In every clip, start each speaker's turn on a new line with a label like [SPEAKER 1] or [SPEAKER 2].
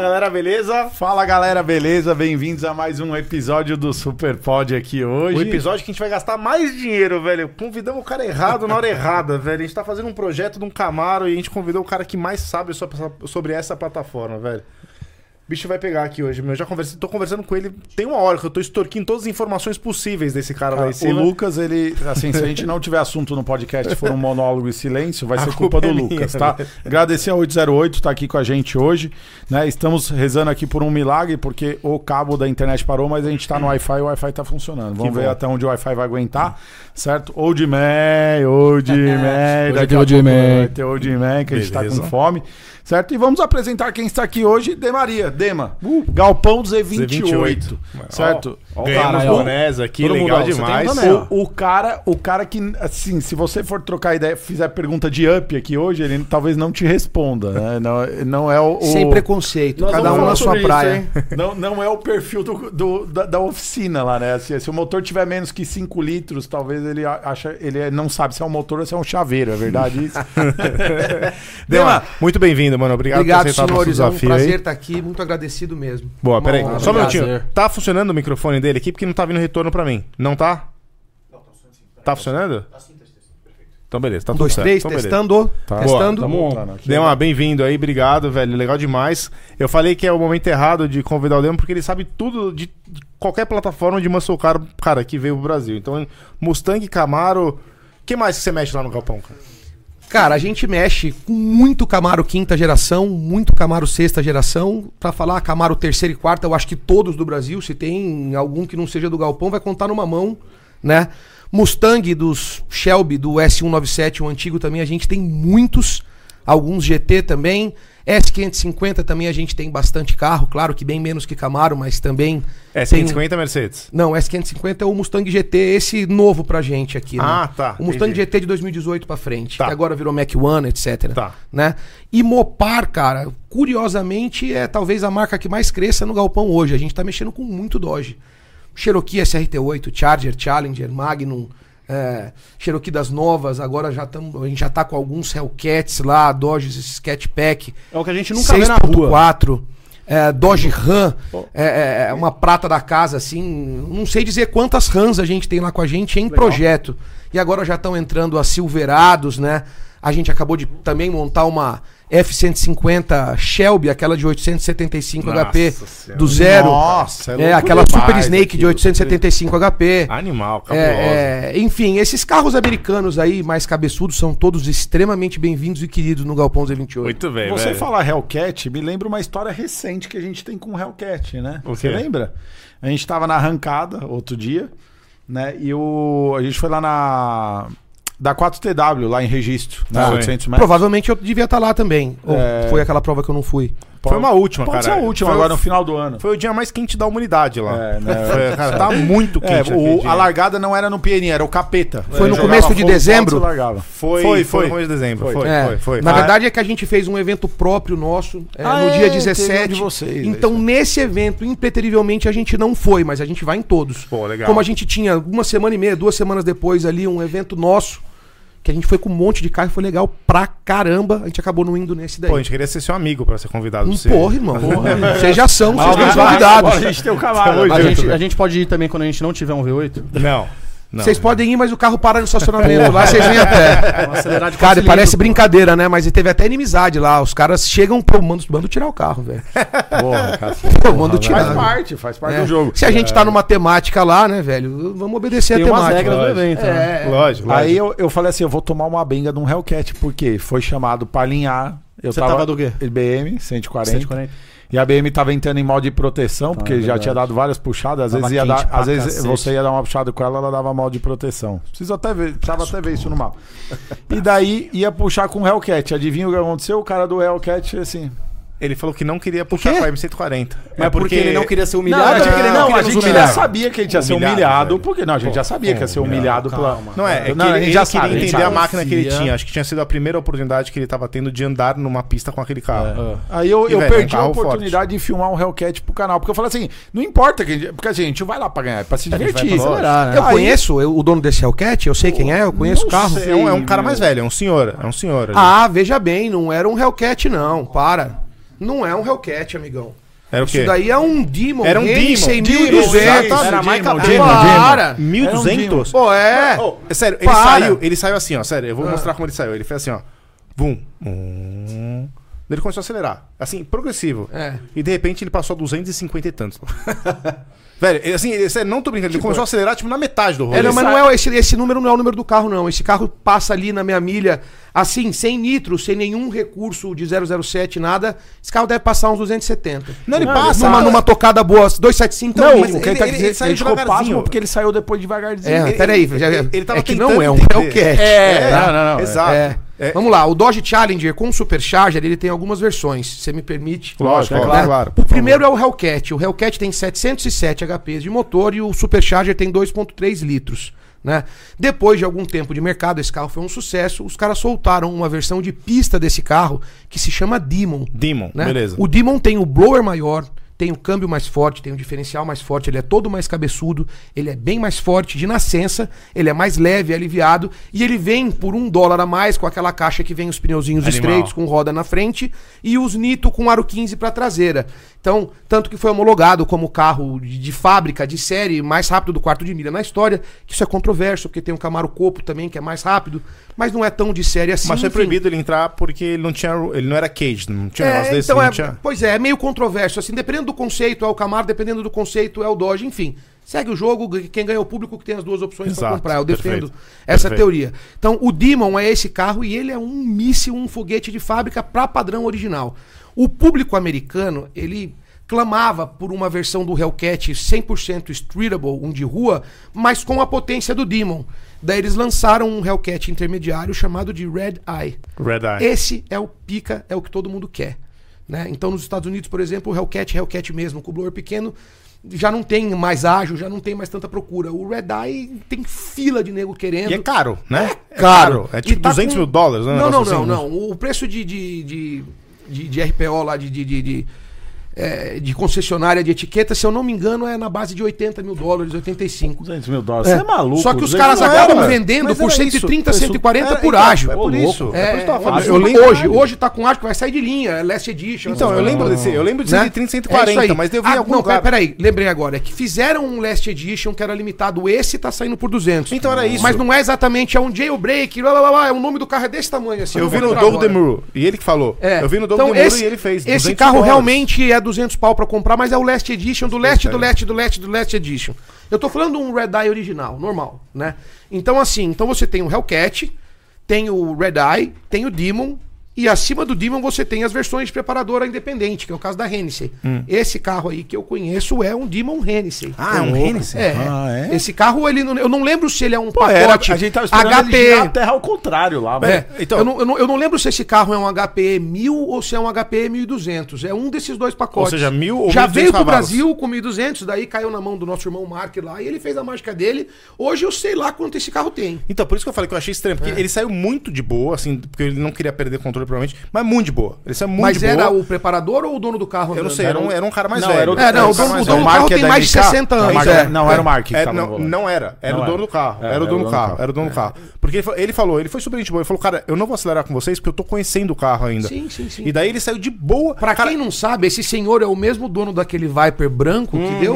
[SPEAKER 1] galera, beleza?
[SPEAKER 2] Fala galera, beleza? Bem-vindos a mais um episódio do Super Pod aqui hoje.
[SPEAKER 1] O episódio que a gente vai gastar mais dinheiro, velho. Convidamos o cara errado na hora errada, velho. A gente tá fazendo um projeto de um Camaro e a gente convidou o cara que mais sabe sobre essa- sobre essa plataforma, velho. O bicho vai pegar aqui hoje, meu. Eu já conversei, tô conversando com ele tem uma hora que eu tô extorquindo todas as informações possíveis desse cara lá em
[SPEAKER 2] o
[SPEAKER 1] cima.
[SPEAKER 2] Lucas, ele, assim, se a gente não tiver assunto no podcast, for um monólogo e silêncio, vai
[SPEAKER 1] A
[SPEAKER 2] ser culpa
[SPEAKER 1] culpa
[SPEAKER 2] do
[SPEAKER 1] é
[SPEAKER 2] Lucas,
[SPEAKER 1] minha,
[SPEAKER 2] tá? Agradecer a 808 tá aqui com a gente hoje, né? Estamos rezando aqui por um milagre, porque o cabo da internet parou, mas a gente tá no Wi-Fi e o Wi-Fi tá funcionando. Vamos ver
[SPEAKER 1] bom.
[SPEAKER 2] até onde o Wi-Fi vai aguentar, certo? Old Man, Old Man,
[SPEAKER 1] é
[SPEAKER 3] Hoje
[SPEAKER 2] daqui
[SPEAKER 3] tem
[SPEAKER 2] a
[SPEAKER 3] Old
[SPEAKER 2] pouco
[SPEAKER 3] Man.
[SPEAKER 2] vai ter Old Man, que a gente tá
[SPEAKER 1] Beleza.
[SPEAKER 2] com fome, certo? E vamos apresentar quem está aqui hoje, Demaria, Dema,
[SPEAKER 1] Uh.
[SPEAKER 2] Galpão
[SPEAKER 1] é
[SPEAKER 2] Z28,
[SPEAKER 1] Z28.
[SPEAKER 2] certo?
[SPEAKER 1] Ó,
[SPEAKER 3] Ganhamos
[SPEAKER 1] Ganhamos
[SPEAKER 3] o-
[SPEAKER 1] bonés aqui,
[SPEAKER 3] Todo mundo,
[SPEAKER 1] legal
[SPEAKER 2] um.
[SPEAKER 3] ó, você tem
[SPEAKER 1] demais.
[SPEAKER 3] boné, ó.
[SPEAKER 2] O, o cara, o cara que, assim, se você for trocar ideia, fizer pergunta de up aqui hoje, ele talvez não te responda, né? Não, não é o. o-
[SPEAKER 3] Sem preconceito,
[SPEAKER 1] Nós
[SPEAKER 3] cada
[SPEAKER 1] vamos
[SPEAKER 3] um
[SPEAKER 1] falar
[SPEAKER 3] na sua
[SPEAKER 1] sobre isso,
[SPEAKER 3] praia.
[SPEAKER 1] hein?
[SPEAKER 2] Não, não é o perfil do, do- da, da oficina lá, né? Assim, se o motor tiver menos que 5 litros, talvez ele a- acha. Ele não sabe se é um motor ou se é um chaveiro, é verdade isso?
[SPEAKER 1] Dema, muito bem-vindo, mano. Obrigado,
[SPEAKER 3] Obrigado,
[SPEAKER 1] aceitado o nosso
[SPEAKER 3] senhores. É um
[SPEAKER 1] desafio
[SPEAKER 3] prazer
[SPEAKER 1] aí.
[SPEAKER 3] estar aqui, muito agradecido mesmo.
[SPEAKER 1] Boa,
[SPEAKER 3] Uma
[SPEAKER 1] peraí.
[SPEAKER 3] honra.
[SPEAKER 1] Só um
[SPEAKER 3] Prazer.
[SPEAKER 1] minutinho. Tá funcionando o microfone dele aqui? Porque não tá vindo retorno pra mim. Não tá? Não, tá funcionando Tá funcionando? Então beleza, tá
[SPEAKER 3] Um,
[SPEAKER 1] tudo
[SPEAKER 3] dois,
[SPEAKER 1] certo.
[SPEAKER 3] três,
[SPEAKER 1] então, beleza.
[SPEAKER 3] testando.
[SPEAKER 1] Tá.
[SPEAKER 3] Testando.
[SPEAKER 2] Boa, tá bom, tá, né?
[SPEAKER 1] Dema, bem-vindo aí, obrigado, velho. Legal demais. Eu falei que é o momento errado de convidar o Dema, porque ele sabe tudo de de qualquer plataforma de muscle car, cara, que veio pro Brasil. Então, Mustang, Camaro. O que mais que você mexe lá no galpão, cara?
[SPEAKER 3] Cara, a gente mexe com muito Camaro quinta geração, muito Camaro sexta geração. Pra falar Camaro terceira e quarta, eu acho que todos do Brasil, se tem algum que não seja do galpão, vai contar numa mão, né? Mustang dos Shelby, do S197, o antigo também, a gente tem muitos. Alguns GT também. S550 também a gente tem bastante carro, claro que bem menos que Camaro, mas também.
[SPEAKER 1] É
[SPEAKER 3] tem-
[SPEAKER 1] 150 Mercedes.
[SPEAKER 3] Não, o S550 é o Mustang GT, esse novo pra gente aqui. né?
[SPEAKER 1] Ah, tá,
[SPEAKER 3] O Mustang
[SPEAKER 1] entendi.
[SPEAKER 3] GT de 2018 pra frente,
[SPEAKER 1] Tá.
[SPEAKER 3] que agora virou Mac One, etc.
[SPEAKER 1] Tá.
[SPEAKER 3] Né? E Mopar, cara, curiosamente é talvez a marca que mais cresça no galpão hoje. A gente tá mexendo com muito Dodge. Cherokee SRT8, Charger, Challenger, Magnum, é, Cherokee das novas, agora já tamo, a gente já tá com alguns Hellcats lá, Dodge Sketchpack.
[SPEAKER 2] É o que a gente nunca vê na rua.
[SPEAKER 3] 4, é, Dodge Ram, é, é, é uma prata da casa, assim. Não sei dizer quantas Rams a gente tem lá com a gente em projeto. E agora já estão entrando as Silverados, né? A gente acabou de também montar uma F-150 Shelby, aquela de 875
[SPEAKER 1] Nossa
[SPEAKER 3] HP
[SPEAKER 1] Senhora.
[SPEAKER 3] do zero.
[SPEAKER 2] Nossa, é
[SPEAKER 3] é,
[SPEAKER 2] louco
[SPEAKER 3] aquela
[SPEAKER 2] demais né? Ah,
[SPEAKER 3] Super Snake de
[SPEAKER 2] aquilo.
[SPEAKER 3] 875 HP.
[SPEAKER 1] Animal, cabuloso.
[SPEAKER 3] É, é, enfim, esses carros americanos aí, mais cabeçudos, são todos extremamente bem-vindos e queridos no Galpão Z28.
[SPEAKER 1] Muito bem,
[SPEAKER 2] Você
[SPEAKER 1] velho.
[SPEAKER 2] falar Hellcat me lembra uma história recente que a gente tem com o Hellcat, né?
[SPEAKER 1] O
[SPEAKER 2] Você
[SPEAKER 1] quê?
[SPEAKER 2] lembra? A gente tava na arrancada outro dia, né? E o... a gente foi lá na. Da 4TW, lá em registro, na
[SPEAKER 1] Foi.
[SPEAKER 2] 800 metros.
[SPEAKER 3] Provavelmente eu devia estar lá também. Ou
[SPEAKER 2] É.
[SPEAKER 3] foi aquela prova que eu não fui.
[SPEAKER 1] Foi uma última,
[SPEAKER 2] Pode
[SPEAKER 1] cara.
[SPEAKER 2] ser a última
[SPEAKER 1] Foi-
[SPEAKER 2] agora no final do ano.
[SPEAKER 1] Foi o dia mais quente da humanidade lá.
[SPEAKER 2] É, né?
[SPEAKER 1] Foi, cara, tá muito
[SPEAKER 2] É,
[SPEAKER 1] quente. aquele
[SPEAKER 2] o,
[SPEAKER 1] dia.
[SPEAKER 2] a largada não era no Pieninho, era o capeta.
[SPEAKER 3] Foi
[SPEAKER 2] É,
[SPEAKER 3] no
[SPEAKER 2] jogava
[SPEAKER 3] começo de
[SPEAKER 2] fogo,
[SPEAKER 3] dezembro?
[SPEAKER 2] você largava.
[SPEAKER 1] Foi,
[SPEAKER 2] Foi,
[SPEAKER 1] foi,
[SPEAKER 2] foi.
[SPEAKER 1] no mês de dezembro.
[SPEAKER 2] Foi.
[SPEAKER 1] Foi, foi,
[SPEAKER 3] É.
[SPEAKER 1] foi.
[SPEAKER 3] Na
[SPEAKER 1] Ah,
[SPEAKER 3] verdade é que a gente fez um evento próprio nosso é,
[SPEAKER 2] Ah,
[SPEAKER 3] no
[SPEAKER 2] é,
[SPEAKER 3] dia
[SPEAKER 2] teve um de
[SPEAKER 3] 17.
[SPEAKER 2] vocês,
[SPEAKER 3] então
[SPEAKER 2] é isso.
[SPEAKER 3] nesse evento, impreterivelmente, a gente não foi, mas a gente vai em todos.
[SPEAKER 1] Pô, legal.
[SPEAKER 3] Como a gente tinha uma semana e meia, duas semanas depois ali, um evento nosso, que a gente foi com um monte de carro e foi legal pra caramba. A gente acabou não indo nesse daí.
[SPEAKER 1] Pô, a gente queria ser seu amigo pra ser convidado.
[SPEAKER 3] um
[SPEAKER 1] pra você.
[SPEAKER 3] porra, irmão. Vocês já são, vocês
[SPEAKER 2] Agora
[SPEAKER 3] estão
[SPEAKER 2] A
[SPEAKER 3] convidados.
[SPEAKER 2] gente tem o cavalo.
[SPEAKER 1] Tamo
[SPEAKER 4] A
[SPEAKER 1] junto,
[SPEAKER 4] gente,
[SPEAKER 1] velho.
[SPEAKER 4] a gente pode ir também quando a gente não tiver um V8.
[SPEAKER 1] Não. não.
[SPEAKER 3] Vocês podem ir, mas o carro para no estacionamento lá, vocês vêm a pé.
[SPEAKER 4] Acelerar de
[SPEAKER 3] Cara, e
[SPEAKER 4] quatro
[SPEAKER 3] parece
[SPEAKER 4] cilindros,
[SPEAKER 3] brincadeira, né? Mas teve até inimizade lá. Os caras chegam pro mando, mando tirar o carro, velho.
[SPEAKER 2] Porra, cara.
[SPEAKER 3] Pô, mando
[SPEAKER 2] Faz
[SPEAKER 3] tirar.
[SPEAKER 2] parte, faz parte
[SPEAKER 3] É.
[SPEAKER 2] do jogo.
[SPEAKER 3] Se a gente tá numa temática lá, né, velho? Vamos obedecer
[SPEAKER 4] Tem
[SPEAKER 3] a
[SPEAKER 4] umas
[SPEAKER 3] temática.
[SPEAKER 4] regras do
[SPEAKER 1] Lógico.
[SPEAKER 4] evento. né?
[SPEAKER 3] É.
[SPEAKER 1] Lógico, lógico.
[SPEAKER 2] Aí eu, eu falei assim, eu vou tomar uma benga de um Hellcat, porque foi chamado pra alinhar. Eu
[SPEAKER 4] Você tava do quê?
[SPEAKER 2] BM, 140.
[SPEAKER 4] 140.
[SPEAKER 2] E Ah, é a BM tava entrando em mal de proteção, porque já
[SPEAKER 4] verdade.
[SPEAKER 2] tinha dado várias puxadas. Às
[SPEAKER 4] Tava
[SPEAKER 2] vezes, ia
[SPEAKER 4] quente
[SPEAKER 2] dar,
[SPEAKER 4] pra
[SPEAKER 2] às vezes
[SPEAKER 4] cacete.
[SPEAKER 2] você ia dar uma puxada com ela, ela dava mal de proteção. Preciso até ver, precisava até ver isso no mapa. E daí ia puxar com o Hellcat. Adivinha o que aconteceu? O cara do Hellcat, assim...
[SPEAKER 1] Ele falou que não queria puxar com a M140.
[SPEAKER 4] Mas é porque ele não é queria ser
[SPEAKER 2] Não,
[SPEAKER 4] humilhado. né?
[SPEAKER 2] a gente, não, a
[SPEAKER 4] queria
[SPEAKER 2] gente
[SPEAKER 4] nos
[SPEAKER 2] já
[SPEAKER 4] humilhar.
[SPEAKER 2] sabia que a gente ia ser
[SPEAKER 1] Humilhado,
[SPEAKER 2] humilhado,
[SPEAKER 1] velho.
[SPEAKER 2] porque não, a gente já sabia que ia ser humilhado pela.
[SPEAKER 1] Não é, é que ele, ele queria
[SPEAKER 2] a gente
[SPEAKER 1] entender a
[SPEAKER 2] sabe.
[SPEAKER 1] máquina que ele
[SPEAKER 4] Confia.
[SPEAKER 1] tinha. Acho que tinha sido a primeira oportunidade que ele tava tendo de andar numa pista com aquele carro.
[SPEAKER 2] Aí eu,
[SPEAKER 1] E,
[SPEAKER 2] eu
[SPEAKER 1] velho, é um
[SPEAKER 2] perdi a
[SPEAKER 1] carro
[SPEAKER 2] oportunidade de filmar um Hellcat pro canal. Porque eu falei assim, não importa, que a gente- porque assim, a gente vai lá pra ganhar, é pra se
[SPEAKER 1] gente vai
[SPEAKER 2] divertir.
[SPEAKER 1] pra
[SPEAKER 4] acelerar, né?
[SPEAKER 3] Eu
[SPEAKER 2] Aí-
[SPEAKER 3] conheço eu- o dono desse Hellcat, eu sei quem é, eu conheço o carro.
[SPEAKER 1] É um, é um cara mais velho, é um senhor. É um senhor. ali.
[SPEAKER 3] Ah, veja bem, não era um Hellcat, não. Para. Não é um Hellcat, amigão.
[SPEAKER 1] Era o quê?
[SPEAKER 3] Isso daí é um Demon.
[SPEAKER 1] Era um Demon.
[SPEAKER 3] Demon,
[SPEAKER 1] exatamente. Era mais
[SPEAKER 2] Demon,
[SPEAKER 1] capaz.
[SPEAKER 2] Demon, Demon.
[SPEAKER 3] Para!
[SPEAKER 2] Era um
[SPEAKER 1] 1200?
[SPEAKER 3] Pô, é.
[SPEAKER 1] Oh, é sério, ele
[SPEAKER 3] Para. Ah.
[SPEAKER 1] saiu, ele saiu assim, ó, sério, eu vou mostrar como ele saiu. Ele fez assim, ó. Bum. Hum. Daí Ele começou a acelerar. Assim, progressivo.
[SPEAKER 3] É.
[SPEAKER 1] E de repente ele passou a 250 e tantos. Velho, ele, assim, ele, sério, não tô brincando, ele começou a acelerar tipo na metade do rolê.
[SPEAKER 3] É, não, mas não é esse, esse número não é o número do carro, não. Esse carro passa ali na minha milha, assim, sem nitro, sem nenhum recurso de 007, nada. Esse carro deve passar uns 270.
[SPEAKER 1] Não, ele passa.
[SPEAKER 3] numa,
[SPEAKER 1] cara.
[SPEAKER 3] numa tocada boa, 275
[SPEAKER 2] Não,
[SPEAKER 3] também.
[SPEAKER 1] mas
[SPEAKER 2] o que
[SPEAKER 1] ele-
[SPEAKER 2] ele tá
[SPEAKER 1] ele-
[SPEAKER 2] dizendo
[SPEAKER 1] ele saiu
[SPEAKER 2] ele ficou
[SPEAKER 1] devagarzinho.
[SPEAKER 2] pasmo porque ele saiu depois devagarzinho.
[SPEAKER 3] É,
[SPEAKER 1] ele-
[SPEAKER 3] peraí.
[SPEAKER 1] ele-
[SPEAKER 3] já-
[SPEAKER 1] ele- ele tava
[SPEAKER 3] é que
[SPEAKER 1] tentando
[SPEAKER 3] não é um
[SPEAKER 1] entender.
[SPEAKER 3] Hellcat.
[SPEAKER 1] É,
[SPEAKER 2] Não, não, não,
[SPEAKER 1] Exato.
[SPEAKER 3] É.
[SPEAKER 1] É,
[SPEAKER 3] Vamos lá, o Dodge Challenger com Supercharger, ele tem algumas versões, se você me permite.
[SPEAKER 1] Lógico, é
[SPEAKER 3] Né?
[SPEAKER 1] claro, claro, por
[SPEAKER 3] O primeiro é o Hellcat. O Hellcat tem 707 HP de motor e o Supercharger tem 2.3 litros. Né? Depois de algum tempo de mercado, esse carro foi um sucesso. Os caras soltaram uma versão de pista desse carro que se chama Demon.
[SPEAKER 1] Demon,
[SPEAKER 3] né?
[SPEAKER 1] beleza.
[SPEAKER 3] O Demon tem o blower maior, tem o câmbio mais forte, tem o diferencial mais forte, ele é todo mais cabeçudo, ele é bem mais forte de nascença, ele é mais leve, aliviado, e ele vem por um dólar a mais com aquela caixa que vem os pneuzinhos
[SPEAKER 1] Animal.
[SPEAKER 3] estreitos, com roda na frente, e os Nito com aro 15 para traseira. Então, tanto que foi homologado como carro de, de fábrica, de série, mais rápido do quarto de milha na história, que isso é controverso, porque tem o Camaro Copo também, que é mais rápido, mas não é tão de série assim.
[SPEAKER 1] Mas foi
[SPEAKER 3] enfim.
[SPEAKER 1] proibido ele entrar porque ele não tinha. Ele não era caged, não tinha um
[SPEAKER 3] É,
[SPEAKER 1] negócio desse.
[SPEAKER 3] então
[SPEAKER 1] não
[SPEAKER 3] é,
[SPEAKER 1] tinha...
[SPEAKER 3] pois é, é meio controverso, assim, dependendo do conceito é o Camaro, dependendo do conceito é o Dodge, enfim. Segue o jogo, g- quem ganha é o público que tem as duas opções para
[SPEAKER 1] Exato,
[SPEAKER 3] comprar. Eu defendo
[SPEAKER 1] perfeito,
[SPEAKER 3] essa
[SPEAKER 1] perfeito.
[SPEAKER 3] teoria. Então, o Demon é esse carro e ele é um míssil, um foguete de fábrica para padrão original. O público americano, ele clamava por uma versão do Hellcat 100% streetable, um de rua, mas com a potência do Demon. Daí eles lançaram um Hellcat intermediário chamado de Red Eye.
[SPEAKER 1] Red Eye.
[SPEAKER 3] Esse é o pica, é o que todo mundo quer. Né? Então, nos Estados Unidos, por exemplo, o Hellcat, Hellcat mesmo, com o blower pequeno, já não tem mais ágil, já não tem mais tanta procura. O Red Eye tem fila de nego querendo.
[SPEAKER 1] E é caro, né? É É tipo
[SPEAKER 3] E tá
[SPEAKER 1] 200
[SPEAKER 3] com-
[SPEAKER 1] mil dólares, né? um
[SPEAKER 3] Não, não,
[SPEAKER 1] negócio
[SPEAKER 3] não,
[SPEAKER 1] assim, né?
[SPEAKER 3] não. O preço de, de, de, de- de RPO lá, de, de, de, de, é, de concessionária de etiqueta, se eu não me engano, é na base de 80 mil dólares, 85.
[SPEAKER 2] 200 mil dólares. Você é maluco.
[SPEAKER 3] Só que os
[SPEAKER 2] 200
[SPEAKER 3] caras
[SPEAKER 2] mil
[SPEAKER 1] Não,
[SPEAKER 3] acabam
[SPEAKER 1] era.
[SPEAKER 3] vendendo
[SPEAKER 1] Mas
[SPEAKER 3] por
[SPEAKER 1] era
[SPEAKER 3] 130,
[SPEAKER 1] isso.
[SPEAKER 3] 140
[SPEAKER 1] Era-
[SPEAKER 3] por
[SPEAKER 1] então,
[SPEAKER 3] ágil.
[SPEAKER 1] É por
[SPEAKER 2] Ô,
[SPEAKER 1] isso.
[SPEAKER 2] louco.
[SPEAKER 1] É por isso que eu tava falando.
[SPEAKER 3] eu
[SPEAKER 1] Eu lembro-
[SPEAKER 3] hoje, hoje tá com ágil que vai sair de linha, é Last Edition.
[SPEAKER 1] Então, eu lembro desse. Eu lembro de 130,
[SPEAKER 3] É isso
[SPEAKER 1] 140,
[SPEAKER 3] aí.
[SPEAKER 1] mas eu vi
[SPEAKER 3] ah,
[SPEAKER 1] algum
[SPEAKER 3] Não,
[SPEAKER 1] lugar.
[SPEAKER 3] peraí, lembrei agora. É que fizeram um Last Edition que era limitado. Esse tá saindo por 200.
[SPEAKER 1] Então era isso.
[SPEAKER 3] Mas não é exatamente, é um jailbreak, blá, blá, blá, blá, é o nome do carro é desse tamanho assim.
[SPEAKER 1] Eu vi no
[SPEAKER 3] Doug
[SPEAKER 1] Doug DeMuro, e ele que falou.
[SPEAKER 3] É.
[SPEAKER 1] Eu vi no Doug
[SPEAKER 3] então,
[SPEAKER 1] DeMuro
[SPEAKER 3] esse,
[SPEAKER 1] e ele fez.
[SPEAKER 3] Esse
[SPEAKER 1] 200
[SPEAKER 3] carro
[SPEAKER 1] dólares.
[SPEAKER 3] realmente é 200 pau pra comprar, mas é o Last Edition do Last, do
[SPEAKER 1] cara.
[SPEAKER 3] Last, do Last, do Last Edition. Eu tô falando um Red Eye original, normal, né? Então, assim, então você tem o Hellcat, tem o Red Eye, tem o Demon. E acima do Demon você tem as versões de preparadora independente, que é o caso da Hennessy.
[SPEAKER 2] Hum.
[SPEAKER 3] Esse carro aí que eu conheço é um Demon Hennessy.
[SPEAKER 1] Ah, é um Hennessy?
[SPEAKER 3] É.
[SPEAKER 2] Ah, é?
[SPEAKER 3] Esse carro, ele não- eu não lembro se ele é um
[SPEAKER 2] Pô, era,
[SPEAKER 3] pacote
[SPEAKER 2] a gente tava esperando
[SPEAKER 3] HP.
[SPEAKER 2] ele girar a terra ao contrário lá,
[SPEAKER 3] É,
[SPEAKER 2] velho.
[SPEAKER 1] então-
[SPEAKER 3] eu, não, eu não- eu não lembro se esse carro é um HPE 1000 ou se é um HPE 1200. É um desses dois pacotes.
[SPEAKER 1] Ou seja, 1000 ou
[SPEAKER 3] Já
[SPEAKER 1] 1200
[SPEAKER 3] veio pro
[SPEAKER 1] cavalos.
[SPEAKER 3] Brasil com 1200, daí caiu na mão do nosso irmão Mark lá e ele fez a mágica dele. Hoje eu sei lá quanto esse carro tem.
[SPEAKER 1] Então, por isso que eu falei que eu achei estranho,
[SPEAKER 3] É.
[SPEAKER 1] porque ele saiu muito de boa, assim, porque ele não queria perder controle, provavelmente, mas muito de boa. Ele saiu muito
[SPEAKER 3] Mas
[SPEAKER 1] de
[SPEAKER 3] era
[SPEAKER 1] boa.
[SPEAKER 3] o preparador ou o dono do carro?
[SPEAKER 1] Eu não
[SPEAKER 3] andando?
[SPEAKER 1] sei, era um, era um cara mais
[SPEAKER 2] Não,
[SPEAKER 1] velho.
[SPEAKER 2] era o-
[SPEAKER 3] É, não,
[SPEAKER 1] Era um cara
[SPEAKER 3] o dono,
[SPEAKER 1] mais
[SPEAKER 3] o dono
[SPEAKER 1] velho.
[SPEAKER 3] do
[SPEAKER 2] Mark
[SPEAKER 3] carro
[SPEAKER 2] é
[SPEAKER 3] tem
[SPEAKER 2] da
[SPEAKER 3] mais de
[SPEAKER 2] LK?
[SPEAKER 3] 60
[SPEAKER 2] Não,
[SPEAKER 3] anos.
[SPEAKER 2] Mark
[SPEAKER 3] é.
[SPEAKER 2] é- não, era o Mark que
[SPEAKER 1] É,
[SPEAKER 2] tava no
[SPEAKER 1] não,
[SPEAKER 2] volante.
[SPEAKER 1] não era. Era
[SPEAKER 2] Não
[SPEAKER 1] o dono
[SPEAKER 2] era.
[SPEAKER 1] do carro.
[SPEAKER 2] É,
[SPEAKER 1] era o dono do carro. Era o dono do carro. Porque ele, fa- ele falou, ele foi super gente boa. Ele falou, cara, eu não vou acelerar com vocês porque eu tô conhecendo o carro ainda.
[SPEAKER 3] Sim, sim, sim.
[SPEAKER 1] E daí ele saiu de boa.
[SPEAKER 3] Pra
[SPEAKER 1] cara,
[SPEAKER 3] quem não sabe, esse senhor é o mesmo dono daquele Viper branco que deu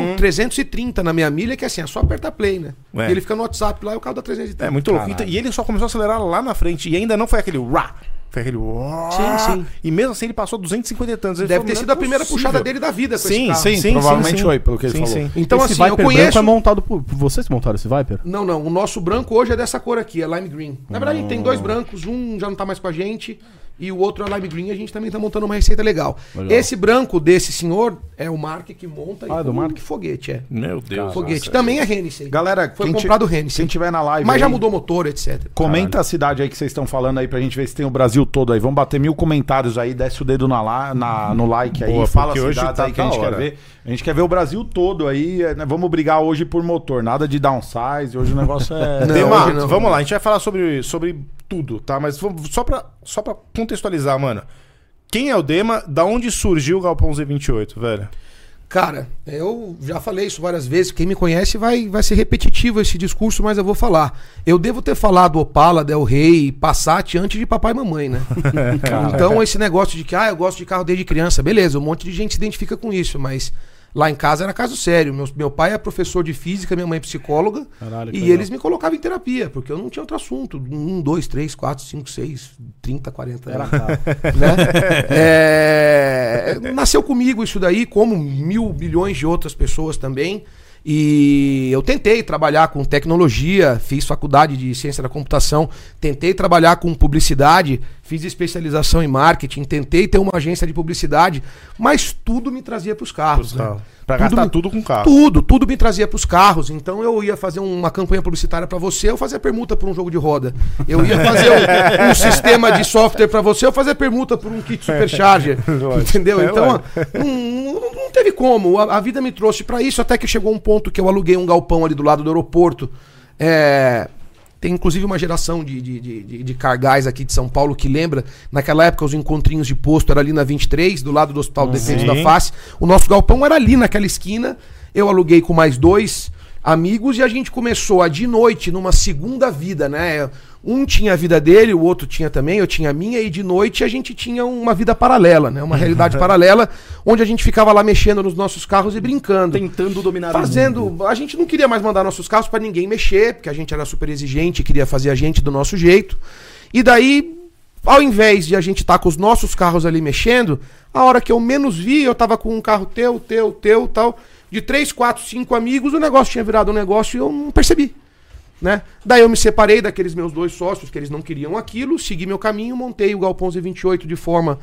[SPEAKER 3] 330 na minha milha, que assim, é só apertar play, né?
[SPEAKER 1] Uhum. É.
[SPEAKER 3] E ele fica no WhatsApp lá e o carro dá 330.
[SPEAKER 1] É muito louco. Então, e ele só começou a acelerar lá na frente. E ainda não foi aquele rá. Foi aquele uá.
[SPEAKER 3] Sim, sim.
[SPEAKER 1] E mesmo assim ele passou 250 e tantos. Ele
[SPEAKER 3] Deve
[SPEAKER 1] falou,
[SPEAKER 3] ter
[SPEAKER 1] "Não é
[SPEAKER 3] sido a primeira
[SPEAKER 1] possível."
[SPEAKER 3] puxada dele da vida com esse
[SPEAKER 1] Sim,
[SPEAKER 3] carro.
[SPEAKER 1] sim, sim.
[SPEAKER 2] provavelmente
[SPEAKER 1] sim, sim.
[SPEAKER 2] foi, pelo que ele
[SPEAKER 1] Sim,
[SPEAKER 2] falou.
[SPEAKER 1] sim.
[SPEAKER 3] Então,
[SPEAKER 4] Esse
[SPEAKER 3] assim, eu
[SPEAKER 4] branco
[SPEAKER 3] conheço.
[SPEAKER 4] é montado por... Vocês que montaram esse Viper?
[SPEAKER 3] Não, não. O nosso branco hoje é dessa cor aqui, é lime green. Na verdade, a gente tem dois
[SPEAKER 2] Hum.
[SPEAKER 3] brancos, um já não tá mais com a gente e o outro é lime green. A gente também tá montando uma receita legal. Esse branco desse senhor é o Mark que monta.
[SPEAKER 4] Ah, é do
[SPEAKER 3] como
[SPEAKER 4] Mark?
[SPEAKER 3] foguete, é.
[SPEAKER 1] Meu Deus.
[SPEAKER 3] foguete. também é Hennessy.
[SPEAKER 2] Galera,
[SPEAKER 3] Foi
[SPEAKER 2] quem ti-
[SPEAKER 3] comprado o Hennessy.
[SPEAKER 2] quem tiver na live
[SPEAKER 3] Mas já
[SPEAKER 2] aí-
[SPEAKER 3] mudou motor, etc.
[SPEAKER 2] Comenta a cidade aí que vocês estão falando aí pra gente ver se tem o Brasil todo aí. Vamos bater mil comentários aí, desce o dedo na, la- na- no like aí,
[SPEAKER 1] Boa,
[SPEAKER 2] fala
[SPEAKER 1] porque hoje
[SPEAKER 2] cidades
[SPEAKER 1] tá
[SPEAKER 2] aí que a
[SPEAKER 1] da
[SPEAKER 2] gente quer
[SPEAKER 1] hora.
[SPEAKER 2] ver. A gente quer ver o Brasil todo aí. é, né? Vamos brigar hoje por motor, nada de downsize. Hoje o negócio é.
[SPEAKER 3] Não,
[SPEAKER 1] Demar,
[SPEAKER 3] hoje não.
[SPEAKER 1] vamos lá, a gente vai falar sobre, sobre tudo, tá? Mas vamos- só pra, só pra contextualizar, mano. Quem é o Dema? Da onde surgiu o Galpão Z28, velho?
[SPEAKER 3] Cara, eu já falei isso várias vezes. Quem me conhece vai, vai ser repetitivo esse discurso, mas eu vou falar. Eu devo ter falado Opala, Del Rey, Passat antes de papai e mamãe, né? então esse negócio de que, ah, eu gosto de carro desde criança, beleza, um monte de gente se identifica com isso, mas lá em casa era caso sério. Meu, meu pai é professor de física, minha mãe é psicóloga,
[SPEAKER 4] Caralho, que
[SPEAKER 3] e
[SPEAKER 4] legal.
[SPEAKER 3] eles me colocavam em terapia, porque eu não tinha outro assunto. Um, dois, três, quatro, cinco, seis, trinta, quarenta.
[SPEAKER 4] Era
[SPEAKER 3] né?
[SPEAKER 4] carro.
[SPEAKER 3] né? É, nasceu comigo isso daí, como mil bilhões de outras pessoas também. E eu tentei trabalhar com tecnologia, fiz faculdade de ciência da computação, tentei trabalhar com publicidade, fiz especialização em marketing, tentei ter uma agência de publicidade, mas tudo me trazia para os carros. né?
[SPEAKER 1] Pra
[SPEAKER 3] Tudo
[SPEAKER 1] gastar
[SPEAKER 3] me-
[SPEAKER 1] tudo com carro.
[SPEAKER 3] Tudo, tudo me trazia pros carros. Então eu ia fazer uma campanha publicitária pra você, eu fazia permuta por um jogo de roda. Eu ia fazer um, um sistema de software pra você, eu fazia permuta por um kit supercharger. entendeu?
[SPEAKER 1] É,
[SPEAKER 3] Então,
[SPEAKER 1] lógico.
[SPEAKER 3] não, não- não teve como. A, a vida me trouxe pra isso, até que chegou um ponto que eu aluguei um galpão ali do lado do aeroporto. É, Tem inclusive uma geração de, de, de, de- de cargais aqui de São Paulo que lembra, naquela época os encontrinhos de posto era ali na 23, do lado do Hospital Defeitos da
[SPEAKER 1] Sim.
[SPEAKER 3] Face. O nosso galpão era ali naquela esquina. Eu aluguei com mais dois amigos e a gente começou a de noite numa segunda vida, né? Um tinha a vida dele, o outro tinha também, eu tinha a minha, e de noite a gente tinha uma vida paralela, né? Uma realidade paralela, onde a gente ficava lá mexendo nos nossos carros e brincando
[SPEAKER 4] Tentando dominar o mundo.
[SPEAKER 3] fazendo. A gente não queria mais mandar nossos carros pra ninguém mexer, porque a gente era super exigente, queria fazer a gente do nosso jeito. E daí, ao invés de a gente estar com os nossos carros ali mexendo, a hora que eu menos vi, eu tava com um carro teu, teu, teu, tal, de três, quatro, cinco amigos, o negócio tinha virado um negócio e eu não percebi. Né? Daí eu me separei daqueles meus dois sócios, que eles não queriam aquilo, segui meu caminho, montei o Galpão Z28 de forma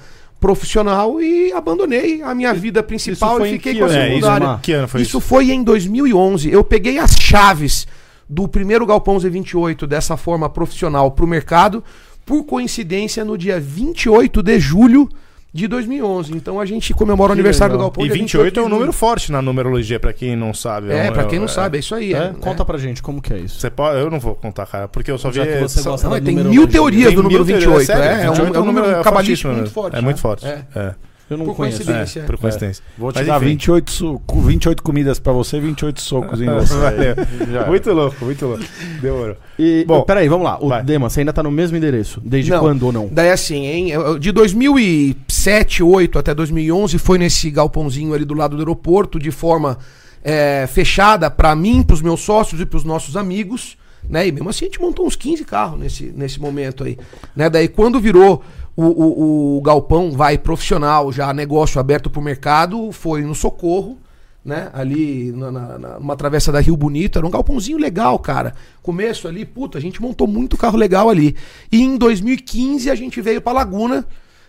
[SPEAKER 3] profissional e abandonei a minha vida principal
[SPEAKER 4] foi
[SPEAKER 3] e
[SPEAKER 4] em
[SPEAKER 3] fiquei
[SPEAKER 4] que
[SPEAKER 3] com a
[SPEAKER 4] ano? É,
[SPEAKER 3] secundária.
[SPEAKER 4] isso, Mar?
[SPEAKER 1] Que ano foi
[SPEAKER 3] Isso foi em 2011. Eu peguei as chaves do primeiro Galpão Z28 dessa forma profissional para o mercado, por coincidência, no dia 28 de julho de 2011. Então a gente comemora o aniversário
[SPEAKER 4] legal.
[SPEAKER 3] do Galpão
[SPEAKER 1] E
[SPEAKER 3] dia
[SPEAKER 1] 28 é um
[SPEAKER 3] de julho.
[SPEAKER 1] número forte na numerologia, pra quem não sabe.
[SPEAKER 3] É,
[SPEAKER 1] um-
[SPEAKER 3] para quem não
[SPEAKER 1] é-
[SPEAKER 3] sabe, é isso aí.
[SPEAKER 4] É?
[SPEAKER 3] é,
[SPEAKER 4] Conta
[SPEAKER 3] né?
[SPEAKER 4] pra gente como que é isso.
[SPEAKER 1] Você pode, eu não vou contar, cara, porque eu só vi.
[SPEAKER 4] Já que você
[SPEAKER 1] só-
[SPEAKER 4] gosta
[SPEAKER 3] Não,
[SPEAKER 4] da
[SPEAKER 3] mas tem
[SPEAKER 4] numerologia.
[SPEAKER 3] mil teorias
[SPEAKER 1] Tem
[SPEAKER 3] do número
[SPEAKER 1] mil
[SPEAKER 3] 28.
[SPEAKER 1] teorias,
[SPEAKER 3] é,
[SPEAKER 1] sério?
[SPEAKER 3] é um-
[SPEAKER 1] 28
[SPEAKER 3] é um, número cabalístico
[SPEAKER 1] fortíssimo,
[SPEAKER 3] muito
[SPEAKER 1] né?
[SPEAKER 3] forte.
[SPEAKER 1] É
[SPEAKER 3] né?
[SPEAKER 1] muito forte.
[SPEAKER 3] É.
[SPEAKER 1] É,
[SPEAKER 4] Eu não
[SPEAKER 3] Por
[SPEAKER 4] conheço.
[SPEAKER 3] coincidência.
[SPEAKER 1] é, por coincidência.
[SPEAKER 2] Vou te
[SPEAKER 1] Mas
[SPEAKER 2] dar
[SPEAKER 1] enfim.
[SPEAKER 2] 28, su- cu- 28 comidas pra você e 28 socos
[SPEAKER 1] É,
[SPEAKER 2] em você.
[SPEAKER 1] Valeu.
[SPEAKER 2] Já.
[SPEAKER 1] Muito louco, muito louco. Demorou.
[SPEAKER 4] E,
[SPEAKER 1] Bom,
[SPEAKER 4] peraí, vamos lá. O
[SPEAKER 1] vai.
[SPEAKER 4] Dema, você ainda tá no mesmo endereço? Desde
[SPEAKER 3] Não.
[SPEAKER 4] quando ou não?
[SPEAKER 3] Daí assim, hein? eu- eu- De 2007, 8 até 2011 foi nesse galpãozinho ali do lado do aeroporto, de forma é, fechada pra mim, pros meus sócios e pros nossos amigos, né? E mesmo assim a gente montou uns 15 carros nesse, nesse momento aí, né? Daí quando virou o, o- o galpão vai profissional, já negócio aberto pro mercado, foi no Socorro, né? Ali na, na- na- numa travessa da Rio Bonito, era um galpãozinho legal, cara. Começo ali, puta, a gente montou muito carro legal ali. E em 2015 a gente veio pra Laguna,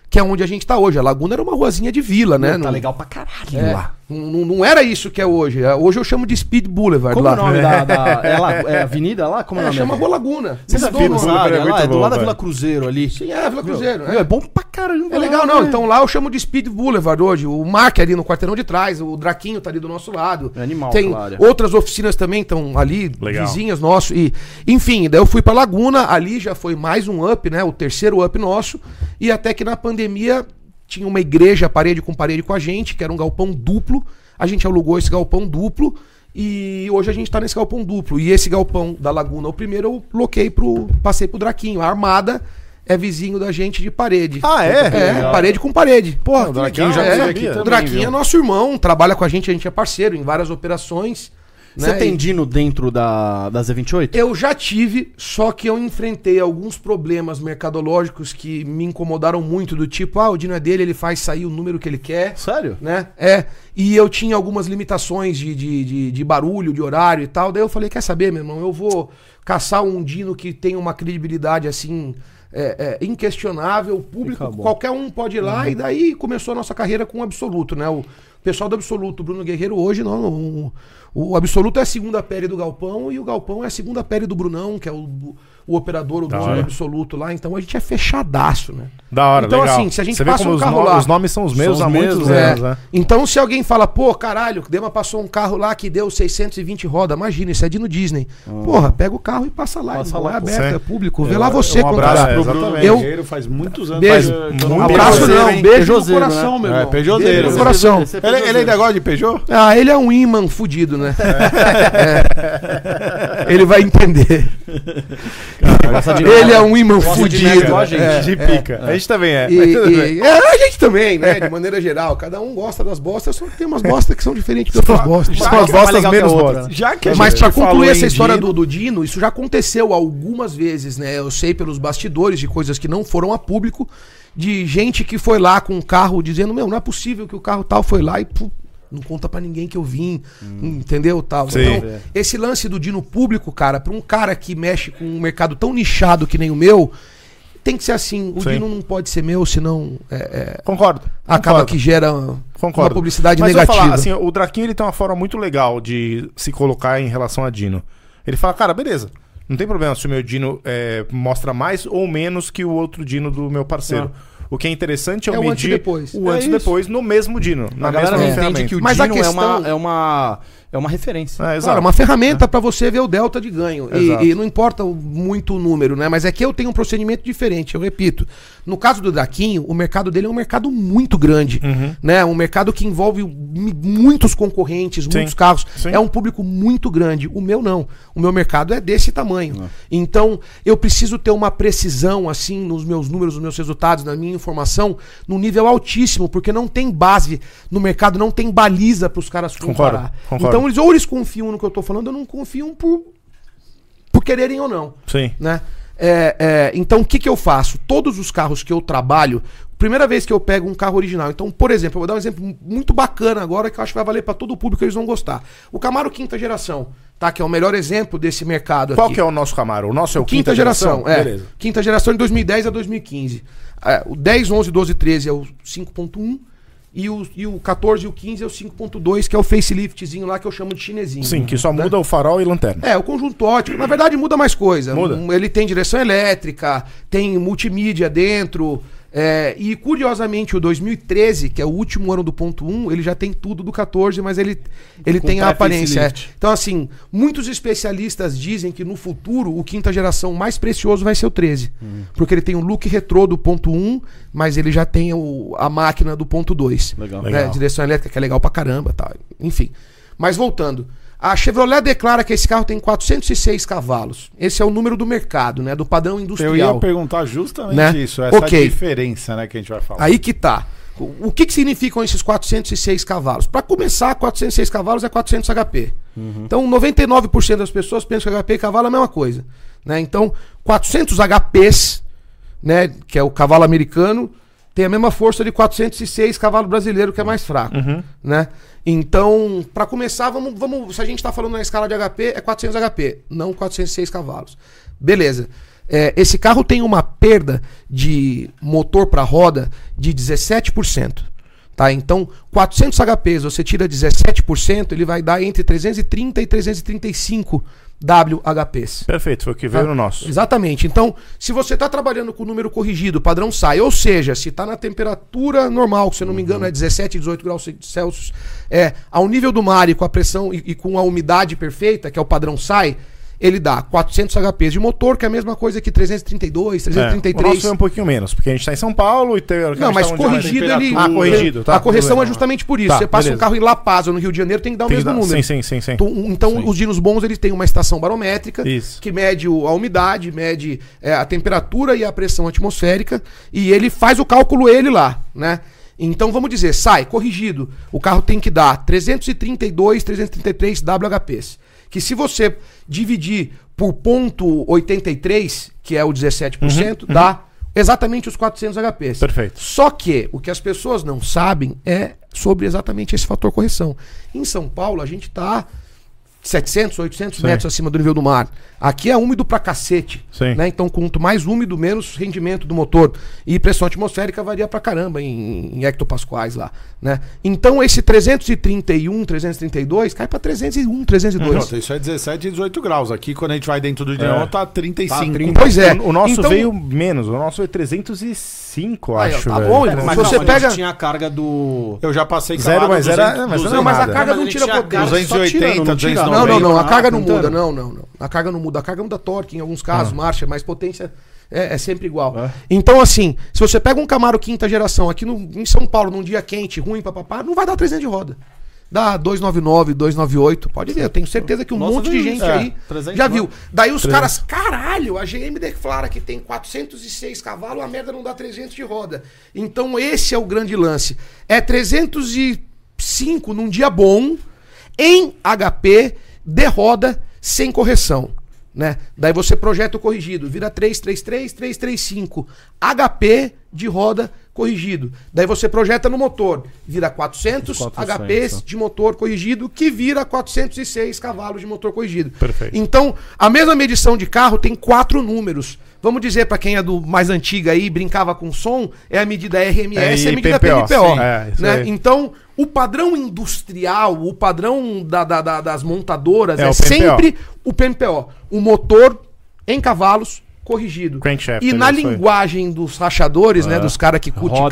[SPEAKER 3] que é onde a gente tá hoje. A Laguna era uma ruazinha de vila, né?
[SPEAKER 4] Tá
[SPEAKER 3] Não-
[SPEAKER 4] legal pra caralho
[SPEAKER 3] é,
[SPEAKER 4] lá.
[SPEAKER 3] Não, não- não era isso que é hoje. É, Hoje eu chamo de Speed Boulevard
[SPEAKER 4] Como
[SPEAKER 3] lá.
[SPEAKER 4] é o nome da, da- é, lá, é avenida lá? Como é o
[SPEAKER 3] É,
[SPEAKER 4] nome?
[SPEAKER 3] chama Rua Laguna.
[SPEAKER 4] Vocês
[SPEAKER 3] Mudou o
[SPEAKER 4] sabem,
[SPEAKER 1] Speed
[SPEAKER 3] nome.
[SPEAKER 1] Boulevard é
[SPEAKER 4] é lá, é
[SPEAKER 1] muito
[SPEAKER 4] do
[SPEAKER 1] bom,
[SPEAKER 4] lado da Vila
[SPEAKER 1] velho.
[SPEAKER 4] Cruzeiro ali.
[SPEAKER 3] Sim, é Vila Cruzeiro.
[SPEAKER 4] Meu, é bom pra caramba.
[SPEAKER 3] É legal,
[SPEAKER 4] lá,
[SPEAKER 3] não.
[SPEAKER 4] né?
[SPEAKER 3] Então lá eu chamo de Speed Boulevard hoje. O Mark é ali no quarteirão de trás, o Draquinho tá ali do nosso lado.
[SPEAKER 4] É animal
[SPEAKER 3] Tem
[SPEAKER 4] aquela área.
[SPEAKER 3] outras oficinas também estão ali,
[SPEAKER 1] Legal.
[SPEAKER 3] vizinhas nosso e enfim, daí eu fui pra Laguna, ali já foi mais um up, né? O terceiro up nosso e até que na pandemia tinha uma igreja parede com parede com a gente, que era um galpão duplo. A gente alugou esse galpão duplo e hoje a gente tá nesse galpão duplo. E esse galpão da Laguna, o primeiro, eu loquei pro passei pro Draquinho, a Armada é vizinho da gente de parede.
[SPEAKER 1] Ah, é?
[SPEAKER 3] É, parede com parede. Porra,
[SPEAKER 1] o Draquinho
[SPEAKER 3] que
[SPEAKER 1] já
[SPEAKER 3] legal.
[SPEAKER 1] teve
[SPEAKER 3] É,
[SPEAKER 1] aqui também,
[SPEAKER 3] O Draquinho
[SPEAKER 4] viu?
[SPEAKER 3] é nosso irmão, trabalha com a gente, a gente é parceiro em várias operações.
[SPEAKER 4] Você
[SPEAKER 3] né?
[SPEAKER 4] tem
[SPEAKER 3] E
[SPEAKER 4] Dino dentro da, da Z28?
[SPEAKER 3] Eu já tive, só que eu enfrentei alguns problemas mercadológicos que me incomodaram muito, do tipo, ah, o Dino é dele, ele faz sair o número que ele quer
[SPEAKER 4] Sério?
[SPEAKER 3] né? É. E eu tinha algumas limitações de, de, de, de barulho, de horário e tal. Daí eu falei, quer saber, meu irmão? Eu vou caçar um Dino que tem uma credibilidade assim. é, é, inquestionável, o público,
[SPEAKER 4] Fica bom.
[SPEAKER 3] qualquer um pode ir
[SPEAKER 1] Uhum.
[SPEAKER 3] lá, e daí começou a nossa carreira com o Absoluto, né? O pessoal do Absoluto, o Bruno Guerreiro, hoje, não, o, o Absoluto é a segunda pele do Galpão, e o Galpão é a segunda pele do Brunão, que é o, o operador, o
[SPEAKER 1] Da
[SPEAKER 3] dono
[SPEAKER 1] hora.
[SPEAKER 3] absoluto lá. Então a gente é fechadaço, né?
[SPEAKER 1] Da hora,
[SPEAKER 3] Então,
[SPEAKER 1] legal.
[SPEAKER 3] assim, se a gente
[SPEAKER 1] Você vê
[SPEAKER 3] passa
[SPEAKER 1] como
[SPEAKER 3] um
[SPEAKER 1] os,
[SPEAKER 3] carro
[SPEAKER 1] no-
[SPEAKER 3] lá-
[SPEAKER 1] os nomes são os mesmos
[SPEAKER 4] São
[SPEAKER 1] há
[SPEAKER 4] os
[SPEAKER 1] muitos
[SPEAKER 4] mesmos,
[SPEAKER 1] anos,
[SPEAKER 3] É.
[SPEAKER 1] né?
[SPEAKER 3] Então, se alguém fala, pô, caralho, Dema passou um carro lá que deu 620 roda, imagina, isso é de no Disney. Porra, pega o carro e passa lá.
[SPEAKER 4] Passa
[SPEAKER 3] irmão,
[SPEAKER 4] lá,
[SPEAKER 3] é
[SPEAKER 4] pô.
[SPEAKER 3] aberto,
[SPEAKER 1] Sim.
[SPEAKER 3] é público. Vê lá você
[SPEAKER 2] um
[SPEAKER 3] quando-
[SPEAKER 2] abraço
[SPEAKER 1] É,
[SPEAKER 2] pro Bruno
[SPEAKER 1] exatamente.
[SPEAKER 3] Eu-
[SPEAKER 2] Guerreiro, faz muitos anos.
[SPEAKER 3] Beijo.
[SPEAKER 2] que eu- que eu não
[SPEAKER 1] Um
[SPEAKER 2] vejo
[SPEAKER 3] Abraço
[SPEAKER 2] ele.
[SPEAKER 4] Beijozeiro,
[SPEAKER 3] não,
[SPEAKER 4] hein?
[SPEAKER 3] beijo no
[SPEAKER 4] Beijozeiro,
[SPEAKER 3] coração, meu
[SPEAKER 2] É,
[SPEAKER 3] irmão.
[SPEAKER 2] beijozeiro.
[SPEAKER 3] Beijo no coração.
[SPEAKER 4] Você é
[SPEAKER 2] Ele, ele
[SPEAKER 4] Peugeot.
[SPEAKER 2] ainda gosta de Peugeot?
[SPEAKER 3] Ah, ele é um imã fudido, né? É. Ele vai entender.
[SPEAKER 4] Passa de
[SPEAKER 3] Ele
[SPEAKER 4] lado.
[SPEAKER 3] é um imã
[SPEAKER 4] Gosta de
[SPEAKER 3] fudido.
[SPEAKER 4] nerd igual a gente.
[SPEAKER 3] É.
[SPEAKER 1] de pica. A gente também é.
[SPEAKER 3] E,
[SPEAKER 1] mas tudo bem.
[SPEAKER 3] e- é, a gente também, né? De maneira geral. Cada um gosta das bostas, só que tem umas bostas que são diferentes de outras bostas.
[SPEAKER 1] São as
[SPEAKER 4] que é mais
[SPEAKER 1] bostas
[SPEAKER 4] legal que a
[SPEAKER 1] menos
[SPEAKER 4] outra,
[SPEAKER 1] bostas.
[SPEAKER 2] Já que a
[SPEAKER 3] Mas
[SPEAKER 2] gente
[SPEAKER 3] pra
[SPEAKER 2] falou
[SPEAKER 3] concluir
[SPEAKER 2] em
[SPEAKER 3] essa história
[SPEAKER 2] Dino,
[SPEAKER 3] do, do Dino, isso já aconteceu algumas vezes, né? Eu sei pelos bastidores de coisas que não foram a público, de gente que foi lá com um carro dizendo, meu, não é possível que o carro tal foi lá e pu, não conta pra ninguém que eu vim, entendeu? Tal.
[SPEAKER 1] Hum. Sim. É.
[SPEAKER 3] Então, esse lance do Dino público, cara, pra um cara que mexe com um mercado tão nichado que nem o meu, tem que ser assim. O
[SPEAKER 1] Sim.
[SPEAKER 3] Dino não pode ser meu, senão é, é,
[SPEAKER 1] Concordo.
[SPEAKER 3] acaba
[SPEAKER 1] concordo.
[SPEAKER 3] que gera
[SPEAKER 1] Concordo.
[SPEAKER 3] uma publicidade
[SPEAKER 1] Mas eu vou
[SPEAKER 3] negativa.
[SPEAKER 1] falar, assim, o Draquinho ele tem uma forma muito legal de se colocar em relação a Dino. Ele fala, cara, beleza. Não tem problema se o meu Dino é, mostra mais ou menos que o outro Dino do meu parceiro. O que é interessante é eu
[SPEAKER 3] Ah. É o antes e
[SPEAKER 1] medir
[SPEAKER 3] depois.
[SPEAKER 1] o
[SPEAKER 4] É
[SPEAKER 1] antes e
[SPEAKER 4] isso.
[SPEAKER 1] depois no mesmo Dino. Na
[SPEAKER 4] A galera
[SPEAKER 1] mesma
[SPEAKER 4] não
[SPEAKER 1] ferramenta.
[SPEAKER 4] entende que o
[SPEAKER 3] Mas a
[SPEAKER 4] Dino é,
[SPEAKER 3] questão-
[SPEAKER 4] uma, é, uma, é uma
[SPEAKER 1] É,
[SPEAKER 4] referência.
[SPEAKER 3] Claro,
[SPEAKER 1] exato.
[SPEAKER 3] é uma ferramenta pra você ver o delta de ganho. E-
[SPEAKER 1] Exato.
[SPEAKER 3] E, não importa o- muito o número, né? Mas é que eu tenho um procedimento diferente, eu repito. No caso do Draquinho, o mercado dele é um mercado muito grande,
[SPEAKER 1] Uhum.
[SPEAKER 3] né? Um mercado que envolve mi- muitos concorrentes, muitos carros.
[SPEAKER 1] Sim.
[SPEAKER 3] É um público muito grande. O meu não. O meu mercado é desse tamanho. Então, eu preciso ter uma precisão assim nos meus números, nos meus resultados, na minha informação, num nível altíssimo, porque não tem base no mercado, não tem baliza pros caras
[SPEAKER 1] Concordo,
[SPEAKER 3] comparar.
[SPEAKER 1] concordo.
[SPEAKER 3] Então, eles ou eles confiam no que eu tô falando, ou não confiam por, por quererem ou não.
[SPEAKER 1] Sim.
[SPEAKER 3] Né? É, é, então, o que, que eu faço? Todos os carros que eu trabalho, primeira vez que eu pego um carro original. Então, por exemplo, eu vou dar um exemplo mu- muito bacana agora que eu acho que vai valer para todo o público, eles vão gostar. O Camaro quinta geração, tá? Que é o melhor exemplo desse mercado
[SPEAKER 1] Qual
[SPEAKER 3] aqui.
[SPEAKER 1] que é o nosso Camaro? O nosso é o
[SPEAKER 3] Quinta, geração, é.
[SPEAKER 1] Beleza.
[SPEAKER 3] Quinta geração de 2010 a 2015. É, o 10, 11, 12, 13 é o 5.1 e o, e o 14 e o 15 é o 5.2, que é o faceliftzinho lá que eu chamo de chinesinho.
[SPEAKER 1] Sim, que só muda o farol e lanterna.
[SPEAKER 3] né? É, o conjunto ótico. Na verdade, muda mais coisa.
[SPEAKER 1] Muda.
[SPEAKER 3] Um, Ele tem direção elétrica, tem multimídia dentro. é, e curiosamente, o 2013, que é o último ano do ponto 1, ele já tem tudo do 14, mas ele, ele
[SPEAKER 4] Com
[SPEAKER 3] tem a
[SPEAKER 4] trap
[SPEAKER 3] aparência. é.
[SPEAKER 4] facelift.
[SPEAKER 3] Então, assim, muitos especialistas dizem que no futuro o quinta geração mais precioso vai ser o 13.
[SPEAKER 2] Uhum.
[SPEAKER 3] Porque ele tem o look retrô do ponto 1, mas ele já tem o- a máquina do ponto 2
[SPEAKER 4] Legal.
[SPEAKER 1] Legal.
[SPEAKER 3] né, direção elétrica, que é legal pra caramba, tá? Enfim. Mas voltando. A Chevrolet declara que esse carro tem 406 cavalos. Esse é o número do mercado, né? Do padrão
[SPEAKER 2] Eu ia
[SPEAKER 3] industrial.
[SPEAKER 2] perguntar justamente
[SPEAKER 3] Né?
[SPEAKER 2] isso, essa
[SPEAKER 3] Ok.
[SPEAKER 2] diferença né, que a gente vai falar.
[SPEAKER 3] Aí que tá. O o que, que significam esses 406 cavalos? Pra começar, 406 cavalos é 400 HP. Então, 99% das pessoas pensam que HP e cavalo é a mesma coisa. Né? Então, 400 HPs, né, que é o cavalo americano, tem a mesma força de 406 cavalo brasileiro, que é mais fraco. Né? Então, pra começar, vamos, vamos, se a gente tá falando na escala de HP, é 400 HP, não 406 cavalos. Beleza. É, esse carro tem uma perda de motor para roda de 17%. Tá? Então, 400 HPs, você tira 17%, ele vai dar entre 330 e 335 WHPs.
[SPEAKER 1] Perfeito, foi o que veio
[SPEAKER 3] Tá?
[SPEAKER 1] no nosso.
[SPEAKER 3] Exatamente. Então, se você está trabalhando com o número corrigido, o padrão sai, ou seja, se está na temperatura normal, que se eu não me engano é
[SPEAKER 1] Uhum.
[SPEAKER 3] 17, 18 graus Celsius, é, ao nível do mar e com a pressão e, e com a umidade perfeita, que é o padrão sai, ele dá 400 HPs de motor, que é a mesma coisa que 332,
[SPEAKER 1] É, o nosso
[SPEAKER 3] 333.
[SPEAKER 1] foi um pouquinho menos, porque a gente tá em São Paulo e teoricamente
[SPEAKER 3] Não, mas
[SPEAKER 1] tá onde é mais
[SPEAKER 3] corrigido ele.
[SPEAKER 1] temperatura. Ah, corrigido, tá.
[SPEAKER 3] A correção
[SPEAKER 1] Tudo
[SPEAKER 3] é
[SPEAKER 1] bem.
[SPEAKER 3] justamente por isso.
[SPEAKER 1] Tá,
[SPEAKER 3] Você passa um
[SPEAKER 1] beleza.
[SPEAKER 3] carro em La Paz ou no Rio de Janeiro, tem que dar o
[SPEAKER 1] Tem que
[SPEAKER 3] mesmo
[SPEAKER 1] dar-
[SPEAKER 3] número.
[SPEAKER 1] Sim, sim, sim, sim.
[SPEAKER 3] Tu- Então, os dinos bons eles têm uma estação barométrica
[SPEAKER 1] Isso.
[SPEAKER 3] que mede o- a umidade, mede é, a temperatura e a pressão atmosférica e ele faz o cálculo ele lá, né? Então vamos dizer, sai corrigido. O carro tem que dar 332, 333 WHPs. Que se você dividir por ponto 83, que é o 17%, dá exatamente os 400 HPs.
[SPEAKER 1] Perfeito.
[SPEAKER 3] Só que o que as pessoas não sabem é sobre exatamente esse fator correção. Em São Paulo, a gente está 700, 800 metros acima do nível do mar. Aqui é úmido pra cacete.
[SPEAKER 1] Sim.
[SPEAKER 3] Né? Então, quanto mais úmido, menos rendimento do motor. E pressão atmosférica varia pra caramba em, em hectopascais lá. Né? Então, esse 331, 332 cai pra 301,
[SPEAKER 1] Uhum.
[SPEAKER 3] 302.
[SPEAKER 2] Pronto, isso é 17, 18 graus. Aqui, quando a gente vai dentro do Dinão, tá 35.
[SPEAKER 4] Tá 30.
[SPEAKER 3] Pois é.
[SPEAKER 1] O, o nosso
[SPEAKER 3] Então-
[SPEAKER 1] veio menos, o nosso é 305,
[SPEAKER 3] Aí, ó,
[SPEAKER 1] acho.
[SPEAKER 3] tá
[SPEAKER 1] velho.
[SPEAKER 3] bom,
[SPEAKER 4] Mas
[SPEAKER 3] se você
[SPEAKER 4] não, a gente
[SPEAKER 3] pega.
[SPEAKER 4] tinha a carga do.
[SPEAKER 2] Eu já passei
[SPEAKER 1] Zero,
[SPEAKER 2] calado
[SPEAKER 1] mas era-
[SPEAKER 2] 200,
[SPEAKER 1] mas era
[SPEAKER 2] 200,
[SPEAKER 3] Não, mas a
[SPEAKER 1] nada.
[SPEAKER 3] carga não
[SPEAKER 4] Mas
[SPEAKER 3] tira
[SPEAKER 4] ele tinha
[SPEAKER 3] potência.
[SPEAKER 4] carga- só tira, não
[SPEAKER 2] 280,
[SPEAKER 4] tira.
[SPEAKER 2] 290.
[SPEAKER 3] Não, não, não. A
[SPEAKER 4] Ah,
[SPEAKER 3] carga não
[SPEAKER 4] tentando.
[SPEAKER 3] muda, não, não, não. A carga não muda. A carga muda torque em alguns casos, marcha, mas potência Ah. é, é sempre igual. Então, assim, se você pega um Camaro quinta geração aqui no- em São Paulo, num dia quente, ruim, papapá, não vai dar 300 de roda. Dá 299, 298, pode ver. Eu tenho certeza que um
[SPEAKER 4] Nossa,
[SPEAKER 3] monte de
[SPEAKER 4] veio
[SPEAKER 3] gente
[SPEAKER 4] isso. É,
[SPEAKER 3] aí
[SPEAKER 4] 300,
[SPEAKER 3] já
[SPEAKER 4] né?
[SPEAKER 3] viu. Daí os caras, caralho, a GM declara que tem 406 cavalos, a merda não dá 300 de roda. Então esse é o grande lance. É 305 num dia bom, em HP, de roda, sem correção. Né? Daí você projeta o corrigido, vira 333, 335, HP de roda corrigido. Daí você projeta no motor, vira 400,
[SPEAKER 4] 400,
[SPEAKER 3] HPs
[SPEAKER 4] tá.
[SPEAKER 3] de motor corrigido que vira 406 cavalos de motor corrigido.
[SPEAKER 1] Perfeito.
[SPEAKER 3] Então, a mesma medição de carro tem quatro números. Vamos dizer para quem é do mais antiga aí, brincava com som, é a medida RMS e
[SPEAKER 1] É,
[SPEAKER 3] a
[SPEAKER 1] e
[SPEAKER 3] medida
[SPEAKER 1] PPO,
[SPEAKER 3] PPO.
[SPEAKER 1] sim, é, isso
[SPEAKER 3] né?
[SPEAKER 1] aí.
[SPEAKER 3] Então, o padrão industrial, o padrão da- da- da- das montadoras
[SPEAKER 1] É
[SPEAKER 3] é,
[SPEAKER 1] o PPO.
[SPEAKER 3] sempre o PMPO, o motor em cavalos corrigido.
[SPEAKER 1] Crankshaft,
[SPEAKER 3] e
[SPEAKER 1] né,
[SPEAKER 3] na
[SPEAKER 1] isso aí. É.
[SPEAKER 3] linguagem dos rachadores, né, dos caras que curte
[SPEAKER 4] Rodela.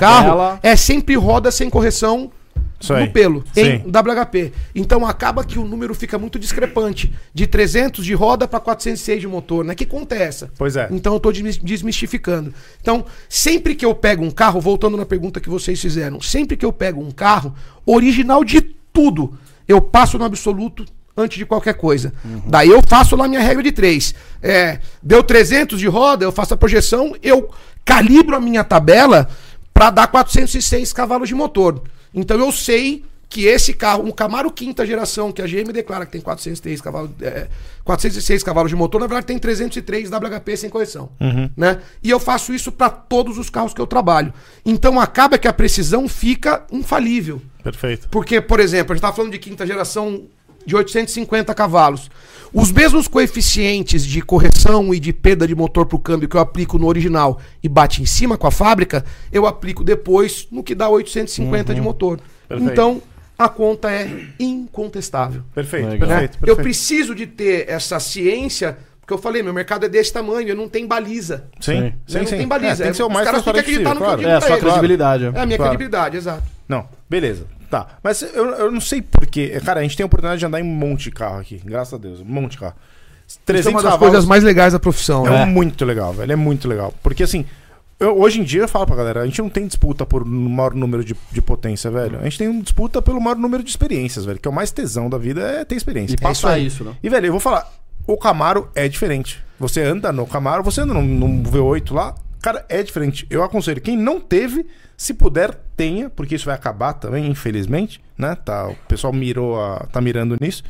[SPEAKER 3] carro, é sempre roda sem correção
[SPEAKER 1] Isso aí.
[SPEAKER 3] no pelo, em
[SPEAKER 1] Sim.
[SPEAKER 3] WHP. Então acaba que o número fica muito discrepante, de 300 de roda para 406 de motor, né? Que conta é essa?
[SPEAKER 1] Pois é.
[SPEAKER 3] Então eu tô desmis- desmistificando. Então, sempre que eu pego um carro, voltando na pergunta que vocês fizeram, sempre que eu pego um carro, original de tudo, eu passo no absoluto antes de qualquer coisa.
[SPEAKER 1] Uhum.
[SPEAKER 3] Daí eu faço lá minha regra de três. É, deu 300 de roda, eu faço a projeção, eu calibro a minha tabela para dar 406 cavalos de motor. Então eu sei que esse carro, um Camaro quinta geração, que a GM declara que tem 403 cavalos, é, 406 cavalos de motor, na verdade tem 303 WHP sem correção, né? E eu faço isso para todos os carros que eu trabalho. Então acaba que a precisão fica infalível.
[SPEAKER 1] Perfeito.
[SPEAKER 3] Porque, por exemplo, a gente tá falando de quinta geração de 850 cavalos. Os mesmos coeficientes de correção e de perda de motor pro câmbio que eu aplico no original e bate em cima com a fábrica, eu aplico depois no que dá 850 de motor.
[SPEAKER 1] Uhum. Perfeito.
[SPEAKER 3] Então, a conta é incontestável.
[SPEAKER 1] Perfeito,
[SPEAKER 4] Legal.
[SPEAKER 3] né?
[SPEAKER 1] perfeito,
[SPEAKER 3] Eu
[SPEAKER 1] perfeito.
[SPEAKER 3] preciso de ter essa ciência, porque eu falei, meu mercado é desse tamanho, eu não tenho baliza.
[SPEAKER 1] Sim,
[SPEAKER 3] Sim,
[SPEAKER 1] sim,
[SPEAKER 3] não
[SPEAKER 1] sim.
[SPEAKER 3] tem baliza.
[SPEAKER 1] É, tem que ser o
[SPEAKER 3] Os
[SPEAKER 1] mais
[SPEAKER 3] caras têm que
[SPEAKER 1] transparente possível,
[SPEAKER 3] acreditar no tá? que eu
[SPEAKER 1] claro.
[SPEAKER 3] digo
[SPEAKER 4] É, a sua
[SPEAKER 3] Claro.
[SPEAKER 4] credibilidade.
[SPEAKER 3] É a minha
[SPEAKER 1] Claro.
[SPEAKER 3] credibilidade, exato.
[SPEAKER 1] Não, beleza. Tá. Mas eu, eu não sei porquê. Cara, a gente tem a oportunidade de andar em um monte de carro aqui. Graças a Deus. Um monte de carro.
[SPEAKER 3] Isso é
[SPEAKER 1] 300
[SPEAKER 3] uma das
[SPEAKER 1] cavalos
[SPEAKER 3] coisas mais legais da profissão, né?
[SPEAKER 1] é muito legal, velho. É muito legal. Porque assim, eu- hoje em dia eu falo pra galera, a gente não tem disputa por maior número de, de potência, velho. A gente tem disputa pelo maior número de experiências, velho. Que é o mais tesão da vida é ter experiência.
[SPEAKER 4] E passar isso, né?
[SPEAKER 1] E, velho, eu vou falar, o Camaro é diferente. Você anda no Camaro, você anda num, num V8 lá, cara, é diferente. Eu aconselho, quem não teve, se puder, tenha, porque isso vai acabar também, infelizmente, né? Tá, o pessoal mirou, a- tá mirando nisso.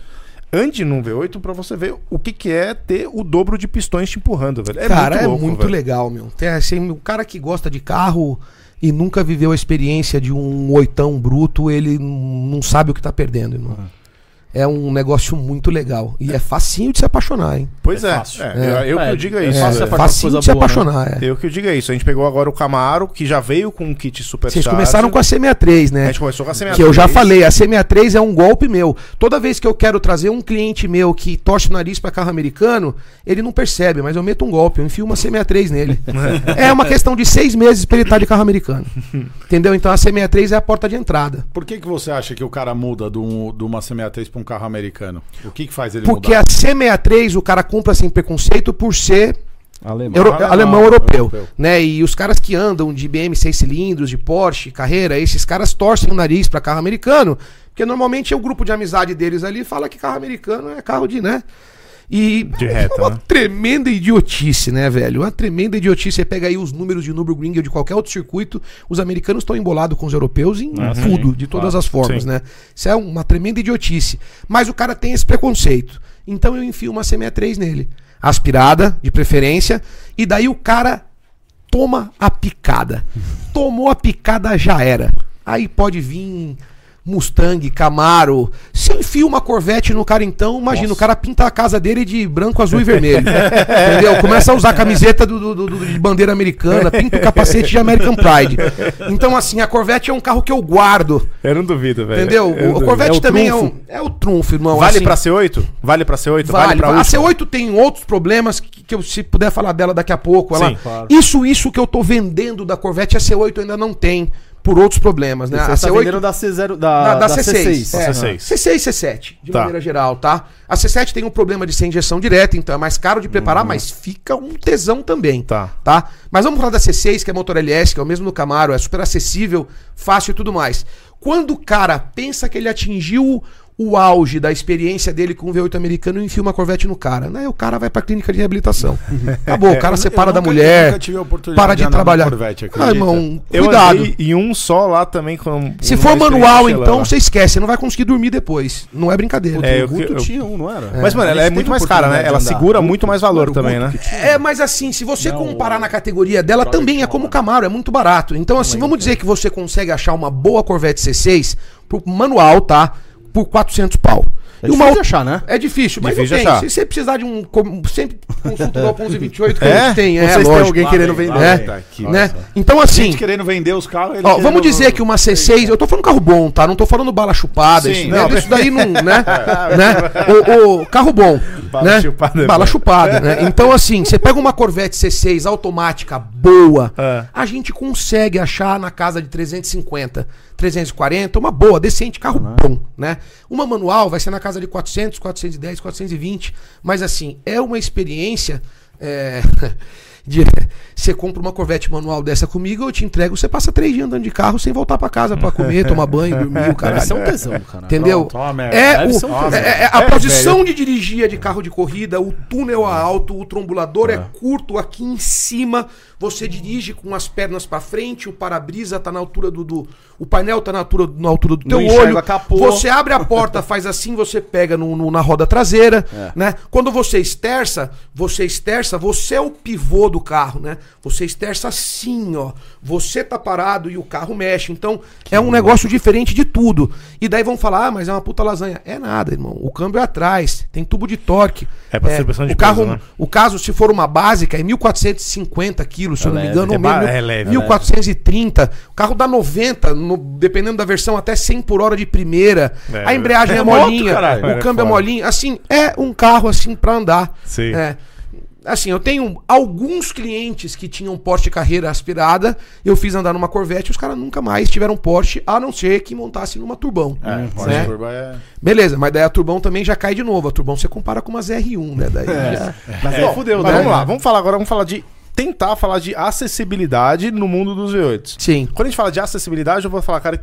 [SPEAKER 1] Ande num V8 pra você ver o que, que é ter o dobro de pistões te empurrando, velho. É
[SPEAKER 3] cara,
[SPEAKER 1] muito louco,
[SPEAKER 3] é muito
[SPEAKER 1] velho.
[SPEAKER 3] legal, meu. Tem, assim, o cara que gosta de carro e nunca viveu a experiência de um oitão bruto, ele n- não sabe o que tá perdendo, irmão. É um negócio muito legal. E é facinho de se apaixonar, hein?
[SPEAKER 1] Pois é.
[SPEAKER 4] fácil.
[SPEAKER 1] é, Eu, eu que eu digo é isso.
[SPEAKER 4] É fácil
[SPEAKER 1] velho.
[SPEAKER 4] se apaixonar por
[SPEAKER 3] facinho
[SPEAKER 4] coisa
[SPEAKER 3] de se
[SPEAKER 4] boa, né?
[SPEAKER 3] apaixonar, é.
[SPEAKER 1] Eu que eu digo é isso. A gente pegou agora o Camaro, que já veio com um kit super
[SPEAKER 3] Vocês começaram com a C63,
[SPEAKER 1] A
[SPEAKER 3] né?
[SPEAKER 1] gente começou com a
[SPEAKER 3] Que eu já
[SPEAKER 1] falei.
[SPEAKER 3] falei, a C63 é um golpe meu. Toda vez que eu quero trazer um cliente meu que torce o nariz pra carro americano, ele não percebe, mas eu meto um golpe, eu enfio uma C63 nele. é uma questão de seis meses pra ele estar de carro americano. Entendeu? Então a C63 é a porta de entrada.
[SPEAKER 2] Por que, que você acha que o cara muda de, um, de uma C63 para um carro americano? O que, que faz ele
[SPEAKER 3] Porque
[SPEAKER 2] mudar?
[SPEAKER 3] a C63 o cara compra sem preconceito por ser
[SPEAKER 4] Alemão.
[SPEAKER 3] é Euro-
[SPEAKER 2] Alemão,
[SPEAKER 3] alemão, europeu,
[SPEAKER 2] europeu.
[SPEAKER 3] né? E os caras que andam de BM 6 cilindros, de Porsche, carreira, esses caras torcem o nariz pra carro americano, porque normalmente o grupo de amizade deles ali fala que carro americano é carro de, né? E
[SPEAKER 1] De reta,
[SPEAKER 3] é uma
[SPEAKER 1] né?
[SPEAKER 3] tremenda idiotice, né, velho? Uma tremenda idiotice. Você pega aí os números de Nürburgring ou de qualquer outro circuito, os americanos estão embolados com os europeus em tudo, de todas as formas,
[SPEAKER 1] Sim.
[SPEAKER 3] né? Isso é uma tremenda idiotice. Mas o cara tem esse preconceito. Então eu enfio uma C63 nele. Aspirada, de preferência. E daí o cara toma a picada. Tomou a picada, já era. Aí pode vir Mustang, Camaro. Se enfia uma Corvette no cara, então, imagina, o cara pinta a casa dele de branco, azul e vermelho. entendeu? Começa a usar a camiseta do, do- do- do- de bandeira americana, pinta o capacete de American Pride. Então, assim, a Corvette é um carro que eu guardo.
[SPEAKER 1] Eu não duvido, velho.
[SPEAKER 3] Entendeu?
[SPEAKER 1] Eu não
[SPEAKER 3] O- O
[SPEAKER 1] duvido.
[SPEAKER 3] Corvette
[SPEAKER 1] É o
[SPEAKER 3] também
[SPEAKER 1] trunfo.
[SPEAKER 3] é, um, é o trunfo, irmão.
[SPEAKER 1] Vale
[SPEAKER 3] assim.
[SPEAKER 1] pra C8? Vale pra C8?
[SPEAKER 3] Vale,
[SPEAKER 1] pra
[SPEAKER 3] a
[SPEAKER 1] última?
[SPEAKER 3] C8 tem outros problemas que, que eu se puder falar dela daqui a pouco. Ela,
[SPEAKER 1] Sim, claro.
[SPEAKER 3] Isso, isso que eu tô vendendo da Corvette, a C8 ainda não tem, por outros problemas, né?
[SPEAKER 4] Você
[SPEAKER 1] tá
[SPEAKER 3] a
[SPEAKER 4] está
[SPEAKER 3] C8
[SPEAKER 4] vendendo da C0, da,
[SPEAKER 3] da, da C6.
[SPEAKER 1] Da
[SPEAKER 3] É,
[SPEAKER 1] C6.
[SPEAKER 3] C6 C7, de
[SPEAKER 1] Tá.
[SPEAKER 3] maneira geral, tá? A C7 tem um problema de ser injeção direta, então é mais caro de
[SPEAKER 2] Uhum.
[SPEAKER 3] preparar, mas fica um tesão também.
[SPEAKER 1] Tá.
[SPEAKER 3] tá? Mas vamos falar da C6, que é motor LS, que é o mesmo do Camaro, é super acessível, fácil e tudo mais. Quando o cara pensa que ele atingiu o auge da experiência dele com o V8 americano e enfia uma Corvette no cara, né? O cara vai pra clínica de reabilitação. Acabou, o
[SPEAKER 2] Uhum. É.
[SPEAKER 3] cara
[SPEAKER 2] Eu-
[SPEAKER 3] separa
[SPEAKER 2] eu
[SPEAKER 3] da
[SPEAKER 2] nunca-
[SPEAKER 3] mulher,
[SPEAKER 2] eu nunca tive a oportunidade
[SPEAKER 3] para de,
[SPEAKER 2] de andar
[SPEAKER 3] trabalhar.
[SPEAKER 2] numa Corvette,
[SPEAKER 3] ah,
[SPEAKER 2] acredita?
[SPEAKER 3] irmão,
[SPEAKER 1] Eu
[SPEAKER 3] cuidado.
[SPEAKER 1] andei em um só lá também. Com um
[SPEAKER 3] Se
[SPEAKER 1] uma
[SPEAKER 3] for
[SPEAKER 1] experiência
[SPEAKER 3] manual,
[SPEAKER 1] lá.
[SPEAKER 3] então você esquece, você não vai conseguir dormir depois. Não é brincadeira.
[SPEAKER 1] É, eu-
[SPEAKER 4] Guto
[SPEAKER 1] eu-
[SPEAKER 4] tinha um, não era?
[SPEAKER 1] Mas, mano, ela
[SPEAKER 4] Eles
[SPEAKER 1] é
[SPEAKER 4] têm
[SPEAKER 1] muito mais cara, né?
[SPEAKER 4] oportunidade
[SPEAKER 1] Ela
[SPEAKER 4] de andar.
[SPEAKER 1] segura muito mais valor também, né?
[SPEAKER 3] É, mas assim, se você comparar na categoria dela, também é como o Camaro, é muito barato. Então, assim, vamos dizer que você consegue achar uma boa Corvette C6 por manual, tá? Por 400 pau.
[SPEAKER 4] É
[SPEAKER 3] E
[SPEAKER 4] difícil de achar, né?
[SPEAKER 3] É difícil, mas
[SPEAKER 1] Difícil
[SPEAKER 3] não
[SPEAKER 1] de
[SPEAKER 3] tem.
[SPEAKER 1] achar.
[SPEAKER 3] Se você precisar de um. com- Sempre consulta do Galpão 1128 que
[SPEAKER 1] É?
[SPEAKER 3] a gente tem, é,
[SPEAKER 4] Vocês têm
[SPEAKER 3] lógico.
[SPEAKER 4] alguém
[SPEAKER 2] Lá
[SPEAKER 4] querendo
[SPEAKER 2] vem, lá
[SPEAKER 4] vender.
[SPEAKER 2] vem.
[SPEAKER 3] né?
[SPEAKER 1] Tá aqui.
[SPEAKER 3] né? Então, assim.
[SPEAKER 2] Gente querendo vender os carros. ele
[SPEAKER 3] Ó,
[SPEAKER 2] querendo-
[SPEAKER 3] vamos dizer que uma C6, eu tô falando carro bom, tá? Não tô falando bala chupada,
[SPEAKER 2] Sim,
[SPEAKER 3] isso, né?
[SPEAKER 2] não.
[SPEAKER 3] isso daí não, né? né? O, o carro bom,
[SPEAKER 1] Bala
[SPEAKER 3] né?
[SPEAKER 1] chupada é
[SPEAKER 3] bala
[SPEAKER 1] bom.
[SPEAKER 3] chupada, né? Então assim, você pega uma Corvette C6 automática boa,
[SPEAKER 1] É.
[SPEAKER 3] a gente consegue achar na casa de 350, 340, uma boa, decente, carro bom, né? Uma manual vai ser na casa de 400, 410, 420, mas assim, é uma experiência é, de- você compra uma Corvette manual dessa comigo, eu te entrego, você passa três dias andando de carro sem voltar pra casa pra comer, tomar banho, dormir, o caralho.
[SPEAKER 4] Isso é um tesão, cara.
[SPEAKER 3] Entendeu?
[SPEAKER 2] Pronto, ó, merda.
[SPEAKER 3] é,
[SPEAKER 4] Deve
[SPEAKER 3] o-
[SPEAKER 4] ser um tesão.
[SPEAKER 3] é- é- é a posição de dirigir é de carro de corrida, o túnel é alto, o trombulador é, curto aqui em cima. Você dirige com as pernas pra frente, o para-brisa tá na altura do, do- o painel tá na altura, na altura do
[SPEAKER 4] Não
[SPEAKER 3] teu
[SPEAKER 4] enxerga
[SPEAKER 3] olho.
[SPEAKER 4] a capô.
[SPEAKER 3] Você abre a porta, faz assim, você pega no- no- na roda traseira,
[SPEAKER 1] É.
[SPEAKER 3] né? Quando você esterça, você esterça, você é o pivô do carro, né? Você esterça assim, ó. Você tá parado e o carro mexe. Então, é um negócio diferente de tudo. E daí vão falar, ah, mas é uma puta lasanha. É nada, irmão. O câmbio é atrás, tem tubo de torque.
[SPEAKER 1] É pra distribuição de
[SPEAKER 3] o carro,
[SPEAKER 1] peso, né?
[SPEAKER 3] O caso, se for uma básica, é 1.450 quilos, se eu não me
[SPEAKER 4] leve.
[SPEAKER 3] engano.
[SPEAKER 1] É
[SPEAKER 3] ou Tá mil-
[SPEAKER 1] ba- é leve,
[SPEAKER 3] 1430. O carro dá 90, no- dependendo da versão, até 100 por hora de primeira.
[SPEAKER 1] É,
[SPEAKER 3] a embreagem é,
[SPEAKER 2] é moto,
[SPEAKER 3] molinha,
[SPEAKER 2] caralho.
[SPEAKER 3] o
[SPEAKER 1] É,
[SPEAKER 3] câmbio
[SPEAKER 1] foda.
[SPEAKER 3] é, molinho. Assim, é um carro assim pra andar.
[SPEAKER 1] Sim.
[SPEAKER 3] É. Assim, eu tenho alguns clientes que tinham Porsche carreira aspirada, eu fiz andar numa Corvette, os caras nunca mais tiveram Porsche, a não ser que montasse numa Turbão.
[SPEAKER 2] É, pode
[SPEAKER 3] né?
[SPEAKER 2] turbar, é-
[SPEAKER 3] Beleza, mas daí a Turbão também já cai de novo. A Turbão você compara com umas R1, né? Daí já-
[SPEAKER 1] Mas
[SPEAKER 2] É.
[SPEAKER 1] aí fudeu, né?
[SPEAKER 3] Mas vamos
[SPEAKER 1] Vamos
[SPEAKER 3] lá,
[SPEAKER 1] lá, vamos falar agora, vamos falar de. Tentar falar de acessibilidade no mundo dos V8.
[SPEAKER 3] Sim. Ah,
[SPEAKER 1] Quando a gente fala de acessibilidade, eu vou falar, cara,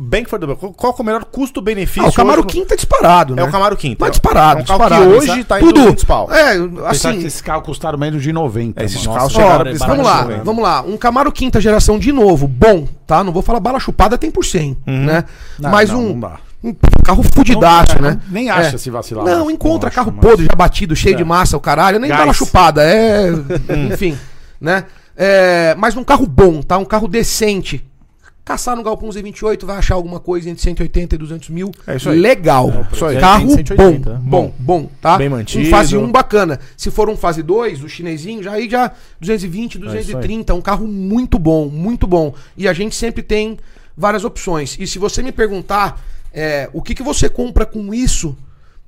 [SPEAKER 1] bem que for do Qual que é o melhor custo-benefício?
[SPEAKER 3] Ah, o Camaro
[SPEAKER 1] hoje no-
[SPEAKER 3] quinta é disparado, né?
[SPEAKER 1] É o Camaro Quinta.
[SPEAKER 3] Mas disparado,
[SPEAKER 1] É um carro que
[SPEAKER 3] disparado.
[SPEAKER 1] hoje tá em 200 pau.
[SPEAKER 3] É,
[SPEAKER 2] Pensar que
[SPEAKER 3] assim,
[SPEAKER 2] esses carros custaram menos de 90.
[SPEAKER 1] É, esses
[SPEAKER 2] mano.
[SPEAKER 1] carros
[SPEAKER 2] Nossa,
[SPEAKER 1] chegaram-
[SPEAKER 2] cara,
[SPEAKER 1] eles-
[SPEAKER 2] barato,
[SPEAKER 3] Vamos lá,
[SPEAKER 2] velho.
[SPEAKER 3] vamos lá. Um Camaro quinta geração de novo, bom, tá? Não vou falar bala chupada tem por 100,
[SPEAKER 2] Uhum.
[SPEAKER 3] né?
[SPEAKER 2] Não,
[SPEAKER 3] Mas
[SPEAKER 2] não,
[SPEAKER 3] um,
[SPEAKER 2] não dá.
[SPEAKER 3] um carro fudidaço,
[SPEAKER 2] Não,
[SPEAKER 3] né?
[SPEAKER 2] nem acha se vacilar,
[SPEAKER 3] Não,
[SPEAKER 2] mas-
[SPEAKER 3] encontra
[SPEAKER 2] não acha,
[SPEAKER 3] carro
[SPEAKER 2] mas-
[SPEAKER 3] podre, já batido, cheio de massa, o caralho. Nem
[SPEAKER 2] Gás.
[SPEAKER 3] bala chupada, é... Enfim, né? É, mas um carro bom, tá? Um carro decente. Caçar no Galpão Z28 vai achar alguma coisa entre 180 e 200 mil.
[SPEAKER 1] É isso aí.
[SPEAKER 3] Legal.
[SPEAKER 1] isso aí.
[SPEAKER 3] Carro
[SPEAKER 4] 180,
[SPEAKER 3] bom,
[SPEAKER 4] né?
[SPEAKER 3] bom, bom, tá?
[SPEAKER 1] Bem mantido.
[SPEAKER 3] Um fase 1 bacana. Se for um fase 2, o chinesinho, já aí já 220, 230, um carro muito bom, muito bom. E a gente sempre tem várias opções. E se você me perguntar é, o que, que você compra com isso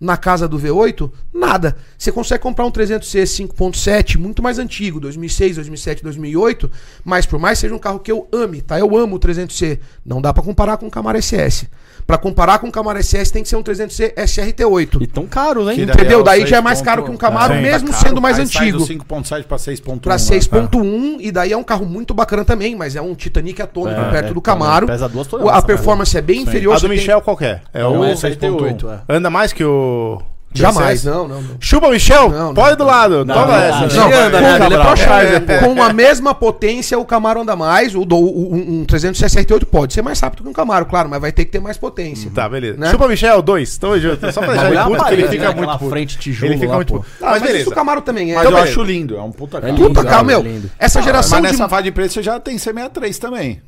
[SPEAKER 3] na casa do V8, nada. Você consegue comprar um 300C 5.7, muito mais antigo, 2006, 2007, 2008, mas por mais que seja um carro que eu ame, tá? Eu amo o 300C. Não dá pra comparar com o Camaro SS. Pra comparar com o Camaro SS tem que ser um 300C SRT8.
[SPEAKER 4] E tão caros, hein?
[SPEAKER 2] Que daí
[SPEAKER 3] Entendeu?
[SPEAKER 2] é o
[SPEAKER 3] Daí
[SPEAKER 2] 6
[SPEAKER 3] já é mais
[SPEAKER 2] ponto-
[SPEAKER 3] caro que um Camaro,
[SPEAKER 2] É,
[SPEAKER 3] mesmo
[SPEAKER 2] tá
[SPEAKER 3] sendo
[SPEAKER 2] caro.
[SPEAKER 3] mais
[SPEAKER 2] Aí sai do
[SPEAKER 3] antigo.
[SPEAKER 2] 5.7 para 6.1.
[SPEAKER 3] Pra
[SPEAKER 2] né?
[SPEAKER 3] 6.1, e daí é um carro muito bacana também, mas é um Titanic atômico
[SPEAKER 4] É,
[SPEAKER 3] perto
[SPEAKER 4] é,
[SPEAKER 3] do Camaro.
[SPEAKER 4] pesa duas
[SPEAKER 3] O-
[SPEAKER 4] toneladas,
[SPEAKER 3] a
[SPEAKER 4] né?
[SPEAKER 3] performance é bem inferior.
[SPEAKER 1] A do
[SPEAKER 3] você tem-
[SPEAKER 1] Michel qual que é? É
[SPEAKER 4] Não,
[SPEAKER 1] o. um.
[SPEAKER 4] é 6.8, é.
[SPEAKER 1] Anda mais que o.
[SPEAKER 3] Jamais,
[SPEAKER 1] não.
[SPEAKER 3] não, não. não.
[SPEAKER 1] Chupa, Michel!
[SPEAKER 3] Não, não.
[SPEAKER 1] Pode ir do lado.
[SPEAKER 4] Não,
[SPEAKER 1] Toma
[SPEAKER 4] não,
[SPEAKER 1] essa.
[SPEAKER 4] não,
[SPEAKER 1] Não,
[SPEAKER 4] não.
[SPEAKER 1] vai.
[SPEAKER 4] anda, né?
[SPEAKER 3] com,
[SPEAKER 4] Ele é
[SPEAKER 1] Procharger,
[SPEAKER 3] com- com a mesma potência, o Camaro anda mais. O, do- o- um, um 368 pode ser mais rápido que um Camaro, claro, mas vai ter que ter mais potência.
[SPEAKER 1] Tá, beleza.
[SPEAKER 3] Né?
[SPEAKER 1] Chupa, Michel, dois. Tamo junto. Só pra né? deixar
[SPEAKER 4] é
[SPEAKER 1] ele puto, que ele fica muito puto.
[SPEAKER 4] frente tijolo
[SPEAKER 1] Ele fica
[SPEAKER 4] lá,
[SPEAKER 1] muito
[SPEAKER 4] pô.
[SPEAKER 1] puto.
[SPEAKER 3] Ah,
[SPEAKER 1] Mas
[SPEAKER 3] isso o
[SPEAKER 1] beleza.
[SPEAKER 3] Camaro também é.
[SPEAKER 2] Mas
[SPEAKER 1] Então,
[SPEAKER 2] eu
[SPEAKER 1] beleza.
[SPEAKER 2] acho lindo, é um puta carro.
[SPEAKER 4] lindo,
[SPEAKER 3] Puta carro,
[SPEAKER 4] é
[SPEAKER 3] meu.
[SPEAKER 4] lindo.
[SPEAKER 3] Essa geração
[SPEAKER 2] Mas
[SPEAKER 3] de
[SPEAKER 2] nessa faixa de preço você já tem C63 também.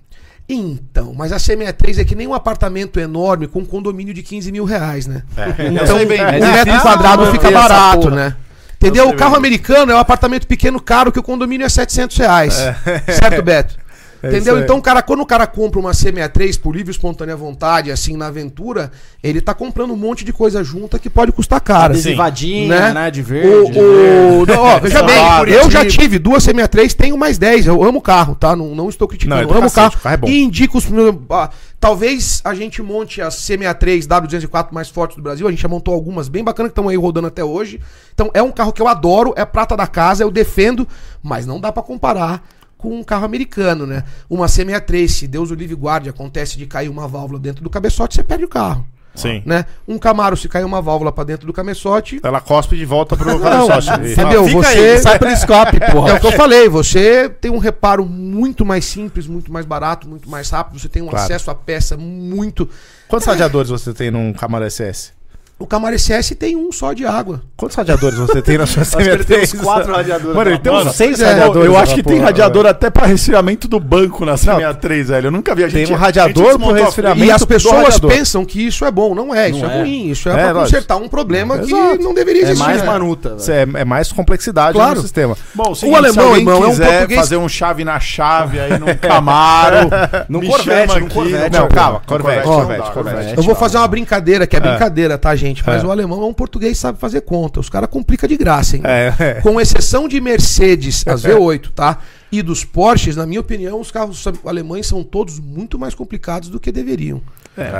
[SPEAKER 3] Então, mas a CME3 é que nem um apartamento enorme com um condomínio de 15 mil reais, né?
[SPEAKER 2] Eu
[SPEAKER 3] Então,
[SPEAKER 2] sei bem.
[SPEAKER 3] um
[SPEAKER 2] É
[SPEAKER 3] metro
[SPEAKER 4] difícil
[SPEAKER 3] quadrado
[SPEAKER 4] manter
[SPEAKER 3] fica
[SPEAKER 4] essa
[SPEAKER 3] barato,
[SPEAKER 4] porra.
[SPEAKER 3] né? Entendeu? O carro americano é um apartamento pequeno caro que o condomínio é 700 reais. Certo, Beto? Entendeu?
[SPEAKER 1] aí.
[SPEAKER 3] Então, o cara, quando o cara compra uma C63 por livre e espontânea vontade, assim, na aventura, ele tá comprando um monte de coisa junta que pode custar caro.
[SPEAKER 4] Adesivadinha,
[SPEAKER 3] Né?
[SPEAKER 4] né? De
[SPEAKER 3] O,
[SPEAKER 4] verde.
[SPEAKER 3] o, não, ó, veja
[SPEAKER 1] Claro,
[SPEAKER 3] bem, eu
[SPEAKER 1] Curitiba.
[SPEAKER 3] já tive duas CMA3, tenho mais 10. Eu amo o carro, tá? Não, não estou criticando.
[SPEAKER 1] Não, é do
[SPEAKER 3] eu amo o carro.
[SPEAKER 1] cacete, o carro é bom.
[SPEAKER 3] E indico os. primeiros- ah, talvez a gente monte as CMA3 W204 mais fortes do Brasil. A gente já montou algumas bem bacanas que estão aí rodando até hoje. Então é um carro que eu adoro, é prata da casa, eu defendo, mas não dá pra comparar com um carro americano, né? Uma C63, se Deus o livre e guarde, acontece de cair uma válvula dentro do cabeçote, você perde o carro.
[SPEAKER 1] Sim.
[SPEAKER 3] Né? Um Camaro, se cair uma válvula pra dentro do cabeçote,
[SPEAKER 1] Ela cospe de volta pro
[SPEAKER 3] Não,
[SPEAKER 1] sócio.
[SPEAKER 3] entendeu?
[SPEAKER 4] Fica
[SPEAKER 3] você
[SPEAKER 4] aí, sai pelo escape,
[SPEAKER 3] é o
[SPEAKER 4] porra.
[SPEAKER 3] que eu falei, você tem um reparo muito mais simples, muito mais barato, muito mais rápido, você tem um
[SPEAKER 1] Claro.
[SPEAKER 3] acesso à peça muito.
[SPEAKER 1] Quantos radiadores você tem num Camaro SS?
[SPEAKER 3] O Camaro SS tem um só de água.
[SPEAKER 1] Quantos radiadores você tem na sua CMT?
[SPEAKER 4] ele tem uns quatro radiadores.
[SPEAKER 1] Mano, ele tem
[SPEAKER 2] Mano,
[SPEAKER 1] uns seis
[SPEAKER 2] eu-
[SPEAKER 1] radiadores.
[SPEAKER 2] eu acho que
[SPEAKER 1] naquela
[SPEAKER 2] tem
[SPEAKER 1] porra,
[SPEAKER 2] radiador
[SPEAKER 1] velho.
[SPEAKER 2] até pra resfriamento do banco na C63, velho. Eu nunca vi a gente.
[SPEAKER 1] Tem
[SPEAKER 2] a
[SPEAKER 1] um radiador
[SPEAKER 2] gente
[SPEAKER 1] pro
[SPEAKER 2] desmontou a-
[SPEAKER 1] resfriamento.
[SPEAKER 3] E
[SPEAKER 1] Aumento
[SPEAKER 3] as
[SPEAKER 1] do
[SPEAKER 3] pessoas
[SPEAKER 1] radiador.
[SPEAKER 3] pensam que isso é bom. Não é, isso
[SPEAKER 4] Não
[SPEAKER 3] é,
[SPEAKER 4] é.
[SPEAKER 3] ruim, isso é,
[SPEAKER 1] É,
[SPEAKER 3] pra
[SPEAKER 1] lógico.
[SPEAKER 3] consertar um problema que
[SPEAKER 1] Exato.
[SPEAKER 3] não deveria
[SPEAKER 4] É
[SPEAKER 3] existir.
[SPEAKER 4] mais
[SPEAKER 3] né?
[SPEAKER 4] manuta, velho.
[SPEAKER 1] Isso É, é mais complexidade
[SPEAKER 3] Claro.
[SPEAKER 1] no sistema.
[SPEAKER 2] Bom,
[SPEAKER 3] O alemão,
[SPEAKER 2] se alguém
[SPEAKER 3] irmão, é um
[SPEAKER 2] quiser
[SPEAKER 3] português-
[SPEAKER 2] fazer um chave na
[SPEAKER 1] Ah.
[SPEAKER 2] chave aí num Camaro,
[SPEAKER 4] Num
[SPEAKER 2] me
[SPEAKER 4] Corvette,
[SPEAKER 2] chama
[SPEAKER 4] num
[SPEAKER 2] aqui.
[SPEAKER 4] Corvette,
[SPEAKER 2] Não,
[SPEAKER 4] pô.
[SPEAKER 2] calma,
[SPEAKER 1] Num
[SPEAKER 2] Corvette,
[SPEAKER 1] Corvette,
[SPEAKER 2] Corvette,
[SPEAKER 1] Corvette,
[SPEAKER 2] Corvette.
[SPEAKER 3] Eu vou fazer uma brincadeira, que é brincadeira, tá, gente? Mas
[SPEAKER 1] É.
[SPEAKER 3] o alemão é um português que sabe fazer conta. Os caras complicam de graça, hein?
[SPEAKER 1] É, é.
[SPEAKER 3] Com exceção de Mercedes, as V8, tá? E dos Porsches, na minha opinião, os carros alemães são todos muito mais complicados do que deveriam.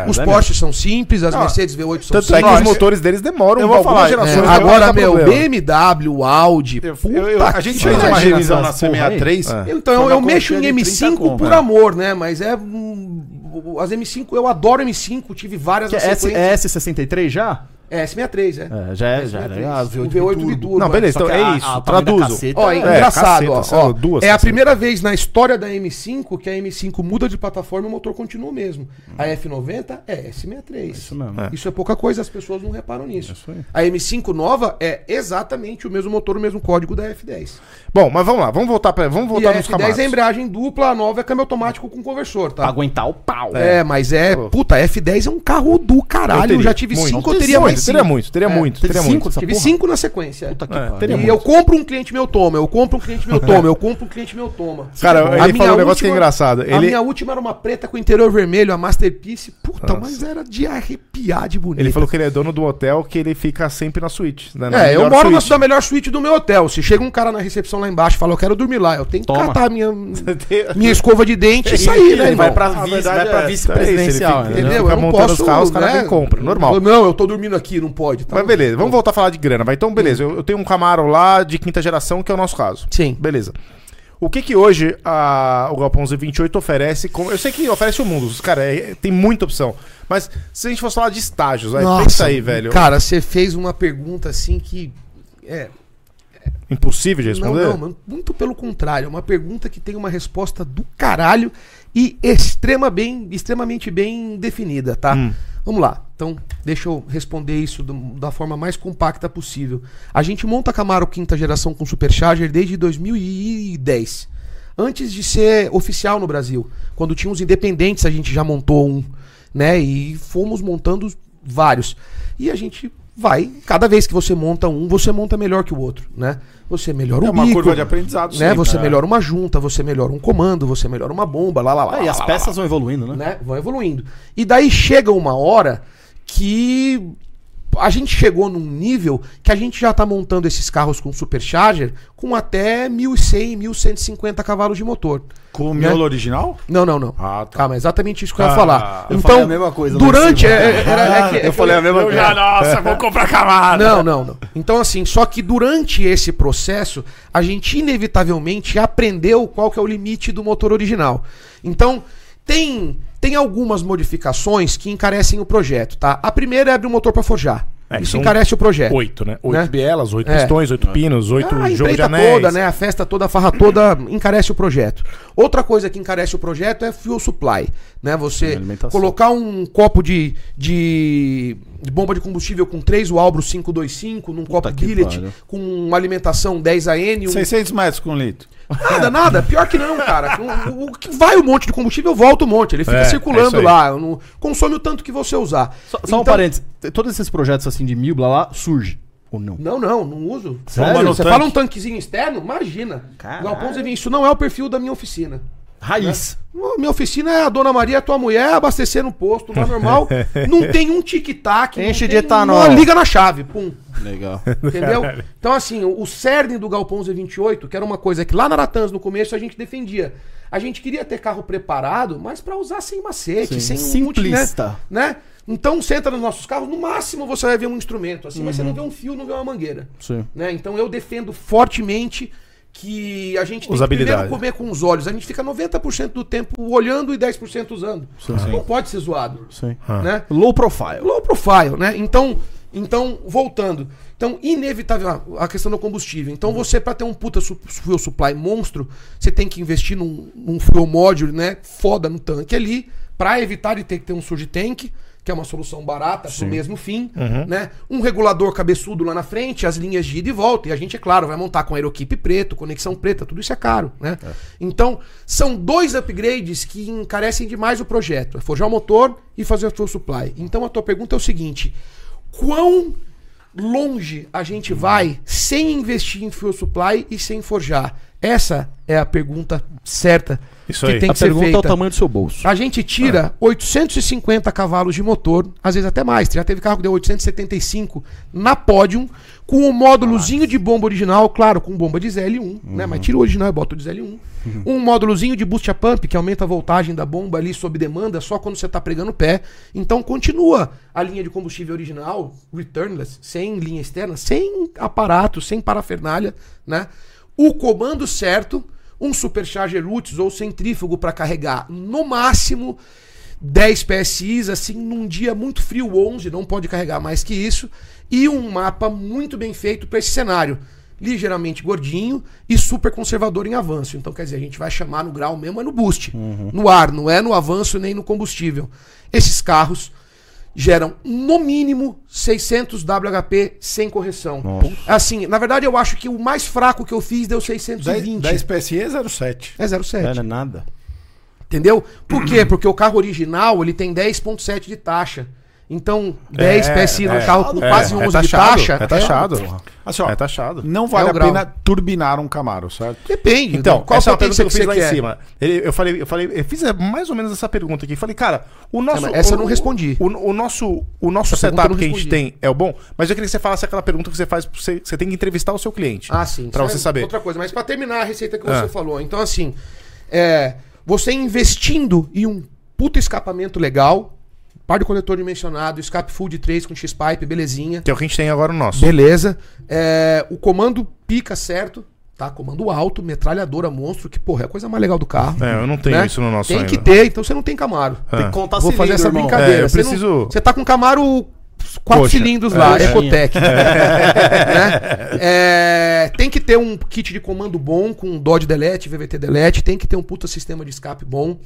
[SPEAKER 3] os Porsches são simples, as Mercedes V8 são
[SPEAKER 1] É, Tanto é que
[SPEAKER 3] simples.
[SPEAKER 1] os motores deles demoram
[SPEAKER 2] Eu vou
[SPEAKER 1] algumas
[SPEAKER 2] falar,
[SPEAKER 3] É,
[SPEAKER 1] gerações pra
[SPEAKER 3] agora,
[SPEAKER 1] dar
[SPEAKER 3] meu,
[SPEAKER 1] problema.
[SPEAKER 3] BMW, Audi, puta
[SPEAKER 2] Eu- eu- a gente
[SPEAKER 3] que
[SPEAKER 2] fez uma
[SPEAKER 3] pariu.
[SPEAKER 2] revisão na
[SPEAKER 4] essas porra
[SPEAKER 2] C63.
[SPEAKER 1] aí. É.
[SPEAKER 3] Eu, Então, eu,
[SPEAKER 2] Foi
[SPEAKER 3] eu
[SPEAKER 2] uma
[SPEAKER 3] mexo em
[SPEAKER 2] quantia de 30
[SPEAKER 3] M5
[SPEAKER 2] conto,
[SPEAKER 3] por
[SPEAKER 2] né?
[SPEAKER 3] amor, né? Mas é. hum, As M5, eu adoro M5, tive várias
[SPEAKER 4] Que
[SPEAKER 3] na
[SPEAKER 4] é S-
[SPEAKER 3] sequência.
[SPEAKER 4] é S63 já?
[SPEAKER 3] É, S63, é.
[SPEAKER 4] É, já é, já
[SPEAKER 3] S63.
[SPEAKER 4] é. Ah,
[SPEAKER 3] o V8 biturbo.
[SPEAKER 1] Não, beleza,
[SPEAKER 4] Só
[SPEAKER 1] então
[SPEAKER 4] que a-
[SPEAKER 1] é
[SPEAKER 4] a
[SPEAKER 1] isso.
[SPEAKER 4] tamanho da
[SPEAKER 1] Traduzo.
[SPEAKER 4] né? caceta
[SPEAKER 3] Ó, é,
[SPEAKER 1] É,
[SPEAKER 3] engraçado,
[SPEAKER 1] caceta,
[SPEAKER 3] ó,
[SPEAKER 1] sei lá,
[SPEAKER 3] ó,
[SPEAKER 1] duas
[SPEAKER 3] é a
[SPEAKER 1] cacetas.
[SPEAKER 3] primeira vez na história da M5 que a M5 muda de plataforma e o motor continua o mesmo. A F90 é S63. Isso
[SPEAKER 4] mesmo.
[SPEAKER 1] É.
[SPEAKER 3] Isso é pouca coisa, as pessoas não reparam nisso.
[SPEAKER 4] Isso aí.
[SPEAKER 3] A M5 nova é exatamente o mesmo motor, o mesmo código da F10.
[SPEAKER 1] Bom, mas vamos lá, vamos voltar para, vamos
[SPEAKER 3] E
[SPEAKER 1] voltar
[SPEAKER 3] a
[SPEAKER 1] nos
[SPEAKER 3] F10
[SPEAKER 1] Camaros.
[SPEAKER 3] é embreagem dupla, a nova é câmbio automático com conversor,
[SPEAKER 4] Pra
[SPEAKER 3] tá?
[SPEAKER 4] aguentar o pau.
[SPEAKER 3] É, mas é. Puta, F10 é um carro do caralho. Eu,
[SPEAKER 1] teria
[SPEAKER 3] já tive
[SPEAKER 1] muito.
[SPEAKER 3] cinco, eu teria mais
[SPEAKER 1] Teria
[SPEAKER 3] cinco.
[SPEAKER 1] muito, teria
[SPEAKER 3] É,
[SPEAKER 1] muito,
[SPEAKER 4] teve
[SPEAKER 1] teria
[SPEAKER 4] cinco
[SPEAKER 1] muito.
[SPEAKER 4] dessa
[SPEAKER 3] Tive
[SPEAKER 4] porra?
[SPEAKER 3] cinco na sequência.
[SPEAKER 4] Puta que
[SPEAKER 1] É,
[SPEAKER 4] pariu.
[SPEAKER 1] teria
[SPEAKER 3] E eu compro um cliente meu toma, eu compro um cliente meu toma, eu compro um cliente meu toma.
[SPEAKER 1] Cara,
[SPEAKER 3] A
[SPEAKER 1] ele
[SPEAKER 3] minha
[SPEAKER 1] falou um negócio que é
[SPEAKER 3] última-
[SPEAKER 1] engraçado.
[SPEAKER 3] A
[SPEAKER 1] Ele,
[SPEAKER 3] minha última era uma preta com interior vermelho, a Masterpiece. Puta, mas era de arrepiar de bonito.
[SPEAKER 1] ele falou que ele é dono do hotel, que ele fica sempre na suíte. né, na
[SPEAKER 3] É, eu
[SPEAKER 1] melhor
[SPEAKER 3] moro na,
[SPEAKER 1] suíte.
[SPEAKER 3] na melhor suíte do meu hotel. Se chega um cara na recepção lá embaixo e fala, eu quero dormir lá, eu tenho que
[SPEAKER 4] Toma.
[SPEAKER 3] catar a minha, minha escova de dente e sair, né?
[SPEAKER 4] Ele vai
[SPEAKER 3] irmão?
[SPEAKER 4] pra,
[SPEAKER 1] A
[SPEAKER 4] vice,
[SPEAKER 1] verdade
[SPEAKER 4] vai
[SPEAKER 1] é
[SPEAKER 4] pra
[SPEAKER 1] essa, é
[SPEAKER 4] vice-presidencial.
[SPEAKER 1] isso, ele
[SPEAKER 4] entendeu?
[SPEAKER 1] fica-
[SPEAKER 3] Entendeu? Eu não
[SPEAKER 1] montando os
[SPEAKER 3] posso, né?
[SPEAKER 1] carros, os caras vêm e compram, normal.
[SPEAKER 3] Eu- Não, eu tô dormindo aqui, não pode. tá?
[SPEAKER 1] Mas beleza, vamos voltar a falar de grana. Vai. Então, beleza, eu, eu tenho um Camaro lá de quinta geração, que é o nosso caso.
[SPEAKER 3] Hum. Sim.
[SPEAKER 1] Beleza. O que que hoje a- o Galpão 28 oferece? como- eu sei que oferece o mundo, os cara, é- tem muita opção. Mas se a gente fosse falar de estágios, aí pensa aí, velho.
[SPEAKER 3] Cara, você fez uma pergunta assim que. É,
[SPEAKER 1] Impossível de
[SPEAKER 3] Não,
[SPEAKER 1] responder?
[SPEAKER 3] não, mano, muito pelo contrário. É uma pergunta que tem uma resposta do caralho e extrema bem, extremamente bem definida, tá? Vamos lá. Então, deixa eu responder isso do- da forma mais compacta possível. A gente monta Camaro quinta geração com Supercharger desde 2010. Antes de ser oficial no Brasil. Quando tinha os independentes, a gente já montou um, né? E fomos montando vários. E a gente vai, cada vez que você monta um, você monta melhor que o outro, né? Você melhora um
[SPEAKER 2] É uma
[SPEAKER 3] bico,
[SPEAKER 2] curva de aprendizado,
[SPEAKER 3] né?
[SPEAKER 2] sempre,
[SPEAKER 3] Você
[SPEAKER 2] é.
[SPEAKER 3] melhora uma junta, você melhora um comando, você melhora uma bomba, lá lá lá.
[SPEAKER 4] Ah, e
[SPEAKER 3] lá,
[SPEAKER 4] as
[SPEAKER 3] lá, lá,
[SPEAKER 4] peças vão evoluindo, né?
[SPEAKER 3] né? Vão evoluindo. E daí chega uma hora que a gente chegou num nível que a gente já tá montando esses carros com supercharger com até 1100, 1150 cavalos de motor.
[SPEAKER 2] Com o
[SPEAKER 3] Né?
[SPEAKER 2] miolo original?
[SPEAKER 3] Não, não, não.
[SPEAKER 2] Ah, tá.
[SPEAKER 3] Calma, é exatamente isso que eu ia
[SPEAKER 2] Ah,
[SPEAKER 3] falar.
[SPEAKER 4] eu
[SPEAKER 3] então,
[SPEAKER 4] falei a mesma coisa lá em
[SPEAKER 3] durante
[SPEAKER 4] cima.
[SPEAKER 3] é- é- era- é que- é que-
[SPEAKER 2] Eu já, nossa, vou comprar Camaro.
[SPEAKER 3] Não, não, não. Então, assim, só que durante esse processo, a gente inevitavelmente aprendeu qual que é o limite do motor original. Então, tem, tem algumas modificações que encarecem o projeto, tá? A primeira é abrir o motor para forjar.
[SPEAKER 1] É,
[SPEAKER 3] Isso
[SPEAKER 1] são
[SPEAKER 3] encarece o projeto.
[SPEAKER 1] Oito, né? Oito
[SPEAKER 3] Né?
[SPEAKER 1] bielas, oito
[SPEAKER 3] É.
[SPEAKER 2] Ah.
[SPEAKER 1] pistões, oito pinos, oito
[SPEAKER 3] Ah, a
[SPEAKER 1] um jogo de
[SPEAKER 3] empreita
[SPEAKER 1] anéis.
[SPEAKER 3] toda, né? A festa toda, a farra toda encarece o projeto. Outra coisa que encarece o projeto é fuel supply, né? Você
[SPEAKER 4] alimentação.
[SPEAKER 3] colocar um copo de, de, de bomba de combustível com 3 Walbro 525 num copo
[SPEAKER 4] que
[SPEAKER 3] billet
[SPEAKER 4] pariu.
[SPEAKER 3] com uma alimentação 10 AN, um
[SPEAKER 2] 600 metros com litro.
[SPEAKER 3] Nada, nada. Pior que não, cara. O, o que vai um monte de combustível, volta um monte. Ele fica
[SPEAKER 2] É, é isso
[SPEAKER 3] circulando
[SPEAKER 2] aí.
[SPEAKER 3] lá. não- consome o tanto que você usar. Então,
[SPEAKER 4] Só, só um parênteses. Todos esses projetos assim de mil, blá blá, surge. Ou não?
[SPEAKER 3] Não, não, não uso.
[SPEAKER 2] Sério?
[SPEAKER 3] Sério? Você
[SPEAKER 2] Tanque.
[SPEAKER 3] fala um tanquezinho externo? Imagina.
[SPEAKER 4] Caralho.
[SPEAKER 3] Galpão você vê, isso não é o perfil da minha oficina.
[SPEAKER 4] Raiz.
[SPEAKER 3] Ô, Minha oficina é a Dona Maria, tua mulher, abastecer no posto, lá normal. não tem um tic-tac. não
[SPEAKER 4] Enche
[SPEAKER 3] tem
[SPEAKER 4] de etanol.
[SPEAKER 3] Uma liga na chave, pum.
[SPEAKER 4] Né? Legal.
[SPEAKER 3] Entendeu? Então, assim, o o cerne do Galpão Z28, que era uma coisa que lá na Naratans, no começo, a gente defendia. A gente queria ter carro preparado, mas pra usar sem macete,
[SPEAKER 4] Sim,
[SPEAKER 3] sem um monte, né?
[SPEAKER 4] simplista.
[SPEAKER 3] Né? Então, você entra nos nossos carros, no máximo você vai ver um instrumento, assim,
[SPEAKER 4] Uhum.
[SPEAKER 3] mas você não vê um fio, não vê uma mangueira.
[SPEAKER 4] Sim.
[SPEAKER 3] Né? Então, eu defendo fortemente que a gente tem que
[SPEAKER 2] Usabilidade.
[SPEAKER 3] primeiro comer com os olhos. A gente fica 90% do tempo olhando e 10% usando. Não pode ser zoado.
[SPEAKER 4] Sim.
[SPEAKER 3] Né?
[SPEAKER 4] Low profile.
[SPEAKER 3] Low profile, né? Então, então voltando. Então, inevitável ah, a questão do combustível. Então, você, para ter um puta su- fuel supply monstro, você tem que investir num, num fuel module, né? Foda no tanque ali, para evitar de ter que ter um surge tank, que é uma solução barata pro mesmo fim, né? Um regulador cabeçudo lá na frente, as linhas de ida e volta. E a gente, é claro, vai montar com aeroquipe preto, conexão preta, tudo isso é caro, né? Então, são dois upgrades que encarecem demais o projeto. É forjar o motor e fazer o fuel supply. Então, a tua pergunta é o seguinte. Quão longe a gente vai sem investir em fuel supply e sem forjar? Essa é a pergunta certa
[SPEAKER 2] Isso
[SPEAKER 3] que
[SPEAKER 2] aí.
[SPEAKER 3] tem
[SPEAKER 4] A
[SPEAKER 3] que ser
[SPEAKER 4] pergunta é o
[SPEAKER 3] feita. Ah,
[SPEAKER 4] tamanho do seu bolso.
[SPEAKER 3] A gente tira 850 cavalos de motor, às vezes até mais. Já teve carro que deu 875 na Podium, com o módulozinho de bomba original, claro, com bomba de ZL1, né? Mas tira o original e bota o de ZL1. Um módulozinho de boost a pump, que aumenta a voltagem da bomba ali sob demanda, só quando você tá pregando o pé. Então continua a linha de combustível original, returnless, sem linha externa, sem aparato, sem parafernália, né? O comando certo um supercharger Lutz ou centrífugo para carregar no máximo 10 PSIs, assim, num dia muito frio, 11, não pode carregar mais que isso, e um mapa muito bem feito para esse cenário. Ligeiramente gordinho e super conservador em avanço. Então, quer dizer, a gente vai chamar no grau mesmo, é no boost, no ar, não é no avanço nem no combustível. Esses carros geram no mínimo 600 WHP sem correção. Assim, na verdade, eu acho que o mais fraco que eu fiz deu 620.
[SPEAKER 2] 10, 10 PSE 07.
[SPEAKER 3] É 0,7.
[SPEAKER 2] né?
[SPEAKER 4] Não é nada.
[SPEAKER 3] Entendeu? Por quê? Porque o carro original ele tem 10,7 de taxa. Então, 10 PSI no
[SPEAKER 2] é.
[SPEAKER 3] carro com
[SPEAKER 2] É,
[SPEAKER 3] quase
[SPEAKER 2] é
[SPEAKER 3] 11 de
[SPEAKER 1] taxado,
[SPEAKER 3] taxa.
[SPEAKER 1] É taxado.
[SPEAKER 2] Assim, ó,
[SPEAKER 1] É taxado.
[SPEAKER 2] não vale
[SPEAKER 3] É o
[SPEAKER 2] a
[SPEAKER 3] grau.
[SPEAKER 2] pena turbinar um Camaro, certo?
[SPEAKER 3] Depende.
[SPEAKER 1] Então,
[SPEAKER 3] né? qual
[SPEAKER 1] essa é
[SPEAKER 3] a
[SPEAKER 1] a pergunta
[SPEAKER 3] potência
[SPEAKER 1] que eu
[SPEAKER 3] que
[SPEAKER 1] fiz
[SPEAKER 3] você
[SPEAKER 1] lá
[SPEAKER 3] quer?
[SPEAKER 1] em cima. Ele- eu falei, eu falei, eu fiz é, mais ou menos essa pergunta aqui. Falei, cara, o
[SPEAKER 3] É,
[SPEAKER 1] nosso.
[SPEAKER 3] mas essa eu
[SPEAKER 1] o-
[SPEAKER 3] não respondi.
[SPEAKER 1] O, o nosso, o nosso
[SPEAKER 3] Essa pergunta eu
[SPEAKER 1] setup
[SPEAKER 3] não
[SPEAKER 1] que a gente
[SPEAKER 3] respondi.
[SPEAKER 1] tem é o bom, mas eu queria que você falasse aquela pergunta que você faz, pro você, você tem que entrevistar o seu cliente.
[SPEAKER 3] Ah, sim.
[SPEAKER 1] Pra
[SPEAKER 3] Isso
[SPEAKER 1] você
[SPEAKER 3] é
[SPEAKER 1] saber.
[SPEAKER 3] Outra coisa, mas pra terminar a receita que
[SPEAKER 1] Ah.
[SPEAKER 3] você falou. Então, assim, é, você investindo em um puta escapamento legal, par de coletor dimensionado, escape full de 3 com X-Pipe, belezinha.
[SPEAKER 1] Que é o que a gente tem agora o nosso.
[SPEAKER 3] Beleza. É, o comando pica certo, tá? Comando alto, metralhadora monstro, que, porra, é a coisa mais legal do carro.
[SPEAKER 1] É, eu não tenho
[SPEAKER 3] né?
[SPEAKER 1] isso no nosso
[SPEAKER 3] Tem
[SPEAKER 1] ainda.
[SPEAKER 3] que ter, então você não tem Camaro.
[SPEAKER 1] Tem que
[SPEAKER 4] contar
[SPEAKER 3] Vou fazer essa brincadeira.
[SPEAKER 1] É, eu
[SPEAKER 3] Você não-
[SPEAKER 1] preciso-
[SPEAKER 3] Você tá com Camaro quatro
[SPEAKER 1] Coxa.
[SPEAKER 3] cilindros lá,
[SPEAKER 4] É,
[SPEAKER 3] Ecotec. né? É, tem que ter um kit de comando bom com Dodge Delete, VVT Delete, tem que ter um puta sistema de escape bom.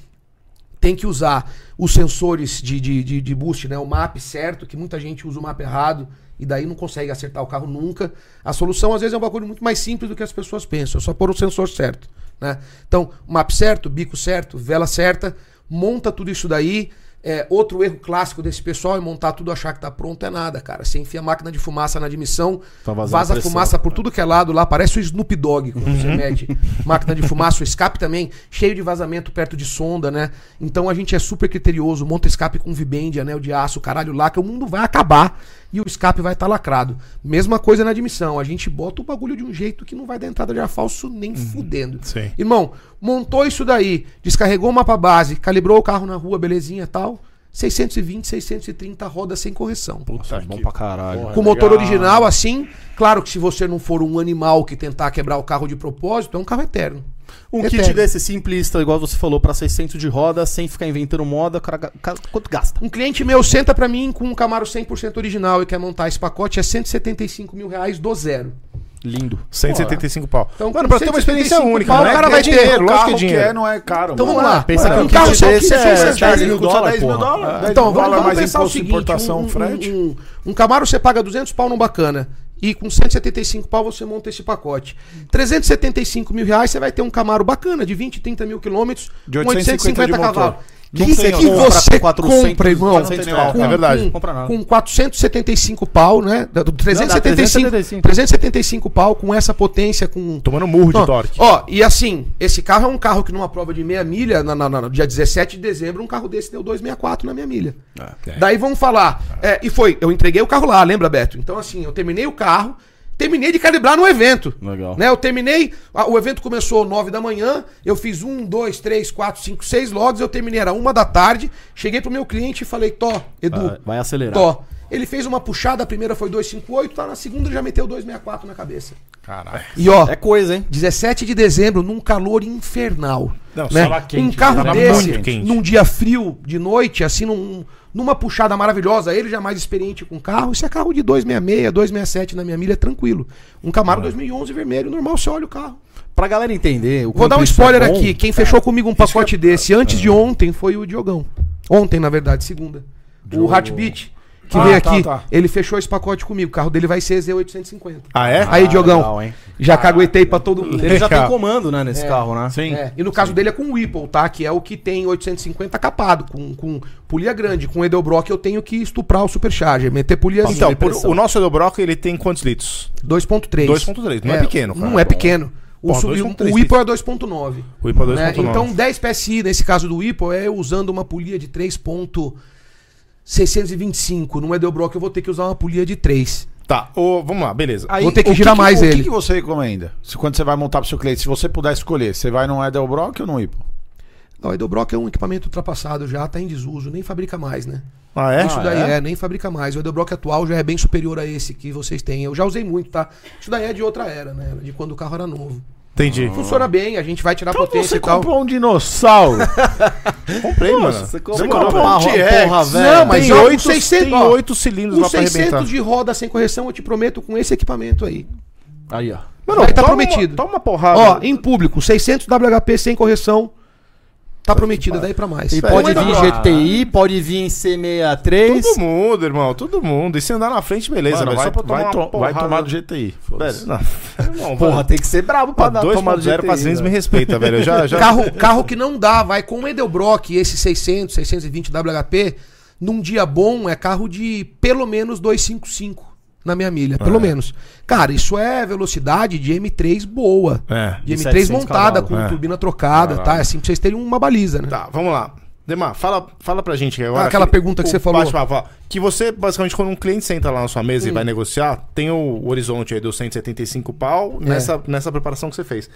[SPEAKER 3] Tem que usar os sensores de, de, de, de boost, né? O map certo, que muita gente usa o map errado e daí não consegue acertar o carro nunca. A solução, às vezes, é um bagulho muito mais simples do que as pessoas pensam. É só pôr o sensor certo, né? Então, map certo, bico certo, vela certa, monta tudo isso daí. É, outro erro clássico desse pessoal é montar tudo, achar que tá pronto, é nada, cara. Você enfia a máquina de fumaça na admissão,
[SPEAKER 4] Tá vazando
[SPEAKER 3] vaza a
[SPEAKER 4] pressão.
[SPEAKER 3] fumaça por tudo que é lado lá, parece o Snoop Dogg quando você mete máquina de fumaça, o escape também, cheio de vazamento perto de sonda, né? Então a gente é super criterioso, monta escape com V-bend, anel de aço, caralho lá, que o mundo vai acabar e o escape vai estar lacrado. Mesma coisa na admissão, a gente bota o bagulho de um jeito que não vai dar entrada de ar falso nem fudendo.
[SPEAKER 1] sim.
[SPEAKER 3] Irmão, montou isso daí, descarregou o mapa base, calibrou o carro na rua, belezinha e tal, 620, 630 roda sem correção.
[SPEAKER 2] Tá
[SPEAKER 4] Puta, é bom pra caralho.
[SPEAKER 3] Com o motor original, assim, claro que se você não for um animal que tentar quebrar o carro de propósito, é um carro eterno.
[SPEAKER 4] Um
[SPEAKER 3] Eterno.
[SPEAKER 4] kit desse simplista, igual você falou, pra 600 de roda, sem ficar inventando moda, o cara, ga- ca- quanto gasta?
[SPEAKER 3] Um cliente meu senta pra mim com um Camaro 100% original e quer montar esse pacote, é 175 mil reais do zero.
[SPEAKER 4] Lindo.
[SPEAKER 1] 175 pau.
[SPEAKER 3] Então,
[SPEAKER 1] mano,
[SPEAKER 3] com
[SPEAKER 1] pra ter uma experiência
[SPEAKER 3] 175
[SPEAKER 1] única,
[SPEAKER 3] pau,
[SPEAKER 1] não é
[SPEAKER 3] o cara
[SPEAKER 1] que é
[SPEAKER 3] vai ter
[SPEAKER 1] dinheiro, lógico que
[SPEAKER 2] carro
[SPEAKER 1] é
[SPEAKER 2] que
[SPEAKER 1] dinheiro.
[SPEAKER 2] é, não é caro.
[SPEAKER 3] Então
[SPEAKER 2] mano.
[SPEAKER 3] vamos lá.
[SPEAKER 4] Pensa
[SPEAKER 3] Mano,
[SPEAKER 4] que
[SPEAKER 3] um
[SPEAKER 4] um
[SPEAKER 3] carro
[SPEAKER 4] kit
[SPEAKER 3] só
[SPEAKER 4] desse
[SPEAKER 3] custa
[SPEAKER 4] é
[SPEAKER 3] 600
[SPEAKER 4] 10
[SPEAKER 3] reais.
[SPEAKER 4] mil
[SPEAKER 2] Custa
[SPEAKER 4] dólar,
[SPEAKER 2] 10 mil
[SPEAKER 4] porra.
[SPEAKER 2] dólares. 10 mil
[SPEAKER 3] Então,
[SPEAKER 2] dólares,
[SPEAKER 3] vamos, vamos
[SPEAKER 2] mais
[SPEAKER 3] pensar o
[SPEAKER 2] imposto de
[SPEAKER 3] seguinte,
[SPEAKER 2] importação,
[SPEAKER 3] um,
[SPEAKER 2] frete.
[SPEAKER 3] Um, um Camaro você paga 200 pau num bacana. E com 175 pau você monta esse pacote. 375 mil reais você vai ter um Camaro bacana de 20, 30 mil quilômetros
[SPEAKER 2] De
[SPEAKER 3] com
[SPEAKER 2] 850 de motor.
[SPEAKER 3] cavalos.
[SPEAKER 4] Não
[SPEAKER 3] que
[SPEAKER 4] tem
[SPEAKER 3] é que
[SPEAKER 4] outro. Compra
[SPEAKER 3] você
[SPEAKER 4] com 400,
[SPEAKER 3] compra, irmão?
[SPEAKER 4] 400
[SPEAKER 2] pau,
[SPEAKER 3] com,
[SPEAKER 1] é verdade.
[SPEAKER 3] Com,
[SPEAKER 4] Compra nada.
[SPEAKER 3] com 475 pau, né? Do- do 375,
[SPEAKER 4] 375.
[SPEAKER 3] 375 pau com essa potência, com
[SPEAKER 1] Tomando murro
[SPEAKER 3] Ó,
[SPEAKER 1] de torque.
[SPEAKER 3] Ó, e assim, esse carro é um carro que numa prova de meia milha, na, na- na- no dia 17 de dezembro, um carro desse deu 264 na minha milha. Daí vamos falar. é, e foi, eu entreguei o carro lá, lembra, Beto? Então, assim, eu terminei o carro, terminei de calibrar no evento.
[SPEAKER 4] Legal.
[SPEAKER 3] Né? Eu terminei. a- o evento começou 9 da manhã, eu fiz um, dois, três, quatro, cinco, seis lotes, eu terminei, era uma da tarde, cheguei pro meu cliente e falei, Tó, Edu,
[SPEAKER 4] Vai- vai acelerar.
[SPEAKER 3] Tó. Ele fez uma puxada, a primeira foi 258, tá na segunda ele já meteu 264 na cabeça.
[SPEAKER 1] Caralho.
[SPEAKER 3] E ó,
[SPEAKER 4] É coisa, hein?
[SPEAKER 3] 17 de dezembro, num calor infernal.
[SPEAKER 1] Não,
[SPEAKER 3] né?
[SPEAKER 1] tava quente,
[SPEAKER 3] um carro
[SPEAKER 1] tava
[SPEAKER 3] desse,
[SPEAKER 1] muito quente.
[SPEAKER 3] num dia frio de noite, assim, num- numa puxada maravilhosa, ele já mais experiente com carro, isso é carro de 266, 267 na minha milha, tranquilo. Um Camaro 2011 vermelho, normal, você olha o carro.
[SPEAKER 4] Pra galera entender. o
[SPEAKER 3] Vou dar um
[SPEAKER 4] quanto isso é
[SPEAKER 3] spoiler
[SPEAKER 4] bom,
[SPEAKER 3] aqui, quem fechou comigo um pacote desse antes
[SPEAKER 4] É.
[SPEAKER 3] de ontem foi o Diogão. Ontem, na verdade, segunda. O Heartbeat, que
[SPEAKER 2] Ah,
[SPEAKER 3] veio
[SPEAKER 2] tá,
[SPEAKER 3] aqui,
[SPEAKER 2] tá.
[SPEAKER 3] ele fechou esse pacote comigo, o carro dele vai ser Z850.
[SPEAKER 1] Ah, é?
[SPEAKER 3] Aí, Diogão,
[SPEAKER 4] legal, hein? Ah,
[SPEAKER 3] já caguetei pra todo mundo.
[SPEAKER 4] Ele já tem
[SPEAKER 1] Legal.
[SPEAKER 4] comando, né, nesse carro, né?
[SPEAKER 2] Sim.
[SPEAKER 3] É, e no caso dele é com o Whipple, tá? Que é o que tem 850 capado, com, com polia grande. Com Edelbrock eu tenho que estuprar o supercharger, meter polia
[SPEAKER 1] Então, por-
[SPEAKER 4] pressão.
[SPEAKER 1] o nosso Edelbrock, ele tem quantos litros?
[SPEAKER 3] 2.3.
[SPEAKER 1] 2.3, não é pequeno, cara.
[SPEAKER 3] Não é pequeno. O,
[SPEAKER 1] Pô,
[SPEAKER 3] sub-
[SPEAKER 1] 2.3,
[SPEAKER 3] o Whipple é 2.9.
[SPEAKER 1] O é IPA
[SPEAKER 3] né?
[SPEAKER 1] 2.9.
[SPEAKER 3] Então 10 PSI, nesse caso do Whipple, é usando uma polia de 3.625. No Edelbrock eu vou ter que usar uma polia de 3.
[SPEAKER 1] Tá, ô, vamos lá, beleza.
[SPEAKER 2] Aí,
[SPEAKER 3] Vou ter que
[SPEAKER 2] o
[SPEAKER 3] girar mais
[SPEAKER 2] o
[SPEAKER 3] ele.
[SPEAKER 2] que, que você recomenda? Se, quando você vai montar pro seu cliente, se você puder escolher, você vai num Edelbrock ou num Ipo?
[SPEAKER 3] Não, o Edelbrock é um equipamento ultrapassado já, tá em desuso, nem fabrica mais, né?
[SPEAKER 1] Ah, é?
[SPEAKER 3] Isso daí é? nem fabrica mais. O Edelbrock atual já é bem superior a esse que vocês têm. Eu já usei muito, tá? Isso daí é de outra era, né? De quando o carro era novo.
[SPEAKER 1] Entendi.
[SPEAKER 3] Funciona bem, a gente vai tirar
[SPEAKER 1] Então
[SPEAKER 3] potência
[SPEAKER 2] você
[SPEAKER 3] e tal.
[SPEAKER 2] comprou um dinossauro.
[SPEAKER 1] Comprei, mano.
[SPEAKER 4] você
[SPEAKER 1] Você
[SPEAKER 4] comprou
[SPEAKER 1] comprou
[SPEAKER 4] uma
[SPEAKER 1] um
[SPEAKER 4] porra,
[SPEAKER 1] T-Rex.
[SPEAKER 4] velho.
[SPEAKER 1] Não, mas
[SPEAKER 3] Tem
[SPEAKER 1] tem
[SPEAKER 3] oito-
[SPEAKER 1] 600,
[SPEAKER 3] tem oito
[SPEAKER 1] cilindros
[SPEAKER 3] Com 600 de roda sem correção, eu te prometo, com esse equipamento aí.
[SPEAKER 4] Aí, ó.
[SPEAKER 1] Mano,
[SPEAKER 3] Aí tá
[SPEAKER 1] toma,
[SPEAKER 3] prometido.
[SPEAKER 1] Toma uma porrada.
[SPEAKER 3] Ó, em público, 600 WHP sem correção, tá prometido, daí pra mais.
[SPEAKER 4] E
[SPEAKER 3] Então,
[SPEAKER 4] pode
[SPEAKER 3] é
[SPEAKER 4] vir
[SPEAKER 3] normal.
[SPEAKER 4] GTI, pode vir em C63.
[SPEAKER 1] todo mundo, irmão, todo mundo. E se andar na frente, beleza,
[SPEAKER 2] Mano,
[SPEAKER 1] velho.
[SPEAKER 2] vai,
[SPEAKER 1] Só pra tomar
[SPEAKER 2] vai,
[SPEAKER 1] uma
[SPEAKER 2] to- vai
[SPEAKER 1] porrada.
[SPEAKER 2] tomar do GTI. foda-se.
[SPEAKER 1] Velho, não. Não,
[SPEAKER 4] Porra,
[SPEAKER 1] velho.
[SPEAKER 4] tem que ser brabo pra
[SPEAKER 1] Pô,
[SPEAKER 4] dar
[SPEAKER 1] dois
[SPEAKER 4] tomar do
[SPEAKER 1] ponto zero
[SPEAKER 4] GTI.
[SPEAKER 1] pra cento,
[SPEAKER 4] velho.
[SPEAKER 1] me respeita, velho. Eu Já, já...
[SPEAKER 3] Carro, carro que não dá, vai com o Edelbrock, esse 600, 620 WHP, num dia bom é carro de pelo menos 255 na minha milha, pelo
[SPEAKER 1] É.
[SPEAKER 3] menos. Cara, isso é velocidade de M3 boa.
[SPEAKER 1] É.
[SPEAKER 4] De
[SPEAKER 3] De M3
[SPEAKER 4] 700
[SPEAKER 3] montada,
[SPEAKER 4] cavalos.
[SPEAKER 3] com
[SPEAKER 1] É.
[SPEAKER 3] turbina trocada, tá? É assim pra vocês terem uma baliza, né?
[SPEAKER 1] Tá, vamos lá. Demar, fala, fala pra gente agora.
[SPEAKER 3] Ah, aquela pergunta que
[SPEAKER 1] o
[SPEAKER 3] você falou. Hum.
[SPEAKER 1] bate-papo, ó. que você, basicamente, quando um cliente senta lá na sua mesa e vai negociar, tem o horizonte aí dos 175 pau nessa, nessa preparação que você fez.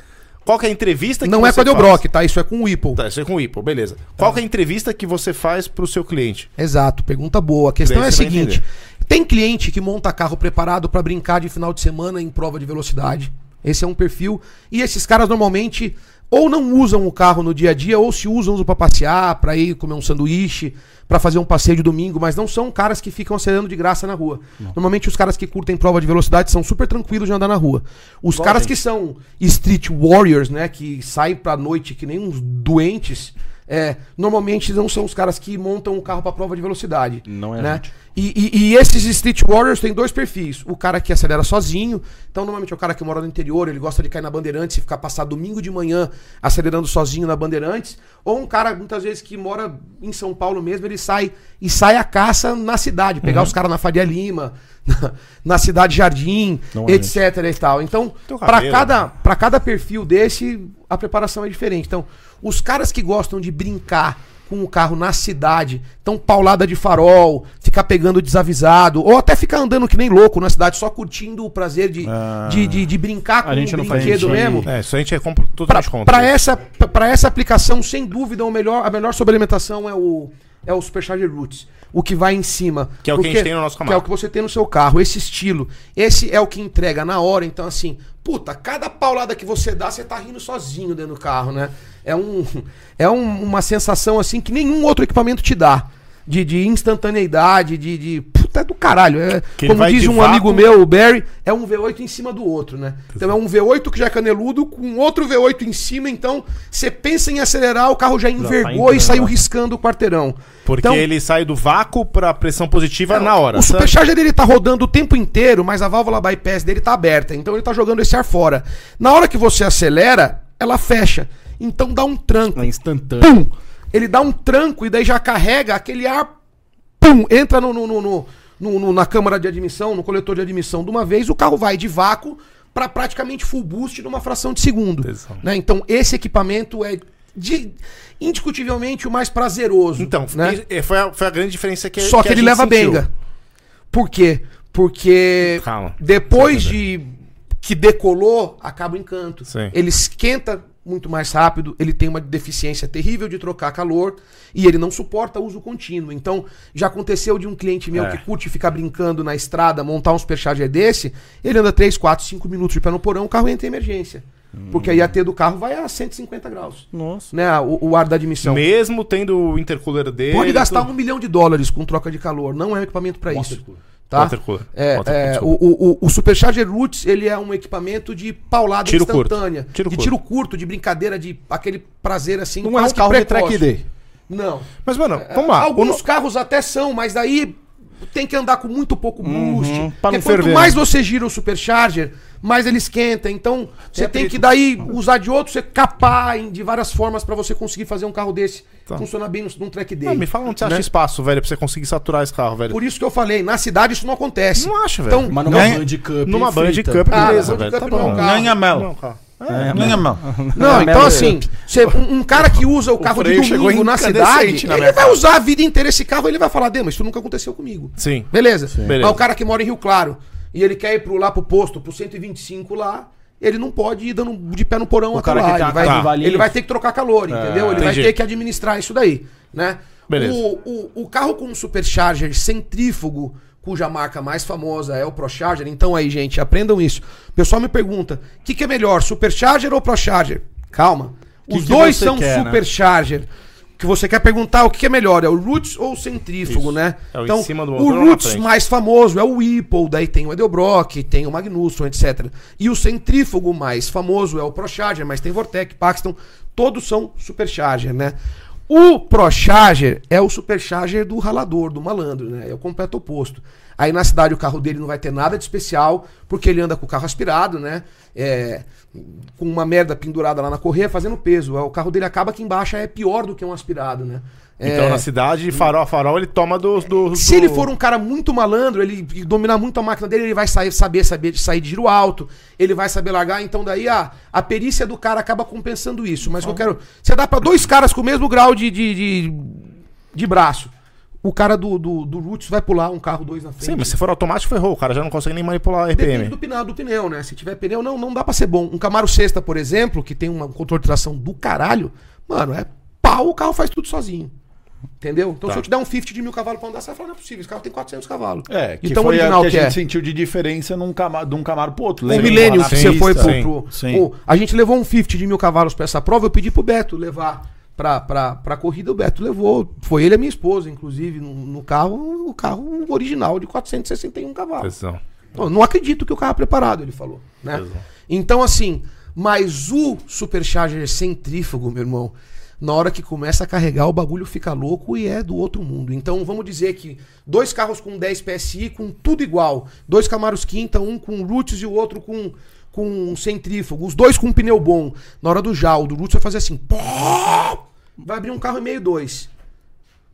[SPEAKER 1] Qual que é a entrevista que
[SPEAKER 3] É. Não
[SPEAKER 1] você
[SPEAKER 3] é com a
[SPEAKER 1] faz?
[SPEAKER 3] Edelbrock, tá? Isso é com o Whipple.
[SPEAKER 1] Tá, isso é com o Ipo, beleza. Qual que é a entrevista que você faz pro seu cliente?
[SPEAKER 3] Exato, pergunta boa. A questão
[SPEAKER 1] Daí
[SPEAKER 3] é a
[SPEAKER 1] você vai
[SPEAKER 3] seguinte: tem cliente que monta carro preparado pra brincar de final de semana em prova de velocidade. Esse é um perfil. E esses caras normalmente ou não usam o carro no dia a dia, ou se usam, usam pra passear, pra ir comer um sanduíche, pra fazer um passeio de domingo, mas não são caras que ficam acelerando de graça na rua. Normalmente os caras que curtem prova de velocidade são super tranquilos de andar na rua. Os caras que são street warriors, né, que saem pra noite que nem uns doentes, é, normalmente não são os caras que montam o carro pra prova de velocidade.
[SPEAKER 4] Não é a
[SPEAKER 3] né?
[SPEAKER 4] gente.
[SPEAKER 3] E, e- e esses Street Warriors têm dois perfis. O cara que acelera sozinho. Então, normalmente é o cara que mora no interior, ele gosta de cair na Bandeirantes e ficar passar domingo de manhã acelerando sozinho na Bandeirantes. Ou um cara, muitas vezes, que mora em São Paulo mesmo, ele sai e sai à caça na cidade. Pegar
[SPEAKER 4] Uhum.
[SPEAKER 3] os caras na Faria Lima, na, na Cidade Jardim,
[SPEAKER 4] Não é um a
[SPEAKER 3] etc. e tal. Então,
[SPEAKER 1] Teu
[SPEAKER 3] para
[SPEAKER 1] cabelo,
[SPEAKER 3] cada, pra cada perfil desse, a preparação é diferente. Então, os caras que gostam de brincar com o carro na cidade, então paulada de farol, ficar pegando desavisado, ou até ficar andando que nem louco na cidade, só curtindo o prazer de, de, de, de brincar com
[SPEAKER 4] A gente
[SPEAKER 3] o
[SPEAKER 4] não faz
[SPEAKER 3] brinquedo
[SPEAKER 4] isso.
[SPEAKER 3] mesmo.
[SPEAKER 1] É, isso a gente é compro-
[SPEAKER 3] Pra-
[SPEAKER 1] totalmente contra.
[SPEAKER 3] Pra essa, pra essa aplicação, sem dúvida, o melhor, a melhor sobrealimentação é o, é o Supercharger Roots. O que vai em cima.
[SPEAKER 1] Que é o que a gente
[SPEAKER 3] Porque-
[SPEAKER 1] tem no nosso
[SPEAKER 3] que
[SPEAKER 1] Camaro.
[SPEAKER 3] é o que você tem no seu carro, esse estilo. Esse é o que entrega na hora. Então, assim, puta, cada paulada que você dá, você tá rindo sozinho dentro do carro, né? É, um, é um- uma sensação, assim, que nenhum outro equipamento te dá. de, de instantaneidade, de, de. Puta, é do caralho. É,
[SPEAKER 2] Que ele
[SPEAKER 3] como
[SPEAKER 2] vai
[SPEAKER 3] diz
[SPEAKER 2] de
[SPEAKER 3] um
[SPEAKER 2] vácuo.
[SPEAKER 3] amigo meu, o Barry, é um V8 em cima do outro, né? Então é um V8 que já é caneludo, com outro V8 em cima, então você pensa em acelerar, o carro já envergou e
[SPEAKER 4] entrando,
[SPEAKER 3] saiu
[SPEAKER 4] né?
[SPEAKER 3] riscando o quarteirão.
[SPEAKER 1] tá Porque
[SPEAKER 3] Então- É,
[SPEAKER 1] ele sai do vácuo pra pressão positiva na hora.
[SPEAKER 3] O
[SPEAKER 1] sabe?
[SPEAKER 3] supercharger dele tá rodando o tempo inteiro, mas a válvula bypass dele tá aberta, então ele tá jogando esse ar fora. Na hora que você acelera, ela fecha. Então dá um tranco.
[SPEAKER 4] É instantâneo.
[SPEAKER 3] Pum! Ele dá um tranco e daí já carrega aquele ar. Pum! Entra no, no- no- no- no- no- na câmara de admissão, no coletor de admissão de uma vez, o carro vai de vácuo pra praticamente full boost numa fração de segundo. né? Então esse equipamento é de- indiscutivelmente o mais prazeroso.
[SPEAKER 1] Então,
[SPEAKER 3] né?
[SPEAKER 1] e- e foi, a, foi a grande diferença que
[SPEAKER 3] Só que,
[SPEAKER 1] a
[SPEAKER 3] ele
[SPEAKER 1] gente
[SPEAKER 3] leva
[SPEAKER 1] sentiu.
[SPEAKER 3] benga. Por quê? Porque
[SPEAKER 1] Calma.
[SPEAKER 3] depois de que decolou, acaba o encanto.
[SPEAKER 1] Sim.
[SPEAKER 3] Ele esquenta muito mais rápido, ele tem uma deficiência terrível de trocar calor e ele não suporta uso contínuo. Então, já aconteceu de um cliente
[SPEAKER 1] É.
[SPEAKER 3] meu que curte ficar brincando na estrada, montar um supercharger desse, ele anda 3, 4, 5 minutos de pé no porão, o carro entra em emergência.
[SPEAKER 1] Hum.
[SPEAKER 3] Porque a IAT do carro vai a 150 graus.
[SPEAKER 4] Nossa.
[SPEAKER 3] Né? O, o ar da admissão.
[SPEAKER 1] Mesmo tendo o intercooler dele.
[SPEAKER 3] Pode gastar
[SPEAKER 1] tudo-
[SPEAKER 3] um milhão de dólares com troca de calor. Não é um equipamento para isso. Tá?
[SPEAKER 1] Watercooler.
[SPEAKER 3] É,
[SPEAKER 1] Watercooler,
[SPEAKER 3] é,
[SPEAKER 1] desculpa.
[SPEAKER 3] o, o, o- o Supercharger Roots ele é um equipamento de paulada
[SPEAKER 1] Tiro curto.
[SPEAKER 3] instantânea.
[SPEAKER 1] Tiro
[SPEAKER 3] de
[SPEAKER 1] curto.
[SPEAKER 3] tiro curto, de brincadeira, de aquele prazer assim.
[SPEAKER 4] Não é
[SPEAKER 3] quase
[SPEAKER 4] um carro de track
[SPEAKER 3] precoce.
[SPEAKER 4] day.
[SPEAKER 3] Não.
[SPEAKER 1] Mas, mano, vamos lá. Ah, O
[SPEAKER 3] Alguns
[SPEAKER 1] no-
[SPEAKER 3] carros até são, mas daí tem que andar com muito pouco boost.
[SPEAKER 4] Uhum, pra
[SPEAKER 3] porque
[SPEAKER 4] não
[SPEAKER 3] quanto
[SPEAKER 4] ferver,
[SPEAKER 3] mais
[SPEAKER 4] né?
[SPEAKER 3] você gira o supercharger, mais ele esquenta. Então você tem
[SPEAKER 2] atrito.
[SPEAKER 3] que daí usar de outro, você capar em- de várias formas pra você conseguir fazer um carro desse funcionar bem num- num track day.
[SPEAKER 1] Tá. Não, Ah, me fala onde você acha
[SPEAKER 3] Né?
[SPEAKER 1] espaço, velho, pra você conseguir saturar esse carro, velho.
[SPEAKER 3] Por isso que eu falei, na cidade isso não acontece.
[SPEAKER 1] Não acho, velho.
[SPEAKER 3] Então,
[SPEAKER 4] Mas é numa
[SPEAKER 2] Ganha-
[SPEAKER 4] Band Cup.
[SPEAKER 1] Numa Band
[SPEAKER 4] frita.
[SPEAKER 1] Cup,
[SPEAKER 3] Ah,
[SPEAKER 1] beleza,
[SPEAKER 3] Band
[SPEAKER 1] velho.
[SPEAKER 3] Cup
[SPEAKER 1] Tá
[SPEAKER 3] não é um
[SPEAKER 1] bom.
[SPEAKER 3] carro.
[SPEAKER 2] Ganha
[SPEAKER 1] Não,
[SPEAKER 2] mel.
[SPEAKER 1] cara.
[SPEAKER 2] Ganha mel.
[SPEAKER 3] Não, então
[SPEAKER 4] merda.
[SPEAKER 3] assim, cê- um, um cara que usa o carro de
[SPEAKER 2] freio chegou
[SPEAKER 3] domingo na cidade,
[SPEAKER 2] incandescente na
[SPEAKER 3] ele
[SPEAKER 2] minha
[SPEAKER 3] vai
[SPEAKER 2] cara.
[SPEAKER 3] usar a vida inteira esse carro, ele vai falar, Dê, mas isso nunca aconteceu comigo.
[SPEAKER 1] Sim.
[SPEAKER 3] Beleza. Mas
[SPEAKER 1] Beleza.
[SPEAKER 3] o cara que mora em Rio Claro e ele quer ir pro, lá pro posto, pro 125 lá, ele não pode ir dando de pé no porão até
[SPEAKER 4] cara
[SPEAKER 3] lá.
[SPEAKER 4] que tá-
[SPEAKER 3] ele, vai,
[SPEAKER 4] tá. Valinhos. É,
[SPEAKER 3] ele vai ter que trocar calor, entendeu? Ele vai
[SPEAKER 1] entendi.
[SPEAKER 3] ter que administrar isso daí, né?
[SPEAKER 1] Beleza.
[SPEAKER 3] O, o, o carro com supercharger centrífugo, cuja marca mais famosa é o Procharger, então aí, gente, aprendam isso. O pessoal me pergunta, o que, que é melhor, supercharger ou Procharger? Calma.
[SPEAKER 4] Que
[SPEAKER 3] Os
[SPEAKER 4] que
[SPEAKER 3] dois
[SPEAKER 4] você
[SPEAKER 3] são
[SPEAKER 4] quer, né?
[SPEAKER 3] supercharger. O que você quer perguntar, o que que é melhor, é o Roots ou o centrífugo, né?
[SPEAKER 1] É o em
[SPEAKER 3] então,
[SPEAKER 1] cima do
[SPEAKER 3] o
[SPEAKER 1] motor ou na
[SPEAKER 3] Roots
[SPEAKER 1] frente?
[SPEAKER 3] mais famoso é o Whipple, daí tem o Edelbrock, tem o Magnusson, etc. E o centrífugo mais famoso é o Procharger, mas tem Vortec, Paxton, todos são supercharger, né? O Procharger é o supercharger do ralador, do malandro, né? É o completo oposto. Aí na cidade o carro dele não vai ter nada de especial, porque ele anda com o carro aspirado, né? É, com uma merda pendurada lá na correia fazendo peso. É, O carro dele acaba aqui embaixo, é pior do que um aspirado, né?
[SPEAKER 1] Então,
[SPEAKER 3] É.
[SPEAKER 1] na cidade, farol a farol, ele toma do. do
[SPEAKER 3] Se ele for um cara muito malandro, ele e dominar muito a máquina dele, ele vai sair, saber, saber sair de giro alto, ele vai saber largar, então daí a, a perícia do cara acaba compensando isso. Mas o que eu quero. Você dá pra dois caras com o mesmo grau de, de, de, de braço. O cara do, do, do Roots vai pular um carro dois na frente.
[SPEAKER 1] Sim, mas se for automático, ferrou. O cara já não consegue nem manipular a
[SPEAKER 3] Depende
[SPEAKER 1] RPM.
[SPEAKER 3] do pneu, do pneu, né? Se tiver pneu, não, não dá pra ser bom. Um Camaro Sexta, por exemplo, que tem uma- um controle de tração do caralho, mano, é pau, o carro faz tudo sozinho. Entendeu? Então
[SPEAKER 2] Tá.
[SPEAKER 3] se eu te der um 50 de mil cavalos pra andar, você vai falar, não é possível, esse carro tem 400 cavalos.
[SPEAKER 2] É, que
[SPEAKER 3] então
[SPEAKER 2] foi
[SPEAKER 3] original
[SPEAKER 2] a que a
[SPEAKER 3] que,
[SPEAKER 2] gente
[SPEAKER 3] é.
[SPEAKER 2] sentiu de diferença num camaro, de um camaro pro outro.
[SPEAKER 3] O
[SPEAKER 2] Lembra?
[SPEAKER 3] milênio
[SPEAKER 2] Lá
[SPEAKER 3] que
[SPEAKER 2] na
[SPEAKER 3] você foi
[SPEAKER 2] pista.
[SPEAKER 3] pro.
[SPEAKER 2] Sim,
[SPEAKER 3] pro-
[SPEAKER 2] sim.
[SPEAKER 3] o- a gente levou um 50 de mil cavalos pra essa prova, eu pedi pro Beto levar pra, pra, pra corrida, o Beto levou. Foi ele e a minha esposa, inclusive, no, no carro, o carro original de 461 cavalos.
[SPEAKER 1] Precisão.
[SPEAKER 3] Não, não acredito que o carro é preparado, ele falou. Né? Então, assim, mas o supercharger é centrífugo, meu irmão, na hora que começa a carregar, o bagulho fica louco e é do outro mundo. Então, vamos dizer que dois carros com 10 PSI, com tudo igual. Dois Camaros Quinta, um com Roots e o outro com, com um centrífugo. Os dois com um pneu bom. Na hora do JAL, do Roots vai fazer assim. pó, Vai abrir um carro e meio dois.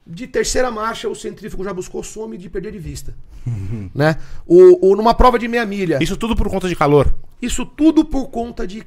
[SPEAKER 3] De terceira marcha, o centrífugo já buscou some de perder de vista. né? O, o- numa prova de meia milha.
[SPEAKER 1] Isso tudo por conta de calor.
[SPEAKER 3] Isso tudo por conta de.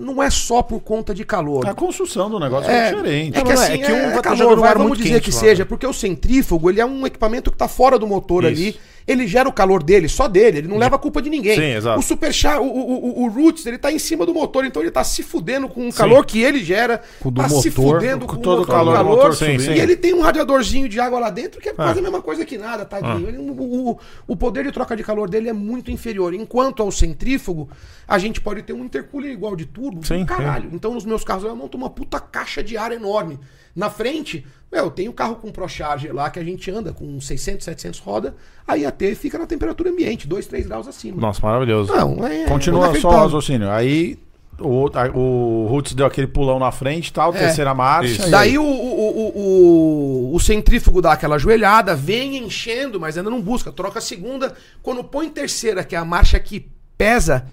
[SPEAKER 3] Não é só por conta de calor.
[SPEAKER 2] A construção do negócio é,
[SPEAKER 3] É,
[SPEAKER 2] diferente.
[SPEAKER 3] é que
[SPEAKER 1] Não, não é.
[SPEAKER 3] assim,
[SPEAKER 1] É que um vai tá
[SPEAKER 3] calor,
[SPEAKER 1] jogando um
[SPEAKER 3] vai,
[SPEAKER 1] ar
[SPEAKER 3] vamos
[SPEAKER 1] muito
[SPEAKER 3] dizer
[SPEAKER 1] quente
[SPEAKER 3] que
[SPEAKER 1] lá, né?
[SPEAKER 3] seja, porque o centrífugo ele é um equipamento que tá fora do motor ali, ele gera o calor dele, só dele, ele não leva a culpa de ninguém.
[SPEAKER 1] Sim, exato.
[SPEAKER 3] O superchar, o, o, o, o Roots, ele tá em cima do motor, então ele tá se fudendo com o calor que ele gera,
[SPEAKER 4] Com o do
[SPEAKER 3] tá se
[SPEAKER 4] motor,
[SPEAKER 3] fudendo
[SPEAKER 2] com
[SPEAKER 3] com,
[SPEAKER 2] todo
[SPEAKER 3] o
[SPEAKER 2] o
[SPEAKER 3] motor,
[SPEAKER 2] calor do
[SPEAKER 3] calor,
[SPEAKER 2] motor,
[SPEAKER 1] sim, Ah. sim.
[SPEAKER 3] e ele tem um radiadorzinho de água lá dentro que é quase a mesma coisa que nada, tadinho.
[SPEAKER 1] Ah.
[SPEAKER 3] Ele- o, o- o poder de troca de calor dele é muito inferior. Enquanto ao centrífugo, a gente pode ter um intercooler igual de turbo,
[SPEAKER 1] Sim,
[SPEAKER 3] do caralho. Então, nos meus carros, eu monto uma puta caixa de ar enorme. Na frente, Meu, eu tenho carro com ProCharger lá que a gente anda com 600, 700 roda, aí a T fica na temperatura ambiente, 2, 3 graus acima.
[SPEAKER 2] Nossa, maravilhoso.
[SPEAKER 3] Não, é-
[SPEAKER 2] Continua só o
[SPEAKER 3] inacreditável.
[SPEAKER 2] raciocínio. Aí o, outro- aí o Roots deu aquele pulão na frente e tal,
[SPEAKER 3] É.
[SPEAKER 2] terceira marcha.
[SPEAKER 1] Isso.
[SPEAKER 2] e aí?
[SPEAKER 3] Daí o, o, o, o- o centrífugo dá aquela ajoelhada, vem enchendo, mas ainda não busca. Troca a segunda. Quando põe terceira, que é a marcha que pesa,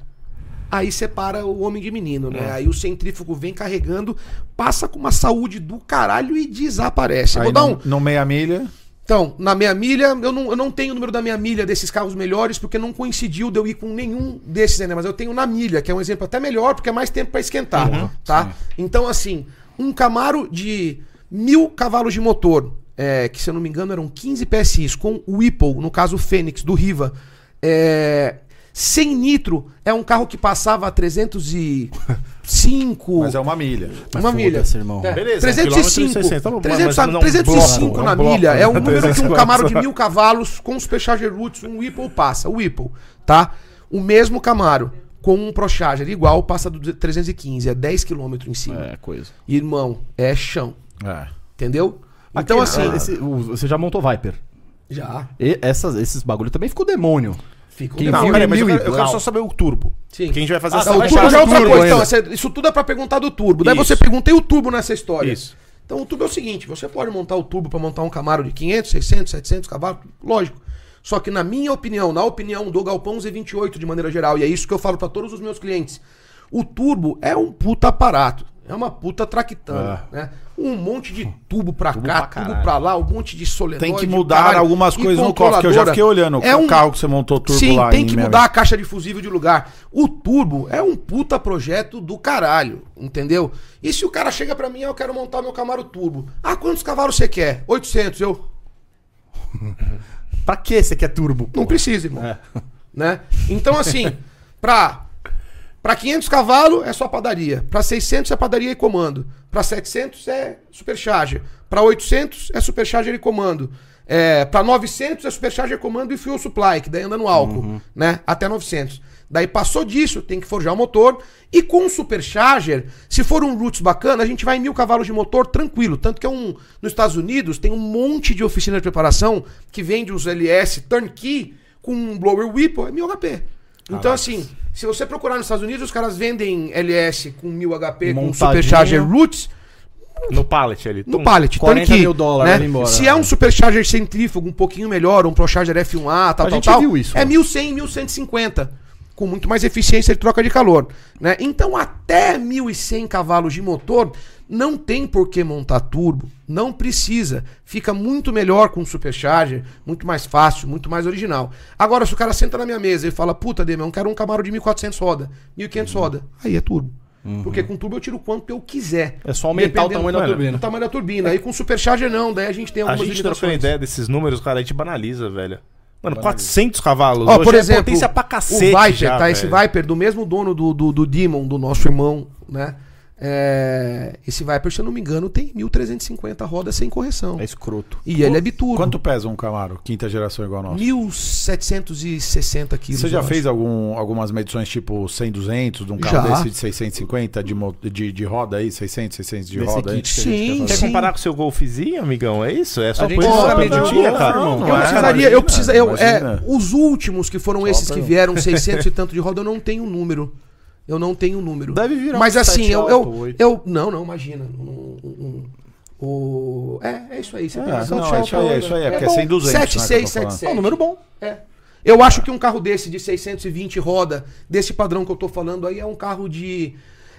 [SPEAKER 3] aí separa o homem de menino,
[SPEAKER 2] É.
[SPEAKER 3] né? Aí o centrífugo vem carregando, passa com uma saúde do caralho e desaparece.
[SPEAKER 2] Aí
[SPEAKER 3] Eu Vou dar
[SPEAKER 2] no-
[SPEAKER 3] um.
[SPEAKER 2] no meia milha.
[SPEAKER 3] Então, na minha milha, eu não, eu não tenho o número da minha milha desses carros melhores, porque não coincidiu de eu ir com nenhum desses ainda, mas eu tenho na milha, que é um exemplo até melhor, porque é mais tempo pra esquentar, tá? Então, assim, um Camaro de mil cavalos de motor, é, que se eu não me engano eram 15 PSIs, com o Whipple, no caso o Fênix, do Riva, é, sem nitro, é um carro que passava a 305...
[SPEAKER 2] Mas é uma milha.
[SPEAKER 3] Uma milha.
[SPEAKER 4] foda-se, irmão.
[SPEAKER 3] É.
[SPEAKER 1] Beleza, quilômetro
[SPEAKER 3] 305.
[SPEAKER 1] e 60, tá bom, mas
[SPEAKER 3] 300,
[SPEAKER 1] não é um
[SPEAKER 3] 305
[SPEAKER 1] bloco, é um
[SPEAKER 3] na
[SPEAKER 1] bloco,
[SPEAKER 3] milha.
[SPEAKER 1] né?
[SPEAKER 3] É um número que um
[SPEAKER 1] 304.
[SPEAKER 3] Camaro de mil cavalos com os Peixager Roots, um Whipple passa. O Whipple, tá? O mesmo Camaro com um Procharger igual passa do 315, é 10 km em cima.
[SPEAKER 4] É, coisa.
[SPEAKER 3] Irmão, é chão.
[SPEAKER 2] É.
[SPEAKER 3] Entendeu? Então,
[SPEAKER 4] Aqui,
[SPEAKER 3] assim,
[SPEAKER 4] esse- o- você já montou Viper.
[SPEAKER 3] já
[SPEAKER 4] E essas- esses bagulho também ficou demônio.
[SPEAKER 3] fica
[SPEAKER 4] Quem
[SPEAKER 3] o
[SPEAKER 1] Não,
[SPEAKER 4] Mil
[SPEAKER 1] peraí,
[SPEAKER 4] e
[SPEAKER 1] mas eu
[SPEAKER 4] mil e
[SPEAKER 1] quero, eu quero
[SPEAKER 4] blau.
[SPEAKER 1] só saber o turbo.
[SPEAKER 3] Sim.
[SPEAKER 1] Que a gente vai fazer
[SPEAKER 3] Ah,
[SPEAKER 1] essa
[SPEAKER 3] o turbo
[SPEAKER 1] faixa
[SPEAKER 3] já é outra
[SPEAKER 1] turbo
[SPEAKER 3] coisa. Então,
[SPEAKER 1] ainda.
[SPEAKER 3] essa- isso tudo é pra perguntar do turbo. Daí
[SPEAKER 1] Isso.
[SPEAKER 3] você pergunta, e o turbo nessa história?
[SPEAKER 1] Isso.
[SPEAKER 3] Então, o turbo é o seguinte, você pode montar o turbo pra montar um Camaro de 500, 600, 700 cavalos, lógico. Só que na minha opinião, na opinião do Galpão Z28 de maneira geral, e é isso que eu falo pra todos os meus clientes, o turbo é um puta aparato. É uma puta
[SPEAKER 2] Ah.
[SPEAKER 3] traquitana, né? Um monte de tubo pra cá, tubo pra lá, um monte de solenoide.
[SPEAKER 2] Tem que mudar
[SPEAKER 3] caralho,
[SPEAKER 2] algumas
[SPEAKER 3] e
[SPEAKER 2] coisas no cofre, que eu já
[SPEAKER 3] controladora.
[SPEAKER 2] fiquei olhando
[SPEAKER 3] É
[SPEAKER 2] o
[SPEAKER 3] um
[SPEAKER 2] carro que você montou turbo
[SPEAKER 3] Sim,
[SPEAKER 2] lá.
[SPEAKER 3] tem
[SPEAKER 2] em
[SPEAKER 3] que
[SPEAKER 2] Miami.
[SPEAKER 3] mudar a caixa de fusível de lugar. O turbo é um puta projeto do caralho, entendeu? E se o cara chega pra mim, "Ah, eu quero montar meu Camaro turbo. Ah, quantos cavalos você quer? 800, eu
[SPEAKER 4] Pra que você quer turbo?
[SPEAKER 3] não
[SPEAKER 4] pô?
[SPEAKER 3] precisa, irmão.
[SPEAKER 4] É.
[SPEAKER 3] Né? Então assim, pra para 500 cavalos é só padaria, pra 600 é padaria e comando, pra 700 é supercharger, pra 800 é supercharger e comando. É, para 900 é supercharger, comando e fuel supply, que daí anda no álcool, né? Até 900. Daí passou disso, tem que forjar o motor. E com o supercharger, se for um Roots bacana, a gente vai em mil cavalos de motor tranquilo. Tanto que é um. Nos Estados Unidos tem um monte de oficina de preparação que vende os LS turnkey com um blower Whipple, é mil HP. Então, assim, se você procurar nos Estados Unidos, os caras vendem LS com 1000 HP, com
[SPEAKER 4] Montadinho.
[SPEAKER 3] Supercharger Roots,
[SPEAKER 1] No pallet ali.
[SPEAKER 3] no
[SPEAKER 1] Tum.
[SPEAKER 3] pallet, então
[SPEAKER 4] 40
[SPEAKER 3] tanque,
[SPEAKER 4] mil dólares, vai embora. né?
[SPEAKER 3] Se é um supercharger centrífugo um pouquinho melhor, um procharger F1A, tal,
[SPEAKER 4] A
[SPEAKER 3] tal,
[SPEAKER 4] gente
[SPEAKER 3] tal,
[SPEAKER 4] viu isso,
[SPEAKER 3] é
[SPEAKER 4] né?
[SPEAKER 3] 1100, 1150, com muito mais eficiência de troca de calor, né? Então até 1100 cavalos de motor não tem por que montar turbo, não precisa. Fica muito melhor com supercharger, muito mais fácil, muito mais original. Agora se o cara senta na minha mesa e fala: "Puta, Demian, eu quero um Camaro de 1400 roda, 1500
[SPEAKER 4] Uhum.
[SPEAKER 3] roda". Aí é turbo. Porque com turbo eu tiro o quanto eu quiser.
[SPEAKER 4] É só aumentar o
[SPEAKER 3] Dependendo-
[SPEAKER 4] tamanho da
[SPEAKER 1] Mano,
[SPEAKER 4] turbina.
[SPEAKER 3] o tamanho da turbina. Aí com supercharger não, daí a gente tem
[SPEAKER 1] A
[SPEAKER 3] algumas
[SPEAKER 1] gente trocando
[SPEAKER 3] limitações.
[SPEAKER 1] ideia desses números, cara, a gente banaliza, velho. Mano, 400 cavalos.
[SPEAKER 3] Ó,
[SPEAKER 1] hoje
[SPEAKER 3] por
[SPEAKER 1] é
[SPEAKER 3] exemplo,
[SPEAKER 1] potência pra cacete
[SPEAKER 3] o Viper,
[SPEAKER 1] já,
[SPEAKER 3] tá?
[SPEAKER 1] velho.
[SPEAKER 3] Esse Viper do mesmo dono do, do, do Demon, do nosso irmão, né? É, esse Viper, se eu não me engano, tem 1350 rodas sem correção.
[SPEAKER 4] É escroto.
[SPEAKER 3] E ele é biturbo.
[SPEAKER 2] Quanto pesa um Camaro, quinta geração igual a nossa?
[SPEAKER 3] 1760 quilos.
[SPEAKER 2] Você já
[SPEAKER 3] eu acho.
[SPEAKER 2] fez algum- algumas medições tipo 100, 200, de um carro
[SPEAKER 3] Já.
[SPEAKER 2] desse de 650 de, mo- de, de roda aí? 600, 600 de
[SPEAKER 4] Desse
[SPEAKER 2] roda aí?
[SPEAKER 4] kit.
[SPEAKER 3] Sim,
[SPEAKER 1] Quer
[SPEAKER 3] sim.
[SPEAKER 1] comparar com o seu golfezinho, amigão? É isso? É só
[SPEAKER 4] A gente
[SPEAKER 1] por isso
[SPEAKER 4] precisa
[SPEAKER 1] que
[SPEAKER 4] medir o
[SPEAKER 1] media,
[SPEAKER 4] golfe,
[SPEAKER 1] cara?
[SPEAKER 4] irmão.
[SPEAKER 1] Não
[SPEAKER 3] Eu
[SPEAKER 1] é,
[SPEAKER 3] precisaria,
[SPEAKER 2] imagina,
[SPEAKER 3] eu precisa, eu, é,
[SPEAKER 2] imagina.
[SPEAKER 3] os últimos que foram esses que
[SPEAKER 2] pergunta.
[SPEAKER 3] vieram 600 e tanto de roda, eu não tenho um número. Eu não tenho um número.
[SPEAKER 4] Deve virar
[SPEAKER 3] Mas
[SPEAKER 4] um
[SPEAKER 3] assim,
[SPEAKER 4] sete
[SPEAKER 3] eu,
[SPEAKER 4] alto,
[SPEAKER 3] eu,
[SPEAKER 4] oito.
[SPEAKER 3] eu- não, não, imagina. Um- um- um- o é, é isso aí, você tem
[SPEAKER 2] É,
[SPEAKER 3] razão. Tá
[SPEAKER 2] não, é isso aí, é isso aí. É, porque é
[SPEAKER 3] bom.
[SPEAKER 2] 100, 200. né, que eu tô
[SPEAKER 3] 7,6,
[SPEAKER 2] falando.
[SPEAKER 3] 7,7.
[SPEAKER 4] É um número bom.
[SPEAKER 3] É. Eu acho que um carro desse de 620 roda, desse padrão que eu tô falando aí é um carro de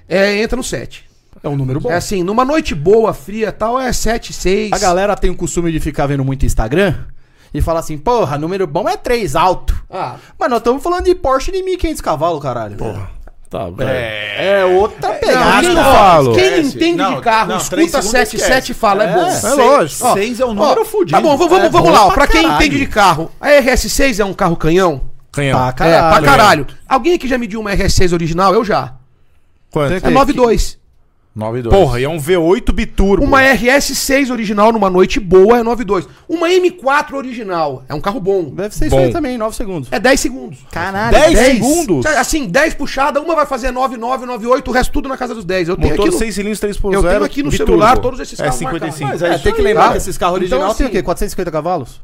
[SPEAKER 3] é, entra no 7.
[SPEAKER 4] É um número bom.
[SPEAKER 3] É assim, numa noite boa, fria, tal, é 7, 6.
[SPEAKER 4] A galera tem o costume de ficar vendo muito Instagram e falar assim, porra, número bom é 3 alto.
[SPEAKER 3] Ah,
[SPEAKER 4] Mas nós estamos falando de Porsche de 1500 cavalos, caralho.
[SPEAKER 1] Tá, velho.
[SPEAKER 4] É outra
[SPEAKER 3] Não, assim,
[SPEAKER 4] pegada.
[SPEAKER 3] quem,
[SPEAKER 2] não,
[SPEAKER 3] ó,
[SPEAKER 2] falo.
[SPEAKER 3] quem
[SPEAKER 2] Esquece.
[SPEAKER 3] entende
[SPEAKER 2] Não,
[SPEAKER 3] de carro,
[SPEAKER 2] não, três
[SPEAKER 3] escuta
[SPEAKER 2] segundos
[SPEAKER 3] 77
[SPEAKER 2] esquece.
[SPEAKER 3] e fala, é,
[SPEAKER 4] É,
[SPEAKER 3] bom.
[SPEAKER 4] é
[SPEAKER 3] Seis-
[SPEAKER 2] lógico.
[SPEAKER 3] ó,
[SPEAKER 2] Seis é um
[SPEAKER 3] ó,
[SPEAKER 2] número fudido.
[SPEAKER 3] Tá bom, vamos, vamos,
[SPEAKER 4] É
[SPEAKER 3] vamos
[SPEAKER 4] bom
[SPEAKER 3] lá. ó,
[SPEAKER 4] pra
[SPEAKER 3] Pra quem
[SPEAKER 4] caralho.
[SPEAKER 3] entende de carro, a RS6 é um carro canhão?
[SPEAKER 1] Canhão.
[SPEAKER 4] Tá, Caralho,
[SPEAKER 3] é, pra
[SPEAKER 4] né?
[SPEAKER 3] caralho. Alguém aqui já mediu uma RS6 original? Eu já.
[SPEAKER 1] Quanto?
[SPEAKER 3] É 9.2.
[SPEAKER 2] 9,2.
[SPEAKER 1] Porra, e é um V8 biturbo.
[SPEAKER 3] Uma é- RS6 original numa noite boa é 9,2. Uma M4 original é um carro bom.
[SPEAKER 4] Deve ser
[SPEAKER 1] Bom.
[SPEAKER 4] isso aí também, 9 segundos.
[SPEAKER 3] É 10 segundos.
[SPEAKER 4] Caralho,
[SPEAKER 1] 10,
[SPEAKER 4] 10
[SPEAKER 1] segundos?
[SPEAKER 3] Sabe, Assim, 10 puxada, uma vai fazer 9,9, 9,8, o resto tudo na casa dos 10. Eu tenho
[SPEAKER 1] Motor
[SPEAKER 3] aqui no,
[SPEAKER 1] 6 cilindros 3.0.
[SPEAKER 3] eu tenho aqui no
[SPEAKER 1] biturbo.
[SPEAKER 3] celular todos esses
[SPEAKER 1] É né?
[SPEAKER 3] carros
[SPEAKER 1] 55.
[SPEAKER 3] marcados.
[SPEAKER 2] Mas é
[SPEAKER 4] É,
[SPEAKER 2] isso
[SPEAKER 4] tem que
[SPEAKER 2] aí,
[SPEAKER 4] lembrar
[SPEAKER 2] cara.
[SPEAKER 4] que esses carros
[SPEAKER 3] Então,
[SPEAKER 4] original tem o
[SPEAKER 3] assim,
[SPEAKER 4] quê? 450 cavalos?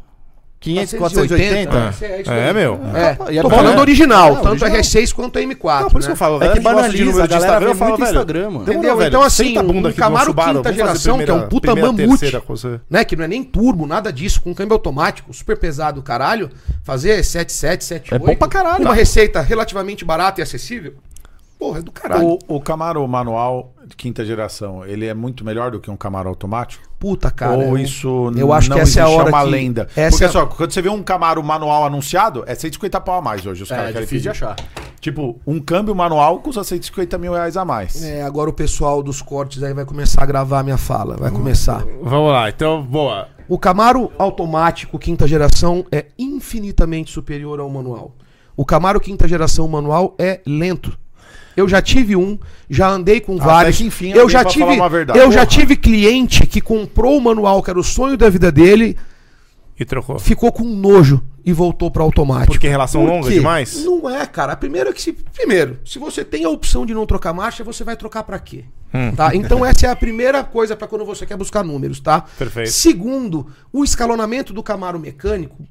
[SPEAKER 4] 500,
[SPEAKER 3] 480,
[SPEAKER 4] 480?
[SPEAKER 3] É, isso
[SPEAKER 1] É,
[SPEAKER 3] mesmo.
[SPEAKER 1] meu.
[SPEAKER 4] É.
[SPEAKER 3] É, tô
[SPEAKER 4] É.
[SPEAKER 3] falando original,
[SPEAKER 4] É,
[SPEAKER 3] tanto
[SPEAKER 4] original.
[SPEAKER 3] RS6 quanto M4.
[SPEAKER 4] Não, Ah, por isso que
[SPEAKER 3] né?
[SPEAKER 4] eu falo, a
[SPEAKER 1] É que
[SPEAKER 4] galera gosta de
[SPEAKER 1] banaliza,
[SPEAKER 4] número de
[SPEAKER 1] a galera
[SPEAKER 4] Instagram, eu
[SPEAKER 1] vê muito
[SPEAKER 4] falo, velho,
[SPEAKER 1] Instagram, mano.
[SPEAKER 4] tem-
[SPEAKER 3] Entendeu?
[SPEAKER 1] velho.
[SPEAKER 3] Então, assim,
[SPEAKER 1] Senta a bunda
[SPEAKER 3] um
[SPEAKER 1] aqui no meu
[SPEAKER 3] Camaro
[SPEAKER 1] Subaru,
[SPEAKER 3] quinta
[SPEAKER 1] vamos fazer
[SPEAKER 3] geração,
[SPEAKER 1] primeira-
[SPEAKER 3] que é um puta
[SPEAKER 1] primeira,
[SPEAKER 3] mamute.
[SPEAKER 1] terceira com você.
[SPEAKER 3] né? Que não é nem turbo, nada disso, com câmbio automático, super pesado, caralho. Fazer 77, 78.
[SPEAKER 4] É bom pra caralho.
[SPEAKER 3] Uma receita relativamente barata e acessível. Porra, é do caralho.
[SPEAKER 2] O, o Camaro manual de quinta geração, ele é muito melhor do que um Camaro automático?
[SPEAKER 3] Puta, cara.
[SPEAKER 2] Ou
[SPEAKER 3] eu-
[SPEAKER 2] isso
[SPEAKER 3] eu acho
[SPEAKER 2] não
[SPEAKER 3] que essa é a
[SPEAKER 2] existe,
[SPEAKER 3] hora
[SPEAKER 2] uma
[SPEAKER 3] que-
[SPEAKER 2] lenda?
[SPEAKER 3] essa
[SPEAKER 2] Porque
[SPEAKER 3] é-
[SPEAKER 2] só, quando você vê um Camaro manual anunciado, é 150 pau a mais hoje. Os caras querem pedir.
[SPEAKER 4] É, achar.
[SPEAKER 2] Tipo, um câmbio manual custa 150 mil reais a mais.
[SPEAKER 3] É, agora o pessoal dos cortes aí vai começar a gravar a minha fala. Vai começar.
[SPEAKER 1] Vamos lá, então, boa.
[SPEAKER 3] O Camaro automático quinta geração é infinitamente superior ao manual. O Camaro quinta geração manual é lento. Eu já tive um, já andei com vários.
[SPEAKER 2] que enfim
[SPEAKER 3] eu
[SPEAKER 2] alguém
[SPEAKER 3] já
[SPEAKER 2] pra
[SPEAKER 3] tive,
[SPEAKER 2] falar uma verdade.
[SPEAKER 3] eu já
[SPEAKER 2] Porra.
[SPEAKER 3] tive cliente que comprou o manual que era o sonho da vida dele,
[SPEAKER 1] E trocou.
[SPEAKER 3] ficou com nojo e voltou para automático.
[SPEAKER 1] Porque relação
[SPEAKER 3] Por
[SPEAKER 1] longa
[SPEAKER 3] quê?
[SPEAKER 1] demais?
[SPEAKER 3] Não é, cara. Primeiro é que se primeiro, se você tem a opção de não trocar marcha, você vai trocar pra quê? Tá? Então essa é a primeira coisa pra quando você quer buscar números, tá?
[SPEAKER 1] Perfeito.
[SPEAKER 3] Segundo, o escalonamento do Camaro mecânico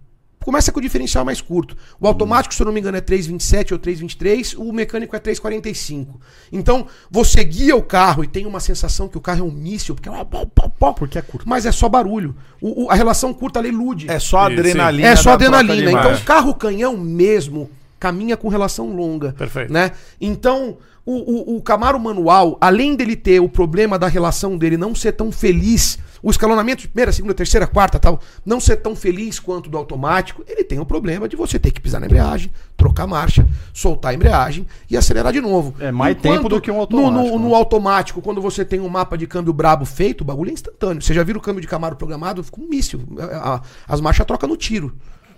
[SPEAKER 3] começa com o diferencial mais curto. O automático, se eu não me engano, é 327 ou 323, o mecânico é 345. Então, você guia o carro e tem uma sensação que o carro é um míssil, porque é uma pó, pó, pó,
[SPEAKER 4] Porque é curto.
[SPEAKER 3] Mas é só barulho. O- o- a relação curta ela ilude.
[SPEAKER 2] É só
[SPEAKER 1] Sim, sim.
[SPEAKER 2] adrenalina.
[SPEAKER 3] É só
[SPEAKER 2] da troca de
[SPEAKER 3] adrenalina. Então,
[SPEAKER 2] marcha.
[SPEAKER 3] o carro canhão mesmo caminha com relação longa.
[SPEAKER 1] Perfeito.
[SPEAKER 3] Né? Então, o, o- o Camaro manual, além dele ter o problema da relação dele não ser tão feliz, o escalonamento de primeira, segunda, terceira, quarta tal, não ser tão feliz quanto do automático, ele tem o problema de você ter que pisar na embreagem, trocar marcha, soltar a embreagem e acelerar de novo.
[SPEAKER 4] É mais
[SPEAKER 3] Enquanto
[SPEAKER 4] tempo do que um
[SPEAKER 3] no-
[SPEAKER 4] automático,
[SPEAKER 3] no-
[SPEAKER 4] né?
[SPEAKER 3] no automático, quando você tem um mapa de câmbio brabo feito, o bagulho é instantâneo. Você já viu o câmbio de Camaro programado? Fica um míssil. A- a- As marchas trocam no tiro.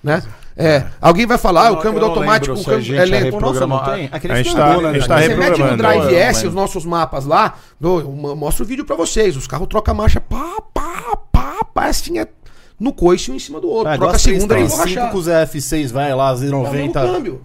[SPEAKER 3] Né? É, alguém vai falar, ah, o
[SPEAKER 2] Eu
[SPEAKER 3] câmbio do
[SPEAKER 2] não
[SPEAKER 3] automático
[SPEAKER 2] lembro
[SPEAKER 3] o
[SPEAKER 2] se a
[SPEAKER 3] câmbio
[SPEAKER 2] gente é
[SPEAKER 3] é lento.
[SPEAKER 2] arrependeu. Programar-
[SPEAKER 4] Aquele
[SPEAKER 1] A gente tá-
[SPEAKER 4] né?
[SPEAKER 1] a gente tá
[SPEAKER 3] né, Você mete no
[SPEAKER 1] reprogramando.
[SPEAKER 3] Drive é,
[SPEAKER 2] Eu,
[SPEAKER 3] S
[SPEAKER 2] eu
[SPEAKER 3] os nossos mapas lá, eu, eu mo- mostro o vídeo pra vocês. Os carros trocam a marcha, pá, pá, pá, pá, assim é no coice um em cima do
[SPEAKER 4] É
[SPEAKER 3] outro.
[SPEAKER 4] Ah,
[SPEAKER 3] troca a segunda
[SPEAKER 4] né?
[SPEAKER 3] e borrachada.
[SPEAKER 4] com os F6, vai lá,
[SPEAKER 3] É o mesmo
[SPEAKER 4] 090.
[SPEAKER 3] câmbio.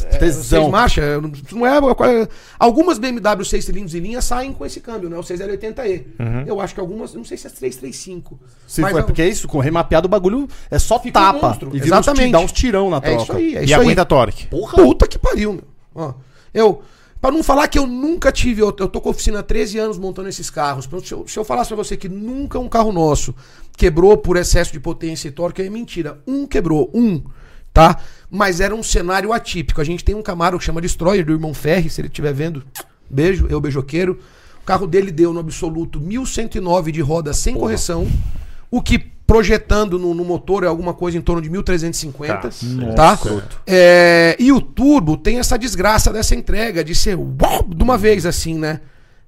[SPEAKER 3] Seis
[SPEAKER 4] é, Tesão.
[SPEAKER 3] marchas, eu não- não é, é- algumas BMW 6 cilindros em linha saem com esse câmbio, né? O 6L80E. Eu acho que algumas, não sei se é 335.
[SPEAKER 4] Uhum. Se
[SPEAKER 3] mas
[SPEAKER 4] for,
[SPEAKER 3] é-
[SPEAKER 4] porque é isso, com remapeado o bagulho é só
[SPEAKER 3] Fica um
[SPEAKER 4] tapa.
[SPEAKER 3] monstro.
[SPEAKER 4] e vira uns-
[SPEAKER 3] Exatamente.
[SPEAKER 4] dá uns tirão na
[SPEAKER 3] é
[SPEAKER 4] troca.
[SPEAKER 3] isso aí, é
[SPEAKER 1] e
[SPEAKER 3] isso aí.
[SPEAKER 1] aguenta torque.
[SPEAKER 3] Puta que pariu, meu. Ó, eu, pra não falar que eu nunca tive, eu, eu tô com a oficina há 13 anos montando esses carros. Se eu, se eu falasse pra você que nunca um carro nosso quebrou por excesso de potência e torque, é mentira. Um quebrou, um, tá? Mas era um cenário atípico. A gente tem um Camaro que chama Destroyer, do irmão Ferri, se ele estiver vendo. Beijo, eu beijoqueiro. O carro dele deu no absoluto 1109 de roda sem correção, o que projetando no, no motor é alguma coisa em torno de 1350, tá? É, e o turbo tem essa desgraça dessa entrega de ser uau, de uma vez assim, né?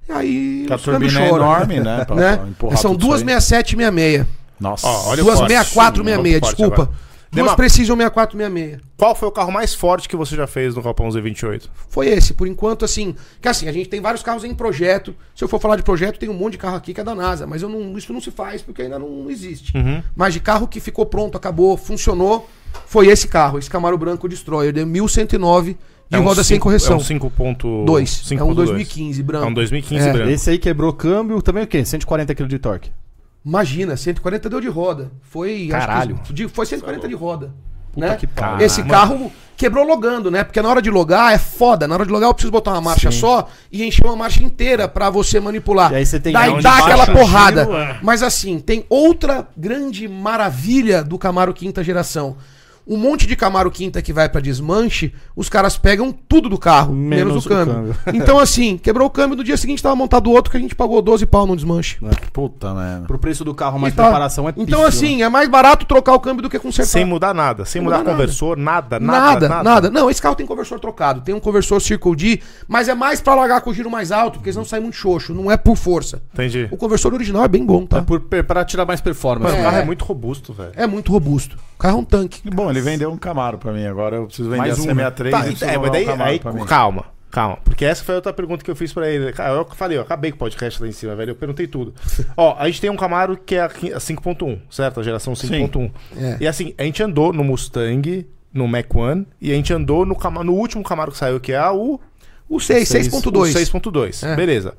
[SPEAKER 3] E aí
[SPEAKER 2] Que a
[SPEAKER 3] os câmbios
[SPEAKER 2] turbina é
[SPEAKER 3] choram,
[SPEAKER 2] enorme, né? Pra- pra empurrar
[SPEAKER 3] É, São
[SPEAKER 2] tudo
[SPEAKER 3] duas
[SPEAKER 2] isso aí.
[SPEAKER 3] 67 e 66.
[SPEAKER 2] Nossa.
[SPEAKER 1] Ó, olha o
[SPEAKER 3] Duas
[SPEAKER 1] corte.
[SPEAKER 3] 64 66,
[SPEAKER 1] Outro corte
[SPEAKER 3] desculpa.
[SPEAKER 1] agora.
[SPEAKER 3] Duas
[SPEAKER 1] Dema-
[SPEAKER 3] precisam 64 66.
[SPEAKER 1] Qual foi o carro mais forte que você já fez no Copão Z28?
[SPEAKER 3] Foi esse, por enquanto, assim. Que assim, a gente tem vários carros em projeto. Se eu for falar de projeto, tem um monte de carro aqui que é da NASA, mas eu não, isso não se faz porque ainda não existe.
[SPEAKER 1] Uhum.
[SPEAKER 3] Mas de carro que ficou pronto, acabou, funcionou, foi esse carro, esse Camaro Branco Destroyer, de 1109 de roda sem
[SPEAKER 1] cinco-
[SPEAKER 3] correção.
[SPEAKER 1] É um 5.2.
[SPEAKER 3] Dois. É um 2015 branco.
[SPEAKER 1] branco. É um 2015
[SPEAKER 3] É,
[SPEAKER 1] branco.
[SPEAKER 4] Esse aí quebrou câmbio, também o quê? 140 kg de torque.
[SPEAKER 3] Imagina, 140 deu de roda. Foi. acho que
[SPEAKER 4] Caralho.
[SPEAKER 3] de- foi 140 de roda. né?
[SPEAKER 4] que pariu.
[SPEAKER 3] Esse carro quebrou logando, né? Porque na hora de logar é foda. Na hora de logar eu preciso botar uma marcha só e encher uma marcha inteira pra você manipular.
[SPEAKER 4] E aí você tem né?
[SPEAKER 3] Daí
[SPEAKER 4] onde
[SPEAKER 3] dá
[SPEAKER 4] baixa
[SPEAKER 3] aquela
[SPEAKER 4] o
[SPEAKER 3] porrada.
[SPEAKER 1] giro, é.
[SPEAKER 3] Mas assim, tem outra grande maravilha do Camaro quinta geração. Um monte de Camaro quinta que vai pra desmanche, os caras pegam tudo do carro, menos,
[SPEAKER 4] Menos
[SPEAKER 3] o
[SPEAKER 4] o
[SPEAKER 3] câmbio.
[SPEAKER 4] câmbio.
[SPEAKER 3] Então assim, quebrou o câmbio, no dia seguinte tava montado outro que a gente pagou 12 pau no desmanche.
[SPEAKER 2] Puta merda.
[SPEAKER 4] Pro preço do carro, mas
[SPEAKER 3] E tá.
[SPEAKER 4] preparação é
[SPEAKER 3] Então, assim, é mais barato trocar o câmbio do que consertar.
[SPEAKER 1] Sem mudar nada. Sem
[SPEAKER 3] é mudar
[SPEAKER 1] mudar
[SPEAKER 3] nada.
[SPEAKER 1] conversor, nada,
[SPEAKER 3] nada,
[SPEAKER 1] nada,
[SPEAKER 3] nada, Não, esse carro tem conversor trocado. Tem um conversor Circle D, mas é mais pra largar com o giro mais alto, porque senão sai muito xoxo. Não é por força.
[SPEAKER 1] Entendi.
[SPEAKER 3] O conversor original é bem bom, tá?
[SPEAKER 4] para tirar mais performance.
[SPEAKER 1] Mano,
[SPEAKER 3] É.
[SPEAKER 1] o carro é muito robusto, velho.
[SPEAKER 3] É muito robusto. O carro é um tanque.
[SPEAKER 2] Bom, ele vendeu um Camaro pra mim. Agora eu preciso vender
[SPEAKER 4] Mais
[SPEAKER 2] a
[SPEAKER 4] um, né?
[SPEAKER 2] C63.
[SPEAKER 1] Tá,
[SPEAKER 2] eu
[SPEAKER 1] então,
[SPEAKER 2] preciso
[SPEAKER 1] é, mas
[SPEAKER 2] mandar um
[SPEAKER 1] daí,
[SPEAKER 2] Camaro
[SPEAKER 1] aí,
[SPEAKER 2] pra mim.
[SPEAKER 1] calma. Calma, porque essa foi outra pergunta que eu fiz pra ele. Cara, Eu falei, eu acabei com o podcast lá em cima, velho. Eu perguntei tudo. Ó, a gente tem um Camaro que é a qui- a 5.1, certo? A geração 5.1.
[SPEAKER 3] É.
[SPEAKER 1] E assim, a gente andou no Mustang, no Mac One, e a gente andou no, Camaro, no último Camaro que saiu, que é a U.
[SPEAKER 3] O 6,
[SPEAKER 1] O
[SPEAKER 3] 6.2.
[SPEAKER 1] 6.2,
[SPEAKER 3] É.
[SPEAKER 1] beleza.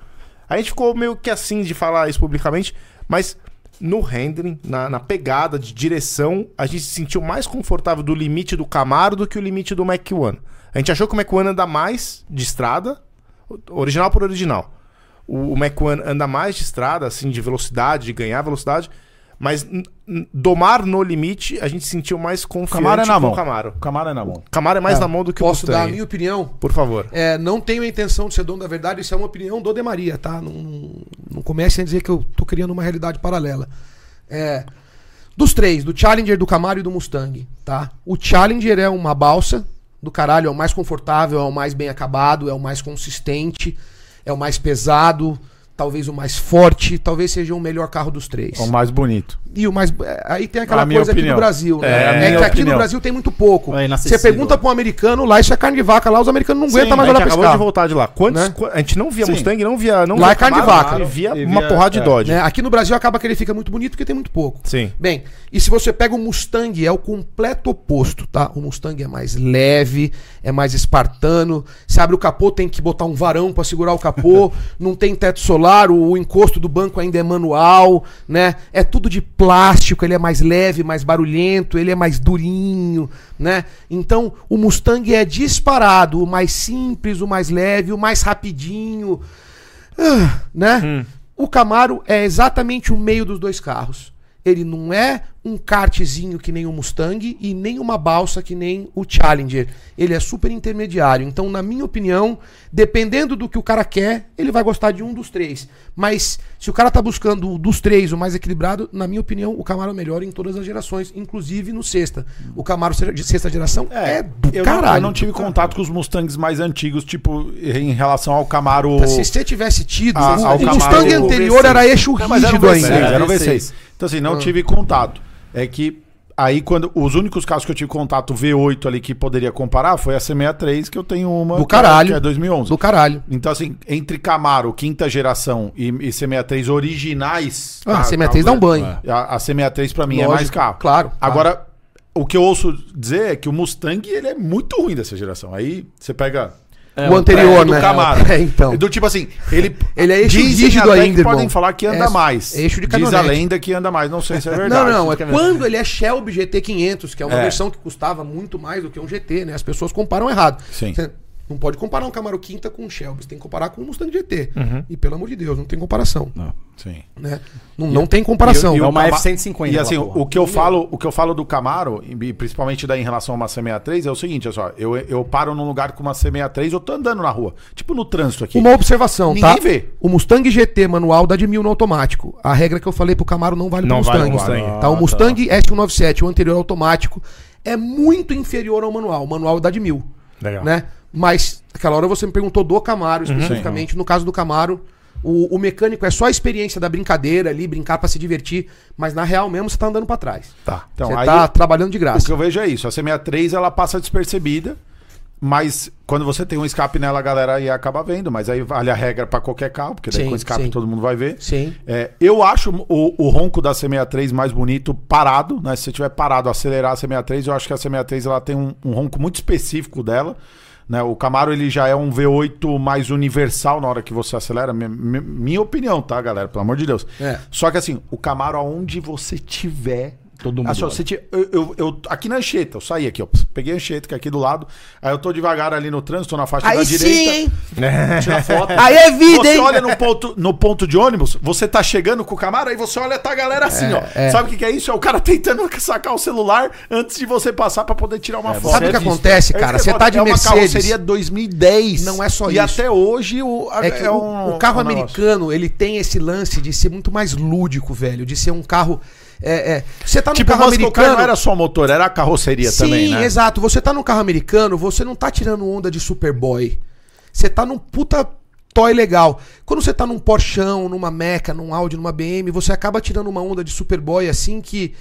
[SPEAKER 1] A gente ficou meio que assim de falar isso publicamente, mas no rendering, na, na pegada de direção, a gente se sentiu mais confortável do limite do Camaro do que o limite do Mac One. A gente achou que o Mac One anda mais de estrada, original por original. O, o Mac One anda mais de estrada, assim, de velocidade, de ganhar velocidade, mas n- n- domar no limite, a gente se sentiu mais confiante
[SPEAKER 2] Camaro é na
[SPEAKER 1] com
[SPEAKER 2] mão.
[SPEAKER 1] o Camaro.
[SPEAKER 2] O Camaro é na mão.
[SPEAKER 1] Camaro é mais na mão do que o
[SPEAKER 3] Posso dar a
[SPEAKER 1] Mustang.
[SPEAKER 3] minha opinião?
[SPEAKER 1] Por favor.
[SPEAKER 3] É, não tenho a intenção de ser dono da verdade, isso é uma opinião do De Maria, tá? Não, não comecem a dizer que eu tô criando uma realidade paralela. É, dos três, do Challenger, do Camaro e do Mustang, tá? O Challenger é uma balsa do caralho, é o mais confortável, é o mais bem acabado, é o mais consistente, é o mais pesado, talvez o mais forte, talvez seja o melhor carro dos três.
[SPEAKER 2] É o mais bonito.
[SPEAKER 3] E o mais. é, Aí tem aquela
[SPEAKER 2] A minha
[SPEAKER 3] coisa aqui
[SPEAKER 2] opinião.
[SPEAKER 3] do Brasil, né?
[SPEAKER 2] É, a
[SPEAKER 3] É,
[SPEAKER 2] minha
[SPEAKER 3] que aqui no
[SPEAKER 2] opinião.
[SPEAKER 3] Brasil tem muito pouco.
[SPEAKER 4] É
[SPEAKER 3] Você
[SPEAKER 4] inacessível.
[SPEAKER 3] pergunta pra um americano, lá isso é carne de vaca, lá os americanos não aguentam mais
[SPEAKER 1] a
[SPEAKER 3] olhar
[SPEAKER 1] gente
[SPEAKER 3] pra esse
[SPEAKER 1] acabou de
[SPEAKER 3] carro.
[SPEAKER 1] voltar de lá. Quantos,
[SPEAKER 3] Né?
[SPEAKER 1] qu- A gente não via
[SPEAKER 2] Sim.
[SPEAKER 1] Mustang, não via. Não
[SPEAKER 3] Lá
[SPEAKER 1] via
[SPEAKER 3] é carne de
[SPEAKER 1] Camaro,
[SPEAKER 3] vaca.
[SPEAKER 1] E via
[SPEAKER 2] E
[SPEAKER 1] uma
[SPEAKER 2] via-
[SPEAKER 1] porrada de
[SPEAKER 2] é.
[SPEAKER 1] Dodge.
[SPEAKER 3] Né? Aqui no Brasil acaba que ele fica muito bonito porque tem muito pouco.
[SPEAKER 1] Sim.
[SPEAKER 3] Bem, e se você pega o Mustang, é o completo oposto, tá? O Mustang é mais leve, é mais espartano. Se abre o capô, tem que botar um varão pra segurar o capô. não tem teto solar, o, o encosto do banco ainda é manual, né? É tudo de plástico, ele é mais leve, mais barulhento, ele é mais durinho, né? Então, o Mustang é disparado, o mais simples, o mais leve, o mais rapidinho, ah, né? O Camaro é exatamente o meio dos dois carros. Ele não é um kartzinho que nem o Mustang e nem uma balsa que nem o Challenger. Ele é super intermediário. Então, na minha opinião, dependendo do que o cara quer, ele vai gostar de um dos três. Mas se o cara tá buscando o dos três o mais equilibrado, na minha opinião, o Camaro é o melhor em todas as gerações, inclusive no sexta. O Camaro de sexta geração é, do
[SPEAKER 2] eu
[SPEAKER 3] caralho.
[SPEAKER 2] Não, eu não tive contato com os Mustangs mais antigos, tipo, em relação ao Camaro.
[SPEAKER 3] Se você tivesse tido,
[SPEAKER 2] Ah, ah, o
[SPEAKER 3] o
[SPEAKER 2] Camaro-
[SPEAKER 3] Mustang anterior era eixo
[SPEAKER 2] Não, mas era um
[SPEAKER 3] rígido
[SPEAKER 2] V6,
[SPEAKER 3] ainda.
[SPEAKER 2] era um
[SPEAKER 4] V6.
[SPEAKER 2] V6. Então, assim, não tive contato. É que aí, quando. Os únicos casos que eu tive contato V8 ali que poderia comparar foi a C63, que eu tenho uma.
[SPEAKER 3] Do
[SPEAKER 2] que é-
[SPEAKER 3] caralho.
[SPEAKER 2] Que é 2011.
[SPEAKER 3] Do caralho.
[SPEAKER 2] Então, assim, entre Camaro, quinta geração e, e C63 originais.
[SPEAKER 3] Ah, a
[SPEAKER 2] tá,
[SPEAKER 3] C63 dá um banho.
[SPEAKER 2] A, a C63 pra mim é
[SPEAKER 3] Lógico,
[SPEAKER 2] mais carro.
[SPEAKER 3] claro, claro.
[SPEAKER 2] Agora, o que eu ouço dizer é que o Mustang ele é muito ruim dessa geração. Aí você pega
[SPEAKER 4] É,
[SPEAKER 3] o
[SPEAKER 4] o
[SPEAKER 3] anterior,
[SPEAKER 2] do
[SPEAKER 3] né?
[SPEAKER 2] Camaro.
[SPEAKER 3] É, então.
[SPEAKER 2] Do tipo assim, ele
[SPEAKER 3] Ele é eixo
[SPEAKER 2] dizem
[SPEAKER 3] rígido
[SPEAKER 2] até
[SPEAKER 3] ainda,
[SPEAKER 2] que podem
[SPEAKER 3] irmão.
[SPEAKER 2] falar que anda
[SPEAKER 3] É,
[SPEAKER 2] mais.
[SPEAKER 3] eixo de
[SPEAKER 2] Diz a
[SPEAKER 3] caminhonete.
[SPEAKER 2] lenda que anda mais, não sei se é verdade.
[SPEAKER 3] Não, não, é
[SPEAKER 2] Fica-
[SPEAKER 3] quando ele é Shelby GT500, que é uma
[SPEAKER 2] É.
[SPEAKER 3] versão que custava muito mais do que um GT, né? As pessoas comparam errado.
[SPEAKER 2] Sim.
[SPEAKER 3] Você não pode comparar um Camaro Quinta com um Shelby, você tem que comparar com um Mustang GT.
[SPEAKER 2] Uhum.
[SPEAKER 3] E pelo amor de Deus, não tem comparação,
[SPEAKER 2] Sim.
[SPEAKER 3] né? Não, não tem comparação.
[SPEAKER 2] E o
[SPEAKER 4] É uma
[SPEAKER 2] Cama-
[SPEAKER 4] F-150
[SPEAKER 2] E assim,
[SPEAKER 4] aquela porra.
[SPEAKER 2] o que eu falo, o que eu falo do Camaro, e principalmente daí em relação a uma C63, é o seguinte, olha só, eu, eu paro num lugar com uma C63, eu tô andando na rua, tipo no trânsito aqui.
[SPEAKER 3] Uma observação,
[SPEAKER 2] Ninguém
[SPEAKER 3] tá?
[SPEAKER 2] vê.
[SPEAKER 3] O Mustang GT manual dá de mil no automático. A regra que eu falei pro Camaro não vale pro
[SPEAKER 1] Não
[SPEAKER 3] Mustang.
[SPEAKER 1] vale pro Mustang. Ah,
[SPEAKER 3] Tá? O Mustang S197, o anterior automático, é muito inferior ao manual. O manual dá de mil.
[SPEAKER 1] Legal. Uhum.
[SPEAKER 3] Né? Mas, aquela hora você me perguntou do Camaro, especificamente. No caso do Camaro, o, o mecânico é só a experiência da brincadeira ali, brincar pra se divertir. Mas, na real mesmo, você tá andando pra trás.
[SPEAKER 2] Tá. Então,
[SPEAKER 3] você
[SPEAKER 2] aí
[SPEAKER 3] tá trabalhando
[SPEAKER 2] o que
[SPEAKER 3] de graça.
[SPEAKER 2] eu vejo é isso, a C63 ela passa despercebida, mas quando você tem um escape nela, a galera aí acaba vendo, mas aí vale a regra pra qualquer carro, porque daí
[SPEAKER 3] Sim,
[SPEAKER 2] com escape
[SPEAKER 3] sim.
[SPEAKER 2] todo mundo vai ver.
[SPEAKER 3] Sim.
[SPEAKER 2] É, eu acho o, o ronco da C63 mais bonito parado, né? Se você tiver parado acelerar a C63, eu acho que a C63 ela tem um, um ronco muito específico dela. Né? O Camaro ele já é um V8 mais universal na hora que você acelera. Mi- mi- minha opinião, tá, galera? Pelo amor de Deus.
[SPEAKER 3] É.
[SPEAKER 2] Só que assim, o Camaro, aonde você tiver.
[SPEAKER 4] Todo mundo
[SPEAKER 2] Ah, só,
[SPEAKER 4] olha.
[SPEAKER 2] você tiver- eu, eu- eu- aqui na Anchieta, eu saí aqui, ó. Peguei a Anchieta, que é aqui do lado. Aí eu tô devagar ali no trânsito, tô na faixa da direita. Tira foto.
[SPEAKER 4] Aí é vida,
[SPEAKER 2] Você
[SPEAKER 4] hein?
[SPEAKER 2] olha no ponto, no ponto de ônibus, você tá chegando com o Camaro, aí você olha, tá a galera assim, ó. Sabe o que, que é isso? É o cara tentando sacar o celular antes de você passar pra poder tirar uma foto.
[SPEAKER 3] É, Sabe o que acontece,
[SPEAKER 2] É isso
[SPEAKER 3] cara?
[SPEAKER 2] que
[SPEAKER 3] Você
[SPEAKER 2] eu
[SPEAKER 3] tá
[SPEAKER 2] falo,
[SPEAKER 3] de
[SPEAKER 2] é uma
[SPEAKER 3] Mercedes.
[SPEAKER 2] carroceria 2010.
[SPEAKER 3] Não é só
[SPEAKER 2] e
[SPEAKER 3] isso.
[SPEAKER 2] até hoje o,
[SPEAKER 3] É que o-
[SPEAKER 2] um-
[SPEAKER 3] o, carro americano, ele tem esse lance de ser muito mais lúdico, velho. De ser um carro. é, é. Você tá no
[SPEAKER 2] Tipo,
[SPEAKER 3] carro
[SPEAKER 2] mas que o carro
[SPEAKER 3] americano.
[SPEAKER 2] não era só o motor, era a carroceria
[SPEAKER 3] Sim,
[SPEAKER 2] também, né?
[SPEAKER 3] exato. Você tá num carro americano, você não tá tirando onda de Superboy. Você tá num puta toy legal. Quando você tá num Porschão, numa Meca, num Audi, numa BM, você acaba tirando uma onda de Superboy assim que.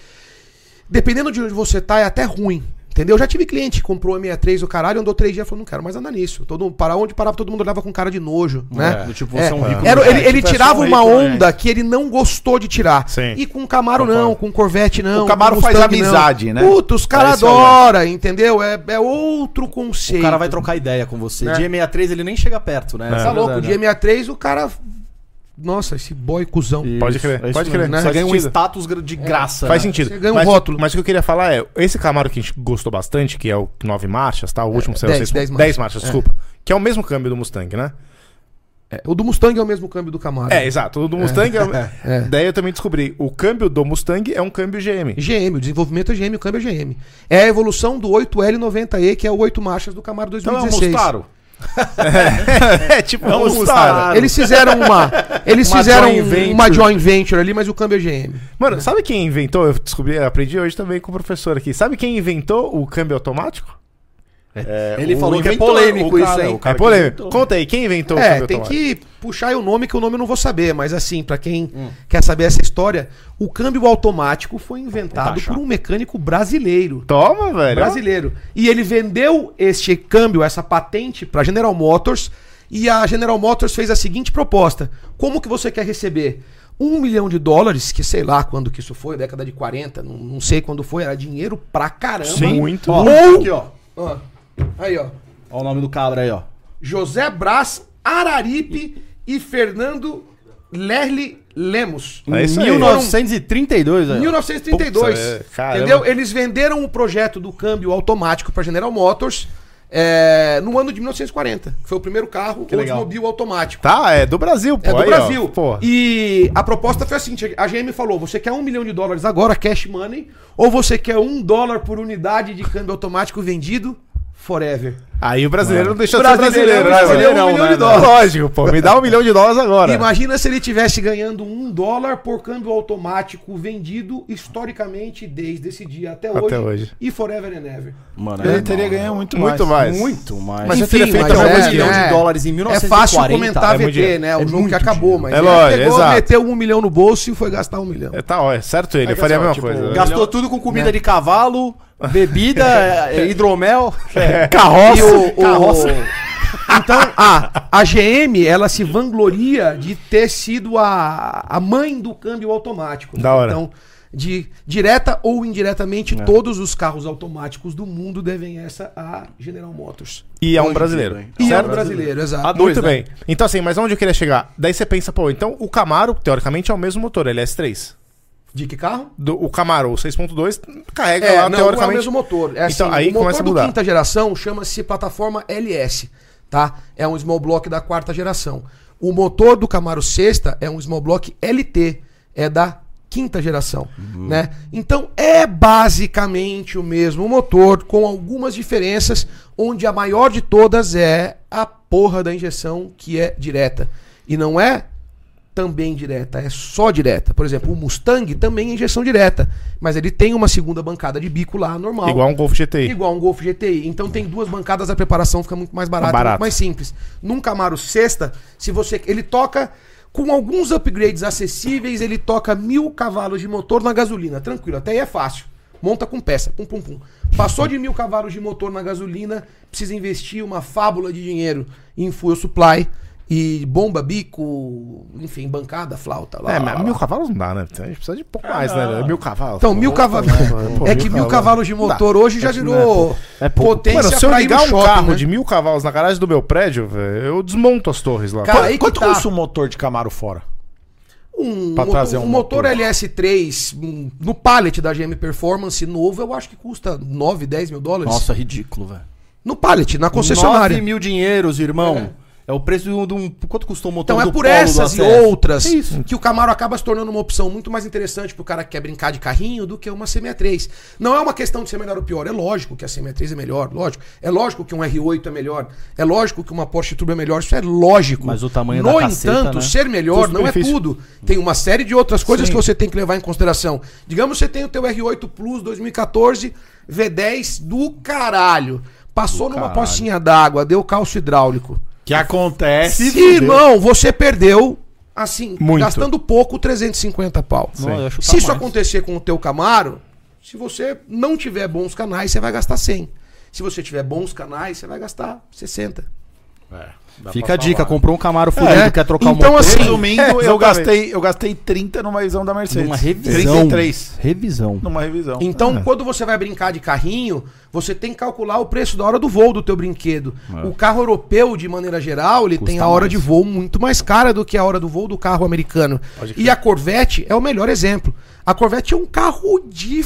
[SPEAKER 3] Dependendo de onde você tá, é até ruim. Entendeu? Eu já tive cliente que comprou a 63 o caralho, andou três dias e falou, não quero mais andar nisso. Todo, para onde parava, todo mundo olhava com cara de nojo, né?
[SPEAKER 4] do tipo, você é um rico
[SPEAKER 3] Era-
[SPEAKER 4] moleque,
[SPEAKER 3] ele ele
[SPEAKER 2] tipo, é
[SPEAKER 3] tirava
[SPEAKER 2] só um
[SPEAKER 3] uma
[SPEAKER 2] rico, né?
[SPEAKER 3] onda que ele não gostou de tirar.
[SPEAKER 1] Sim.
[SPEAKER 3] E com um Camaro
[SPEAKER 1] Concordo.
[SPEAKER 3] não, com Corvette não.
[SPEAKER 2] O Camaro
[SPEAKER 3] com um
[SPEAKER 2] faz
[SPEAKER 3] Mustang,
[SPEAKER 2] amizade, né?
[SPEAKER 3] Puta, os
[SPEAKER 2] É
[SPEAKER 3] caras
[SPEAKER 2] isso aí,
[SPEAKER 3] adoram, entendeu? É, é outro conceito.
[SPEAKER 4] O cara vai trocar ideia com você.
[SPEAKER 3] Né?
[SPEAKER 4] De E63 ele nem chega perto, né? Essa
[SPEAKER 3] Tá
[SPEAKER 4] é a
[SPEAKER 3] louco, o
[SPEAKER 4] verdade,
[SPEAKER 3] dia 63 o cara... Nossa, esse boy cuzão.
[SPEAKER 4] né?
[SPEAKER 1] Pode
[SPEAKER 4] Isso,
[SPEAKER 1] crer,
[SPEAKER 4] é isso
[SPEAKER 1] pode
[SPEAKER 4] mesmo.
[SPEAKER 1] crer, né?
[SPEAKER 4] Você
[SPEAKER 1] Faz
[SPEAKER 4] ganha um
[SPEAKER 1] sentido.
[SPEAKER 4] status gr- de graça.
[SPEAKER 1] Faz
[SPEAKER 4] né?
[SPEAKER 1] sentido.
[SPEAKER 3] Você ganha um
[SPEAKER 1] mas,
[SPEAKER 3] rótulo.
[SPEAKER 1] Mas o que eu queria falar é, esse Camaro que a gente gostou bastante, que é o nove marchas, tá? O último, sei lá,
[SPEAKER 3] É, dez-
[SPEAKER 1] seis-
[SPEAKER 3] dez
[SPEAKER 1] dez marchas, desculpa. Que é o mesmo câmbio do Mustang, né?
[SPEAKER 3] É, o do Mustang é o mesmo câmbio do Camaro.
[SPEAKER 1] É, exato. O do Mustang é... o-
[SPEAKER 3] É.
[SPEAKER 1] Daí eu também descobri, o câmbio do Mustang é um câmbio GM.
[SPEAKER 3] GM, o desenvolvimento é GM, o câmbio é GM. É a evolução do 8L90E, que é o 8 marchas do Camaro
[SPEAKER 2] Então é um
[SPEAKER 3] 2016.
[SPEAKER 2] Mustaro.
[SPEAKER 1] É, tipo
[SPEAKER 4] É um
[SPEAKER 1] Mustang.
[SPEAKER 4] Mustang.
[SPEAKER 3] eles fizeram uma, eles
[SPEAKER 1] Uma
[SPEAKER 3] fizeram
[SPEAKER 1] joint
[SPEAKER 3] um-
[SPEAKER 1] venture.
[SPEAKER 3] uma joint venture ali, mas o câmbio é GM.
[SPEAKER 1] Mano, sabe quem inventou? Eu descobri, eu aprendi hoje também com o professor aqui. Sabe quem inventou o câmbio automático?
[SPEAKER 4] Ele
[SPEAKER 2] o
[SPEAKER 4] falou que é
[SPEAKER 2] inventor,
[SPEAKER 4] polêmico
[SPEAKER 2] o
[SPEAKER 4] isso,
[SPEAKER 2] cara,
[SPEAKER 4] hein?
[SPEAKER 2] o cara
[SPEAKER 1] é
[SPEAKER 2] que
[SPEAKER 1] polêmico.
[SPEAKER 2] inventou.
[SPEAKER 1] Conta aí, quem inventou o
[SPEAKER 3] É,
[SPEAKER 1] câmbio
[SPEAKER 3] tem
[SPEAKER 1] automático?
[SPEAKER 3] que puxar aí o nome que o nome eu não vou saber, mas assim, pra quem quer saber essa história, o câmbio automático foi inventado
[SPEAKER 4] achar.
[SPEAKER 3] por um mecânico brasileiro.
[SPEAKER 1] Toma, velho.
[SPEAKER 3] brasileiro. E ele vendeu este câmbio, essa patente, para General Motors. E a General Motors fez a seguinte proposta: como que você quer receber? Um milhão de dólares, que sei lá quando que isso foi, década de 40, não, não sei quando foi, era dinheiro pra caramba.
[SPEAKER 1] Sim, muito.
[SPEAKER 4] Ó,
[SPEAKER 3] Ou-
[SPEAKER 4] aqui, ó.
[SPEAKER 3] Ó, aí, ó.
[SPEAKER 4] Ó o nome do cabra aí, ó.
[SPEAKER 3] José Brás Araripe e Fernando Lerle Lemos.
[SPEAKER 1] É isso aí.
[SPEAKER 4] 1932, aí, ó.
[SPEAKER 1] Putz,
[SPEAKER 3] 1932.
[SPEAKER 1] é, caramba.
[SPEAKER 3] entendeu? Eles venderam o projeto do câmbio automático para General Motors é, no ano de 1940. que Foi o primeiro carro
[SPEAKER 4] legal.
[SPEAKER 3] automobil automático.
[SPEAKER 1] Tá, é do Brasil, pô.
[SPEAKER 3] É do
[SPEAKER 1] aí, ó.
[SPEAKER 3] Brasil.
[SPEAKER 1] Pô.
[SPEAKER 3] E a proposta foi a seguinte: a GM falou: você quer um milhão de dólares agora, cash money, ou você quer um dólar por unidade de câmbio automático vendido forever?
[SPEAKER 1] Aí o brasileiro não deixou de ser
[SPEAKER 3] Brasileirão,
[SPEAKER 1] brasileiro, né, velho?
[SPEAKER 3] brasileirão, um milhão de
[SPEAKER 1] né,
[SPEAKER 3] dólares.
[SPEAKER 1] Lógico, pô. Me dá um milhão de dólares agora.
[SPEAKER 3] Imagina se ele tivesse ganhando um dólar por câmbio automático vendido historicamente desde esse dia até hoje.
[SPEAKER 1] Até hoje.
[SPEAKER 3] E forever and ever.
[SPEAKER 4] Mano,
[SPEAKER 2] Ele
[SPEAKER 4] é
[SPEAKER 2] teria
[SPEAKER 4] mal. né?
[SPEAKER 2] ganhado muito,
[SPEAKER 1] Muito mais.
[SPEAKER 2] mais.
[SPEAKER 4] Muito mais.
[SPEAKER 1] Mas
[SPEAKER 4] Mas
[SPEAKER 1] já teria feito
[SPEAKER 3] mas
[SPEAKER 1] algum
[SPEAKER 3] é,
[SPEAKER 1] milhão
[SPEAKER 4] de
[SPEAKER 3] é.
[SPEAKER 4] dólares em
[SPEAKER 3] É fácil
[SPEAKER 4] 1940.
[SPEAKER 3] comentar
[SPEAKER 1] É muito
[SPEAKER 3] VT,
[SPEAKER 1] dinheiro.
[SPEAKER 3] né? O
[SPEAKER 4] É
[SPEAKER 3] jogo que
[SPEAKER 4] muito
[SPEAKER 3] acabou, mas
[SPEAKER 1] É lógico, exato.
[SPEAKER 3] meteu um milhão no bolso e foi gastar um milhão.
[SPEAKER 1] É, tá, ó, é certo ele.
[SPEAKER 2] É
[SPEAKER 1] eu
[SPEAKER 2] que
[SPEAKER 1] faria a
[SPEAKER 2] assim, ó,
[SPEAKER 1] mesma
[SPEAKER 2] tipo,
[SPEAKER 1] coisa.
[SPEAKER 4] Gastou tudo com comida de cavalo, bebida, eh, hidromel,
[SPEAKER 1] Carroça.
[SPEAKER 3] E o- o-
[SPEAKER 1] Carroça.
[SPEAKER 3] Então, a, a GM, ela se vangloria de ter sido a, a mãe do câmbio automático. né?
[SPEAKER 1] Da hora. É.
[SPEAKER 3] Então, de, direta ou indiretamente, todos os carros automáticos do mundo devem essa a General Motors.
[SPEAKER 1] E é um
[SPEAKER 4] Hoje,
[SPEAKER 1] brasileiro.
[SPEAKER 4] tudo
[SPEAKER 3] E é
[SPEAKER 1] Certo?
[SPEAKER 3] um brasileiro, exato.
[SPEAKER 1] Ah, Muito
[SPEAKER 3] né?
[SPEAKER 1] bem. Então, assim, mas onde eu queria chegar? Daí você pensa, pô, então o Camaro, teoricamente, é o mesmo motor, ele é S3.
[SPEAKER 3] De que carro?
[SPEAKER 1] Do, o Camaro, o 6.2, carrega
[SPEAKER 3] É,
[SPEAKER 1] lá,
[SPEAKER 3] não, não é o
[SPEAKER 1] teoricamente.
[SPEAKER 3] mesmo motor. É assim,
[SPEAKER 1] Então, aí
[SPEAKER 3] o motor
[SPEAKER 1] começa a
[SPEAKER 3] do
[SPEAKER 1] mudar.
[SPEAKER 3] quinta geração chama-se plataforma LS, tá? É um small block da quarta geração. O motor do Camaro sexta é um small block LT, é da quinta geração,
[SPEAKER 1] Uhum.
[SPEAKER 3] né? Então é basicamente o mesmo motor com algumas diferenças, onde a maior de todas é a porra da injeção que é direta e não é também direta, é só direta. Por exemplo, o Mustang também é injeção direta, mas ele tem uma segunda bancada de bico lá normal.
[SPEAKER 1] Igual um Golf GTI.
[SPEAKER 3] Igual um Golf GTI. Então tem duas bancadas, a preparação fica muito mais barata,
[SPEAKER 1] Barato.
[SPEAKER 3] muito mais simples. Num Camaro sexta, se você ele toca com alguns upgrades acessíveis, ele toca mil cavalos de motor na gasolina, tranquilo, até aí é fácil. Monta com peça, pum pum pum. Passou de mil cavalos de motor na gasolina, precisa investir uma fábula de dinheiro em fuel supply e bomba, bico, enfim, bancada, flauta. Lá,
[SPEAKER 1] É,
[SPEAKER 3] lá,
[SPEAKER 1] mas
[SPEAKER 3] lá,
[SPEAKER 1] mil
[SPEAKER 3] lá.
[SPEAKER 1] cavalos não dá, né? A gente precisa de pouco mais, né? Mil cavalos.
[SPEAKER 3] Ah. Então, mil cavalos. É que mil cavalos de motor hoje
[SPEAKER 1] É
[SPEAKER 3] já
[SPEAKER 1] né,
[SPEAKER 3] virou potência
[SPEAKER 1] Mano, se eu
[SPEAKER 3] pra ir no
[SPEAKER 1] ligar um
[SPEAKER 3] shopping,
[SPEAKER 1] carro
[SPEAKER 3] né?
[SPEAKER 1] de mil cavalos na garagem do meu prédio, velho, eu desmonto as torres lá.
[SPEAKER 3] Cara, aí que
[SPEAKER 2] Quanto
[SPEAKER 3] tá.
[SPEAKER 2] custa um motor de Camaro fora?
[SPEAKER 3] Um,
[SPEAKER 2] Pra
[SPEAKER 3] motor-
[SPEAKER 2] trazer um
[SPEAKER 3] um motor,
[SPEAKER 2] motor.
[SPEAKER 3] LS3 um, no pallet da GM Performance novo, eu acho que custa 9, 10 mil dólares.
[SPEAKER 4] Nossa, ridículo, velho.
[SPEAKER 3] No pallet, na concessionária.
[SPEAKER 4] 9 mil dinheiros, irmão. É, o preço de um, de um- Quanto custou o motor
[SPEAKER 3] Então é
[SPEAKER 4] do
[SPEAKER 3] por
[SPEAKER 4] Polo do
[SPEAKER 3] essas e
[SPEAKER 4] ACF?
[SPEAKER 3] outras
[SPEAKER 4] É isso.
[SPEAKER 3] que o Camaro acaba se tornando uma opção muito mais interessante pro cara que quer brincar de carrinho do que uma C63. Não é uma questão de ser melhor ou pior. É lógico que a C63 é melhor, lógico. É lógico que um R8 é melhor. É lógico que uma Porsche Turbo é melhor. Isso é lógico.
[SPEAKER 4] Mas o tamanho
[SPEAKER 3] No
[SPEAKER 4] da caceta,
[SPEAKER 3] entanto,
[SPEAKER 4] né?
[SPEAKER 3] ser melhor não é
[SPEAKER 1] Custo-benefício.
[SPEAKER 3] tudo. Tem uma série de outras coisas que você tem que levar em consideração. Digamos que você tem o teu R8 Plus 2014 V10 do caralho. Passou numa pocinha d'água, deu calço hidráulico.
[SPEAKER 2] Que acontece.
[SPEAKER 3] Se irmão, você perdeu, assim,
[SPEAKER 1] Muito.
[SPEAKER 3] gastando pouco, 350 pau.
[SPEAKER 4] Não, eu acho que
[SPEAKER 3] Se
[SPEAKER 4] tá
[SPEAKER 3] isso
[SPEAKER 4] mais.
[SPEAKER 3] acontecer com o teu Camaro, Se você não tiver bons canais, você vai gastar 100. Se você tiver bons canais, você vai gastar 60.
[SPEAKER 2] Dá
[SPEAKER 4] Fica
[SPEAKER 2] pra
[SPEAKER 4] a dica,
[SPEAKER 2] falar.
[SPEAKER 4] comprou um Camaro fudido,
[SPEAKER 3] É,
[SPEAKER 4] quer trocar o
[SPEAKER 3] então,
[SPEAKER 4] motor.
[SPEAKER 3] assim,
[SPEAKER 2] Resumindo,
[SPEAKER 1] É,
[SPEAKER 2] eu,
[SPEAKER 1] exatamente.
[SPEAKER 2] gastei, eu gastei 30 numa revisão da Mercedes.
[SPEAKER 4] Numa revisão.
[SPEAKER 2] 33
[SPEAKER 4] Revisão.
[SPEAKER 2] numa revisão. É.
[SPEAKER 3] Então, quando você vai brincar de carrinho, você tem que calcular o preço da hora do voo do teu brinquedo. O carro europeu, de maneira geral, ele tem a hora de voo muito mais cara do que a hora do voo do carro americano. E a Corvette é o melhor exemplo. A Corvette é um carro de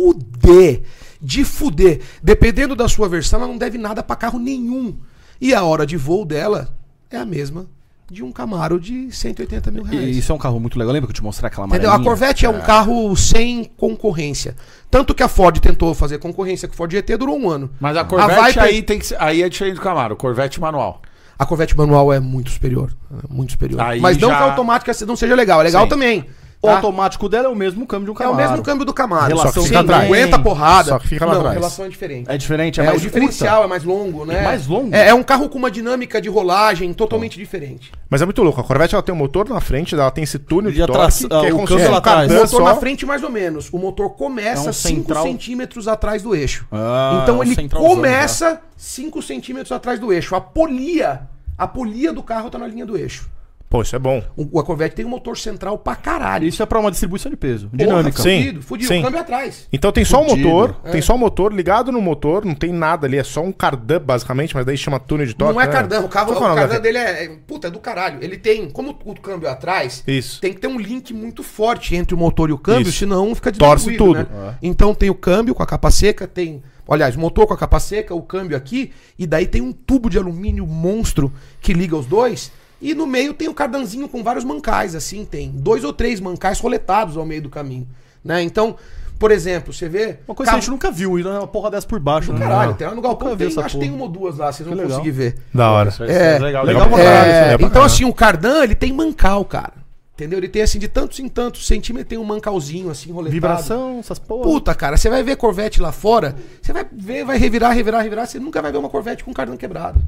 [SPEAKER 3] fuder. De fuder. Dependendo da sua versão, ela não deve nada pra carro nenhum. E a hora de voo dela é a mesma de um Camaro de 180 mil reais.
[SPEAKER 4] E isso é um carro muito legal. Lembra que eu te mostrei aquela
[SPEAKER 3] Entendeu? A
[SPEAKER 4] amarelinha?
[SPEAKER 3] Corvette
[SPEAKER 2] Ah.
[SPEAKER 3] é um carro sem concorrência. Tanto que a Ford tentou fazer concorrência com o Ford GT, durou um ano.
[SPEAKER 2] Mas a Corvette
[SPEAKER 3] Viper-
[SPEAKER 2] aí tem que ser- aí é diferente do Camaro, Corvette manual.
[SPEAKER 3] A Corvette manual é muito superior. é muito superior.
[SPEAKER 2] Aí
[SPEAKER 3] Mas não
[SPEAKER 2] já-
[SPEAKER 3] que a automática se- não seja legal, é legal
[SPEAKER 2] Sim.
[SPEAKER 3] também. tá?
[SPEAKER 4] O automático dela é o mesmo câmbio de um
[SPEAKER 3] É
[SPEAKER 4] Camaro.
[SPEAKER 3] o mesmo câmbio do Camaro.
[SPEAKER 4] Relação
[SPEAKER 3] só que
[SPEAKER 4] fica
[SPEAKER 3] sim,
[SPEAKER 4] atrás.
[SPEAKER 3] aguenta a porrada.
[SPEAKER 1] Só que fica lá
[SPEAKER 3] não,
[SPEAKER 1] atrás.
[SPEAKER 3] a relação é diferente.
[SPEAKER 4] É diferente, é,
[SPEAKER 3] É,
[SPEAKER 4] mais
[SPEAKER 3] o diferencial é mais longo, né?
[SPEAKER 4] É mais longo?
[SPEAKER 3] É, é um carro com uma dinâmica de rolagem totalmente diferente.
[SPEAKER 1] Mas é muito louco. A Corvette ela tem um motor na frente, ela tem esse túnel
[SPEAKER 4] E
[SPEAKER 1] de
[SPEAKER 4] atrás-
[SPEAKER 1] torque,
[SPEAKER 4] ah, o
[SPEAKER 1] como se
[SPEAKER 4] câmbio
[SPEAKER 1] fosse
[SPEAKER 4] lá
[SPEAKER 1] um
[SPEAKER 4] atrás.
[SPEAKER 3] O
[SPEAKER 1] cardan
[SPEAKER 3] motor
[SPEAKER 1] só.
[SPEAKER 3] na frente, mais ou menos. O motor começa
[SPEAKER 4] Então, É um
[SPEAKER 3] 5
[SPEAKER 4] central.
[SPEAKER 3] centímetros atrás do eixo.
[SPEAKER 4] Ah,
[SPEAKER 3] então
[SPEAKER 4] um
[SPEAKER 3] ele
[SPEAKER 4] centralzão tá.
[SPEAKER 3] começa 5 centímetros atrás do eixo. A polia, a polia do carro tá na linha do eixo.
[SPEAKER 1] Pô, isso é bom.
[SPEAKER 3] O, a Corvette tem um motor central pra caralho.
[SPEAKER 4] Isso é pra uma distribuição de peso.
[SPEAKER 3] Porra,
[SPEAKER 4] Dinâmica.
[SPEAKER 1] Sim,
[SPEAKER 3] Fudido, fudido.
[SPEAKER 1] sim.
[SPEAKER 3] O câmbio atrás.
[SPEAKER 1] Então tem só o
[SPEAKER 4] Fudido.
[SPEAKER 1] motor,
[SPEAKER 3] É.
[SPEAKER 1] tem só o motor ligado no motor, não tem nada ali, é só um cardan basicamente, mas daí chama túnel de torque.
[SPEAKER 3] não é
[SPEAKER 1] né?
[SPEAKER 3] cardan, o carro,
[SPEAKER 1] Tô
[SPEAKER 3] o
[SPEAKER 1] falando,
[SPEAKER 3] cardan
[SPEAKER 1] velho.
[SPEAKER 3] dele é, é- puta, é do caralho. Ele tem, como o câmbio atrás,
[SPEAKER 1] Isso.
[SPEAKER 3] tem que ter um link muito forte entre o motor e o câmbio,
[SPEAKER 1] Isso.
[SPEAKER 3] senão fica
[SPEAKER 1] Torce
[SPEAKER 3] desnutrido,
[SPEAKER 1] tudo.
[SPEAKER 3] né? Então tem o câmbio com a capa seca, tem, aliás, o motor com a capa seca, o câmbio aqui, e daí tem um tubo de alumínio monstro que liga os dois. E no meio tem o cardanzinho com vários mancais, assim, tem dois ou três mancais roletados ao meio do caminho, né? Então, por exemplo, você vê...
[SPEAKER 4] Uma coisa que
[SPEAKER 3] carro-
[SPEAKER 4] a gente nunca viu, e não é uma porra dessa por baixo. né?
[SPEAKER 3] Caralho, tem lá no galpão,
[SPEAKER 4] Nunca vi
[SPEAKER 3] tem,
[SPEAKER 4] essa
[SPEAKER 3] acho que
[SPEAKER 4] porra.
[SPEAKER 3] tem uma ou duas lá, vocês
[SPEAKER 4] Que
[SPEAKER 3] vão
[SPEAKER 4] legal.
[SPEAKER 3] conseguir ver.
[SPEAKER 1] Da hora.
[SPEAKER 3] É,
[SPEAKER 2] legal,
[SPEAKER 1] legal
[SPEAKER 2] legal
[SPEAKER 1] pra
[SPEAKER 2] pra
[SPEAKER 1] caralho.
[SPEAKER 2] caralho.
[SPEAKER 1] isso aí,
[SPEAKER 3] é,
[SPEAKER 1] é pra
[SPEAKER 3] então, assim, o cardan, ele tem mancal, cara. Entendeu? Ele tem, assim, de tantos em tantos centímetros, tem um mancalzinho, assim, roletado.
[SPEAKER 4] Vibração, essas porra.
[SPEAKER 3] Puta, cara, você vai ver Corvette lá fora, você vai ver, vai revirar, revirar, revirar, você nunca vai ver uma Corvette com cardan quebrado.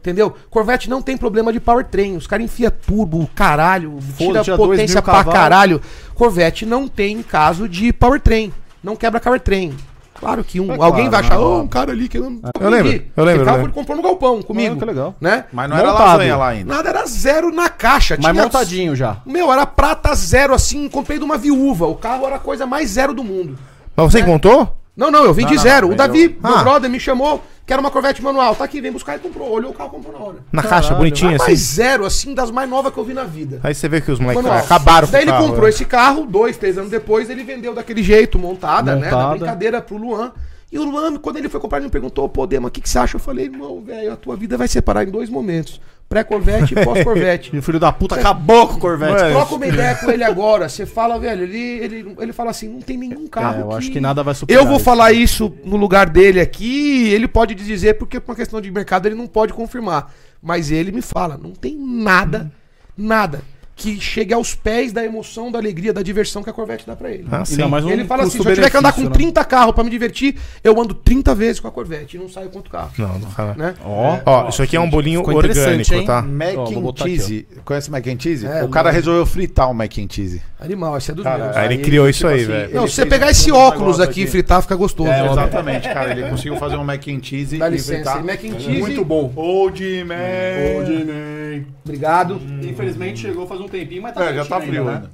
[SPEAKER 3] Entendeu? Corvette não tem problema de powertrain. Os caras enfiam turbo, um caralho, tira,
[SPEAKER 4] tira dois
[SPEAKER 3] potência
[SPEAKER 4] mil
[SPEAKER 3] pra
[SPEAKER 4] cavalos.
[SPEAKER 3] caralho. Corvette não tem caso de powertrain. Não quebra powertrain. Claro que um.
[SPEAKER 4] É
[SPEAKER 3] alguém
[SPEAKER 4] claro,
[SPEAKER 3] vai achar,
[SPEAKER 4] né?
[SPEAKER 3] "Oh, um cara ali que eu não.
[SPEAKER 1] Eu lembro, eu
[SPEAKER 3] Esse
[SPEAKER 1] lembro, eu
[SPEAKER 3] carro
[SPEAKER 1] lembro.
[SPEAKER 3] ele comprou no galpão comigo.
[SPEAKER 4] Ah, que legal.
[SPEAKER 3] Né?
[SPEAKER 2] Mas não era
[SPEAKER 4] Montado.
[SPEAKER 2] lasanha lá ainda.
[SPEAKER 3] Nada era zero na caixa.
[SPEAKER 4] Mas montadinho já.
[SPEAKER 3] Meu, era prata zero assim, comprei de uma viúva. O carro era a coisa mais zero do mundo.
[SPEAKER 1] Mas
[SPEAKER 3] Né?
[SPEAKER 1] você que montou?
[SPEAKER 3] Não, não, eu vim de
[SPEAKER 2] não,
[SPEAKER 3] zero.
[SPEAKER 2] eu-
[SPEAKER 3] o Davi, meu
[SPEAKER 1] Ah.
[SPEAKER 3] brother, me chamou, quero uma Corvette manual. Tá aqui, vem buscar e comprou. Olhou o carro, comprou na hora.
[SPEAKER 1] Na caixa, bonitinha
[SPEAKER 3] Mas
[SPEAKER 1] assim.
[SPEAKER 3] zero, assim, das mais novas que eu vi na vida.
[SPEAKER 1] Aí você vê que os moleques
[SPEAKER 3] Manual.
[SPEAKER 1] É, acabaram
[SPEAKER 3] Daí ele
[SPEAKER 1] carro,
[SPEAKER 3] comprou
[SPEAKER 1] né?
[SPEAKER 3] esse carro, dois, três anos depois, ele vendeu daquele jeito, montada, né? Na
[SPEAKER 4] Montada.
[SPEAKER 3] brincadeira pro Luan. E o Luan, quando ele foi comprar, ele me perguntou, pô, Dema, o que, que você acha? Eu falei, irmão, velho, a tua vida vai separar em dois momentos. Pré-Corvette e pós-Corvette.
[SPEAKER 4] E o filho da puta acabou com o Corvette. É,
[SPEAKER 1] Mano,
[SPEAKER 3] Troca uma ideia com ele agora. Você fala, velho, ele, ele, ele fala assim, não tem nenhum carro
[SPEAKER 4] É, eu acho que nada vai superar
[SPEAKER 3] Eu vou
[SPEAKER 4] isso.
[SPEAKER 3] falar isso no lugar dele aqui, ele pode dizer, porque por uma questão de mercado ele não pode confirmar. Mas ele me fala, não tem nada, nada que chegue aos pés da emoção, da alegria, da diversão que a Corvette dá pra ele.
[SPEAKER 1] Ah, sim.
[SPEAKER 4] Ainda mais um
[SPEAKER 3] ele fala assim, se eu
[SPEAKER 4] custo-benefício,
[SPEAKER 3] tiver que andar com
[SPEAKER 4] né?
[SPEAKER 3] 30 carros pra me divertir, eu ando 30 vezes com a Corvette e não saio com outro carro,
[SPEAKER 1] Não, não fala.
[SPEAKER 3] né?
[SPEAKER 4] Ó.
[SPEAKER 1] Ó, isso aqui é um bolinho
[SPEAKER 4] ficou interessante,
[SPEAKER 1] orgânico,
[SPEAKER 4] hein?
[SPEAKER 1] tá?
[SPEAKER 3] Hum.
[SPEAKER 2] Mac
[SPEAKER 4] Ó, vou
[SPEAKER 2] and
[SPEAKER 4] botar
[SPEAKER 2] Cheese. Conhece Mac and Cheese?
[SPEAKER 3] É,
[SPEAKER 2] o cara
[SPEAKER 3] mano.
[SPEAKER 2] resolveu fritar o Mac and Cheese.
[SPEAKER 3] Animal, esse é dos meus.
[SPEAKER 1] Aí ele criou isso aí, velho.
[SPEAKER 3] Não,
[SPEAKER 2] ele
[SPEAKER 3] se você
[SPEAKER 2] fez
[SPEAKER 3] pegar
[SPEAKER 2] um
[SPEAKER 3] esse
[SPEAKER 2] puta
[SPEAKER 3] óculos
[SPEAKER 2] negócio
[SPEAKER 3] aqui e
[SPEAKER 2] aqui.
[SPEAKER 3] fritar, fica gostoso.
[SPEAKER 2] É,
[SPEAKER 3] né?
[SPEAKER 2] exatamente, cara. Ele conseguiu fazer um Mac and Cheese
[SPEAKER 3] Dá licença,
[SPEAKER 2] fritar. É.
[SPEAKER 3] Mac and Cheese.
[SPEAKER 2] Muito bom. Old Man. Old Man.
[SPEAKER 3] Obrigado.
[SPEAKER 4] Infelizmente chegou faz um tempinho, mas
[SPEAKER 2] É, já tá frio
[SPEAKER 3] né?
[SPEAKER 2] ainda.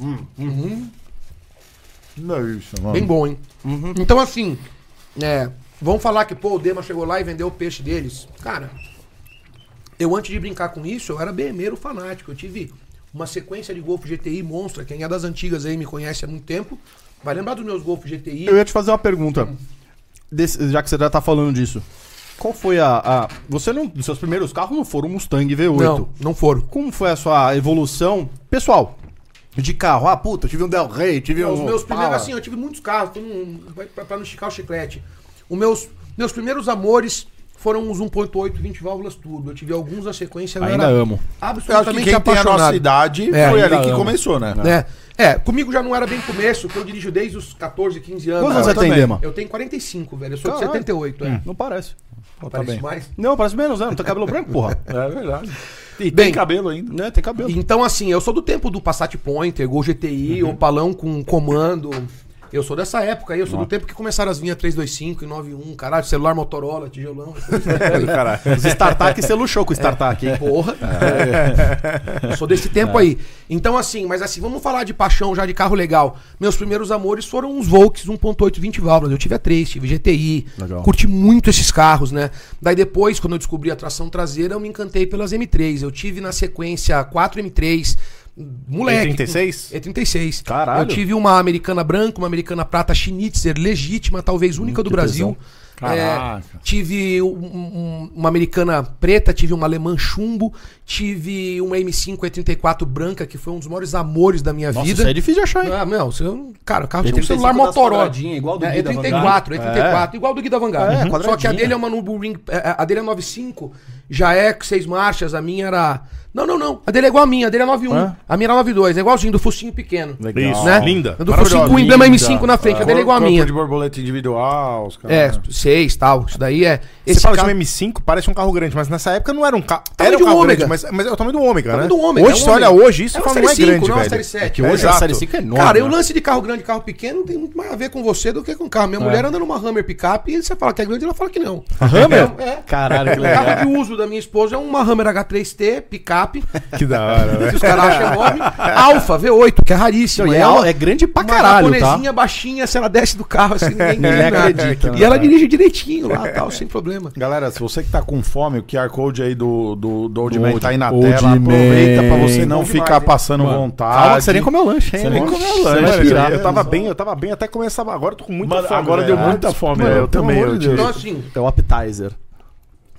[SPEAKER 1] Hum.
[SPEAKER 2] Não é isso, mano.
[SPEAKER 3] Hum. Uhum. Bem bom, hein?
[SPEAKER 2] Uhum.
[SPEAKER 3] Então, assim, é, vão falar que, pô, o Dema chegou lá e vendeu o peixe deles. Cara, eu antes de brincar com isso, eu era BMero fanático. Eu tive uma sequência de Golf GTI monstra. Quem é das antigas aí me conhece há muito tempo. Vai lembrar dos meus Golf GTI.
[SPEAKER 4] Eu ia te fazer uma pergunta. Desse- já que você já tá falando disso. Qual foi a. a- você não. Seus primeiros carros não foram Mustang V8.
[SPEAKER 3] Não, não foram.
[SPEAKER 4] Como foi a sua evolução pessoal? De carro. Ah, puta, eu tive um Del Rey, tive
[SPEAKER 3] Não,
[SPEAKER 4] um.
[SPEAKER 3] os meus primeiros,
[SPEAKER 4] Power.
[SPEAKER 3] assim, eu tive muitos carros, todo mundo- vai pra, pra não esticar o chiclete. Os meus, meus primeiros amores foram um os 1.8 20 válvulas turbo. Eu tive alguns na sequência. eu
[SPEAKER 4] Ainda
[SPEAKER 3] era
[SPEAKER 4] amo.
[SPEAKER 2] Eu acho que quem
[SPEAKER 3] Absolutamente
[SPEAKER 2] tem a nossa
[SPEAKER 3] apaixonado.
[SPEAKER 2] idade
[SPEAKER 3] É,
[SPEAKER 2] foi
[SPEAKER 3] ainda
[SPEAKER 2] ali que
[SPEAKER 4] amo.
[SPEAKER 2] começou, né?
[SPEAKER 3] né? É, comigo já não era bem começo, porque eu dirijo desde os 14, 15 anos.
[SPEAKER 4] Quantos anos
[SPEAKER 3] eu,
[SPEAKER 4] você tem, Dema?
[SPEAKER 3] eu tenho 45, velho. Eu sou
[SPEAKER 4] Caralho. Hum,
[SPEAKER 3] de 78, é.
[SPEAKER 4] Não parece.
[SPEAKER 3] Não
[SPEAKER 2] tá
[SPEAKER 3] parece
[SPEAKER 2] bem.
[SPEAKER 3] mais.
[SPEAKER 4] Não, parece menos, né? Não tem cabelo branco, porra.
[SPEAKER 2] É verdade. E
[SPEAKER 3] Bem,
[SPEAKER 2] tem cabelo ainda.
[SPEAKER 4] né? Tem cabelo. Uhum.
[SPEAKER 3] Então, assim, eu sou do tempo do Passat Pointer, Gol GTI, Opalão com comando. Eu sou dessa época aí, eu sou do tempo que começaram as vinhas 325 e 91, caralho, celular Motorola, tijolão.
[SPEAKER 4] Os startup você luxou com o startup, hein?
[SPEAKER 3] Porra. Eu sou desse tempo aí. Então, assim, mas assim, vamos falar de paixão já de carro legal. Meus primeiros amores foram uns Volks 1.8 20 válvulas. Eu tive a 3, tive GTI.
[SPEAKER 4] Legal.
[SPEAKER 3] Curti muito esses carros, né? Daí depois, quando eu descobri a tração traseira, eu me encantei pelas M3. Eu tive na sequência 4 M3. Moleque.
[SPEAKER 1] E36?
[SPEAKER 3] É E36.
[SPEAKER 4] Caralho.
[SPEAKER 3] Eu tive uma americana branca, uma americana prata Schnitzer, legítima, talvez única do Brasil.
[SPEAKER 2] Caraca.
[SPEAKER 3] É, tive um- um- uma americana preta, tive uma alemã chumbo, tive uma M5 E34 branca, que foi um dos maiores amores da minha vida.
[SPEAKER 4] é difícil de achar,
[SPEAKER 3] Ah, não, você, cara, o carro tinha um
[SPEAKER 4] E35
[SPEAKER 3] celular
[SPEAKER 4] das
[SPEAKER 3] Motorola.
[SPEAKER 4] quadradinhas, igual do
[SPEAKER 3] é,
[SPEAKER 4] Guida
[SPEAKER 3] E34, E34, igual do Guida Vanguard.
[SPEAKER 4] É,
[SPEAKER 3] Uhum. Só que a
[SPEAKER 4] quadradinha.
[SPEAKER 3] dele é uma Nubu Ring, é, a dele é 95, já é com seis marchas, a minha era Não, não, não. A dele é igual a minha, a dele é 91.
[SPEAKER 4] É?
[SPEAKER 3] A minha era 92, é igualzinho do focinho pequeno.
[SPEAKER 4] Legal.
[SPEAKER 1] Isso,
[SPEAKER 3] Né?
[SPEAKER 1] linda.
[SPEAKER 3] A Do focinho com o emblema M5 na frente, a dele é igual a
[SPEAKER 2] Corpo
[SPEAKER 3] minha.
[SPEAKER 2] de borboleta individual, os caras.
[SPEAKER 3] É, seis, tal. Isso daí é
[SPEAKER 1] Você fala
[SPEAKER 3] carro-
[SPEAKER 1] de um M5, parece um carro grande, mas nessa época não era um carro.
[SPEAKER 3] Tamanho
[SPEAKER 1] Era um
[SPEAKER 3] do
[SPEAKER 1] carro
[SPEAKER 3] Ômega.
[SPEAKER 1] grande, mas, mas é o tamanho do ômega,
[SPEAKER 3] Tamanho
[SPEAKER 1] né?
[SPEAKER 3] do Ômega, é
[SPEAKER 1] Hoje,
[SPEAKER 3] um
[SPEAKER 1] você olha
[SPEAKER 3] Ômega.
[SPEAKER 1] hoje, isso
[SPEAKER 3] É
[SPEAKER 1] é
[SPEAKER 3] uma
[SPEAKER 1] fala, não é
[SPEAKER 3] série
[SPEAKER 1] grande,
[SPEAKER 3] 5, não é uma
[SPEAKER 1] velho.
[SPEAKER 3] série 7,
[SPEAKER 1] É,
[SPEAKER 3] hoje é
[SPEAKER 1] exato.
[SPEAKER 4] série 5 é enorme.
[SPEAKER 3] Cara, e o
[SPEAKER 4] né?
[SPEAKER 3] lance de carro grande, carro pequeno tem muito mais a ver com você do que com carro. Minha mulher anda numa Hammer picape e você fala que é grande, ela fala que não.
[SPEAKER 1] Hammer?
[SPEAKER 3] É, é.
[SPEAKER 4] Caralho, que
[SPEAKER 3] O carro de uso da minha esposa é uma Hammer H3T, picape,
[SPEAKER 1] Que da hora,
[SPEAKER 3] que
[SPEAKER 1] velho.
[SPEAKER 3] os caras acham enorme. Alfa V8, que é raríssimo.
[SPEAKER 4] Não, e
[SPEAKER 3] é
[SPEAKER 4] é
[SPEAKER 3] uma-
[SPEAKER 4] al- é grande pra
[SPEAKER 3] uma
[SPEAKER 4] caralho, tá?
[SPEAKER 3] japonesinha baixinha, se ela desce do carro assim, ninguém,
[SPEAKER 4] Ninguém
[SPEAKER 3] nada.
[SPEAKER 4] acredita, né?
[SPEAKER 3] E ela dirige direitinho lá, tal, sem problema.
[SPEAKER 2] Galera, se você que tá com fome, o QR Code aí do, do, do Old Man
[SPEAKER 4] Old-
[SPEAKER 2] tá aí na
[SPEAKER 4] Old
[SPEAKER 2] tela.
[SPEAKER 4] Man.
[SPEAKER 2] Aproveita pra você não
[SPEAKER 1] Bom demais,
[SPEAKER 2] ficar
[SPEAKER 1] hein?
[SPEAKER 2] passando
[SPEAKER 4] Mano,
[SPEAKER 2] vontade.
[SPEAKER 4] Calma que você nem comeu lanche, né? hein?
[SPEAKER 2] Você nem
[SPEAKER 4] Nossa,
[SPEAKER 2] comeu
[SPEAKER 4] você
[SPEAKER 2] lanche,
[SPEAKER 4] vai
[SPEAKER 2] velho.
[SPEAKER 4] pirar.
[SPEAKER 1] Eu tava bem, eu tava bem, até começar. Agora eu tô com muita
[SPEAKER 2] Mano,
[SPEAKER 1] fome.
[SPEAKER 2] agora
[SPEAKER 1] velho.
[SPEAKER 2] deu muita fome,
[SPEAKER 1] Mano,
[SPEAKER 2] velho. Eu
[SPEAKER 1] pelo
[SPEAKER 2] também,
[SPEAKER 1] amor
[SPEAKER 2] eu
[SPEAKER 1] de
[SPEAKER 2] tive.
[SPEAKER 1] Deus.
[SPEAKER 3] Então, assim,
[SPEAKER 4] É o appetizer.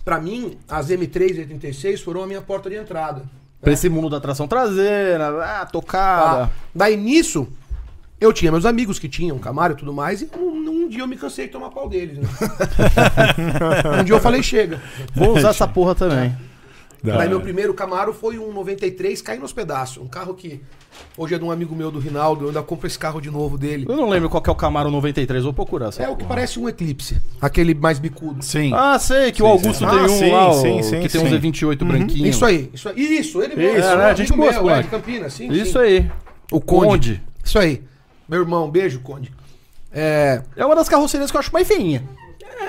[SPEAKER 3] pra mim, as M3 e 86 foram a minha porta de entrada.
[SPEAKER 4] Pra esse mundo da tração traseira, ah,
[SPEAKER 3] Tá?
[SPEAKER 4] tocada.
[SPEAKER 3] Daí nisso, eu tinha meus amigos que tinham Camaro e tudo mais, e um, um dia eu me cansei de tomar pau deles. Né? um dia eu falei, chega.
[SPEAKER 4] Vou usar essa porra também.
[SPEAKER 3] Daí meu primeiro Camaro foi um 93 caindo aos pedaços. Um carro que hoje é de um amigo meu do Rinaldo, eu ainda compro esse carro de novo dele.
[SPEAKER 4] Eu não lembro qual que é o Camaro 93, vou procurar.
[SPEAKER 3] É o que parece um Eclipse, aquele mais bicudo.
[SPEAKER 2] Sim.
[SPEAKER 4] Ah, sei, que o Augusto
[SPEAKER 1] sim.
[SPEAKER 4] tem
[SPEAKER 1] Ah,
[SPEAKER 4] um
[SPEAKER 1] sim,
[SPEAKER 4] lá, o-
[SPEAKER 1] sim, sim,
[SPEAKER 4] que tem uns
[SPEAKER 1] sim.
[SPEAKER 4] E28 branquinho.
[SPEAKER 3] Isso aí, isso aí. Isso, ele
[SPEAKER 4] Isso,
[SPEAKER 3] é um
[SPEAKER 4] né,
[SPEAKER 3] amigo
[SPEAKER 4] gente boa, esse
[SPEAKER 3] é,
[SPEAKER 4] moleque.
[SPEAKER 3] de Campinas, sim,
[SPEAKER 4] Isso
[SPEAKER 3] sim.
[SPEAKER 4] aí.
[SPEAKER 3] O Conde. Isso aí. Meu irmão, beijo, Conde. É,
[SPEAKER 4] É uma das carrocerias que eu acho mais feinha.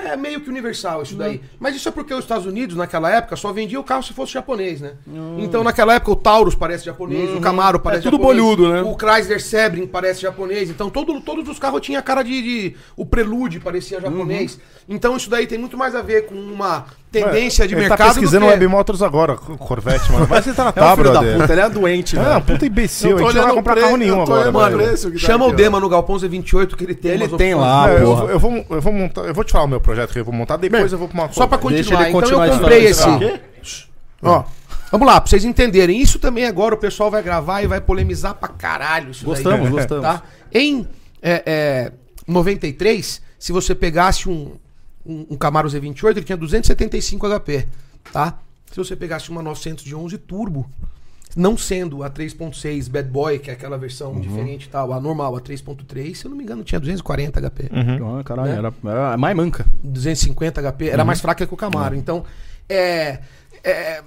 [SPEAKER 3] É meio que universal isso daí. Mas isso é porque os Estados Unidos, naquela época, só vendia o carro se fosse japonês, né? Então, naquela época, o Taurus parece japonês, o Camaro parece
[SPEAKER 4] tudo
[SPEAKER 3] japonês.
[SPEAKER 4] bolhudo, né?
[SPEAKER 3] O Chrysler Sebring parece japonês. Então, todo, todos os carros tinham cara de, de- O Prelude parecia japonês. Então, isso daí tem muito mais a ver com uma tendência de
[SPEAKER 1] Ele
[SPEAKER 3] mercado.
[SPEAKER 1] tá pesquisando
[SPEAKER 3] do que- é.
[SPEAKER 1] Web Motors agora, Corvette, mano. Vai sentar na
[SPEAKER 4] É o
[SPEAKER 1] tábua,
[SPEAKER 4] filho da
[SPEAKER 1] Ah, tá, brother.
[SPEAKER 4] puta, ele é doente,
[SPEAKER 1] É,
[SPEAKER 4] velho.
[SPEAKER 1] puta imbecil.
[SPEAKER 2] Eu
[SPEAKER 1] A
[SPEAKER 2] tô
[SPEAKER 1] gente não vai
[SPEAKER 2] olhando
[SPEAKER 1] comprar
[SPEAKER 2] o
[SPEAKER 1] carro
[SPEAKER 2] pre-
[SPEAKER 1] nenhum
[SPEAKER 2] eu tô
[SPEAKER 1] agora,
[SPEAKER 2] olhando
[SPEAKER 1] mano.
[SPEAKER 2] o preço que tá
[SPEAKER 3] Chama
[SPEAKER 2] aqui,
[SPEAKER 3] o
[SPEAKER 2] ó.
[SPEAKER 3] Dema no Galpão Z28 que ele tem
[SPEAKER 4] Ele
[SPEAKER 3] umas
[SPEAKER 4] tem
[SPEAKER 3] opções.
[SPEAKER 4] lá,
[SPEAKER 1] É, eu,
[SPEAKER 4] porra.
[SPEAKER 1] vou- eu vou, eu vou montar, eu vou te falar o meu projeto que eu vou montar, depois eu vou pra uma
[SPEAKER 3] Só pra
[SPEAKER 4] Deixa
[SPEAKER 3] continuar.
[SPEAKER 4] ele
[SPEAKER 3] Então,
[SPEAKER 4] continuar
[SPEAKER 3] eu
[SPEAKER 4] a
[SPEAKER 3] comprei esse...
[SPEAKER 4] história.
[SPEAKER 3] Ó, vamos lá, pra vocês entenderem. Isso também agora o pessoal vai gravar e vai polemizar pra caralho isso daí.
[SPEAKER 4] Gostamos, gostamos.
[SPEAKER 3] Tá? Em é, é, 93, se você pegasse um, um, um Camaro Z28, ele tinha 275 HP, tá? Se você pegasse uma 911 Turbo, não sendo a 3.6 Bad Boy, que é aquela versão
[SPEAKER 4] Uhum.
[SPEAKER 3] diferente e tal, a normal, a 3.3, se eu não me engano, tinha 240 HP.
[SPEAKER 4] Ah, caralho, era, era mais manca.
[SPEAKER 3] 250 HP,
[SPEAKER 1] Uhum.
[SPEAKER 3] era mais fraca que o Camaro. Então, é, é,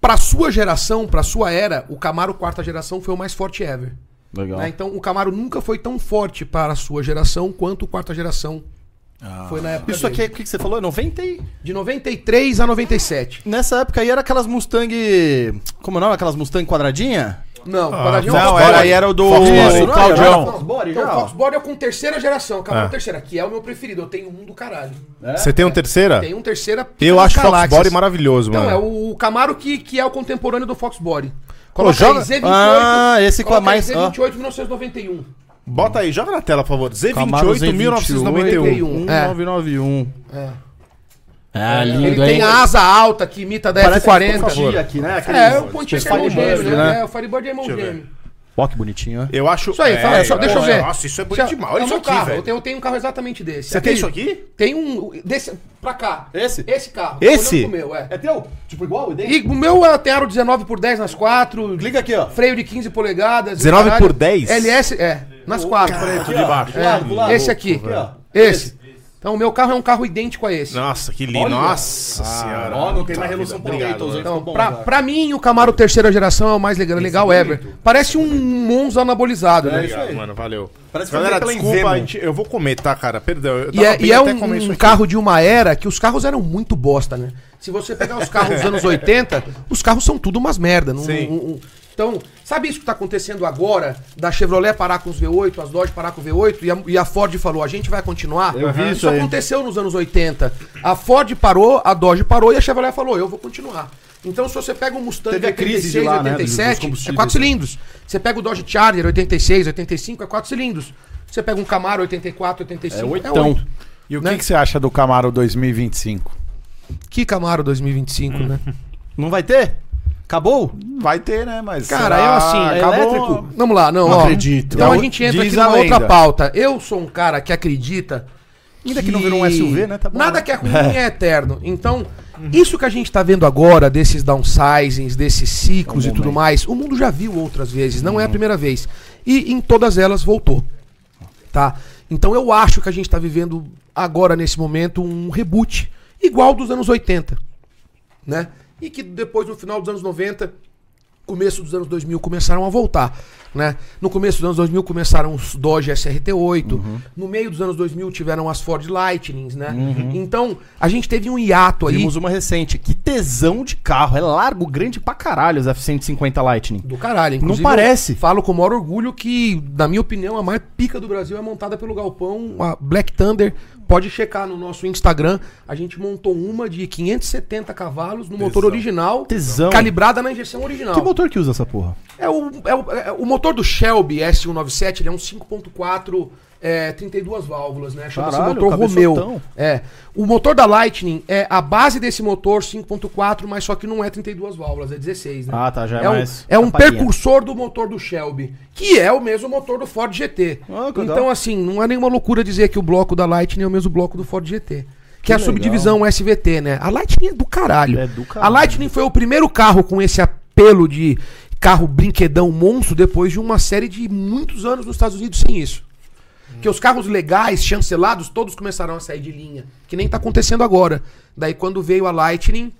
[SPEAKER 3] para sua geração, para sua era, o Camaro quarta geração foi o mais forte ever.
[SPEAKER 4] Legal.
[SPEAKER 3] né? Então, o Camaro nunca foi tão forte para a sua geração quanto o quarta geração
[SPEAKER 1] Ah.
[SPEAKER 3] foi na época
[SPEAKER 4] Isso aqui,
[SPEAKER 3] dele.
[SPEAKER 4] é- o que que você falou? É 90 e...
[SPEAKER 3] de 93 a 97.
[SPEAKER 4] Nessa época aí era aquelas Mustang... Como é o nome? Aquelas Mustang quadradinha?
[SPEAKER 3] Ah, Não,
[SPEAKER 2] não, era- aí era o do-
[SPEAKER 4] Fox
[SPEAKER 2] Isso,
[SPEAKER 4] Body.
[SPEAKER 2] o Claudião.
[SPEAKER 4] Fox Body,
[SPEAKER 3] Então,
[SPEAKER 4] já,
[SPEAKER 3] o
[SPEAKER 4] ó.
[SPEAKER 3] Fox Body é com terceira geração, Camaro
[SPEAKER 1] Ah.
[SPEAKER 3] terceira, que é o meu preferido. Eu tenho um do caralho.
[SPEAKER 1] Você tem um terceira?
[SPEAKER 3] Tem um terceira.
[SPEAKER 1] Eu acho o Fox
[SPEAKER 3] Galáxias.
[SPEAKER 1] Body maravilhoso,
[SPEAKER 3] Não,
[SPEAKER 1] mano.
[SPEAKER 3] é o Camaro que, que é o contemporâneo do Fox Body.
[SPEAKER 1] Pô, joga-
[SPEAKER 3] Z28.
[SPEAKER 4] Ah, esse com a
[SPEAKER 3] coloca aí
[SPEAKER 4] mais-
[SPEAKER 3] Z28 1991.
[SPEAKER 1] Bota aí, joga na tela, por favor.
[SPEAKER 4] Camaro
[SPEAKER 1] Z28,
[SPEAKER 4] Z28,
[SPEAKER 1] 1991.
[SPEAKER 4] 1991.
[SPEAKER 3] É.
[SPEAKER 4] Ah,
[SPEAKER 3] Ele tem a asa alta que imita a da
[SPEAKER 4] um
[SPEAKER 3] F40.
[SPEAKER 4] Ponti aqui, né? Aquele-
[SPEAKER 3] É, o Pontinho que é irmão
[SPEAKER 4] Firebird,
[SPEAKER 3] gêmeo, né?
[SPEAKER 4] né?
[SPEAKER 3] É, o Firebird é irmão
[SPEAKER 1] Deixa eu
[SPEAKER 3] gêmeo.
[SPEAKER 4] Ó, que bonitinho, né?
[SPEAKER 1] Eu acho.
[SPEAKER 3] Isso aí, fala, só, deixa eu
[SPEAKER 1] pô,
[SPEAKER 3] ver.
[SPEAKER 1] Nossa, isso é
[SPEAKER 3] Isso
[SPEAKER 1] bonito
[SPEAKER 3] é-
[SPEAKER 1] demais.
[SPEAKER 3] é
[SPEAKER 1] Olha
[SPEAKER 3] o
[SPEAKER 1] isso
[SPEAKER 3] meu
[SPEAKER 1] aqui,
[SPEAKER 3] carro. Eu
[SPEAKER 1] velho.
[SPEAKER 3] tenho, eu tenho um carro exatamente desse.
[SPEAKER 1] Você tem isso aqui?
[SPEAKER 3] Tem um. Desse, pra cá.
[SPEAKER 4] Esse?
[SPEAKER 3] Esse carro.
[SPEAKER 1] Esse?
[SPEAKER 3] O meu, é.
[SPEAKER 4] teu? Tipo igual? idêntico?
[SPEAKER 3] E o meu é, tem aro 19 por 10 nas quatro.
[SPEAKER 4] Clica aqui, ó.
[SPEAKER 3] Freio de 15 polegadas.
[SPEAKER 1] 19
[SPEAKER 3] caralho.
[SPEAKER 1] por 10?
[SPEAKER 3] LS, é. Nas quatro.
[SPEAKER 4] de baixo.
[SPEAKER 3] É, esse aqui. Esse. Então, o meu carro é um carro idêntico a esse.
[SPEAKER 1] Nossa, que lindo.
[SPEAKER 4] Olha.
[SPEAKER 3] Ah,
[SPEAKER 1] Nossa senhora.
[SPEAKER 4] Ó, não tem
[SPEAKER 1] Tá,
[SPEAKER 4] mais revolução por aí,
[SPEAKER 1] obrigado,
[SPEAKER 4] então os
[SPEAKER 1] velho.
[SPEAKER 4] outros
[SPEAKER 3] Então,
[SPEAKER 4] ficam bons
[SPEAKER 3] pra,
[SPEAKER 4] agora.
[SPEAKER 3] pra mim, o Camaro terceira geração é o mais legal, legal ever. Parece um Monza anabolizado, né?
[SPEAKER 1] Obrigado, mano, valeu.
[SPEAKER 4] Parece que
[SPEAKER 1] Galera,
[SPEAKER 4] foi pela
[SPEAKER 1] desculpa,
[SPEAKER 4] Invemo.
[SPEAKER 1] a gente- eu vou comer, tá, cara? Perdão. Eu
[SPEAKER 3] E
[SPEAKER 1] tava
[SPEAKER 3] é,
[SPEAKER 1] bem
[SPEAKER 3] e é
[SPEAKER 1] até
[SPEAKER 3] um,
[SPEAKER 1] comer isso
[SPEAKER 3] um
[SPEAKER 1] aqui.
[SPEAKER 3] carro de uma era que os carros eram muito bosta, né? Se você pegar os carros dos anos 80, os carros são tudo umas merda. não-
[SPEAKER 1] Sim.
[SPEAKER 3] não- não- então, sabe isso que tá acontecendo agora? Da Chevrolet parar com os V8, as Dodge parar com o V8 e a, e a Ford falou, a gente vai continuar? Uhum.
[SPEAKER 4] Eu vi isso aí.
[SPEAKER 3] aconteceu nos anos 80. A Ford parou, a Dodge parou e a Chevrolet falou, eu vou continuar. Então, se você pega o Mustang
[SPEAKER 4] Teve a crise de lá, né, dos- dos
[SPEAKER 3] 87, é
[SPEAKER 4] combustíveis. né?
[SPEAKER 3] quatro cilindros. Você pega o Dodge Charger 86, 85, é quatro cilindros. Você pega um Camaro 84, 85,
[SPEAKER 4] É oitão.
[SPEAKER 3] oito.
[SPEAKER 2] E o
[SPEAKER 3] Né?
[SPEAKER 2] que, que você acha do Camaro 2025?
[SPEAKER 3] Que Camaro 2025,
[SPEAKER 4] Hum.
[SPEAKER 3] né?
[SPEAKER 4] Não vai ter? Acabou?
[SPEAKER 2] Vai ter, né? Mas.
[SPEAKER 3] Cara,
[SPEAKER 2] será-
[SPEAKER 3] eu assim,
[SPEAKER 4] é
[SPEAKER 2] acabou-
[SPEAKER 4] elétrico?
[SPEAKER 3] Vamos lá, não,
[SPEAKER 4] Não
[SPEAKER 3] ó.
[SPEAKER 4] acredito.
[SPEAKER 3] Então a
[SPEAKER 2] Diz
[SPEAKER 3] gente entra aqui
[SPEAKER 2] a
[SPEAKER 3] numa outra
[SPEAKER 2] lenda.
[SPEAKER 3] pauta. Eu sou um cara que acredita.
[SPEAKER 4] Ainda que não virou um SUV, né? Tá bom, Uhum.
[SPEAKER 3] Nada
[SPEAKER 4] né?
[SPEAKER 3] que é ruim é eterno. Então, isso que a gente tá vendo agora, desses downsizings, desses ciclos e tudo mais, o mundo já viu outras vezes, não é a
[SPEAKER 4] Uhum.
[SPEAKER 3] primeira vez. E em todas elas voltou. Tá? Então eu acho que a gente tá vivendo agora, nesse momento, um reboot igual dos anos 80. Né? E que depois, no final dos anos 90, começo dos anos 2000 começaram a voltar, né? No começo dos anos 2000 começaram os Dodge SRT8,
[SPEAKER 4] Uhum.
[SPEAKER 3] no meio dos anos 2000 tiveram as Ford Lightnings, né?
[SPEAKER 4] Uhum.
[SPEAKER 3] Então, a gente teve um hiato aí
[SPEAKER 4] Vimos uma recente. Que tesão de carro. É largo, grande pra caralho os F-150 Lightning.
[SPEAKER 3] do caralho, inclusive.
[SPEAKER 4] Não parece.
[SPEAKER 3] eu Falo com o maior orgulho que, na minha opinião, a mais pica do Brasil é montada pelo Galpão, a Black Thunder. Pode checar no nosso Instagram, a gente montou uma de 570 cavalos no motor original,
[SPEAKER 4] Tesão.
[SPEAKER 3] calibrada na injeção original.
[SPEAKER 4] Que motor que usa essa porra?
[SPEAKER 3] É o, é o, é o motor do Shelby S197, ele é um 5.4, é, 32 válvulas, né? Chama-se
[SPEAKER 4] Caralho,
[SPEAKER 3] motor
[SPEAKER 4] cabeçotão.
[SPEAKER 3] Romeo. É. O motor da Lightning é a base desse motor 5.4, mas só que não é 32 válvulas, é 16, né?
[SPEAKER 4] Ah, tá, já é
[SPEAKER 3] é um,
[SPEAKER 4] mais
[SPEAKER 3] é um
[SPEAKER 4] chapadinha.
[SPEAKER 3] precursor do motor do Shelby, que é o mesmo motor do Ford GT.
[SPEAKER 4] Ah, que
[SPEAKER 3] então,
[SPEAKER 4] da-
[SPEAKER 3] assim, não é nenhuma loucura dizer que o bloco da Lightning é o mesmo bloco do Ford GT. Que, é a
[SPEAKER 4] legal.
[SPEAKER 3] subdivisão SVT, né? A Lightning é do caralho.
[SPEAKER 4] É do
[SPEAKER 3] A
[SPEAKER 4] caralho.
[SPEAKER 3] Lightning foi o primeiro carro com esse apelo de carro brinquedão monstro depois de uma série de muitos anos nos Estados Unidos sem isso. Que os carros legais, chancelados, todos começaram a sair de linha. Que nem tá acontecendo agora. Daí quando veio a Lightning,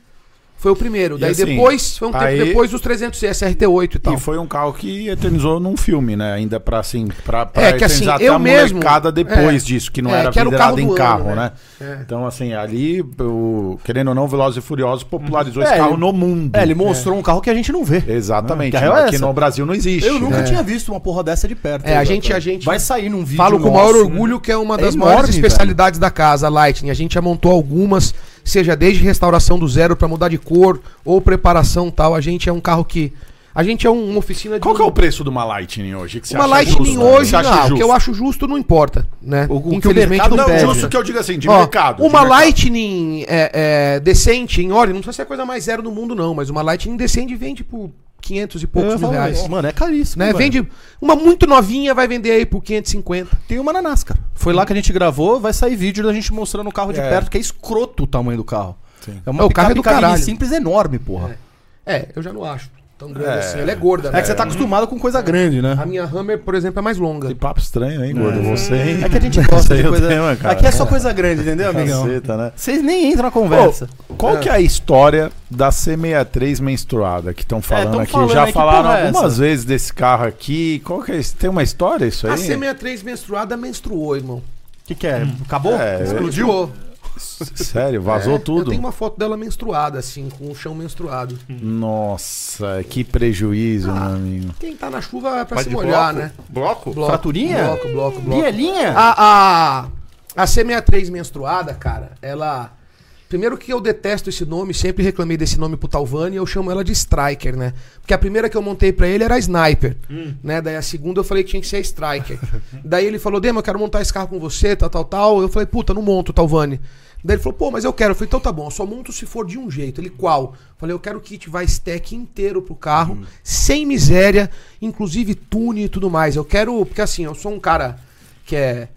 [SPEAKER 3] foi o primeiro. Daí
[SPEAKER 2] assim,
[SPEAKER 3] depois, foi um tempo
[SPEAKER 2] aí-
[SPEAKER 3] depois, os 300 SRT8 e tal.
[SPEAKER 2] E foi um carro que eternizou num filme, né? Ainda pra assim, pra, pra
[SPEAKER 3] É, que, assim,
[SPEAKER 2] eternizar
[SPEAKER 3] eu
[SPEAKER 2] a
[SPEAKER 3] mesmo-
[SPEAKER 2] molecada depois
[SPEAKER 3] é,
[SPEAKER 2] disso, que não
[SPEAKER 3] é,
[SPEAKER 2] era
[SPEAKER 3] que era o
[SPEAKER 2] vidrado
[SPEAKER 3] carro
[SPEAKER 2] em
[SPEAKER 3] do
[SPEAKER 2] carro,
[SPEAKER 3] ano,
[SPEAKER 2] né?
[SPEAKER 3] né?
[SPEAKER 2] Então, assim, ali, o- querendo ou não, Velozes e Furiosos
[SPEAKER 3] Hum.
[SPEAKER 2] popularizou esse
[SPEAKER 4] É,
[SPEAKER 2] carro
[SPEAKER 4] ele-
[SPEAKER 2] no mundo.
[SPEAKER 4] É, ele mostrou um carro que a gente não vê. é.
[SPEAKER 2] Exatamente.
[SPEAKER 4] Que a real é
[SPEAKER 2] aqui
[SPEAKER 4] essa.
[SPEAKER 2] no Brasil não existe.
[SPEAKER 4] Eu nunca
[SPEAKER 2] né?
[SPEAKER 4] tinha visto uma porra dessa de perto.
[SPEAKER 3] É, a gente- a gente-
[SPEAKER 4] Vai sair num vídeo
[SPEAKER 3] Falo com o maior
[SPEAKER 4] nosso.
[SPEAKER 3] orgulho
[SPEAKER 2] né?
[SPEAKER 3] que é uma
[SPEAKER 4] É
[SPEAKER 3] das
[SPEAKER 4] enorme,
[SPEAKER 3] maiores especialidades da casa, a Lightning. A gente já montou algumas, seja desde restauração do zero pra mudar de cor ou preparação e tal. A gente é um carro que. A gente é um- uma oficina de.
[SPEAKER 2] Qual que é
[SPEAKER 3] um-
[SPEAKER 2] o preço de uma Lightning hoje? que você
[SPEAKER 3] Uma
[SPEAKER 2] acha
[SPEAKER 3] Lightning
[SPEAKER 2] justo? né?
[SPEAKER 3] hoje,
[SPEAKER 2] Você acha
[SPEAKER 3] não, o
[SPEAKER 2] justo?
[SPEAKER 3] que eu acho justo não importa, né?
[SPEAKER 4] O- o que o mercado
[SPEAKER 2] Não,
[SPEAKER 4] pede.
[SPEAKER 2] justo que eu diga assim, de
[SPEAKER 3] Ó,
[SPEAKER 2] mercado. de
[SPEAKER 3] Uma
[SPEAKER 2] mercado.
[SPEAKER 3] Lightning é, é, decente, em ordem, não precisa ser a coisa mais zero do mundo, não, mas uma Lightning decente vende por 500 e poucos
[SPEAKER 4] Eu
[SPEAKER 3] mil
[SPEAKER 4] falo,
[SPEAKER 3] reais.
[SPEAKER 4] Mano, é caríssimo.
[SPEAKER 3] Né?
[SPEAKER 4] velho.
[SPEAKER 3] Vende uma muito novinha, vai vender aí por 550.
[SPEAKER 4] Tem uma na NASCAR. Foi lá que a gente gravou, vai sair vídeo da gente mostrando o carro de
[SPEAKER 2] É.
[SPEAKER 4] perto, que é escroto o tamanho do carro.
[SPEAKER 2] Sim.
[SPEAKER 4] É uma
[SPEAKER 3] É, o carro
[SPEAKER 4] picape
[SPEAKER 3] é do
[SPEAKER 4] cabine
[SPEAKER 3] caralho.
[SPEAKER 4] simples enorme, porra.
[SPEAKER 3] É, eu já não acho tão grande assim. Ela é gorda,
[SPEAKER 4] É, que você tá acostumado com coisa grande, né?
[SPEAKER 3] A minha Hammer, por exemplo, é mais
[SPEAKER 2] Que
[SPEAKER 3] longa.
[SPEAKER 2] Um papo estranho, hein, gordo? Você, hein?
[SPEAKER 4] É que a gente gosta
[SPEAKER 2] Sei
[SPEAKER 4] de
[SPEAKER 2] o
[SPEAKER 4] coisa...
[SPEAKER 2] tema, cara.
[SPEAKER 4] Aqui é só coisa grande, entendeu, amigão?
[SPEAKER 2] Caceta, né?
[SPEAKER 4] Vocês nem entram na conversa.
[SPEAKER 2] Ô, qual que é a história da C63 menstruada que
[SPEAKER 3] É,
[SPEAKER 2] estão falando
[SPEAKER 4] tão
[SPEAKER 2] aqui?
[SPEAKER 4] falando
[SPEAKER 2] Já
[SPEAKER 4] aí, que
[SPEAKER 2] falaram
[SPEAKER 4] porra é
[SPEAKER 2] algumas
[SPEAKER 4] essa?
[SPEAKER 2] vezes desse carro aqui. Qual que é isso? Tem uma história isso aí?
[SPEAKER 3] A C63 menstruada menstruou, irmão.
[SPEAKER 4] O que, que é? Acabou?
[SPEAKER 2] É,
[SPEAKER 3] Explodiu? É,
[SPEAKER 2] Sério, vazou
[SPEAKER 3] Eu
[SPEAKER 2] tudo?
[SPEAKER 3] tenho uma foto dela menstruada, assim, com o chão menstruado.
[SPEAKER 2] Nossa, que prejuízo, meu amigo.
[SPEAKER 3] Quem tá na chuva é pra
[SPEAKER 1] Mas
[SPEAKER 3] se
[SPEAKER 1] de
[SPEAKER 3] molhar,
[SPEAKER 1] bloco?
[SPEAKER 3] né?
[SPEAKER 1] Bloco?
[SPEAKER 3] Bloco,
[SPEAKER 4] Fraturinha?
[SPEAKER 3] Bloco, bloco, bloco. Ah,
[SPEAKER 4] Bielinha?
[SPEAKER 3] A, a, a C63 menstruada, cara, ela. Primeiro que eu detesto esse nome, sempre reclamei desse nome pro Talvani, eu chamo ela de Striker, né? Porque a primeira que eu montei pra ele era a Sniper, né? Daí a segunda eu falei que tinha que ser a Striker. Daí ele falou, Dema, eu quero montar esse carro com você, tal, tal, tal. Eu falei, puta, não monto, Talvani. Daí ele falou, pô, mas eu quero. Eu falei, então tá bom, eu só monto se for de um jeito. Ele, qual? Eu falei, eu quero o kit vai stack inteiro pro carro, sem miséria, inclusive tune e tudo mais. Eu quero, porque assim, eu sou um cara que é.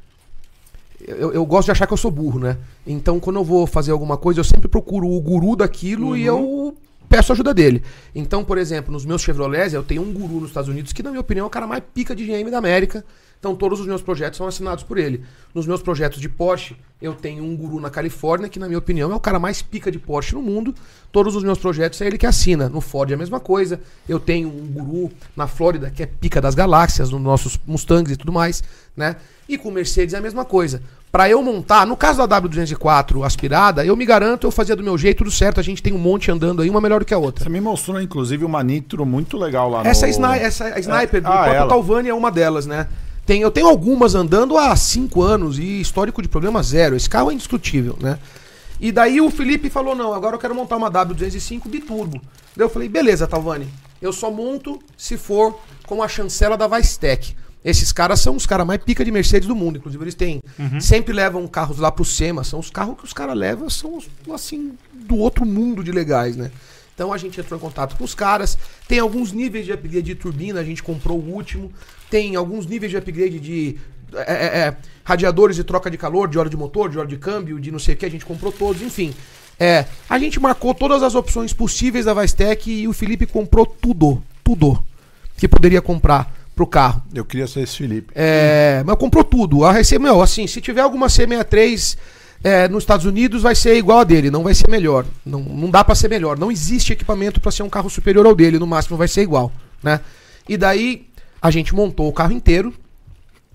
[SPEAKER 3] Eu, eu gosto de achar que eu sou burro, né? Então, quando eu vou fazer alguma coisa, eu sempre procuro o guru daquilo e eu peço a ajuda dele. Então, por exemplo, nos meus Chevrolets, eu tenho um guru nos Estados Unidos que, na minha opinião, é o cara mais pica de GM da América. Então, todos os meus projetos são assinados por ele. Nos meus projetos de Porsche, eu tenho um guru na Califórnia que, na minha opinião, é o cara mais pica de Porsche no mundo. Todos os meus projetos é ele que assina. No Ford é a mesma coisa. Eu tenho um guru na Flórida que é pica das galáxias, nos nossos Mustangs e tudo mais, né? E com Mercedes é a mesma coisa. Pra eu montar, no caso da W204 aspirada, eu me garanto, eu fazia do meu jeito, tudo certo. A gente tem um monte andando aí, uma melhor do que a outra.
[SPEAKER 2] Você me mostrou, inclusive, uma nitro muito legal lá
[SPEAKER 3] Essa,
[SPEAKER 2] no...
[SPEAKER 3] sni essa é a sniper do
[SPEAKER 2] ah,
[SPEAKER 3] próprio
[SPEAKER 2] ela.
[SPEAKER 3] Talvani é uma delas, né? Tem, eu tenho algumas andando há cinco anos e histórico de problema zero. Esse carro é indiscutível, né? E daí o Felipe falou: não, agora eu quero montar uma W205 biturbo. Daí eu falei: beleza, Talvani, eu só monto se for com a chancela da Vicetec. Esses caras são os caras mais pica de Mercedes do mundo. Inclusive, eles têm.
[SPEAKER 2] Uhum.
[SPEAKER 3] Sempre levam carros lá pro SEMA. São os carros que os caras levam, são os, assim, do outro mundo de legais, né? Então a gente entrou em contato com os caras. Tem alguns níveis de upgrade de turbina, a gente comprou o último. Tem alguns níveis de upgrade de é, é, é, radiadores de troca de calor, de óleo de motor, de óleo de câmbio, de não sei o que, a gente comprou todos, enfim. É, a gente marcou todas as opções possíveis da Vastec e o Felipe comprou tudo, tudo que poderia comprar pro carro.
[SPEAKER 2] Eu queria ser esse Felipe.
[SPEAKER 3] É, mas comprou tudo. A rece- meu, assim, se tiver alguma C63 é, nos Estados Unidos, vai ser igual a dele, não vai ser melhor. Não, não dá pra ser melhor. Não existe equipamento pra ser um carro superior ao dele, no máximo vai ser igual, né? E daí a gente montou o carro inteiro,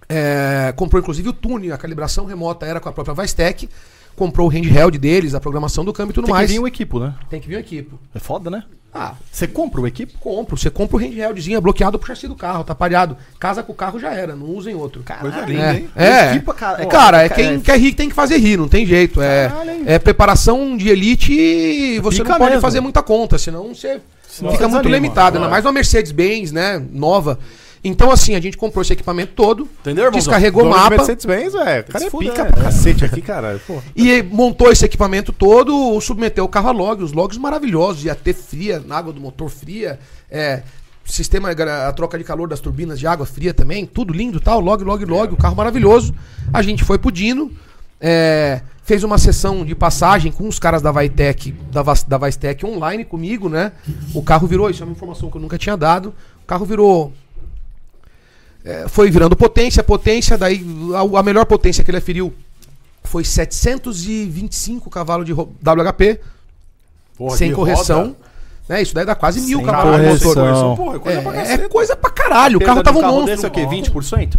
[SPEAKER 3] é, comprou inclusive o túnel, a calibração remota era com a própria Vastec, comprou o handheld deles, a programação do câmbio e tudo
[SPEAKER 4] Tem
[SPEAKER 3] mais.
[SPEAKER 4] que vir o equipo, né?
[SPEAKER 3] Tem que vir o equipo.
[SPEAKER 4] É foda, né?
[SPEAKER 3] Ah,
[SPEAKER 4] Você compra o equipo?
[SPEAKER 3] compro. Você compra o handheldzinho, é bloqueado pro chassi do carro, tá palhado. Casa com o carro já era, não usem outro.
[SPEAKER 2] Coisa linda,
[SPEAKER 3] É,
[SPEAKER 2] hein?
[SPEAKER 3] é.
[SPEAKER 4] Equipa, cara,
[SPEAKER 3] cara,
[SPEAKER 4] é-
[SPEAKER 3] é, quem quer rir tem que fazer rir, não tem jeito. É,
[SPEAKER 4] Caralho, hein?
[SPEAKER 3] é preparação de elite e você
[SPEAKER 4] Pica
[SPEAKER 3] não pode
[SPEAKER 4] mesmo.
[SPEAKER 3] fazer muita conta, senão você
[SPEAKER 4] Senão
[SPEAKER 3] fica
[SPEAKER 4] você
[SPEAKER 3] muito
[SPEAKER 4] desanima.
[SPEAKER 3] limitado. Ainda mais uma Mercedes-Benz, né, nova. Então, assim, a gente comprou esse equipamento todo,
[SPEAKER 4] Entendeu, irmãozão?
[SPEAKER 3] descarregou o
[SPEAKER 1] Dono de
[SPEAKER 3] mapa. né?
[SPEAKER 1] Mercedes-Benz, é. O cara é
[SPEAKER 4] Se fuder,
[SPEAKER 1] pica
[SPEAKER 4] é.
[SPEAKER 1] pra cacete aqui, caralho. Pô.
[SPEAKER 3] E montou esse equipamento todo, submeteu o carro a log, os logs maravilhosos, de AT fria, na água do motor fria, é, sistema, gra- a troca de calor das turbinas de água fria também, tudo lindo tal, log, log, log, o carro maravilhoso. A gente foi pro Dino, é, fez uma sessão de passagem com os caras da Vitec, da, Vas- da Vastec online comigo, né? O carro virou, isso é uma informação que eu nunca tinha dado, o carro virou é, foi virando potência, potência, daí a, a melhor potência que ele aferiu foi 725 cavalos de ro- WHP, sem correção. Né, isso daí dá quase mil cavalos de
[SPEAKER 4] correção.
[SPEAKER 3] motor.
[SPEAKER 2] Porra, é coisa pra
[SPEAKER 3] É,
[SPEAKER 2] cacete.
[SPEAKER 3] é coisa pra caralho. O carro
[SPEAKER 4] Perda de
[SPEAKER 3] tava um
[SPEAKER 4] carro
[SPEAKER 3] monstro.
[SPEAKER 4] Desse é o quê? 20%?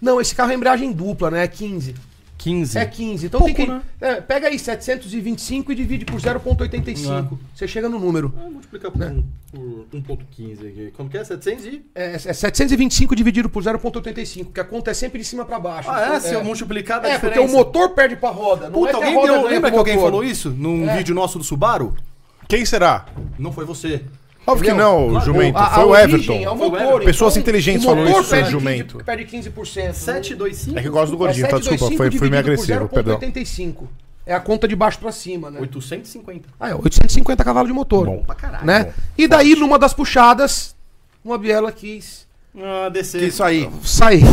[SPEAKER 3] Não, esse carro é embreagem dupla, né? É 15.
[SPEAKER 4] 15.
[SPEAKER 3] É 15. Então
[SPEAKER 4] Pouco,
[SPEAKER 3] tem que.
[SPEAKER 4] né?
[SPEAKER 3] é, pega aí 725 e divide por 0,85. Você chega no número.
[SPEAKER 5] Multiplica por, um- por 1.15 aqui. Como que é? 700 e...
[SPEAKER 3] É, é 725 dividido por 0,85, que a conta é sempre de cima pra baixo.
[SPEAKER 5] Ah, é?
[SPEAKER 3] Então,
[SPEAKER 5] Se eu multiplicar, dá
[SPEAKER 3] É, porque
[SPEAKER 5] diferença.
[SPEAKER 3] o motor perde pra roda. Não
[SPEAKER 4] Puta,
[SPEAKER 3] é que a
[SPEAKER 4] alguém
[SPEAKER 3] roda
[SPEAKER 4] deu.
[SPEAKER 3] ganha
[SPEAKER 4] Lembra que
[SPEAKER 3] pro
[SPEAKER 4] alguém
[SPEAKER 3] motor.
[SPEAKER 4] falou isso num
[SPEAKER 3] É.
[SPEAKER 4] vídeo nosso do Subaru?
[SPEAKER 1] Quem será?
[SPEAKER 5] Não foi você.
[SPEAKER 1] Óbvio que
[SPEAKER 3] Entendeu?
[SPEAKER 1] não,
[SPEAKER 5] Claro,
[SPEAKER 1] Jumento.
[SPEAKER 3] A- a
[SPEAKER 1] Foi o
[SPEAKER 3] origem
[SPEAKER 1] Everton.
[SPEAKER 3] é o
[SPEAKER 5] Foi o
[SPEAKER 3] motor,
[SPEAKER 5] Everton.
[SPEAKER 1] Pessoas
[SPEAKER 3] então,
[SPEAKER 1] inteligentes
[SPEAKER 3] o motor
[SPEAKER 1] falaram isso,
[SPEAKER 3] perde
[SPEAKER 1] né,
[SPEAKER 3] 15
[SPEAKER 1] jumento.
[SPEAKER 3] Perde 15%.
[SPEAKER 5] 725...
[SPEAKER 1] É que eu gosto do gordinho, tá? Desculpa, foi, fui meio agressivo, perdão.
[SPEAKER 3] 85. É a conta de baixo pra cima, né?
[SPEAKER 5] 850.
[SPEAKER 3] Ah, é 850 cavalos de motor.
[SPEAKER 1] Bom.
[SPEAKER 5] Pra caralho.
[SPEAKER 3] né?
[SPEAKER 1] bom.
[SPEAKER 3] E daí, numa das puxadas, uma biela quis
[SPEAKER 5] Ah, descer.
[SPEAKER 2] Isso aí.
[SPEAKER 3] sair.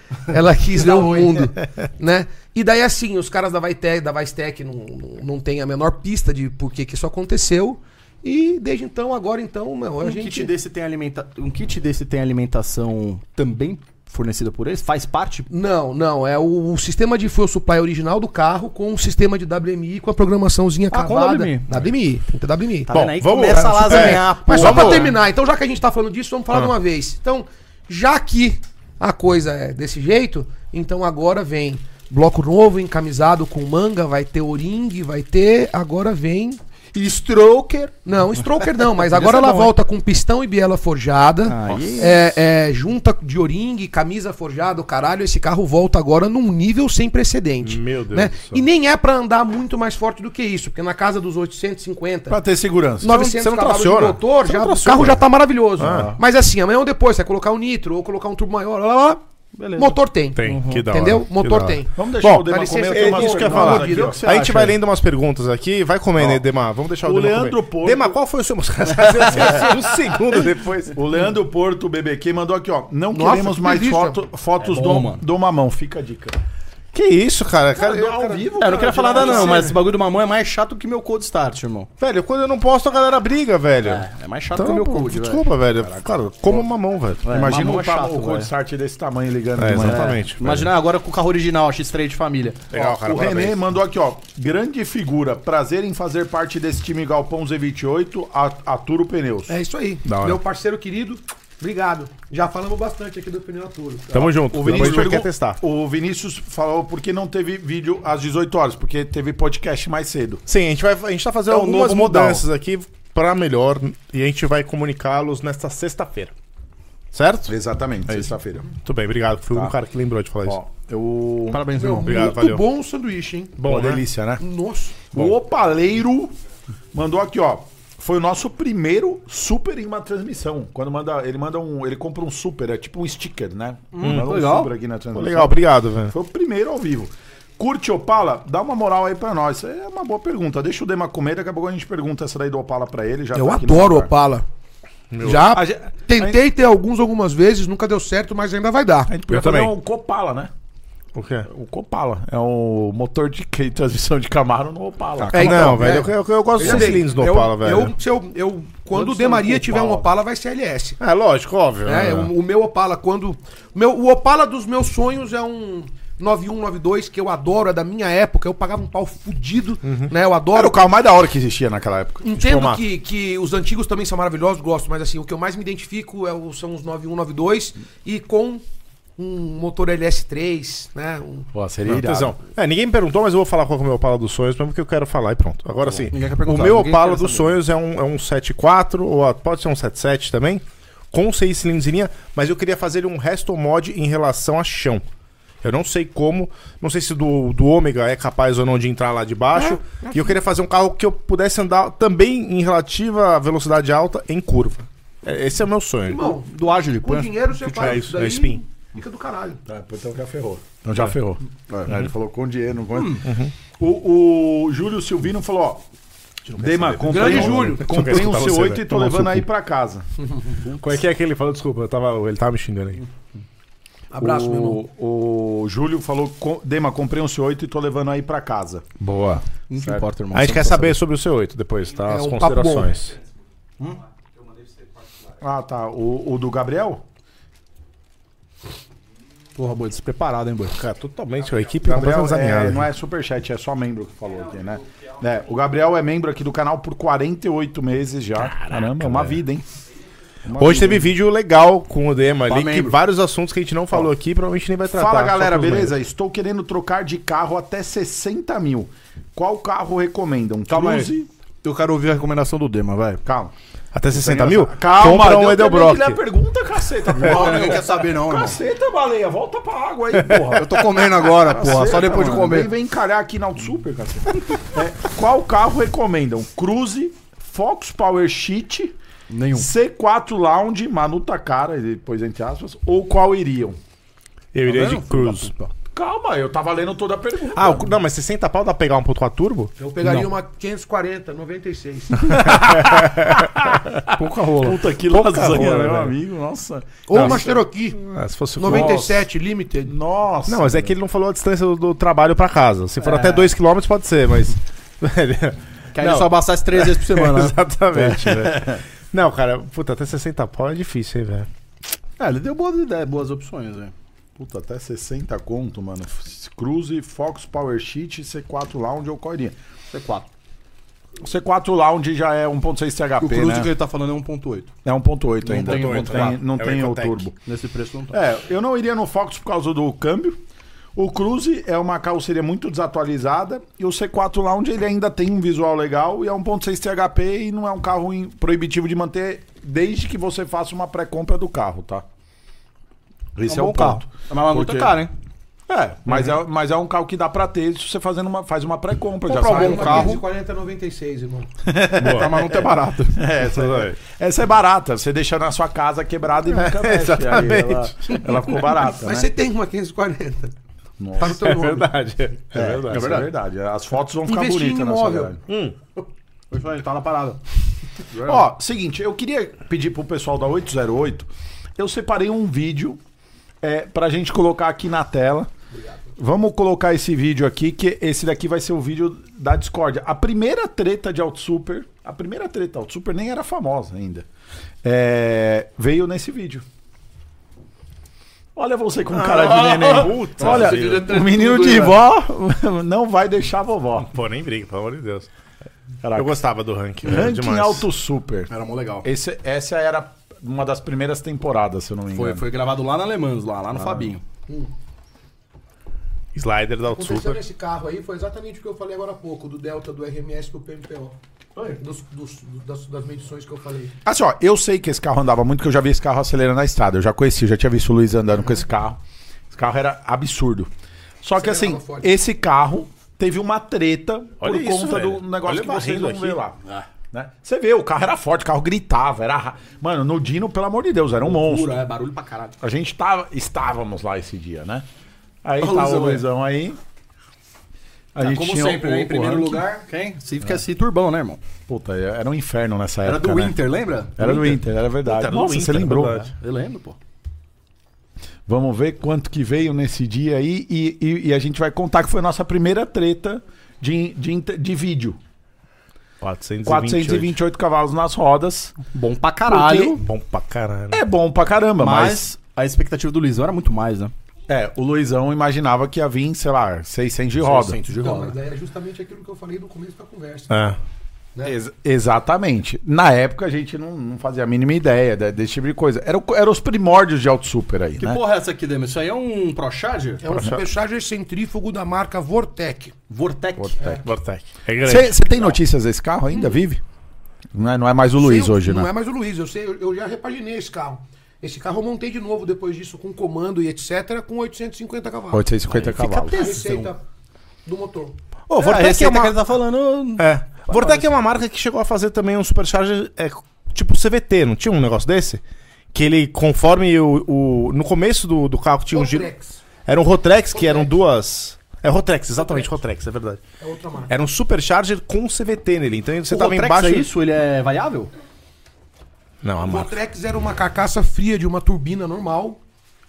[SPEAKER 3] Ela quis ver o mundo, né? E daí, assim, os caras da Vitec, da Vistec não, não, não tem a menor pista de por que que isso aconteceu. E desde então, agora então, meu, a
[SPEAKER 4] Um
[SPEAKER 3] gente...
[SPEAKER 4] kit desse tem alimenta... um kit desse tem alimentação também fornecida por eles? Faz parte?
[SPEAKER 3] Não, não. É o, o sistema de fuel supply original do carro com o sistema de WMI com a programaçãozinha
[SPEAKER 4] Ah, com
[SPEAKER 3] acabada.
[SPEAKER 4] WMI.
[SPEAKER 3] WMI, tem que ter WMI.
[SPEAKER 4] Tá
[SPEAKER 1] Bom,
[SPEAKER 4] vendo aí?
[SPEAKER 1] vamos-
[SPEAKER 4] Começa lá a
[SPEAKER 1] É.
[SPEAKER 4] zanhar,
[SPEAKER 3] Mas só
[SPEAKER 1] Vamos
[SPEAKER 3] pra
[SPEAKER 1] lá.
[SPEAKER 3] terminar, então já que a gente tá falando disso, vamos
[SPEAKER 4] Ah.
[SPEAKER 3] falar de uma vez. Então, já que a coisa é desse jeito, então agora vem bloco novo, encamisado com manga, vai ter o-ring, vai ter. Agora vem.
[SPEAKER 4] Stroker.
[SPEAKER 3] Não, stroker não, mas
[SPEAKER 4] Esse
[SPEAKER 3] agora
[SPEAKER 4] é
[SPEAKER 3] ela
[SPEAKER 1] então,
[SPEAKER 4] bom, hein?
[SPEAKER 3] volta com pistão e biela forjada.
[SPEAKER 1] Ah,
[SPEAKER 4] Aí.
[SPEAKER 3] É, é, junta de O-ring, camisa forjada, o caralho, esse carro volta agora num nível sem precedente.
[SPEAKER 1] Meu Deus
[SPEAKER 3] né?
[SPEAKER 1] do céu.
[SPEAKER 3] E nem é pra andar muito mais forte do que isso, porque na casa dos 850,
[SPEAKER 2] Pra ter segurança.
[SPEAKER 3] 900
[SPEAKER 1] você não
[SPEAKER 3] cavalos
[SPEAKER 1] traciona.
[SPEAKER 3] de motor,
[SPEAKER 1] Você
[SPEAKER 3] já,
[SPEAKER 1] não
[SPEAKER 3] o
[SPEAKER 1] traciona.
[SPEAKER 3] carro já tá maravilhoso.
[SPEAKER 1] Ah.
[SPEAKER 3] Mas assim, amanhã ou depois, você vai colocar um nitro ou colocar um turbo maior, lá, lá, lá,
[SPEAKER 4] Beleza.
[SPEAKER 3] motor tem.
[SPEAKER 1] Tem, que da hora.
[SPEAKER 3] Uhum. Entendeu?
[SPEAKER 1] que da
[SPEAKER 3] Motor
[SPEAKER 1] hora.
[SPEAKER 3] tem.
[SPEAKER 2] Vamos deixar
[SPEAKER 1] Bom,
[SPEAKER 2] o Dema
[SPEAKER 3] dá
[SPEAKER 2] comer.
[SPEAKER 3] licença, eu
[SPEAKER 2] eu
[SPEAKER 1] É
[SPEAKER 2] tenho
[SPEAKER 1] isso
[SPEAKER 2] uma
[SPEAKER 1] que eu ia
[SPEAKER 2] outra
[SPEAKER 1] falar.
[SPEAKER 2] aqui, ó.
[SPEAKER 1] a gente vai lendo umas perguntas aqui. Vai comendo aí, Dema. Vamos deixar o,
[SPEAKER 2] O
[SPEAKER 1] Dema
[SPEAKER 2] Leandro
[SPEAKER 1] comer.
[SPEAKER 2] Porto-
[SPEAKER 1] Dema, qual foi o seu... um segundo depois.
[SPEAKER 2] O Leandro Porto, BBQ, mandou aqui, ó. Não
[SPEAKER 3] Nossa,
[SPEAKER 2] queremos
[SPEAKER 3] que
[SPEAKER 2] mais
[SPEAKER 3] delícia.
[SPEAKER 2] foto- fotos
[SPEAKER 4] É bom,
[SPEAKER 2] do,
[SPEAKER 4] mano.
[SPEAKER 2] do mamão. Fica a dica.
[SPEAKER 1] Que isso, cara? cara, eu- cara-
[SPEAKER 4] É, eu não queria falar nada não,
[SPEAKER 1] Sim.
[SPEAKER 4] mas esse bagulho do mamão é mais chato que meu Cold Start, irmão.
[SPEAKER 1] Velho, quando eu não posto, a galera briga, velho.
[SPEAKER 4] É, é mais chato
[SPEAKER 1] Então,
[SPEAKER 4] que meu
[SPEAKER 1] pô,
[SPEAKER 4] Cold, velho.
[SPEAKER 1] desculpa, velho. Cara, como mamão, velho.
[SPEAKER 2] Imagina
[SPEAKER 4] mamão
[SPEAKER 2] um
[SPEAKER 4] é
[SPEAKER 2] chato,
[SPEAKER 4] chato,
[SPEAKER 2] o
[SPEAKER 4] velho.
[SPEAKER 2] Cold Start desse tamanho ligando
[SPEAKER 1] É,
[SPEAKER 2] de manhã.
[SPEAKER 1] exatamente. velho.
[SPEAKER 4] Imagina agora com o carro original, a X3 de família.
[SPEAKER 1] Legal,
[SPEAKER 2] Ó,
[SPEAKER 1] cara,
[SPEAKER 2] o
[SPEAKER 1] parabéns.
[SPEAKER 2] Renê mandou aqui, ó. Grande figura. Prazer em fazer parte desse time Galpão Z28, a- Aturo Pneus.
[SPEAKER 3] É isso aí.
[SPEAKER 1] Da hora.
[SPEAKER 3] Meu parceiro querido, obrigado. Já falamos bastante aqui do Pneu Aturo.
[SPEAKER 1] Tamo junto.
[SPEAKER 2] O
[SPEAKER 1] Depois a
[SPEAKER 2] Vinícius,
[SPEAKER 1] gente vai
[SPEAKER 2] pergun-
[SPEAKER 1] querer testar.
[SPEAKER 2] o Vinícius falou por que não teve vídeo às 18 horas, porque teve podcast mais cedo.
[SPEAKER 1] Sim, a gente, vai, a gente tá fazendo
[SPEAKER 2] É o
[SPEAKER 1] algumas
[SPEAKER 2] novo modal.
[SPEAKER 1] mudanças aqui pra melhor e a gente vai comunicá-los nesta sexta-feira. Certo?
[SPEAKER 2] Exatamente,
[SPEAKER 1] É isso.
[SPEAKER 2] sexta-feira.
[SPEAKER 1] Muito bem, obrigado. Fui um cara que lembrou de falar
[SPEAKER 2] É Ó,
[SPEAKER 1] isso.
[SPEAKER 2] eu...
[SPEAKER 4] Parabéns, irmão.
[SPEAKER 1] Obrigado,
[SPEAKER 3] Muito
[SPEAKER 1] valeu.
[SPEAKER 3] bom o sanduíche, hein?
[SPEAKER 1] Bom,
[SPEAKER 2] Uma
[SPEAKER 1] né?
[SPEAKER 2] delícia, né?
[SPEAKER 3] Nossa.
[SPEAKER 2] O Opaleiro mandou aqui, ó. Foi o nosso primeiro super em uma transmissão. Quando manda, ele manda um, ele compra um super, é tipo um sticker, né? manda
[SPEAKER 4] legal.
[SPEAKER 2] um super aqui na
[SPEAKER 1] Pô,
[SPEAKER 2] transmissão.
[SPEAKER 1] Legal, obrigado, velho.
[SPEAKER 2] Foi o primeiro ao vivo. Curte Opala? Dá uma moral aí pra nós. É uma boa pergunta. Deixa o Dema comer, daqui a pouco a gente pergunta essa daí do Opala pra ele. Já
[SPEAKER 3] Eu
[SPEAKER 2] tá aqui
[SPEAKER 3] adoro
[SPEAKER 2] no
[SPEAKER 3] o
[SPEAKER 2] radar.
[SPEAKER 3] Opala. Já
[SPEAKER 2] A gente-
[SPEAKER 3] tentei ter alguns algumas vezes, nunca deu certo, mas ainda vai dar.
[SPEAKER 2] A gente podia
[SPEAKER 1] Eu
[SPEAKER 2] fazer
[SPEAKER 1] também.
[SPEAKER 2] um Copala, né?
[SPEAKER 1] O quê?
[SPEAKER 2] O Copala. É o motor de, que- transmissão de Camaro no Opala.
[SPEAKER 3] É, então,
[SPEAKER 1] não, velho,
[SPEAKER 3] é.
[SPEAKER 1] eu, eu- eu gosto dos
[SPEAKER 3] Sei,
[SPEAKER 1] cilindros do
[SPEAKER 3] eu-
[SPEAKER 1] Opala, velho.
[SPEAKER 3] Eu, se eu, eu, quando o
[SPEAKER 2] Todos
[SPEAKER 3] De Maria
[SPEAKER 2] são
[SPEAKER 3] tiver um
[SPEAKER 2] Opala. Ah.
[SPEAKER 3] Opala, vai ser LS.
[SPEAKER 1] É, lógico, óbvio.
[SPEAKER 3] É,
[SPEAKER 1] né?
[SPEAKER 3] o, o meu Opala, quando. o Meu, o Opala dos meus sonhos é um 9192, que eu adoro, é da minha época. Eu pagava um pau fudido, né? Eu adoro.
[SPEAKER 2] Uhum. Era o carro mais da hora que existia naquela época.
[SPEAKER 3] Entendo
[SPEAKER 2] Tipo,
[SPEAKER 3] que, que os antigos também são maravilhosos, gosto, mas assim, o que eu mais me identifico é o- são os 9192 e com um motor LS3, né? Um,
[SPEAKER 2] Pô, seria
[SPEAKER 1] Não,
[SPEAKER 2] irado.
[SPEAKER 1] tesão. É, ninguém me perguntou, mas eu vou falar qual que é o meu Opala dos sonhos, mesmo que eu quero falar e pronto. Agora sim,
[SPEAKER 4] Tá ninguém quer
[SPEAKER 1] o
[SPEAKER 4] perguntar,
[SPEAKER 1] meu
[SPEAKER 4] ninguém
[SPEAKER 1] Opala
[SPEAKER 4] quer
[SPEAKER 1] dos
[SPEAKER 4] saber.
[SPEAKER 1] sonhos é um, é um 7.4, ou a- pode ser um 7.7 também, com seis cilindros em linha, mas eu queria fazer um resto mod em relação a chão. Eu não sei como, não sei se do, do ômega é capaz ou não de entrar lá de baixo.
[SPEAKER 4] Ah,
[SPEAKER 1] e eu queria fazer um carro que eu pudesse andar também em relativa velocidade alta em curva. É, Esse é o meu sonho.
[SPEAKER 3] irmão,
[SPEAKER 4] Do Agile,
[SPEAKER 3] com
[SPEAKER 4] põe.
[SPEAKER 3] dinheiro você
[SPEAKER 1] é
[SPEAKER 3] faz
[SPEAKER 1] isso, é spin.
[SPEAKER 3] Fica do caralho.
[SPEAKER 2] então já ferrou. Então já ferrou. É, Ele falou com dinheiro, não com... O, o Júlio Silvino falou, ó... Dema, comprei,
[SPEAKER 3] Grande
[SPEAKER 2] um-
[SPEAKER 3] Júlio.
[SPEAKER 1] Só
[SPEAKER 2] comprei
[SPEAKER 1] quero
[SPEAKER 2] um
[SPEAKER 1] escutar
[SPEAKER 2] C8
[SPEAKER 1] você,
[SPEAKER 2] e
[SPEAKER 1] velho.
[SPEAKER 2] tô
[SPEAKER 1] Tomar
[SPEAKER 2] levando
[SPEAKER 1] seu
[SPEAKER 2] aí
[SPEAKER 1] cu.
[SPEAKER 2] pra casa.
[SPEAKER 1] Como é que é que ele falou? Desculpa, eu tava, ele tava me xingando aí.
[SPEAKER 3] Abraço, meu irmão.
[SPEAKER 2] o, o Júlio falou, "Co- Dema, comprei um C8 e tô levando aí pra casa.
[SPEAKER 1] Boa.
[SPEAKER 4] Não importa, irmão.
[SPEAKER 1] A gente quer saber sobre o C8 depois, tá?
[SPEAKER 3] É
[SPEAKER 1] As
[SPEAKER 3] um papo
[SPEAKER 1] considerações.
[SPEAKER 2] Ah, tá. O, o do Gabriel?
[SPEAKER 4] Porra, boi, despreparado, hein, boi.
[SPEAKER 1] Cara, totalmente. A equipe
[SPEAKER 2] Gabriel é, não
[SPEAKER 1] é,
[SPEAKER 2] é superchat, é só membro que falou aqui, né? É, o Gabriel é membro aqui do canal por 48 meses já. Caramba, é uma vida, hein? Uma
[SPEAKER 1] Hoje
[SPEAKER 2] vida,
[SPEAKER 1] teve vídeo legal com o Dema ali, que
[SPEAKER 4] membro.
[SPEAKER 1] vários assuntos que a gente não falou aqui, provavelmente nem vai tratar.
[SPEAKER 2] Fala
[SPEAKER 1] só
[SPEAKER 2] galera,
[SPEAKER 1] pros
[SPEAKER 2] beleza? Estou querendo trocar de carro até 60 mil. Qual carro recomendam?
[SPEAKER 4] Calma aí.
[SPEAKER 2] Cruze?
[SPEAKER 4] Eu quero ouvir a recomendação do Dema, vai.
[SPEAKER 2] Calma.
[SPEAKER 1] membros. Até 60 mil?
[SPEAKER 2] Calma,
[SPEAKER 1] Compra um
[SPEAKER 2] deu tempo
[SPEAKER 1] Edelbrock.
[SPEAKER 2] de ler é a pergunta, caceta,
[SPEAKER 4] Não,
[SPEAKER 2] porra.
[SPEAKER 4] ninguém quer saber não, irmão.
[SPEAKER 2] caceta, baleia, volta pra água aí, porra.
[SPEAKER 4] Eu tô comendo agora, porra. É Só
[SPEAKER 2] Caceta,
[SPEAKER 4] depois de
[SPEAKER 2] mano.
[SPEAKER 4] comer.
[SPEAKER 2] Vem, vem encalhar aqui na Auto Super, caceta. É, qual carro recomendam? Cruze, Fox Power Sheet,
[SPEAKER 4] Nenhum.
[SPEAKER 2] C4 Lounge, Manu Takara, depois entre aspas, ou qual iriam?
[SPEAKER 1] Eu
[SPEAKER 2] Tá
[SPEAKER 1] iria de Cruz.
[SPEAKER 2] Calma, eu tava lendo toda a pergunta.
[SPEAKER 1] Ah, o- não, mas 60 pau dá pra pegar um 1.4 turbo?
[SPEAKER 3] Eu pegaria uma 540, 96.
[SPEAKER 1] Pouca rola. Puta que
[SPEAKER 2] Pouca rola,
[SPEAKER 1] né,
[SPEAKER 2] meu
[SPEAKER 1] velho?
[SPEAKER 2] amigo, nossa.
[SPEAKER 3] Ou uma Cherokee
[SPEAKER 1] Ah, se fosse
[SPEAKER 3] 97 Limited.
[SPEAKER 2] Nossa.
[SPEAKER 1] Não, mas é que ele não falou a distância do, do trabalho pra casa. Se for
[SPEAKER 2] É.
[SPEAKER 1] até 2km pode ser, mas. Velho,
[SPEAKER 4] Que aí
[SPEAKER 1] Não.
[SPEAKER 4] ele só abastasse três vezes por semana. né?
[SPEAKER 1] Exatamente, velho. Não, cara, puta, até 60 pau é difícil, hein, velho.
[SPEAKER 4] É, ele deu boas ideias, boas opções, né? velho.
[SPEAKER 2] Puta, até 60 conto, mano. F- Cruze, Fox Power Sheet, C4 Lounge ou qual iria?
[SPEAKER 4] C4.
[SPEAKER 2] O C4 Lounge já é 1.6
[SPEAKER 4] O
[SPEAKER 2] THP,
[SPEAKER 4] Cruze
[SPEAKER 2] né?
[SPEAKER 4] que ele tá falando é 1.8.
[SPEAKER 2] É 1.8
[SPEAKER 4] Não
[SPEAKER 2] ainda.
[SPEAKER 4] tem
[SPEAKER 2] não
[SPEAKER 4] 1.4.
[SPEAKER 2] tem, não
[SPEAKER 1] É o
[SPEAKER 2] tem o
[SPEAKER 1] Ecotec.
[SPEAKER 2] turbo.
[SPEAKER 4] Nesse preço não tá.
[SPEAKER 2] É, eu não iria no Fox por causa do câmbio. O Cruze é uma carroceria muito desatualizada e o C4 Lounge ele ainda tem um visual legal e é 1.6 THP e não é um carro in- proibitivo de manter desde que você faça uma pré-compra do carro, tá? Esse é,
[SPEAKER 4] um
[SPEAKER 2] o
[SPEAKER 4] bom
[SPEAKER 2] ponto.
[SPEAKER 4] Mas é muito
[SPEAKER 2] Porque-
[SPEAKER 4] caro, hein?
[SPEAKER 2] É, mas, é, mas é um carro que dá pra ter se você fazendo uma, faz uma pré-compra. Já
[SPEAKER 3] Comprar
[SPEAKER 2] sai um
[SPEAKER 3] uma
[SPEAKER 2] carro.
[SPEAKER 3] 540, 96, irmão.
[SPEAKER 2] Tá, mas não é barato. É, essa, essa é barata. Você deixa na sua casa quebrada e nunca mexe. Aí ela, ela ficou barata. né?
[SPEAKER 3] Mas você tem uma 540.
[SPEAKER 2] Nossa.
[SPEAKER 3] Tá no teu nome.
[SPEAKER 1] Verdade. Tá. É,
[SPEAKER 2] É, verdade.
[SPEAKER 1] isso
[SPEAKER 2] é verdade. As fotos vão ficar
[SPEAKER 3] Investir em
[SPEAKER 2] bonitas
[SPEAKER 3] imóvel.
[SPEAKER 2] nessa verdade.
[SPEAKER 4] Ele tá na parada.
[SPEAKER 2] Ó, seguinte, eu queria pedir pro pessoal da 808, eu separei um vídeo é, pra gente colocar aqui na tela. Vamos colocar esse vídeo aqui, que esse daqui vai ser o vídeo da Discord. A primeira treta de Altsuper, a primeira treta Altsuper nem era famosa ainda, é, veio nesse vídeo. Olha você com cara de neném.
[SPEAKER 1] Puta,
[SPEAKER 2] Olha,
[SPEAKER 1] esse vídeo é
[SPEAKER 2] o um menino de vó não vai deixar a vovó.
[SPEAKER 1] Pô, nem briga, pelo amor de Deus.
[SPEAKER 2] Caraca.
[SPEAKER 1] Eu gostava do ranking, velho,
[SPEAKER 2] Ranking
[SPEAKER 1] demais.
[SPEAKER 2] Alto Super.
[SPEAKER 5] Era mó legal.
[SPEAKER 2] Esse- essa era uma das primeiras temporadas, se eu não me engano.
[SPEAKER 4] Foi, foi gravado lá na Alemãs, lá, lá no Fabinho.
[SPEAKER 1] Slider da Alto
[SPEAKER 3] Aconteceu
[SPEAKER 1] Super.
[SPEAKER 3] nesse carro aí foi exatamente o que eu falei agora há pouco, do Delta, do RMS pro PMPO. Dos- dos- das, das medições que eu falei.
[SPEAKER 2] Assim, ó, eu sei que esse carro andava muito, que eu já vi esse carro acelerando na estrada. Eu já conheci, eu já tinha visto o Luiz andando com esse carro. Esse carro era absurdo. Só que assim,
[SPEAKER 3] Acelerava forte.
[SPEAKER 2] esse carro teve uma treta
[SPEAKER 1] Olha
[SPEAKER 2] por
[SPEAKER 1] isso,
[SPEAKER 2] conta
[SPEAKER 1] velho.
[SPEAKER 2] do negócio
[SPEAKER 1] Olha
[SPEAKER 2] que vocês
[SPEAKER 1] varrendo
[SPEAKER 2] vão ver
[SPEAKER 1] aqui.
[SPEAKER 2] lá.
[SPEAKER 4] Ah.
[SPEAKER 2] né? Você vê, o carro era forte, o carro gritava, era. ra- Mano, no Dino, pelo amor de Deus, era um monstro.
[SPEAKER 4] Pura, é barulho pra caralho.
[SPEAKER 2] A gente tava, estávamos lá esse dia, né? Aí
[SPEAKER 4] Ó,
[SPEAKER 2] tava o
[SPEAKER 4] o Luizão, é.
[SPEAKER 2] Luizão aí. A gente
[SPEAKER 4] como
[SPEAKER 2] tinha um-
[SPEAKER 4] sempre,
[SPEAKER 2] o-
[SPEAKER 4] né?
[SPEAKER 2] o
[SPEAKER 4] Em primeiro
[SPEAKER 2] ranking.
[SPEAKER 4] lugar, quem? Civic é Citurbão, né, irmão?
[SPEAKER 2] Puta, era um inferno nessa
[SPEAKER 4] Era
[SPEAKER 2] época.
[SPEAKER 4] do
[SPEAKER 2] né?
[SPEAKER 4] Inter, lembra?
[SPEAKER 2] Era do Inter, era verdade.
[SPEAKER 1] Puta, era do
[SPEAKER 2] Nossa, você
[SPEAKER 1] Inter,
[SPEAKER 2] lembrou.
[SPEAKER 1] verdade.
[SPEAKER 4] É. Eu lembro, pô.
[SPEAKER 2] Vamos ver quanto que veio nesse dia aí e, e- e a gente vai contar que foi a nossa primeira treta de, de, inter- de vídeo.
[SPEAKER 1] 428.
[SPEAKER 2] 428 cavalos nas rodas.
[SPEAKER 4] Bom pra caralho.
[SPEAKER 1] Bom pra caralho.
[SPEAKER 2] É bom pra caramba, mas...
[SPEAKER 4] Mas a expectativa do Luizão era muito mais, né?
[SPEAKER 2] É, o Luizão imaginava que ia vir, sei lá, 600 de roda.
[SPEAKER 4] 600 de
[SPEAKER 3] Não,
[SPEAKER 4] roda.
[SPEAKER 3] mas daí é justamente aquilo que eu falei no começo da conversa.
[SPEAKER 1] É.
[SPEAKER 2] Ex- exatamente. Na época a gente não, não fazia a mínima ideia de- desse tipo de coisa. Era, o- era os primórdios de Auto Super aí,
[SPEAKER 4] Que
[SPEAKER 2] né?
[SPEAKER 4] porra é essa aqui, Demo? Isso aí é um Procharger?
[SPEAKER 3] É um supercharger centrífugo da marca Vortec.
[SPEAKER 4] Vortec.
[SPEAKER 1] Vortec. É grande.
[SPEAKER 2] Você tem notícias desse carro ainda, vive? Não é, não é mais o Luiz
[SPEAKER 3] Sim,
[SPEAKER 2] hoje,
[SPEAKER 3] não
[SPEAKER 2] né?
[SPEAKER 3] é mais o Luiz, eu sei, eu, eu já repaginei esse carro. Esse carro eu montei de novo depois disso com comando e etc, com 850 cavalos.
[SPEAKER 2] 850 cavalos.
[SPEAKER 3] A receita do motor.
[SPEAKER 1] Ô,
[SPEAKER 4] É,
[SPEAKER 1] Vortec é,
[SPEAKER 4] receita que
[SPEAKER 1] uma...
[SPEAKER 4] ele tá falando.
[SPEAKER 1] É. Vortec é uma marca que chegou a fazer também um supercharger é, tipo CVT, não tinha um negócio desse? Que ele, conforme o. o- no começo do, do carro tinha um giro.
[SPEAKER 3] Vortex.
[SPEAKER 1] Era um Rotrex, que eram duas. É Rotrex, exatamente, Rotrex, é verdade.
[SPEAKER 3] É outra marca.
[SPEAKER 1] Era um supercharger com CVT nele. Então você
[SPEAKER 4] o
[SPEAKER 1] tava
[SPEAKER 4] Vortex
[SPEAKER 1] embaixo.
[SPEAKER 4] é isso? Ele é variável?
[SPEAKER 1] Não, a
[SPEAKER 3] O
[SPEAKER 1] marca.
[SPEAKER 3] Vortex era uma carcaça fria de uma turbina normal,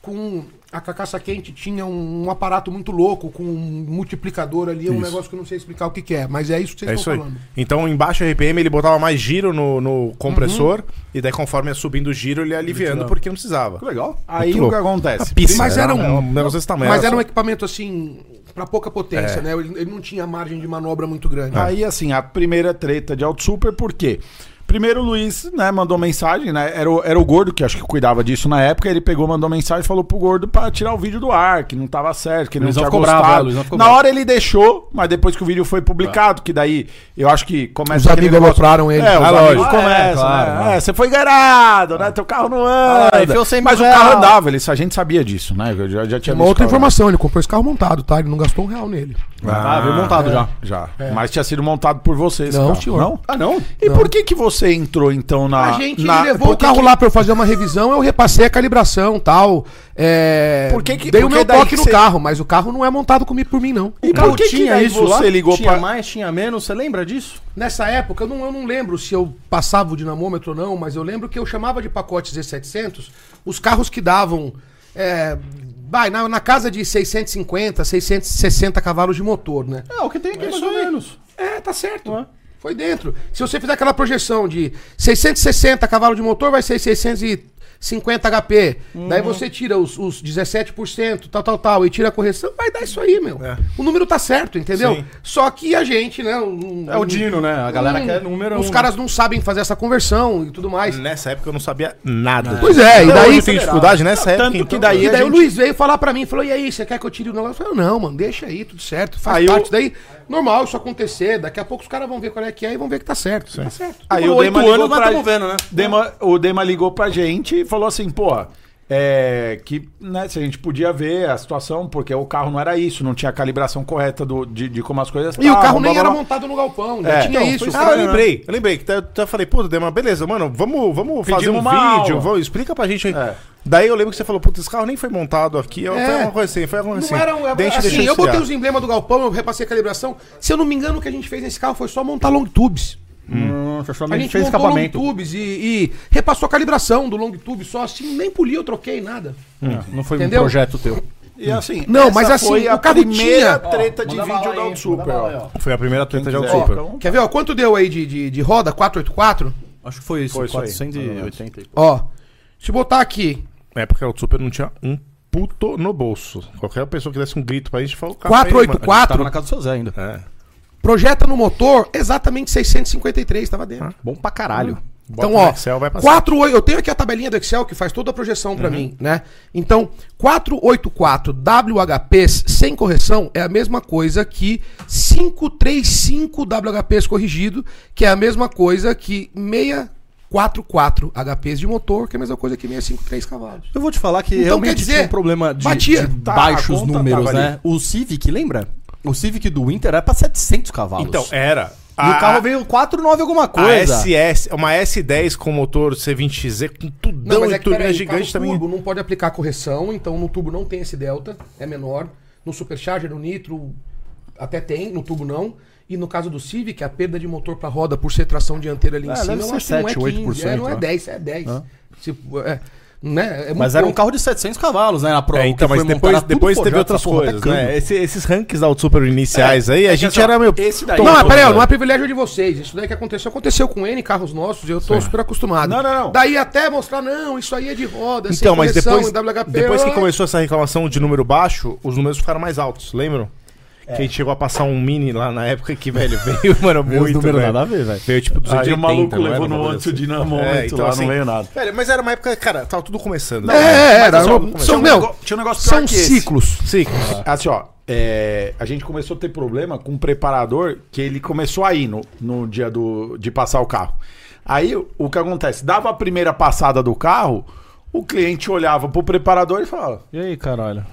[SPEAKER 3] com a carcaça quente tinha um, um aparato muito louco, com um multiplicador ali, é um negócio que eu não sei explicar o que, que é, mas é isso que vocês
[SPEAKER 1] É isso
[SPEAKER 3] estão
[SPEAKER 1] aí.
[SPEAKER 3] falando.
[SPEAKER 1] Então, embaixo RPM, ele botava mais giro no, no compressor.
[SPEAKER 2] Uhum.
[SPEAKER 1] E daí, conforme ia subindo o giro, ele ia aliviando porque não precisava.
[SPEAKER 4] Que legal.
[SPEAKER 2] Aí
[SPEAKER 1] Muito
[SPEAKER 2] o que
[SPEAKER 1] louco.
[SPEAKER 2] acontece?
[SPEAKER 1] Pista,
[SPEAKER 3] Mas era um-
[SPEAKER 1] negócio desse tamanho.
[SPEAKER 3] Mas era
[SPEAKER 1] é só-
[SPEAKER 3] um equipamento assim, pra pouca potência, né? Ele, ele não tinha margem de manobra muito grande.
[SPEAKER 2] Aí, assim, a primeira treta de Auto Super, por quê? Primeiro o Luiz, né, mandou mensagem, né? Era o, era o Gordo, que acho que cuidava disso na época, ele pegou, mandou mensagem e falou pro Gordo pra tirar o vídeo do ar, que não tava certo, que ele não
[SPEAKER 4] Luizão
[SPEAKER 2] tinha
[SPEAKER 4] ficou bravo, é,
[SPEAKER 2] gostado.
[SPEAKER 4] Luizão ficou
[SPEAKER 2] na
[SPEAKER 4] bravo.
[SPEAKER 2] hora ele deixou, mas depois que o vídeo foi publicado, que daí eu acho que começa
[SPEAKER 3] Os amigos alopraram ele.
[SPEAKER 2] É, os
[SPEAKER 3] Ah,
[SPEAKER 2] amigos
[SPEAKER 4] lógico. Ah,
[SPEAKER 2] começam,
[SPEAKER 4] é, claro,
[SPEAKER 2] né?
[SPEAKER 4] claro.
[SPEAKER 2] É, você foi enganado, né? Teu carro não anda.
[SPEAKER 4] Ah,
[SPEAKER 1] assim,
[SPEAKER 4] enfiou cem mil
[SPEAKER 2] mas o
[SPEAKER 4] real.
[SPEAKER 2] carro andava, ele, a gente sabia disso, né? Eu já, já tinha visto o
[SPEAKER 3] Uma outra
[SPEAKER 2] carro andar.
[SPEAKER 3] informação, ele comprou esse carro montado, tá? Ele não gastou um real nele.
[SPEAKER 4] Ah, veio montado já.
[SPEAKER 2] Já. Mas tinha sido montado por vocês,
[SPEAKER 3] Não,
[SPEAKER 2] carro,
[SPEAKER 3] senhor.
[SPEAKER 2] Não?
[SPEAKER 4] Ah, não?
[SPEAKER 2] E por que que você entrou então na
[SPEAKER 3] a gente
[SPEAKER 2] na-
[SPEAKER 3] levou É, o
[SPEAKER 2] por que
[SPEAKER 3] carro
[SPEAKER 2] que-
[SPEAKER 3] lá pra eu fazer uma revisão, eu repassei a calibração tal. É...
[SPEAKER 2] Por que que-
[SPEAKER 3] Dei o
[SPEAKER 2] porque
[SPEAKER 3] meu
[SPEAKER 2] daí
[SPEAKER 3] toque
[SPEAKER 2] que
[SPEAKER 3] no
[SPEAKER 2] cê-
[SPEAKER 3] carro, mas o carro não é montado comigo por mim, não.
[SPEAKER 2] E por que que
[SPEAKER 4] tinha
[SPEAKER 2] daí
[SPEAKER 4] isso lá?
[SPEAKER 2] você ligou
[SPEAKER 4] tinha
[SPEAKER 2] pra
[SPEAKER 4] mais, tinha menos, você lembra disso?
[SPEAKER 3] Nessa época, eu não, eu não lembro se eu passava o dinamômetro ou não, mas eu lembro que eu chamava de pacote Z700 os carros que davam. é, vai, na, na casa de 650, 660 cavalos de motor, né?
[SPEAKER 4] É, o que tem aqui, mais ou menos.
[SPEAKER 3] É, tá certo. Foi dentro. Se você fizer aquela projeção de 660 cavalos de motor, vai ser 650 HP. Daí você tira os, os 17%, tal, tal, tal, e tira a correção, vai dar isso aí, meu. O número tá certo, entendeu?
[SPEAKER 1] Sim.
[SPEAKER 3] Só que a gente, né? um-
[SPEAKER 4] É o Dino, né? A galera
[SPEAKER 3] um-
[SPEAKER 4] quer número
[SPEAKER 3] Os
[SPEAKER 4] um,
[SPEAKER 3] caras não sabem fazer essa conversão e tudo mais.
[SPEAKER 1] Nessa época eu não sabia nada.
[SPEAKER 3] Pois é, e
[SPEAKER 1] Até
[SPEAKER 3] daí-
[SPEAKER 1] hoje eu tenho dificuldade nessa época.
[SPEAKER 2] Tanto que
[SPEAKER 1] então,
[SPEAKER 2] daí
[SPEAKER 3] E
[SPEAKER 2] a
[SPEAKER 3] daí o
[SPEAKER 2] gente-
[SPEAKER 3] Luiz veio falar pra mim, falou, e aí, você quer que eu tire o negócio? Eu falei, não, mano, deixa aí, tudo certo, faz
[SPEAKER 2] Aí eu-
[SPEAKER 3] parte. Daí, normal isso acontecer, daqui a pouco os caras vão ver qual é que é e vão ver que tá certo. Tá certo.
[SPEAKER 2] Aí
[SPEAKER 4] Demorou
[SPEAKER 2] o Dema
[SPEAKER 4] Tipo, oito
[SPEAKER 2] ligou
[SPEAKER 4] anos, mas
[SPEAKER 2] pra...
[SPEAKER 4] tamo vendo, né?
[SPEAKER 2] Dema- o Dema ligou pra gente e falou assim, pô, é, que né, se a gente podia ver a situação, porque o carro não era isso, não tinha a calibração correta do, de, de como as coisas
[SPEAKER 3] E o
[SPEAKER 2] estavam,
[SPEAKER 3] carro nem
[SPEAKER 2] blá,
[SPEAKER 3] era
[SPEAKER 2] blá, blá.
[SPEAKER 3] montado no galpão, né?
[SPEAKER 2] É.
[SPEAKER 3] Tinha
[SPEAKER 2] Então,
[SPEAKER 3] isso.
[SPEAKER 2] foi
[SPEAKER 1] Ah,
[SPEAKER 3] cara.
[SPEAKER 1] eu lembrei, eu lembrei. que Até até falei, puta, Dema, beleza, mano, vamos, vamos fazer um
[SPEAKER 2] uma
[SPEAKER 1] vídeo,
[SPEAKER 2] aula.
[SPEAKER 1] vamos, explica pra gente aí.
[SPEAKER 2] É.
[SPEAKER 1] Daí eu lembro que você falou, puta, esse carro nem foi montado aqui,
[SPEAKER 3] É.
[SPEAKER 1] foi uma coisa assim, foi uma
[SPEAKER 3] Não
[SPEAKER 1] coisa assim.
[SPEAKER 3] era um,
[SPEAKER 1] Daí a gente
[SPEAKER 3] assim,
[SPEAKER 1] deixou
[SPEAKER 3] eu botei
[SPEAKER 1] esfriar.
[SPEAKER 3] os emblemas do galpão, eu repassei a calibração. Se eu não me engano, o que a gente fez nesse carro foi só montar long tubes.
[SPEAKER 4] Hum,
[SPEAKER 3] A gente fez montou long tubes e, e repassou a calibração do long tube só assim, nem polia, eu troquei nada.
[SPEAKER 4] Não foi
[SPEAKER 3] Entendeu?
[SPEAKER 4] um projeto teu.
[SPEAKER 2] E assim,
[SPEAKER 3] Não,
[SPEAKER 2] essa
[SPEAKER 3] mas assim,
[SPEAKER 2] foi
[SPEAKER 3] o
[SPEAKER 2] a
[SPEAKER 3] carro
[SPEAKER 2] primeira
[SPEAKER 3] tinha-
[SPEAKER 2] treta de
[SPEAKER 4] Manda bala
[SPEAKER 2] vídeo
[SPEAKER 4] aí,
[SPEAKER 2] da
[SPEAKER 4] manda
[SPEAKER 2] Auto Super.
[SPEAKER 4] bala aí,
[SPEAKER 2] ó.
[SPEAKER 4] ó.
[SPEAKER 6] Foi a primeira treta de
[SPEAKER 2] Ó,
[SPEAKER 6] Auto Super.
[SPEAKER 2] então,
[SPEAKER 3] Quer ver, ó, quanto deu aí de, de, de roda? 484?
[SPEAKER 4] Acho que foi isso,
[SPEAKER 2] Foi isso aí.
[SPEAKER 4] 480 e pouco.
[SPEAKER 3] Ó, se botar aqui,
[SPEAKER 1] Na época, o Super não tinha um puto no bolso. Qualquer pessoa que desse um grito pra gente, falou...
[SPEAKER 3] 484,
[SPEAKER 4] Tava na casa do seu Zé ainda.
[SPEAKER 1] É.
[SPEAKER 3] projeta no motor exatamente 653, tava dentro.
[SPEAKER 4] Bom pra caralho.
[SPEAKER 3] Então,
[SPEAKER 1] Bota no
[SPEAKER 3] ó,
[SPEAKER 1] Excel, vai Uhum. pra
[SPEAKER 3] 48 eu tenho aqui a tabelinha do Excel que faz toda a projeção pra mim, né? Então, 484 WHPs sem correção é a mesma coisa que 535 WHPs corrigido, que é a mesma coisa que 644 HPs de motor, que é a mesma coisa que 653 cavalos.
[SPEAKER 4] Eu vou te falar que
[SPEAKER 3] Então, quer
[SPEAKER 4] realmente
[SPEAKER 3] dizer,
[SPEAKER 4] tinha um problema de,
[SPEAKER 3] batia.
[SPEAKER 4] de
[SPEAKER 2] Tá, a
[SPEAKER 4] baixos
[SPEAKER 2] conta
[SPEAKER 4] números,
[SPEAKER 2] tava ali.
[SPEAKER 4] né? O Civic, lembra? O Civic do Winter era pra 700 cavalos.
[SPEAKER 1] Então, era.
[SPEAKER 4] E o carro veio 49 alguma
[SPEAKER 1] a
[SPEAKER 4] coisa.
[SPEAKER 1] SS, uma S10 com motor C20Z com tudão e turbina
[SPEAKER 3] é peraí,
[SPEAKER 1] gigante
[SPEAKER 3] carro
[SPEAKER 1] também.
[SPEAKER 3] turbo não pode aplicar correção, então no tubo não tem esse delta, é menor. No supercharger, no nitro, até tem, no tubo não. E no caso do Civic, a perda de motor para roda por ser tração dianteira ali em
[SPEAKER 4] É,
[SPEAKER 3] cima,
[SPEAKER 4] deve
[SPEAKER 3] eu
[SPEAKER 4] ser
[SPEAKER 3] acho que não é
[SPEAKER 4] 7,
[SPEAKER 3] 15, é, não é
[SPEAKER 4] né?
[SPEAKER 3] 10, é 10. Tipo, é, né, é muito
[SPEAKER 4] Mas era um
[SPEAKER 3] pouco.
[SPEAKER 4] carro de 700 cavalos, né? Na prova.
[SPEAKER 1] É, então,
[SPEAKER 4] que foi
[SPEAKER 1] mas depois,
[SPEAKER 4] montada tudo
[SPEAKER 1] depois teve
[SPEAKER 4] forjado,
[SPEAKER 1] outras
[SPEAKER 4] essa porra, tá até
[SPEAKER 1] coisas,
[SPEAKER 4] câmbio.
[SPEAKER 1] né? Esse- esses ranks da Auto Super iniciais aí, a
[SPEAKER 2] que
[SPEAKER 1] gente
[SPEAKER 2] assim, ó,
[SPEAKER 1] era meu.
[SPEAKER 2] esse daí-
[SPEAKER 1] tonto,
[SPEAKER 3] Não, mas peraí, ó,
[SPEAKER 1] velho.
[SPEAKER 3] não é privilégio de vocês. Isso daí que aconteceu, aconteceu com N carros nossos, e eu tô super acostumado.
[SPEAKER 2] Não, não, não.
[SPEAKER 3] Daí até mostrar, não, isso aí é de roda, é sem
[SPEAKER 1] Então, mas
[SPEAKER 3] correção,
[SPEAKER 1] depois,
[SPEAKER 3] em WHP,
[SPEAKER 1] depois que
[SPEAKER 3] ó.
[SPEAKER 1] começou essa reclamação de número baixo, os números ficaram mais altos, lembram? Que a gente chegou a passar um mini lá na época que, velho, veio, mano,
[SPEAKER 4] Os
[SPEAKER 1] muito,
[SPEAKER 4] números
[SPEAKER 1] velho.
[SPEAKER 4] nada a ver, velho.
[SPEAKER 1] Veio tipo 280,
[SPEAKER 2] Aí o maluco
[SPEAKER 1] não era
[SPEAKER 2] levou
[SPEAKER 1] uma
[SPEAKER 2] no
[SPEAKER 1] coisa
[SPEAKER 2] ônibus
[SPEAKER 1] assim.
[SPEAKER 2] o dinamômetro
[SPEAKER 1] É, então,
[SPEAKER 2] lá,
[SPEAKER 1] assim,
[SPEAKER 2] não veio nada.
[SPEAKER 1] Velho, mas era uma época, cara, tava tudo começando. né?
[SPEAKER 3] É, é, era.
[SPEAKER 2] Só-
[SPEAKER 3] São,
[SPEAKER 2] tinha um
[SPEAKER 3] não,
[SPEAKER 2] nego- tinha um negócio pior
[SPEAKER 3] são
[SPEAKER 2] que esse.
[SPEAKER 3] ciclos.
[SPEAKER 1] Sim.
[SPEAKER 2] Assim, ó, é, a gente começou a ter problema com um preparador que ele começou a ir no, no dia do, de passar o carro. Aí o- o que acontece? Dava a primeira passada do carro, o cliente olhava pro preparador e falava:
[SPEAKER 4] E aí, caralho?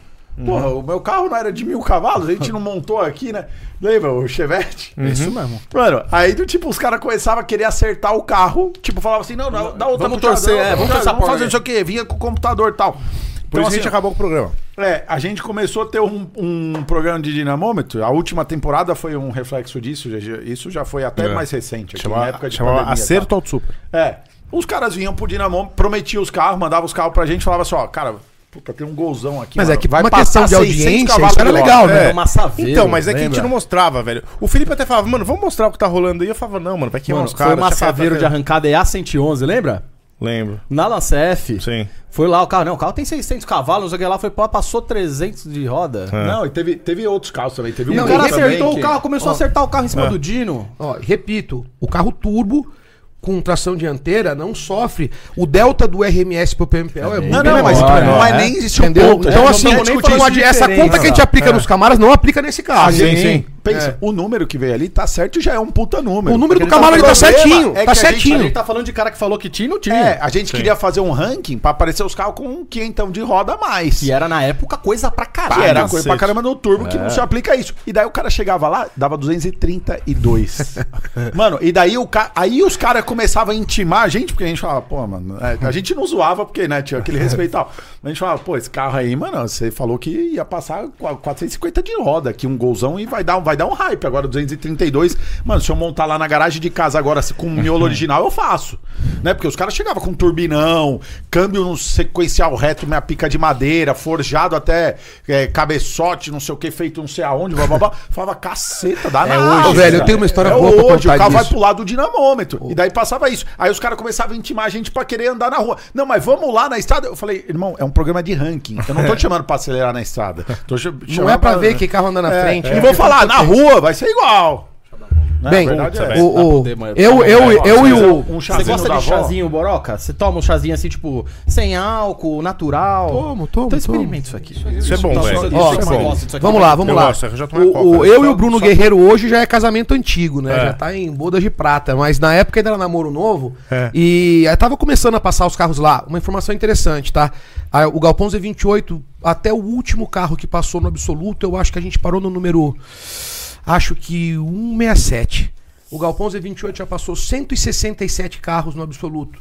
[SPEAKER 2] Porra, o meu carro não era de mil cavalos, a gente não montou aqui, né? Lembra o Chevette?
[SPEAKER 4] É Isso mesmo.
[SPEAKER 2] Mano, aí do tipo, os caras começavam a querer acertar o carro, tipo, falava assim: não, não dá outra
[SPEAKER 4] Vamos
[SPEAKER 2] puxada,
[SPEAKER 4] torcer,
[SPEAKER 2] dá
[SPEAKER 4] é,
[SPEAKER 2] outra
[SPEAKER 4] vamos
[SPEAKER 2] puxada,
[SPEAKER 4] torcer a porta
[SPEAKER 2] fazer
[SPEAKER 4] aí.
[SPEAKER 2] não sei o quê, vinha com o computador e tal.
[SPEAKER 1] Por isso que a gente acabou com o programa.
[SPEAKER 2] É, a gente começou a ter um, um programa de dinamômetro. A última temporada foi um reflexo disso. já- já- Isso já foi até
[SPEAKER 1] É.
[SPEAKER 2] mais recente. aqui,
[SPEAKER 1] Chamava,
[SPEAKER 2] na época de
[SPEAKER 1] chamava
[SPEAKER 2] pandemia, tá?
[SPEAKER 1] Acerto Auto Super.
[SPEAKER 2] É. Os caras vinham pro dinamômetro, prometiam os carros, mandavam os carros pra gente, falava assim, ó, cara, puta, tem um golzão aqui.
[SPEAKER 3] Mas
[SPEAKER 2] mano,
[SPEAKER 3] é que
[SPEAKER 2] vai
[SPEAKER 3] uma
[SPEAKER 2] passar
[SPEAKER 3] questão de
[SPEAKER 2] 600
[SPEAKER 3] audiência,
[SPEAKER 2] cavalos
[SPEAKER 3] isso era
[SPEAKER 2] por hora.
[SPEAKER 3] legal, né?
[SPEAKER 4] Era uma saveira,
[SPEAKER 1] Então, mas é que a
[SPEAKER 4] lembra?
[SPEAKER 1] gente não mostrava, velho. O Felipe até falava, mano, vamos mostrar o que tá rolando aí. Eu falava, não, mano, vai queimar
[SPEAKER 4] Mano,
[SPEAKER 1] os caras.
[SPEAKER 4] foi um
[SPEAKER 1] deixa quieto,
[SPEAKER 4] assaveiro
[SPEAKER 1] tá
[SPEAKER 4] de arrancada EA111, lembra?
[SPEAKER 1] Lembro,
[SPEAKER 4] Na LACF.
[SPEAKER 1] sim.
[SPEAKER 4] Foi lá o carro. Não, o carro tem 600 cavalos, não sei o que lá. Foi, pô, passou 300 de roda.
[SPEAKER 2] Não, e teve, teve outros carros também. Teve um
[SPEAKER 4] E o
[SPEAKER 3] Não,
[SPEAKER 4] cara
[SPEAKER 2] outro também
[SPEAKER 4] acertou
[SPEAKER 2] que-
[SPEAKER 4] o carro, começou a acertar o carro em
[SPEAKER 2] É.
[SPEAKER 4] cima do Dino.
[SPEAKER 3] Ó, repito, o carro turbo com tração dianteira não sofre. O delta do RMS pro PMPL é, muito
[SPEAKER 2] Não, não, mas,
[SPEAKER 3] menor,
[SPEAKER 4] Olha,
[SPEAKER 2] mas
[SPEAKER 4] é.
[SPEAKER 2] nem existe um
[SPEAKER 3] Entendeu?
[SPEAKER 2] ponto.
[SPEAKER 3] então,
[SPEAKER 2] né?
[SPEAKER 3] assim,
[SPEAKER 2] Não
[SPEAKER 4] tamo nem
[SPEAKER 3] discutir
[SPEAKER 4] falando de
[SPEAKER 3] essa
[SPEAKER 4] diferença.
[SPEAKER 3] conta que a
[SPEAKER 2] né?
[SPEAKER 3] gente aplica
[SPEAKER 2] É.
[SPEAKER 3] nos Camaras não aplica nesse carro.
[SPEAKER 2] Ah, sim, sim.
[SPEAKER 1] sim.
[SPEAKER 2] Pensa, o número que veio ali tá certo e já é um puta número.
[SPEAKER 3] O número do
[SPEAKER 2] Porque ele
[SPEAKER 3] Camaro ali tá
[SPEAKER 2] falando,
[SPEAKER 3] certinho,
[SPEAKER 2] "Eba, é
[SPEAKER 3] tá
[SPEAKER 2] que a gente-
[SPEAKER 3] certinho.
[SPEAKER 4] A gente tá falando de cara que falou que tinha e não tinha.
[SPEAKER 2] É, a gente queria fazer um ranking pra aparecer os carros com um quinhentão de roda a mais.
[SPEAKER 4] Que era É. na época coisa pra caralho.
[SPEAKER 2] Que era coisa
[SPEAKER 1] cacete.
[SPEAKER 2] pra caramba no turbo que não se aplica a isso. E daí o cara chegava lá, dava 232. mano, e daí o ca... aí os caras começavam a intimar a gente, porque a gente falava, pô, mano, é, a gente não zoava porque, né, tinha aquele respeito e tal. Mas a gente falava, pô, esse carro aí, mano, você falou que ia passar qua- 450 de roda aqui, um golzão e vai dar, um- vai dar um hype. Agora 232, mano, se eu montar lá na garagem de casa agora se- com o miolo original, eu faço. Né? Porque os caras chegavam com turbinão, câmbio no sequencial reto, minha pica de madeira, forjado até é, cabeçote, não sei o que, feito não sei aonde, blá blá blá. Falava, caceta, dá nada.
[SPEAKER 3] É hoje, velho, eu tenho uma história
[SPEAKER 2] é
[SPEAKER 3] boa pra
[SPEAKER 2] hoje,
[SPEAKER 3] contar
[SPEAKER 2] O carro vai
[SPEAKER 3] disso.
[SPEAKER 2] pro lado do dinamômetro. E daí passava isso. Aí os caras começavam a intimar a gente pra querer andar na rua. Não, mas vamos lá na estrada. Eu falei, irmão, é um programa de ranking. Eu não tô te chamando pra acelerar na estrada. Tô ch-
[SPEAKER 3] Não
[SPEAKER 2] chamando
[SPEAKER 3] é pra ver que carro anda na
[SPEAKER 2] É,
[SPEAKER 3] frente.
[SPEAKER 2] E vou falar, na rua vai ser igual.
[SPEAKER 3] Bem,
[SPEAKER 2] verdade é
[SPEAKER 3] o,
[SPEAKER 4] Dá
[SPEAKER 3] o-
[SPEAKER 4] pra ter, mas- é
[SPEAKER 3] eu, eu, eu, e o.
[SPEAKER 2] Um
[SPEAKER 4] Você
[SPEAKER 2] chazinho
[SPEAKER 4] gosta
[SPEAKER 2] da
[SPEAKER 4] de
[SPEAKER 2] avó.
[SPEAKER 4] chazinho, Boroca? Você toma um chazinho assim, tipo, sem álcool, natural?
[SPEAKER 3] Tomo, tomo,
[SPEAKER 4] Então
[SPEAKER 3] tomo.
[SPEAKER 4] experimenta isso aqui.
[SPEAKER 1] Isso é bom,
[SPEAKER 4] Então,
[SPEAKER 1] velho.
[SPEAKER 4] só-
[SPEAKER 3] Ó,
[SPEAKER 4] isso é bom. Isso aqui
[SPEAKER 3] vamos
[SPEAKER 4] é
[SPEAKER 3] lá,
[SPEAKER 4] bom.
[SPEAKER 3] vamos
[SPEAKER 1] Eu
[SPEAKER 3] lá.
[SPEAKER 1] gosto, eu já tomei
[SPEAKER 3] o,
[SPEAKER 1] uma Coca,
[SPEAKER 3] o- eu
[SPEAKER 1] só-
[SPEAKER 3] e o Bruno
[SPEAKER 1] só-
[SPEAKER 3] Guerreiro hoje já é casamento antigo, né?
[SPEAKER 1] É.
[SPEAKER 3] Já tá em boda de prata, mas na época ainda era namoro novo.
[SPEAKER 1] É.
[SPEAKER 3] E aí tava começando a passar os carros lá. Uma informação interessante, tá? Ah, O Galpão Z28, até o último carro que passou no absoluto, eu acho que a gente parou no número. Acho que 167. O Galpão Z28 já passou 167 carros no absoluto.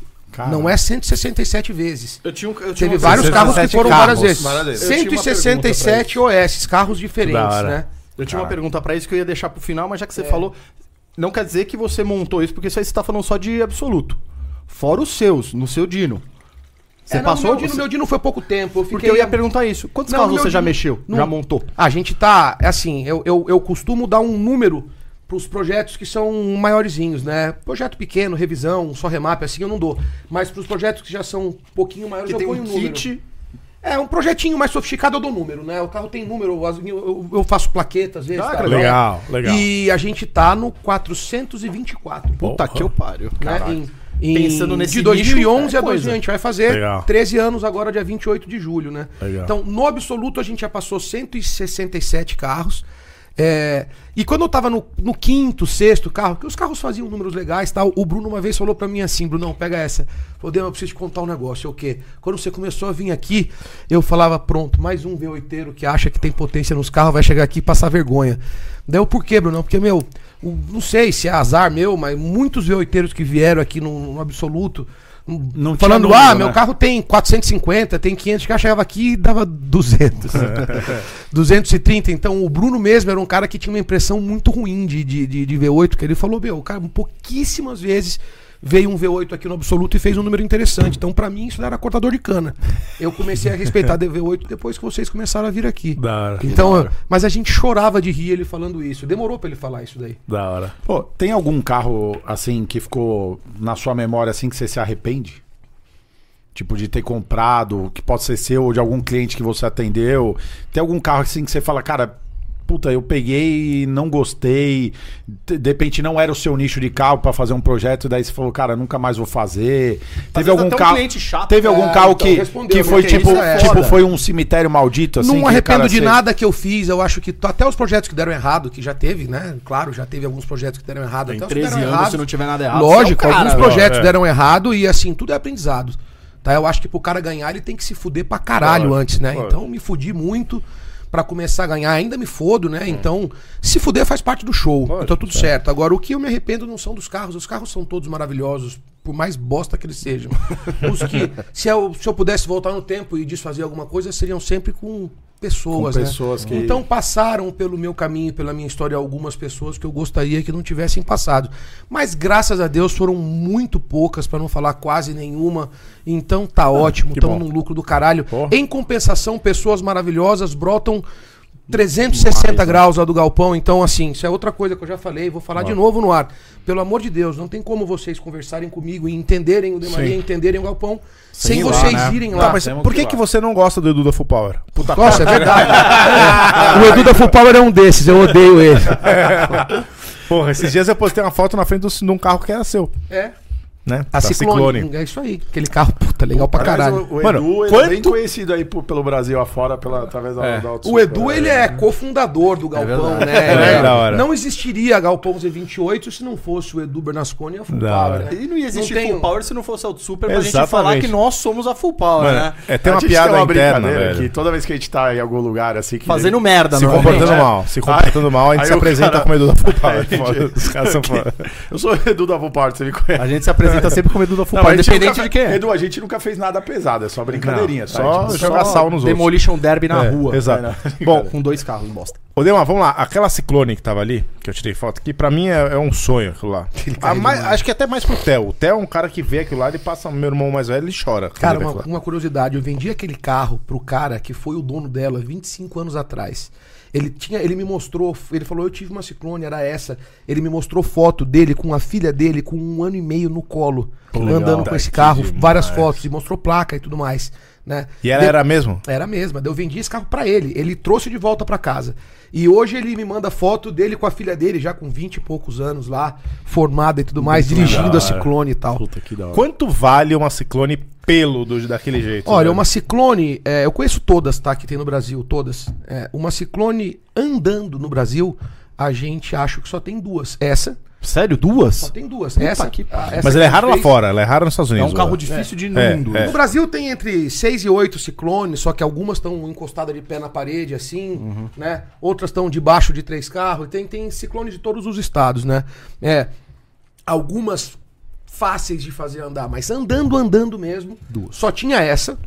[SPEAKER 3] Não é 167 vezes.
[SPEAKER 4] Eu tinha um. Eu tinha
[SPEAKER 3] Teve
[SPEAKER 4] um-
[SPEAKER 3] vários carros que
[SPEAKER 1] 167
[SPEAKER 3] foram várias
[SPEAKER 1] carros.
[SPEAKER 3] vezes.
[SPEAKER 1] Várias vezes.
[SPEAKER 4] Eu tinha uma pergunta pra
[SPEAKER 3] 167 OS, carros
[SPEAKER 1] Da
[SPEAKER 3] diferentes,
[SPEAKER 1] hora.
[SPEAKER 3] né?
[SPEAKER 4] Eu tinha uma pergunta pra isso que eu ia deixar pro final, mas já que você falou, não quer dizer que você montou isso, porque isso aí você tá falando só de absoluto. Fora os seus, no seu Dino. Você
[SPEAKER 3] É, não,
[SPEAKER 4] passou?
[SPEAKER 3] Meu dia,
[SPEAKER 4] você-
[SPEAKER 3] meu dia não foi pouco tempo. Eu fiquei...
[SPEAKER 4] Porque eu ia perguntar isso. Quantos
[SPEAKER 3] Não,
[SPEAKER 4] carros
[SPEAKER 3] no
[SPEAKER 4] você
[SPEAKER 3] meu
[SPEAKER 4] já
[SPEAKER 3] dia-
[SPEAKER 4] mexeu?
[SPEAKER 3] no-
[SPEAKER 4] Já montou?
[SPEAKER 3] A gente tá, é assim, eu, eu, eu costumo dar um número pros projetos que são maiorzinhos, né? Projeto pequeno, revisão, só remap, assim eu não dou. Mas pros projetos que já são um pouquinho maiores, eu ponho um número. É, um projetinho mais sofisticado eu dou número, né? O carro tem número, eu- eu, eu faço plaqueta às
[SPEAKER 4] Ah,
[SPEAKER 3] vezes. tá?
[SPEAKER 1] legal, legal.
[SPEAKER 3] E a gente tá no 424.
[SPEAKER 4] Puta que eu pariu.
[SPEAKER 3] né?
[SPEAKER 4] Caralho.
[SPEAKER 3] Em- em-
[SPEAKER 4] Pensando nesse
[SPEAKER 3] De
[SPEAKER 4] nicho,
[SPEAKER 3] 2011
[SPEAKER 4] é
[SPEAKER 3] a 2000,
[SPEAKER 4] coisa.
[SPEAKER 3] a gente vai fazer
[SPEAKER 1] Legal.
[SPEAKER 3] 13 anos agora, dia 28 de julho, né?
[SPEAKER 1] Legal.
[SPEAKER 3] Então, no absoluto, a gente já passou 167 carros. É, e quando eu tava no, no quinto, sexto carro, que os carros faziam números legais e tal, o Bruno uma vez falou pra mim assim, Bruno, não, pega essa. Falou, Dema, eu preciso te contar um negócio. Eu, O quê? Quando você começou a vir aqui, eu falava, pronto, mais um V8 que acha que tem potência nos carros, vai chegar aqui e passar vergonha. Daí eu, por quê, Bruno? Porque, meu, o- não sei se é azar meu, mas muitos V8 que vieram aqui no, no absoluto,
[SPEAKER 2] Não tinha
[SPEAKER 3] falando,
[SPEAKER 2] número,
[SPEAKER 3] ah,
[SPEAKER 2] né?
[SPEAKER 3] meu carro carro tem 450, tem 500, que eu chegava aqui e dava 200. 230. Então, o Bruno mesmo era um cara que tinha uma impressão muito ruim de, de, de, de V8, que ele falou, meu, cara, pouquíssimas vezes veio um V8 aqui no absoluto e fez um número interessante. Então, pra mim, isso era cortador de cana. Eu comecei a respeitar de V8 depois que vocês começaram a vir aqui.
[SPEAKER 1] Da hora.
[SPEAKER 3] Então, mas a gente chorava de rir ele falando isso. Demorou pra ele falar isso daí.
[SPEAKER 1] Da hora.
[SPEAKER 2] Pô, tem algum carro, assim, que ficou na sua memória, assim, que você se arrepende? Tipo, de ter comprado, que pode ser seu, ou de algum cliente que você atendeu. Tem algum carro, assim, que você fala, cara, puta, eu peguei e não gostei. De de repente não era o seu nicho de carro pra fazer um projeto, e daí você falou, cara, nunca mais vou fazer. Teve
[SPEAKER 4] vezes
[SPEAKER 2] algum
[SPEAKER 4] até um
[SPEAKER 2] carro.
[SPEAKER 4] cliente chato.
[SPEAKER 2] Teve algum
[SPEAKER 3] É,
[SPEAKER 2] carro
[SPEAKER 3] então,
[SPEAKER 2] que,
[SPEAKER 3] respondeu,
[SPEAKER 2] que foi
[SPEAKER 4] porque
[SPEAKER 2] tipo,
[SPEAKER 4] isso é
[SPEAKER 2] tipo
[SPEAKER 4] foda.
[SPEAKER 2] foi um cemitério maldito, assim. que
[SPEAKER 3] não
[SPEAKER 2] o
[SPEAKER 3] arrependo
[SPEAKER 2] cara
[SPEAKER 3] de
[SPEAKER 2] se-
[SPEAKER 3] nada que eu fiz. Eu acho que t- até os projetos que deram errado, que já teve, né? Claro, já teve alguns projetos que deram errado.
[SPEAKER 4] Em
[SPEAKER 3] até os que
[SPEAKER 4] 13
[SPEAKER 3] deram
[SPEAKER 4] anos,
[SPEAKER 3] errado.
[SPEAKER 4] se não tiver nada errado, você é o
[SPEAKER 3] Lógico,
[SPEAKER 4] cara,
[SPEAKER 3] alguns
[SPEAKER 4] né?
[SPEAKER 3] projetos
[SPEAKER 1] É.
[SPEAKER 3] deram errado e assim, tudo é aprendizado. Tá? Eu acho que pro cara ganhar, ele tem que se fuder pra caralho
[SPEAKER 1] Lógico,
[SPEAKER 3] antes, né?
[SPEAKER 1] lógico.
[SPEAKER 3] Então me fudi muito pra começar a ganhar. Ainda me fodo, né? Então, se fuder faz parte do show. então tudo
[SPEAKER 4] é.
[SPEAKER 3] certo. Agora, o que eu me arrependo não são dos carros. Os carros são todos maravilhosos. Por mais bosta que eles sejam. Os que, se eu, se eu pudesse voltar no tempo e desfazer alguma coisa, seriam sempre com pessoas,
[SPEAKER 2] Com
[SPEAKER 3] né?
[SPEAKER 2] pessoas que-
[SPEAKER 3] Então passaram pelo meu caminho, pela minha história, algumas pessoas que eu gostaria que não tivessem passado. Mas graças a Deus foram muito poucas, pra não falar quase nenhuma. Então tá
[SPEAKER 2] Ah,
[SPEAKER 3] ótimo, estamos num lucro do caralho. Em compensação, pessoas maravilhosas brotam 360
[SPEAKER 2] né?
[SPEAKER 3] graus lá do galpão. Então, assim, isso é outra coisa que eu já falei, vou falar de novo no ar. Pelo amor de Deus, não tem como vocês conversarem comigo e entenderem o Demaria, entenderem o galpão, sem,
[SPEAKER 2] ir lá,
[SPEAKER 3] vocês
[SPEAKER 2] né?
[SPEAKER 3] irem lá.
[SPEAKER 1] Tá, mas por que, que você não gosta do Edu da Full Power? Puta
[SPEAKER 3] Nossa, é verdade. o Edu da Full Power é um desses, eu odeio ele.
[SPEAKER 1] Porra, esses dias eu postei uma foto na frente do- de um carro que era seu,
[SPEAKER 3] É.
[SPEAKER 1] né?
[SPEAKER 3] A
[SPEAKER 1] Da
[SPEAKER 3] Ciclone. É isso aí. Aquele carro, puta, legal pra caralho.
[SPEAKER 2] Mas O, o
[SPEAKER 1] Mano,
[SPEAKER 2] Edu, ele é
[SPEAKER 1] quanto-
[SPEAKER 2] bem conhecido aí por- pelo Brasil afora, pela, através da, da né?
[SPEAKER 3] O Edu, ele é cofundador do Galpão, né?
[SPEAKER 1] É,
[SPEAKER 3] É.
[SPEAKER 1] da hora.
[SPEAKER 3] Não existiria Galpão Z28 se não fosse o Edu Bernasconi e a Full
[SPEAKER 1] Da
[SPEAKER 3] Power,
[SPEAKER 1] hora.
[SPEAKER 3] né?
[SPEAKER 4] E não ia existir
[SPEAKER 3] Não tem-
[SPEAKER 4] Full Power se não fosse a Super pra gente
[SPEAKER 1] Exatamente.
[SPEAKER 4] falar que nós somos a Full Power,
[SPEAKER 1] Mano,
[SPEAKER 4] né?
[SPEAKER 1] é, tem uma piada interna, velho.
[SPEAKER 2] que toda vez que a gente tá em algum lugar assim... que-
[SPEAKER 4] Fazendo merda,
[SPEAKER 1] Se
[SPEAKER 4] normalmente,
[SPEAKER 1] comportando
[SPEAKER 4] né?
[SPEAKER 1] mal, se comportando mal, a gente
[SPEAKER 2] aí
[SPEAKER 1] se
[SPEAKER 2] o
[SPEAKER 1] apresenta
[SPEAKER 2] cara-
[SPEAKER 1] como Edu da Full Power.
[SPEAKER 2] Aí,
[SPEAKER 1] foda. Os caras são foda.
[SPEAKER 2] Eu sou o Edu da Vopart, você me
[SPEAKER 4] A
[SPEAKER 2] conhece.
[SPEAKER 4] gente se apresenta sempre como Edu da Full Power,
[SPEAKER 2] a gente
[SPEAKER 4] independente
[SPEAKER 2] nunca-
[SPEAKER 4] de quem é.
[SPEAKER 2] Edu, a gente nunca fez nada pesado, é só brincadeirinha, tá?
[SPEAKER 1] Só
[SPEAKER 2] A gente-
[SPEAKER 1] jogar sal nos outros.
[SPEAKER 4] Demolition Derby na
[SPEAKER 1] É,
[SPEAKER 4] rua.
[SPEAKER 1] Exato.
[SPEAKER 4] Bom,
[SPEAKER 1] Bom,
[SPEAKER 4] com dois carros, bosta. É
[SPEAKER 1] Ô, Dema, vamos lá. Aquela ciclone que tava ali, que eu tirei foto, que pra mim é, é um sonho aquilo lá. A mais- acho que até mais pro Theo. O Theo é um cara que vê aquilo lá, ele passa meu irmão mais velho, ele chora. quando ele
[SPEAKER 3] Cara,
[SPEAKER 1] é vê
[SPEAKER 3] uma,
[SPEAKER 1] aquilo
[SPEAKER 3] uma curiosidade, eu vendi aquele carro pro cara que foi o dono dela 25 anos atrás. Ele tinha, ele me mostrou, ele falou, eu tive uma ciclone, era essa. Ele me mostrou foto dele com a filha dele com um ano e meio no colo, andando com
[SPEAKER 1] Tá,
[SPEAKER 3] esse
[SPEAKER 1] que
[SPEAKER 3] carro,
[SPEAKER 1] demais.
[SPEAKER 3] várias fotos, e mostrou placa e tudo mais, né?
[SPEAKER 1] E ela
[SPEAKER 3] De-
[SPEAKER 1] era mesmo?
[SPEAKER 3] Era a mesma. Daí Eu vendi esse carro pra ele. Ele trouxe de volta pra casa. E hoje ele me manda foto dele com a filha dele, já com 20 e poucos anos lá, formada e tudo mais, dirigindo a Ciclone e tal.
[SPEAKER 1] Quanto vale uma ciclone pelo do, daquele jeito? né?
[SPEAKER 3] Olha,
[SPEAKER 1] velho?
[SPEAKER 3] uma Ciclone, é, eu conheço todas, tá? Que tem no Brasil, todas. É, uma Ciclone andando no Brasil, a gente acha que só tem duas. Essa,
[SPEAKER 4] Sério,
[SPEAKER 3] só
[SPEAKER 4] duas?
[SPEAKER 3] tem duas. Essa,
[SPEAKER 4] que
[SPEAKER 3] a- essa
[SPEAKER 1] Mas
[SPEAKER 3] que
[SPEAKER 1] ela é
[SPEAKER 3] a gente
[SPEAKER 1] rara lá
[SPEAKER 3] fez-
[SPEAKER 1] fora, ela é rara nos Estados
[SPEAKER 4] É
[SPEAKER 1] Unidos.
[SPEAKER 4] um carro
[SPEAKER 1] velho.
[SPEAKER 4] difícil de
[SPEAKER 1] É,
[SPEAKER 4] mundo.
[SPEAKER 1] é.
[SPEAKER 3] No Brasil tem entre 6 e 8 ciclones, só que algumas estão encostadas de pé na parede, assim,
[SPEAKER 1] Uhum.
[SPEAKER 3] né? Outras estão debaixo de três carros. Tem, tem ciclone de todos os estados, né? É, algumas fáceis de fazer andar, mas andando, andando mesmo. Só tinha essa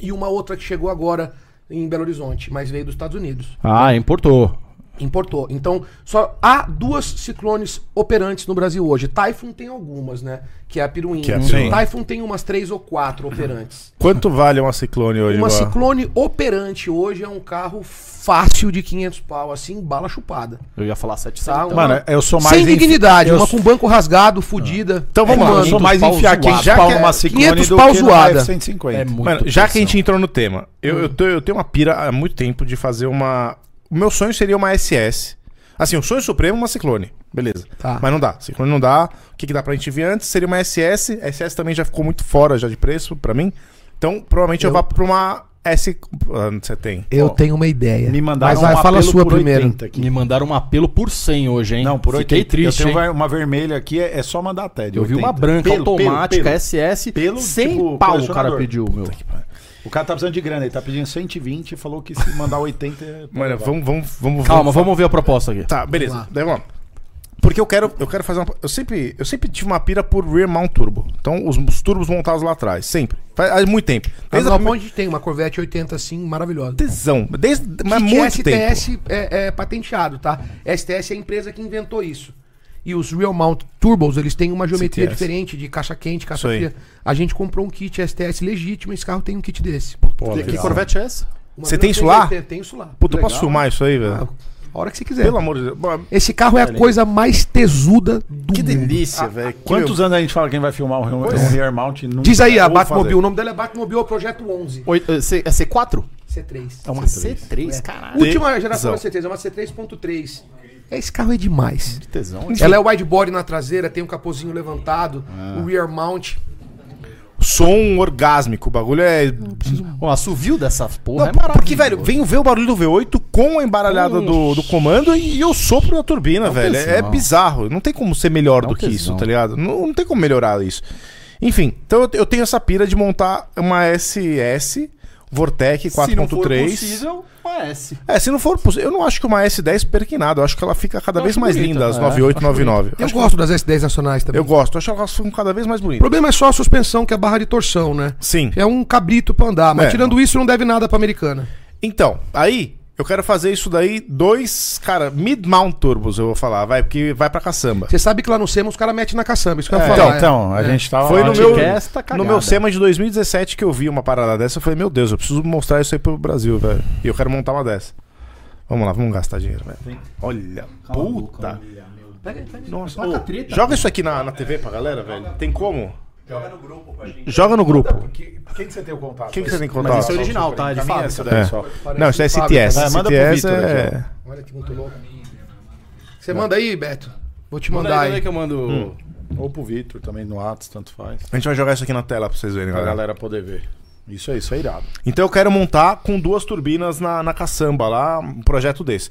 [SPEAKER 3] e uma outra que chegou agora em Belo Horizonte, mas veio dos Estados Unidos.
[SPEAKER 4] Ah, importou.
[SPEAKER 3] Importou. Então, só há duas ciclones operantes no Brasil hoje. Typhoon tem algumas, né? Que é a Piruinha.
[SPEAKER 1] Que é a Uhum.
[SPEAKER 2] Piruinha.
[SPEAKER 3] Typhoon tem umas três ou quatro operantes.
[SPEAKER 1] Quanto vale uma ciclone hoje,
[SPEAKER 3] Uma
[SPEAKER 1] Boa?
[SPEAKER 3] ciclone operante hoje é um carro fácil de 500 pau, assim, bala chupada.
[SPEAKER 4] Eu ia falar 700.
[SPEAKER 3] Tá? Uma-
[SPEAKER 2] Mano, eu sou mais.
[SPEAKER 3] Sem
[SPEAKER 2] enfi-
[SPEAKER 3] dignidade,
[SPEAKER 2] eu
[SPEAKER 3] uma
[SPEAKER 2] sou-
[SPEAKER 3] com banco rasgado, fudida.
[SPEAKER 1] Então vamos lá,
[SPEAKER 2] Mano, eu
[SPEAKER 1] Mano,
[SPEAKER 2] sou mais
[SPEAKER 4] pau
[SPEAKER 2] enfiar
[SPEAKER 4] zoado.
[SPEAKER 2] 500 pau
[SPEAKER 1] Já que-
[SPEAKER 2] numa ciclone
[SPEAKER 3] 500
[SPEAKER 2] do
[SPEAKER 3] pau
[SPEAKER 2] que numa
[SPEAKER 3] zoada.
[SPEAKER 4] É
[SPEAKER 2] F-150.
[SPEAKER 5] É
[SPEAKER 1] Mano, já que a gente entrou no tema, eu, eu, tô- eu tenho uma pira há muito tempo de fazer uma. O meu sonho seria uma SS. Assim, o sonho supremo é uma ciclone. Beleza.
[SPEAKER 3] Tá.
[SPEAKER 1] Mas não dá. Ciclone não dá. O que, que dá pra gente ver antes seria uma SS. SS também já ficou muito fora já de preço pra mim. Então, provavelmente eu,
[SPEAKER 3] Eu-
[SPEAKER 1] vá pra uma S. Ah, Você tem.
[SPEAKER 3] Eu
[SPEAKER 2] Ó,
[SPEAKER 3] tenho uma ideia.
[SPEAKER 2] Me mandaram
[SPEAKER 3] Mas vai,
[SPEAKER 2] um
[SPEAKER 3] fala a
[SPEAKER 2] apelo
[SPEAKER 3] sua
[SPEAKER 2] por
[SPEAKER 3] primeiro.
[SPEAKER 2] 80 aqui.
[SPEAKER 4] Me mandaram um apelo por 100 hoje, hein?
[SPEAKER 2] Não, por
[SPEAKER 4] Fiquei
[SPEAKER 2] 80.
[SPEAKER 4] triste,
[SPEAKER 2] eu tenho
[SPEAKER 4] hein?
[SPEAKER 2] uma vermelha aqui, é, é só mandar até. de
[SPEAKER 4] Eu vi uma
[SPEAKER 2] 80.
[SPEAKER 4] branca
[SPEAKER 2] Pelo, pelo,
[SPEAKER 4] automática é.
[SPEAKER 2] pelo.
[SPEAKER 4] SS
[SPEAKER 2] Pelo,
[SPEAKER 4] 100
[SPEAKER 2] tipo,
[SPEAKER 4] pau o cara
[SPEAKER 2] colecionador.
[SPEAKER 4] pediu, meu.
[SPEAKER 2] O cara tá precisando de grana, ele tá pedindo 120 e falou que se mandar 80... é-
[SPEAKER 1] Mano, vamos, vamos, vamos.
[SPEAKER 4] Calma, vamos ver a proposta aqui.
[SPEAKER 1] Tá, beleza. Daí vamos. Porque eu quero, eu quero fazer uma. Eu sempre, eu sempre tive uma pira por rear mount turbo. Então, os, os turbos montados lá atrás. Sempre. Faz, há muito tempo.
[SPEAKER 3] Mas
[SPEAKER 1] Desde
[SPEAKER 3] na
[SPEAKER 1] a primeira-
[SPEAKER 3] Ponte tem uma Corvette 80 assim, maravilhosa.
[SPEAKER 1] tesão. Desde, mas
[SPEAKER 3] Que
[SPEAKER 1] muito tempo.
[SPEAKER 3] STS É, é patenteado, tá? STS é a empresa que inventou isso. E os Real Mount Turbos, eles têm uma geometria
[SPEAKER 1] CTS.
[SPEAKER 3] diferente de caixa quente, caixa
[SPEAKER 1] Isso aí.
[SPEAKER 3] fria. A gente comprou um kit STS legítimo, esse carro tem um kit desse.
[SPEAKER 4] que Corvette é essa?
[SPEAKER 3] Uma
[SPEAKER 1] Você tem isso lá?
[SPEAKER 3] 1980, Tem isso lá.
[SPEAKER 1] Puta, eu posso
[SPEAKER 4] né?
[SPEAKER 1] filmar isso aí, velho?
[SPEAKER 4] Ah,
[SPEAKER 3] A hora que você quiser.
[SPEAKER 1] Pelo amor de Deus. Bom,
[SPEAKER 3] Esse carro é a coisa mais tesuda do
[SPEAKER 1] Que
[SPEAKER 3] mundo.
[SPEAKER 1] delícia,
[SPEAKER 4] Ah,
[SPEAKER 1] velho. Que
[SPEAKER 2] Quantos anos a gente fala quem vai filmar um, um
[SPEAKER 5] é.
[SPEAKER 2] rear mount? e nunca-
[SPEAKER 3] Diz aí, a
[SPEAKER 2] Vou fazer.
[SPEAKER 3] Batmobile. O nome dela é Batmobile Projeto 11,
[SPEAKER 4] é C4?
[SPEAKER 3] C3.
[SPEAKER 4] É uma C3, caralho.
[SPEAKER 3] Última geração da
[SPEAKER 1] Tesão.
[SPEAKER 3] C3, é uma C3.3. Esse carro é demais.
[SPEAKER 4] Tesão.
[SPEAKER 3] Ela é wide body na traseira, tem um capozinho levantado, o rear mount.
[SPEAKER 1] meu. Som orgásmico. O bagulho é.
[SPEAKER 4] O assovio dessa porra é
[SPEAKER 1] Não,
[SPEAKER 4] maravilhoso.
[SPEAKER 1] porque, velho, vem ver o barulho do V8 com a embaralhada do, do comando e, e o sopro da turbina, velho. É
[SPEAKER 4] um tesão.
[SPEAKER 1] bizarro. Não tem como ser melhor
[SPEAKER 4] É um
[SPEAKER 1] do que isso,
[SPEAKER 4] tesão.
[SPEAKER 1] tá ligado? Não, não tem como melhorar isso. Enfim, então eu, eu tenho essa pira de montar uma SS Vortec 4.3.
[SPEAKER 4] uma S.
[SPEAKER 1] É, se não for possível, eu não acho que uma S10 perca em nada. Eu acho que ela fica cada
[SPEAKER 4] Eu
[SPEAKER 1] vez
[SPEAKER 4] acho
[SPEAKER 1] mais
[SPEAKER 4] bonita,
[SPEAKER 1] linda, as
[SPEAKER 4] é,
[SPEAKER 1] 98,
[SPEAKER 4] acho
[SPEAKER 1] 99.
[SPEAKER 3] Eu gosto das S10 nacionais também.
[SPEAKER 1] Eu gosto, acho que elas ficam cada vez mais
[SPEAKER 3] O
[SPEAKER 1] bonitas.
[SPEAKER 3] problema é só a suspensão, que é a barra de torção, né?
[SPEAKER 1] Sim.
[SPEAKER 3] É um cabrito pra andar, mas
[SPEAKER 1] É.
[SPEAKER 3] tirando isso, não deve nada pra americana.
[SPEAKER 1] Então, aí eu quero fazer isso daí dois, cara, mid-mount turbos, eu vou falar, vai, porque vai pra caçamba.
[SPEAKER 3] Você sabe que lá no SEMA os caras metem na caçamba, isso que eu ia
[SPEAKER 2] É, então,
[SPEAKER 3] falar. é.
[SPEAKER 2] então, a
[SPEAKER 5] né?
[SPEAKER 3] É.
[SPEAKER 2] gente tava...
[SPEAKER 1] Foi no
[SPEAKER 2] falando
[SPEAKER 1] meu,
[SPEAKER 2] de-
[SPEAKER 4] esta
[SPEAKER 1] no
[SPEAKER 4] cagada.
[SPEAKER 1] meu SEMA de 2017 que eu vi uma parada dessa, eu falei, meu Deus, eu preciso mostrar isso aí pro Brasil, velho. E eu quero montar uma dessa. Vamos lá, vamos gastar dinheiro, velho. Olha, puta. Nossa, ô, joga isso aqui na, na TV pra galera, velho. Tem como? Joga no grupo pra gente. Joga no grupo.
[SPEAKER 2] Quem que você tem o contato?
[SPEAKER 1] Quem que você tem que contar?
[SPEAKER 4] Mas isso é original, tá? É de
[SPEAKER 2] Encaminha
[SPEAKER 4] fábrica.
[SPEAKER 2] isso daí
[SPEAKER 1] É.
[SPEAKER 2] só.
[SPEAKER 1] Não, isso é STS.
[SPEAKER 2] Vai, manda pro
[SPEAKER 1] STS
[SPEAKER 2] Vitor
[SPEAKER 1] é...
[SPEAKER 2] aqui,
[SPEAKER 3] Olha que muito louco. Você manda aí, Beto? Vou te mandar aí.
[SPEAKER 4] eu mando.
[SPEAKER 2] Ou pro Vitor também, no Atos, tanto faz.
[SPEAKER 1] A gente vai jogar isso aqui na tela pra vocês verem,
[SPEAKER 2] Pra
[SPEAKER 1] galera.
[SPEAKER 2] galera poder ver. Isso aí, isso é irado.
[SPEAKER 1] Então eu quero montar com duas turbinas na, na caçamba lá, um projeto desse.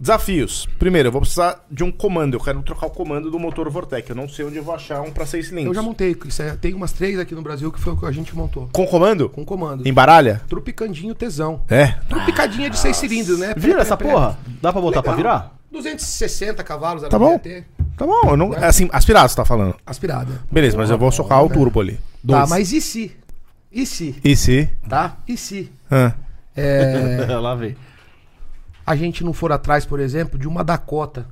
[SPEAKER 1] Desafios. Primeiro, eu vou precisar de um comando. Eu quero trocar o comando do motor Vortec. Eu não sei onde eu vou achar um pra seis
[SPEAKER 3] Eu
[SPEAKER 1] cilindros.
[SPEAKER 3] já montei, Cris. é, Tem umas três aqui no Brasil que foi o que a gente montou.
[SPEAKER 1] Com comando?
[SPEAKER 3] Com comando.
[SPEAKER 1] Embaralha?
[SPEAKER 3] Tropicandinho tesão.
[SPEAKER 1] É.
[SPEAKER 3] Tropicadinha de seis cilindros, né?
[SPEAKER 4] Vira essa porra? Dá pra botar
[SPEAKER 3] Legal.
[SPEAKER 4] pra virar?
[SPEAKER 3] 260 cavalos, ela
[SPEAKER 1] Tá bom.
[SPEAKER 3] devia ter.
[SPEAKER 1] Tá bom, eu não... é assim, aspirado você tá falando.
[SPEAKER 3] Aspirada.
[SPEAKER 1] Beleza, mas eu vou socar o turbo ali.
[SPEAKER 3] Tá, mas e se? E se?
[SPEAKER 1] E se?
[SPEAKER 3] Tá? E se?
[SPEAKER 1] Hã?
[SPEAKER 3] é,
[SPEAKER 4] Lá vem.
[SPEAKER 3] a gente não for atrás, por exemplo, de uma Dakota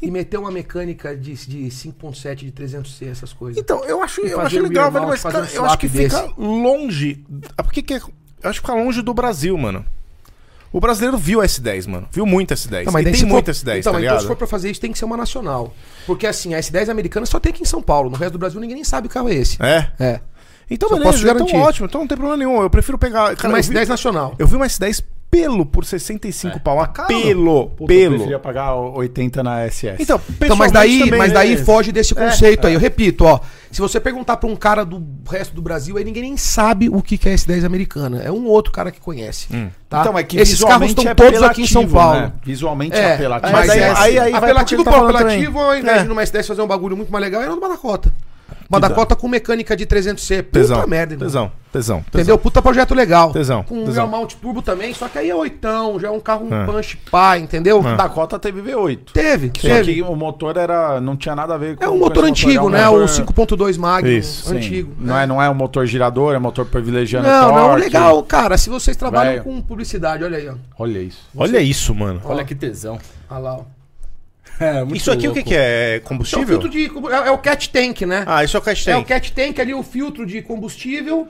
[SPEAKER 3] e meter uma mecânica de, de 5.7, de 300C, essas coisas.
[SPEAKER 1] Então, eu acho, eu
[SPEAKER 3] fazer
[SPEAKER 1] acho
[SPEAKER 3] o
[SPEAKER 1] legal,
[SPEAKER 3] Real
[SPEAKER 1] velho,
[SPEAKER 3] Mount,
[SPEAKER 1] mas
[SPEAKER 3] fazer um
[SPEAKER 1] cara, eu acho
[SPEAKER 3] swap
[SPEAKER 1] que fica longe. Ah, Por que que é- Eu acho que fica longe do Brasil, mano. O brasileiro viu S10, mano. Viu muito S10. e
[SPEAKER 3] daí
[SPEAKER 1] tem
[SPEAKER 3] se for-
[SPEAKER 1] muito S10,
[SPEAKER 3] então,
[SPEAKER 1] tá
[SPEAKER 3] então
[SPEAKER 1] ligado?
[SPEAKER 3] se for pra fazer isso, tem que ser uma nacional. Porque assim, a S10 americana só tem aqui em São Paulo. No resto do Brasil, ninguém nem sabe que carro é esse.
[SPEAKER 1] É.
[SPEAKER 3] É.
[SPEAKER 1] Então,
[SPEAKER 3] Só
[SPEAKER 1] beleza.
[SPEAKER 3] posso
[SPEAKER 1] então,
[SPEAKER 3] garantir.
[SPEAKER 1] ótimo. Então, não tem problema nenhum. Eu prefiro pegar... Cara,
[SPEAKER 3] uma
[SPEAKER 1] eu, Tá, vi,
[SPEAKER 3] S10 nacional.
[SPEAKER 1] eu vi uma S10 pelo por
[SPEAKER 3] É.
[SPEAKER 1] 65 pau. Ah,
[SPEAKER 3] Tá
[SPEAKER 1] pelo.
[SPEAKER 2] Eu
[SPEAKER 1] pelo.
[SPEAKER 2] preferia pagar 80 na SS.
[SPEAKER 1] Então,
[SPEAKER 3] Então, mas daí,
[SPEAKER 1] pessoalmente também,
[SPEAKER 3] mas daí
[SPEAKER 1] né? É.
[SPEAKER 3] foge desse conceito aí. Eu repito, ó. Se você perguntar pra um cara do resto do Brasil, aí ninguém nem sabe o que que é S10 americana. É um outro cara que conhece.
[SPEAKER 1] Hum.
[SPEAKER 3] Tá?
[SPEAKER 2] Então, é que
[SPEAKER 3] Esses carros
[SPEAKER 2] visualmente
[SPEAKER 3] estão
[SPEAKER 2] é
[SPEAKER 3] todos aqui em São
[SPEAKER 2] apelativo,
[SPEAKER 3] Paulo.
[SPEAKER 2] né? Visualmente
[SPEAKER 3] É,
[SPEAKER 2] apelativo.
[SPEAKER 1] mas
[SPEAKER 2] Mas
[SPEAKER 1] aí-
[SPEAKER 2] é-
[SPEAKER 1] aí- vai pro que
[SPEAKER 3] apelativo
[SPEAKER 1] ele tá
[SPEAKER 3] por
[SPEAKER 1] falando
[SPEAKER 3] apelativo,
[SPEAKER 1] também.
[SPEAKER 3] ao invés
[SPEAKER 1] É.
[SPEAKER 3] de numa S10 fazer um bagulho muito mais legal, era no Baracota. Uma Dakota com mecânica de 300C. Puta
[SPEAKER 1] Tesão.
[SPEAKER 3] merda, irmão.
[SPEAKER 1] Tesão, tesão, tesão.
[SPEAKER 3] Entendeu? Puta projeto legal.
[SPEAKER 1] Tesão,
[SPEAKER 3] Com um
[SPEAKER 1] tesão.
[SPEAKER 3] Real Mount Turbo também, só que aí é oitão, já é um carro, um
[SPEAKER 1] É.
[SPEAKER 3] punch pá, entendeu?
[SPEAKER 2] A
[SPEAKER 3] Da-
[SPEAKER 2] Dakota teve V8.
[SPEAKER 3] Teve,
[SPEAKER 2] Só
[SPEAKER 3] teve.
[SPEAKER 2] que o motor era. não tinha nada a ver com
[SPEAKER 3] É
[SPEAKER 2] com
[SPEAKER 3] um
[SPEAKER 2] esse
[SPEAKER 3] motor antigo,
[SPEAKER 2] é um
[SPEAKER 3] né?
[SPEAKER 2] motor-
[SPEAKER 3] O 5.2 Magnum,
[SPEAKER 1] Isso,
[SPEAKER 2] Sim.
[SPEAKER 3] antigo.
[SPEAKER 2] Não é, não é um motor girador, é motor privilegiando.
[SPEAKER 3] Não, não,
[SPEAKER 2] torque.
[SPEAKER 3] legal, cara. Se vocês trabalham
[SPEAKER 2] Velho.
[SPEAKER 3] com publicidade, olha aí, ó.
[SPEAKER 2] Olha isso.
[SPEAKER 1] Olha isso, mano.
[SPEAKER 5] Olha que tesão.
[SPEAKER 3] Olha lá, ó. É um
[SPEAKER 1] Isso aqui o que, que é? É
[SPEAKER 3] Isso é o
[SPEAKER 1] Combustível?
[SPEAKER 3] filtro de. combu- É, é o cat tank, né?
[SPEAKER 1] Ah, isso é o cash
[SPEAKER 3] é o
[SPEAKER 1] tank.
[SPEAKER 3] cat tank ali, o filtro de combustível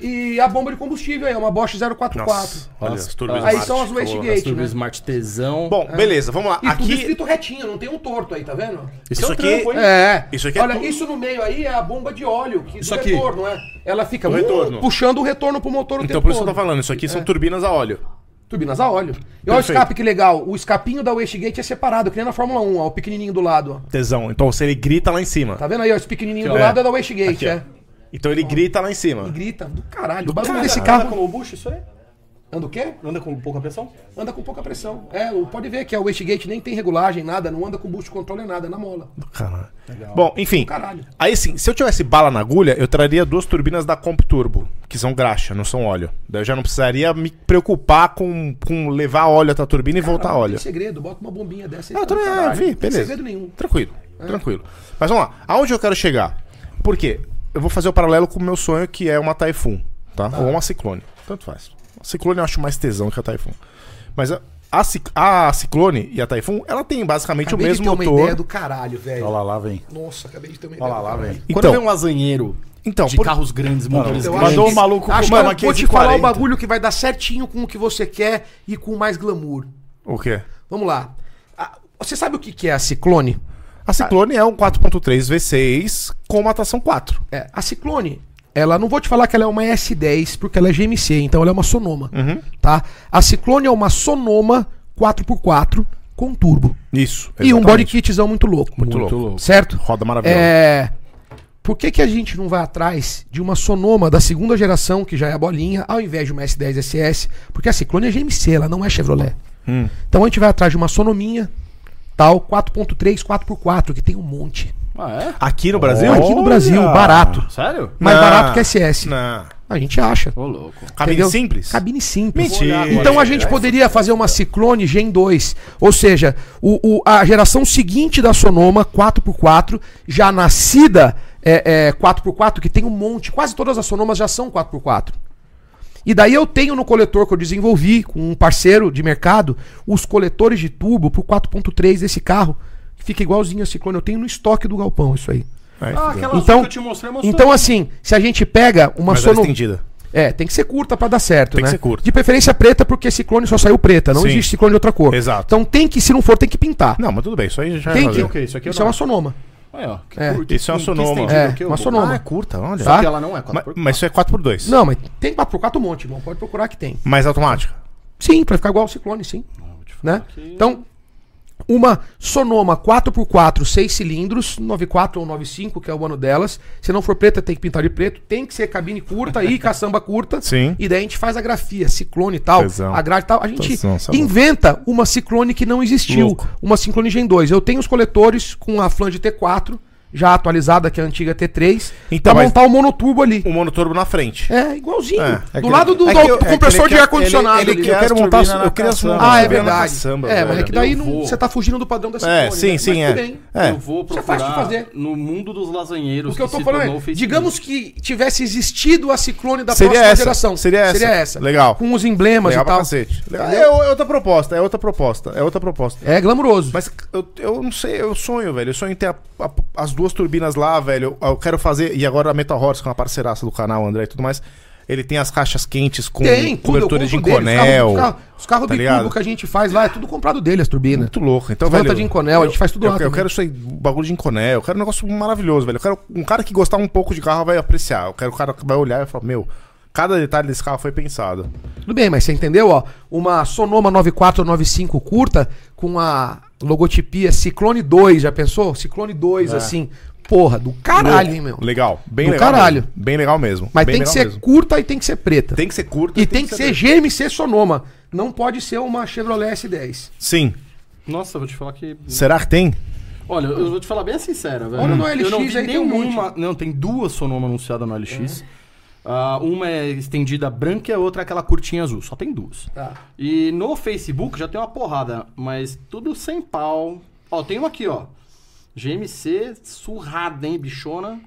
[SPEAKER 3] e a bomba de combustível aí, uma Bosch 044.
[SPEAKER 1] Nossa, olha
[SPEAKER 5] Nossa,
[SPEAKER 1] as turbinas.
[SPEAKER 3] Aí
[SPEAKER 1] Smart.
[SPEAKER 3] são as
[SPEAKER 5] As
[SPEAKER 3] Wastegate,
[SPEAKER 5] turbo
[SPEAKER 3] né?
[SPEAKER 5] Smart tesão.
[SPEAKER 1] Bom, beleza, vamos lá.
[SPEAKER 3] É. E tudo
[SPEAKER 1] Aqui,
[SPEAKER 3] escrito retinho, não tem um torto aí, tá vendo?
[SPEAKER 1] isso
[SPEAKER 5] é um
[SPEAKER 1] aqui...
[SPEAKER 5] trampo, hein?
[SPEAKER 3] É.
[SPEAKER 1] Isso aqui é
[SPEAKER 3] Olha,
[SPEAKER 1] tu-
[SPEAKER 3] isso no meio aí é a bomba de óleo, que
[SPEAKER 5] Isso
[SPEAKER 3] do
[SPEAKER 5] aqui.
[SPEAKER 3] retorno, é? Ela fica uh,
[SPEAKER 1] retorno.
[SPEAKER 3] puxando o retorno pro motor o
[SPEAKER 1] Então
[SPEAKER 3] tempo
[SPEAKER 1] por isso que eu
[SPEAKER 3] todo.
[SPEAKER 1] tô falando, isso aqui são turbinas a óleo.
[SPEAKER 3] Turbinas a óleo. E olha o
[SPEAKER 1] Perfeito.
[SPEAKER 3] escape que legal. O escapinho da Wastegate é separado, que nem na Fórmula 1, ó, o pequenininho do lado. ó.
[SPEAKER 1] Tesão. Então se ele grita lá em cima.
[SPEAKER 3] Tá vendo aí? ó, Esse pequenininho do
[SPEAKER 1] ó.
[SPEAKER 3] lado é da
[SPEAKER 1] Aqui,
[SPEAKER 3] Wastegate,
[SPEAKER 1] ó.
[SPEAKER 3] é.
[SPEAKER 1] Então ele grita lá em
[SPEAKER 3] E
[SPEAKER 1] cima.
[SPEAKER 3] grita, do caralho. O barulho
[SPEAKER 1] caralho.
[SPEAKER 3] desse
[SPEAKER 5] Anda
[SPEAKER 3] carro.
[SPEAKER 5] com low bush, isso aí?
[SPEAKER 3] Anda o quê?
[SPEAKER 5] Anda com pouca pressão?
[SPEAKER 3] Anda com pouca pressão. É, o- pode ver que a Wastegate nem tem regulagem, nada, não anda com boost control, nada, é na mola.
[SPEAKER 1] Caralho. Bom, enfim.
[SPEAKER 3] Caralho.
[SPEAKER 1] Aí sim, se eu tivesse bala na agulha, eu traria duas turbinas da Comp Turbo, que são graxa, não são óleo. Daí eu já não precisaria me preocupar com, com levar óleo até a turbina e voltar
[SPEAKER 3] Não tem
[SPEAKER 1] óleo.
[SPEAKER 3] segredo, bota uma bombinha dessa aí.
[SPEAKER 1] Não,
[SPEAKER 3] tá
[SPEAKER 1] tudo
[SPEAKER 3] no
[SPEAKER 1] é,
[SPEAKER 3] caralho.
[SPEAKER 1] vi,
[SPEAKER 3] Não tem
[SPEAKER 1] beleza.
[SPEAKER 3] segredo nenhum.
[SPEAKER 1] Tranquilo, tranquilo. Mas vamos lá, aonde eu quero chegar? Por quê? Eu vou fazer o paralelo com o meu sonho, que é uma Typhoon, tá? Ou uma Ciclone, tanto faz. A Ciclone eu acho mais tesão que a Typhoon. Mas a, a, Cic- a Ciclone e a Typhoon, ela tem basicamente
[SPEAKER 3] Acabei
[SPEAKER 1] o mesmo
[SPEAKER 3] de ter
[SPEAKER 1] motor.
[SPEAKER 3] uma ideia do caralho, velho.
[SPEAKER 2] Olha lá, lá vem.
[SPEAKER 3] Nossa, acabei de ter uma ideia.
[SPEAKER 2] Olha lá, lá vem.
[SPEAKER 1] Então,
[SPEAKER 5] Quando vem um azanheiro
[SPEAKER 1] então
[SPEAKER 5] de
[SPEAKER 1] por-
[SPEAKER 5] carros grandes, motores
[SPEAKER 3] Eu
[SPEAKER 5] grandes...
[SPEAKER 3] acho
[SPEAKER 2] Mandou
[SPEAKER 3] que-
[SPEAKER 2] um maluco com
[SPEAKER 3] acho que
[SPEAKER 2] uma
[SPEAKER 3] eu vou te
[SPEAKER 2] 540.
[SPEAKER 3] falar um bagulho que vai dar certinho com o que você quer e com mais glamour.
[SPEAKER 1] o quê?
[SPEAKER 3] Vamos lá. Ah, Você sabe o que que é a Ciclone?
[SPEAKER 1] A Ciclone é um 4.3 V6 com uma tração 4.
[SPEAKER 3] É, a Ciclone, ela não vou te falar que ela é uma S10, porque ela é GMC, então ela é uma Sonoma,
[SPEAKER 2] Uhum.
[SPEAKER 3] tá? A Ciclone é uma Sonoma 4x4 com turbo.
[SPEAKER 1] Isso.
[SPEAKER 3] E um
[SPEAKER 1] exatamente.
[SPEAKER 3] body kitzão muito louco.
[SPEAKER 1] Muito louco.
[SPEAKER 3] Certo?
[SPEAKER 1] Roda maravilhosa.
[SPEAKER 3] É. Por que, que a gente não vai atrás de uma Sonoma da segunda geração, que já é a bolinha, ao invés de uma S10 SS? Porque a Ciclone é GMC, ela não é Chevrolet.
[SPEAKER 1] Hum.
[SPEAKER 3] Então a gente vai atrás de uma Sonominha, tal, 4.3, 4x4, que tem um monte.
[SPEAKER 5] Ah,
[SPEAKER 4] é?
[SPEAKER 1] Aqui no Brasil?
[SPEAKER 3] Aqui no Brasil,
[SPEAKER 1] Olha!
[SPEAKER 3] barato.
[SPEAKER 5] é? Sério?
[SPEAKER 3] Mais
[SPEAKER 1] Não.
[SPEAKER 3] barato que SS.
[SPEAKER 1] Não.
[SPEAKER 3] A gente acha.
[SPEAKER 5] Ô, louco.
[SPEAKER 1] Cabine
[SPEAKER 3] entendeu?
[SPEAKER 1] simples?
[SPEAKER 3] Cabine simples.
[SPEAKER 1] Mentira.
[SPEAKER 3] Então a
[SPEAKER 1] É,
[SPEAKER 3] gente poderia fazer uma Ciclone Gen 2. Ou seja, o, o- a geração seguinte da Sonoma 4x4, já nascida é, é, 4x4, que tem um monte, quase todas as Sonomas já são 4x4. E daí eu tenho no coletor que eu desenvolvi com um parceiro de mercado os coletores de turbo pro 4.3 desse carro, que fica igualzinho a Ciclone. Eu tenho no estoque do galpão isso aí.
[SPEAKER 1] Aí, fudeu.
[SPEAKER 5] Ah, aquela azul
[SPEAKER 3] Então,
[SPEAKER 5] que eu te mostrei, mostrou.
[SPEAKER 3] então assim, se a gente pega uma
[SPEAKER 1] Mas ela é
[SPEAKER 3] Sonoma.
[SPEAKER 1] estendida.
[SPEAKER 3] É, tem que ser curta pra dar certo,
[SPEAKER 1] Tem que
[SPEAKER 3] né?
[SPEAKER 1] ser curta.
[SPEAKER 3] De preferência preta, porque ciclone só saiu preta. Não
[SPEAKER 1] Sim.
[SPEAKER 3] existe ciclone de outra cor.
[SPEAKER 1] Exato.
[SPEAKER 3] Então tem que, se não for, tem que pintar.
[SPEAKER 1] Não, mas tudo bem, isso aí já
[SPEAKER 3] tem
[SPEAKER 1] é
[SPEAKER 3] que.
[SPEAKER 1] fazer.
[SPEAKER 5] Isso aqui eu
[SPEAKER 3] Isso é
[SPEAKER 5] não.
[SPEAKER 3] uma sonoma.
[SPEAKER 5] Olha, ó, que
[SPEAKER 3] É.
[SPEAKER 5] curto,
[SPEAKER 1] Isso é uma
[SPEAKER 5] que
[SPEAKER 1] Sonoma.
[SPEAKER 5] estendido
[SPEAKER 3] É,
[SPEAKER 5] que eu
[SPEAKER 3] uma
[SPEAKER 5] vou.
[SPEAKER 3] Sonoma.
[SPEAKER 1] Ah, é curta, olha.
[SPEAKER 5] Só
[SPEAKER 3] Tá?
[SPEAKER 5] que ela não é 4
[SPEAKER 1] Ma- Mas, isso é 4x2.
[SPEAKER 3] Não, mas tem 4x4 um monte, irmão. Pode procurar que tem.
[SPEAKER 1] Mais automática.
[SPEAKER 3] Sim, pra ficar igual ao ciclone, sim.
[SPEAKER 1] Ah,
[SPEAKER 3] né? Então, uma Sonoma 4x4, 6 cilindros, 94 ou 95, que é o ano delas. Se não for preta, tem que pintar de preto. Tem que ser cabine curta e caçamba curta.
[SPEAKER 1] Sim.
[SPEAKER 3] E daí a gente faz a grafia, ciclone e tal,
[SPEAKER 1] Tesão.
[SPEAKER 3] a grade e tal. A gente
[SPEAKER 1] Tesão, cê é louco.
[SPEAKER 3] inventa uma ciclone que não existiu.
[SPEAKER 1] Louco.
[SPEAKER 3] Uma ciclone Gen 2. Eu tenho os coletores com a flange T4, já atualizada, que é a antiga T3,
[SPEAKER 1] Então,
[SPEAKER 3] pra
[SPEAKER 1] mas-
[SPEAKER 3] montar o monoturbo ali.
[SPEAKER 1] O monoturbo na frente.
[SPEAKER 3] É, igualzinho.
[SPEAKER 1] É, é
[SPEAKER 3] do lado do,
[SPEAKER 2] é
[SPEAKER 3] do
[SPEAKER 2] que eu- é que
[SPEAKER 3] compressor
[SPEAKER 2] ele
[SPEAKER 3] de
[SPEAKER 2] quer-
[SPEAKER 3] ar-condicionado.
[SPEAKER 2] ele- ele
[SPEAKER 3] ali.
[SPEAKER 2] quer- as turbinas na caçamba,
[SPEAKER 3] Ah, é
[SPEAKER 2] Eu
[SPEAKER 1] turbina na
[SPEAKER 3] verdade.
[SPEAKER 1] caçamba,
[SPEAKER 3] é, mas
[SPEAKER 1] velho.
[SPEAKER 3] é que daí
[SPEAKER 5] Eu
[SPEAKER 3] não-
[SPEAKER 5] vou.
[SPEAKER 3] você tá fugindo do padrão da
[SPEAKER 1] É,
[SPEAKER 3] Ciclone,
[SPEAKER 1] sim,
[SPEAKER 3] né?
[SPEAKER 1] sim,
[SPEAKER 3] mas
[SPEAKER 1] é.
[SPEAKER 3] tudo bem.
[SPEAKER 1] É.
[SPEAKER 5] Eu vou
[SPEAKER 3] Isso é fácil de
[SPEAKER 5] procurar
[SPEAKER 3] fazer.
[SPEAKER 5] no mundo dos lasanheiros
[SPEAKER 3] O que eu tô
[SPEAKER 5] se
[SPEAKER 3] falando
[SPEAKER 5] tornou o
[SPEAKER 3] é,
[SPEAKER 5] Facebook.
[SPEAKER 3] digamos que tivesse existido a Ciclone da
[SPEAKER 1] Seria
[SPEAKER 3] próxima
[SPEAKER 1] essa,
[SPEAKER 3] geração.
[SPEAKER 1] seria essa. Legal.
[SPEAKER 3] Com os emblemas
[SPEAKER 1] Legal
[SPEAKER 3] e tal.
[SPEAKER 1] pra cacete. Legal.
[SPEAKER 3] Entendeu?
[SPEAKER 1] É o- é outra proposta, é outra proposta, é outra proposta.
[SPEAKER 3] É glamuroso.
[SPEAKER 1] Mas eu, eu não sei, eu sonho, velho. Eu sonho em ter a- a- as duas turbinas lá, velho. Eu, eu quero fazer. E agora a Metal Horse, que é uma parceiraça do canal, André e tudo mais. Ele tem as caixas quentes com
[SPEAKER 3] tem, tudo, eu
[SPEAKER 1] cobertura de
[SPEAKER 3] compro deles, os carros-
[SPEAKER 1] Inconel.
[SPEAKER 3] Os carros, os carros
[SPEAKER 1] tá
[SPEAKER 3] bicudo
[SPEAKER 1] ligado?
[SPEAKER 3] que a gente faz lá, é tudo comprado dele, as turbinas.
[SPEAKER 1] Muito louco. Então,
[SPEAKER 3] Volta
[SPEAKER 1] velho.
[SPEAKER 3] de Inconel, a gente faz tudo né?
[SPEAKER 1] eu,
[SPEAKER 3] lá
[SPEAKER 1] Eu
[SPEAKER 3] também.
[SPEAKER 1] quero isso aí, bagulho de Inconel. Eu quero um negócio maravilhoso, velho. Eu quero um cara que gostar um pouco de carro vai apreciar. Eu quero o cara que vai olhar e falar: Meu, cada detalhe desse carro foi pensado.
[SPEAKER 3] Tudo bem, mas você entendeu, ó? Uma Sonoma 9495 curta com a logotipia Ciclone 2, já pensou? Ciclone 2, assim. Porra, do caralho, hein, meu?
[SPEAKER 1] Legal. Bem
[SPEAKER 3] Do
[SPEAKER 1] legal.
[SPEAKER 3] caralho.
[SPEAKER 1] mesmo. Bem legal mesmo.
[SPEAKER 3] Mas
[SPEAKER 1] Bem
[SPEAKER 3] tem que
[SPEAKER 1] legal
[SPEAKER 3] ser
[SPEAKER 1] mesmo.
[SPEAKER 3] curta e tem que ser preta.
[SPEAKER 1] Tem que ser curto.
[SPEAKER 3] e tem que ser GMC Sonoma. Não pode ser uma Chevrolet S10.
[SPEAKER 1] Sim.
[SPEAKER 5] Nossa, eu vou te falar que.
[SPEAKER 1] Será que tem?
[SPEAKER 4] Olha, eu vou te falar bem sincera, velho.
[SPEAKER 3] Olha no LX
[SPEAKER 4] eu não vi
[SPEAKER 3] aí, tem um É.
[SPEAKER 4] nenhuma. Não, tem duas Sonoma anunciadas no LX. Ah, uma é estendida branca e a outra é aquela curtinha azul. Só tem duas.
[SPEAKER 3] Tá.
[SPEAKER 4] E no Facebook já tem uma porrada, mas tudo sem pau. Ó, tem uma aqui, ó. GMC surrada, hein, bichona.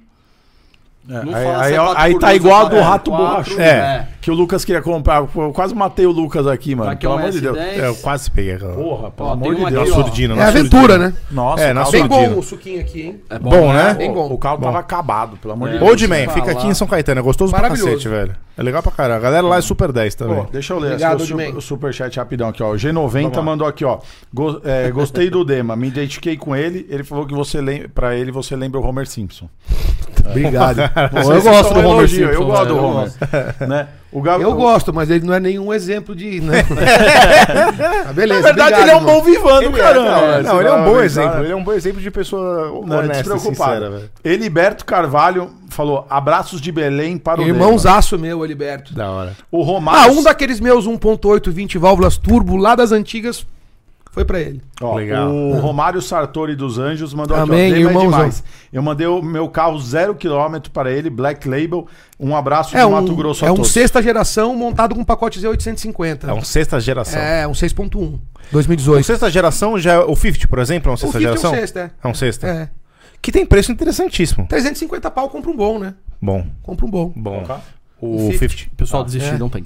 [SPEAKER 4] Não
[SPEAKER 5] aí,
[SPEAKER 4] fala se
[SPEAKER 5] aí,
[SPEAKER 4] é quatro
[SPEAKER 5] aí
[SPEAKER 4] por
[SPEAKER 5] tá
[SPEAKER 4] dois,
[SPEAKER 5] igual a do
[SPEAKER 4] é
[SPEAKER 5] rato
[SPEAKER 4] quatro,
[SPEAKER 5] borrachudo.
[SPEAKER 4] É.
[SPEAKER 5] Que o Lucas queria comprar. Eu quase matei o Lucas aqui, mano.
[SPEAKER 4] Aqui é
[SPEAKER 5] pelo
[SPEAKER 4] um
[SPEAKER 5] amor de Deus.
[SPEAKER 4] S10.
[SPEAKER 1] É, eu quase peguei aquela.
[SPEAKER 5] Porra, pelo
[SPEAKER 4] Ó, tem
[SPEAKER 5] amor de
[SPEAKER 4] uma
[SPEAKER 5] Deus.
[SPEAKER 1] na
[SPEAKER 4] aqui, ó. um
[SPEAKER 1] surdina,
[SPEAKER 3] É
[SPEAKER 1] na
[SPEAKER 3] aventura,
[SPEAKER 1] surdina.
[SPEAKER 3] né?
[SPEAKER 5] Nossa,
[SPEAKER 1] É, na
[SPEAKER 5] o,
[SPEAKER 1] sua-
[SPEAKER 3] Bem
[SPEAKER 1] Surdina.
[SPEAKER 3] bom o suquinho aqui, hein?
[SPEAKER 4] É
[SPEAKER 1] Bom, né?
[SPEAKER 3] Bem bom.
[SPEAKER 5] o carro tava acabado, pelo amor de
[SPEAKER 4] É.
[SPEAKER 5] Deus.
[SPEAKER 1] Old Man,
[SPEAKER 4] Falar.
[SPEAKER 1] fica aqui em São Caetano. É gostoso pra
[SPEAKER 3] Maravilhoso.
[SPEAKER 1] cacete, velho. É legal pra caralho. A galera lá é super 10 também.
[SPEAKER 5] Pô, deixa eu ler
[SPEAKER 3] Obrigado,
[SPEAKER 5] aqui o
[SPEAKER 3] Oldman.
[SPEAKER 5] super, o superchat rapidão aqui, ó. O G90 mandou aqui, ó. Go- é, gostei do Dema, me identifiquei com ele. Ele falou que você lembra, pra ele você lembra o Homer Simpson.
[SPEAKER 7] Obrigado. Pô, eu
[SPEAKER 5] Vocês
[SPEAKER 7] gosto do Homer
[SPEAKER 5] estão elogio,
[SPEAKER 7] Simpson.
[SPEAKER 5] Eu gosto do
[SPEAKER 7] velho,
[SPEAKER 5] Homer. né? O Gab-
[SPEAKER 3] um Eu
[SPEAKER 5] o-
[SPEAKER 3] gosto, mas ele não é nenhum exemplo de. Né? Tá, beleza.
[SPEAKER 5] Na verdade,
[SPEAKER 3] obrigado,
[SPEAKER 5] ele é um
[SPEAKER 3] irmão.
[SPEAKER 5] bom vivando,
[SPEAKER 1] Ele é,
[SPEAKER 5] caramba. né?
[SPEAKER 1] não,
[SPEAKER 5] velho.
[SPEAKER 1] não,
[SPEAKER 5] Você
[SPEAKER 1] ele é
[SPEAKER 5] vai
[SPEAKER 1] um bom
[SPEAKER 5] analisar,
[SPEAKER 1] exemplo.
[SPEAKER 5] né?
[SPEAKER 1] Ele é um bom exemplo de pessoa
[SPEAKER 5] Não, é
[SPEAKER 1] honesta, sincera,
[SPEAKER 5] despreocupado.
[SPEAKER 1] velho.
[SPEAKER 5] Heliberto Carvalho falou: abraços de Belém para o Dema.
[SPEAKER 3] Irmãozaço meu, Aliberto.
[SPEAKER 5] um
[SPEAKER 1] Da hora.
[SPEAKER 5] O
[SPEAKER 3] Ah,
[SPEAKER 5] Romário.
[SPEAKER 3] um daqueles meus 1.8, 20 válvulas turbo lá das antigas foi pra ele.
[SPEAKER 5] Ó,
[SPEAKER 1] Legal.
[SPEAKER 5] O Romário Sartori dos Anjos mandou
[SPEAKER 3] Amém,
[SPEAKER 5] aqui, ó, Dema é
[SPEAKER 3] irmãozão.
[SPEAKER 5] demais. Eu mandei o meu carro zero quilômetro para ele, Black Label. Um abraço
[SPEAKER 3] É
[SPEAKER 5] do
[SPEAKER 3] um,
[SPEAKER 5] Mato Grosso
[SPEAKER 3] é
[SPEAKER 5] a
[SPEAKER 3] um
[SPEAKER 5] todos.
[SPEAKER 3] sexta geração montado com um pacote Z850.
[SPEAKER 1] É um sexta geração.
[SPEAKER 3] É, um 6.1,
[SPEAKER 1] O
[SPEAKER 3] 2018.
[SPEAKER 1] sexta geração já. é- O 50, por exemplo, é um sexta
[SPEAKER 3] 50 é um
[SPEAKER 1] geração?
[SPEAKER 3] sexta, é.
[SPEAKER 1] É um sexta.
[SPEAKER 3] É.
[SPEAKER 1] Que tem preço interessantíssimo.
[SPEAKER 3] 350 pau compra um bom, né?
[SPEAKER 1] Bom,
[SPEAKER 3] Compra um bom.
[SPEAKER 1] bom.
[SPEAKER 5] Tá.
[SPEAKER 1] O
[SPEAKER 3] O
[SPEAKER 1] 50.
[SPEAKER 3] 50.
[SPEAKER 4] O pessoal desistiu,
[SPEAKER 3] é.
[SPEAKER 4] não tem.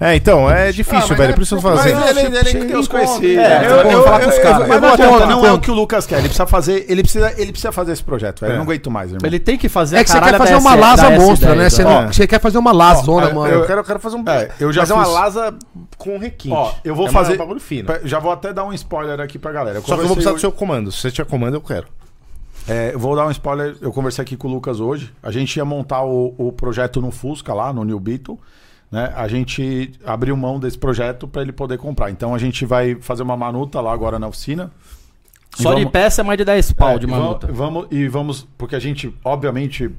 [SPEAKER 1] É, então, é
[SPEAKER 5] Ah,
[SPEAKER 1] difícil,
[SPEAKER 3] mas
[SPEAKER 1] velho.
[SPEAKER 3] é
[SPEAKER 1] Por isso eu tô
[SPEAKER 3] procurar-
[SPEAKER 1] fazendo.
[SPEAKER 3] Mas ele- ele tem os conhecidos,
[SPEAKER 5] É,
[SPEAKER 3] né?
[SPEAKER 5] eu-
[SPEAKER 3] Tá bom,
[SPEAKER 5] eu-
[SPEAKER 3] falar com
[SPEAKER 5] eu-
[SPEAKER 3] os
[SPEAKER 5] eu-
[SPEAKER 3] caras.
[SPEAKER 5] eu-
[SPEAKER 3] Mas
[SPEAKER 5] não
[SPEAKER 3] vou
[SPEAKER 5] adianta,
[SPEAKER 3] adiantar,
[SPEAKER 5] não é o
[SPEAKER 3] conta.
[SPEAKER 5] que o Lucas quer. Ele precisa fazer, ele precisa, ele precisa fazer esse projeto,
[SPEAKER 1] É.
[SPEAKER 5] velho. Eu não aguento mais, irmão.
[SPEAKER 4] Ele tem que fazer
[SPEAKER 3] É que você quer
[SPEAKER 4] caralha
[SPEAKER 3] fazer
[SPEAKER 4] da
[SPEAKER 3] uma
[SPEAKER 4] S-
[SPEAKER 3] lasa
[SPEAKER 4] da S10,
[SPEAKER 3] monstra, né? Você,
[SPEAKER 4] velho.
[SPEAKER 3] não- você quer fazer uma lazona,
[SPEAKER 5] Ó,
[SPEAKER 3] mano.
[SPEAKER 1] Eu quero, eu quero fazer um.
[SPEAKER 5] É, eu já
[SPEAKER 1] fazer uma
[SPEAKER 5] fiz.
[SPEAKER 1] lasa com requinte.
[SPEAKER 5] Ó, eu vou
[SPEAKER 1] É uma-
[SPEAKER 5] fazer.
[SPEAKER 1] um bagulho fino.
[SPEAKER 5] Pe- Já vou até dar um spoiler aqui pra galera.
[SPEAKER 1] Só que eu vou
[SPEAKER 5] conversei
[SPEAKER 1] precisar do seu comando. Se você tiver comando, eu quero.
[SPEAKER 5] É, eu vou dar um spoiler. Eu conversei aqui com o Lucas hoje. A gente ia montar o, o projeto no Fusca lá, no New Beetle. Né? A gente abriu mão desse projeto pra ele poder comprar. Então a gente vai fazer uma manuta lá agora na oficina. E
[SPEAKER 4] Só de
[SPEAKER 5] vamos-
[SPEAKER 4] peça é mais de 10 pau
[SPEAKER 5] É,
[SPEAKER 4] de
[SPEAKER 5] e
[SPEAKER 4] manuta.
[SPEAKER 5] vamos- Vamos, e vamos, porque a gente, obviamente,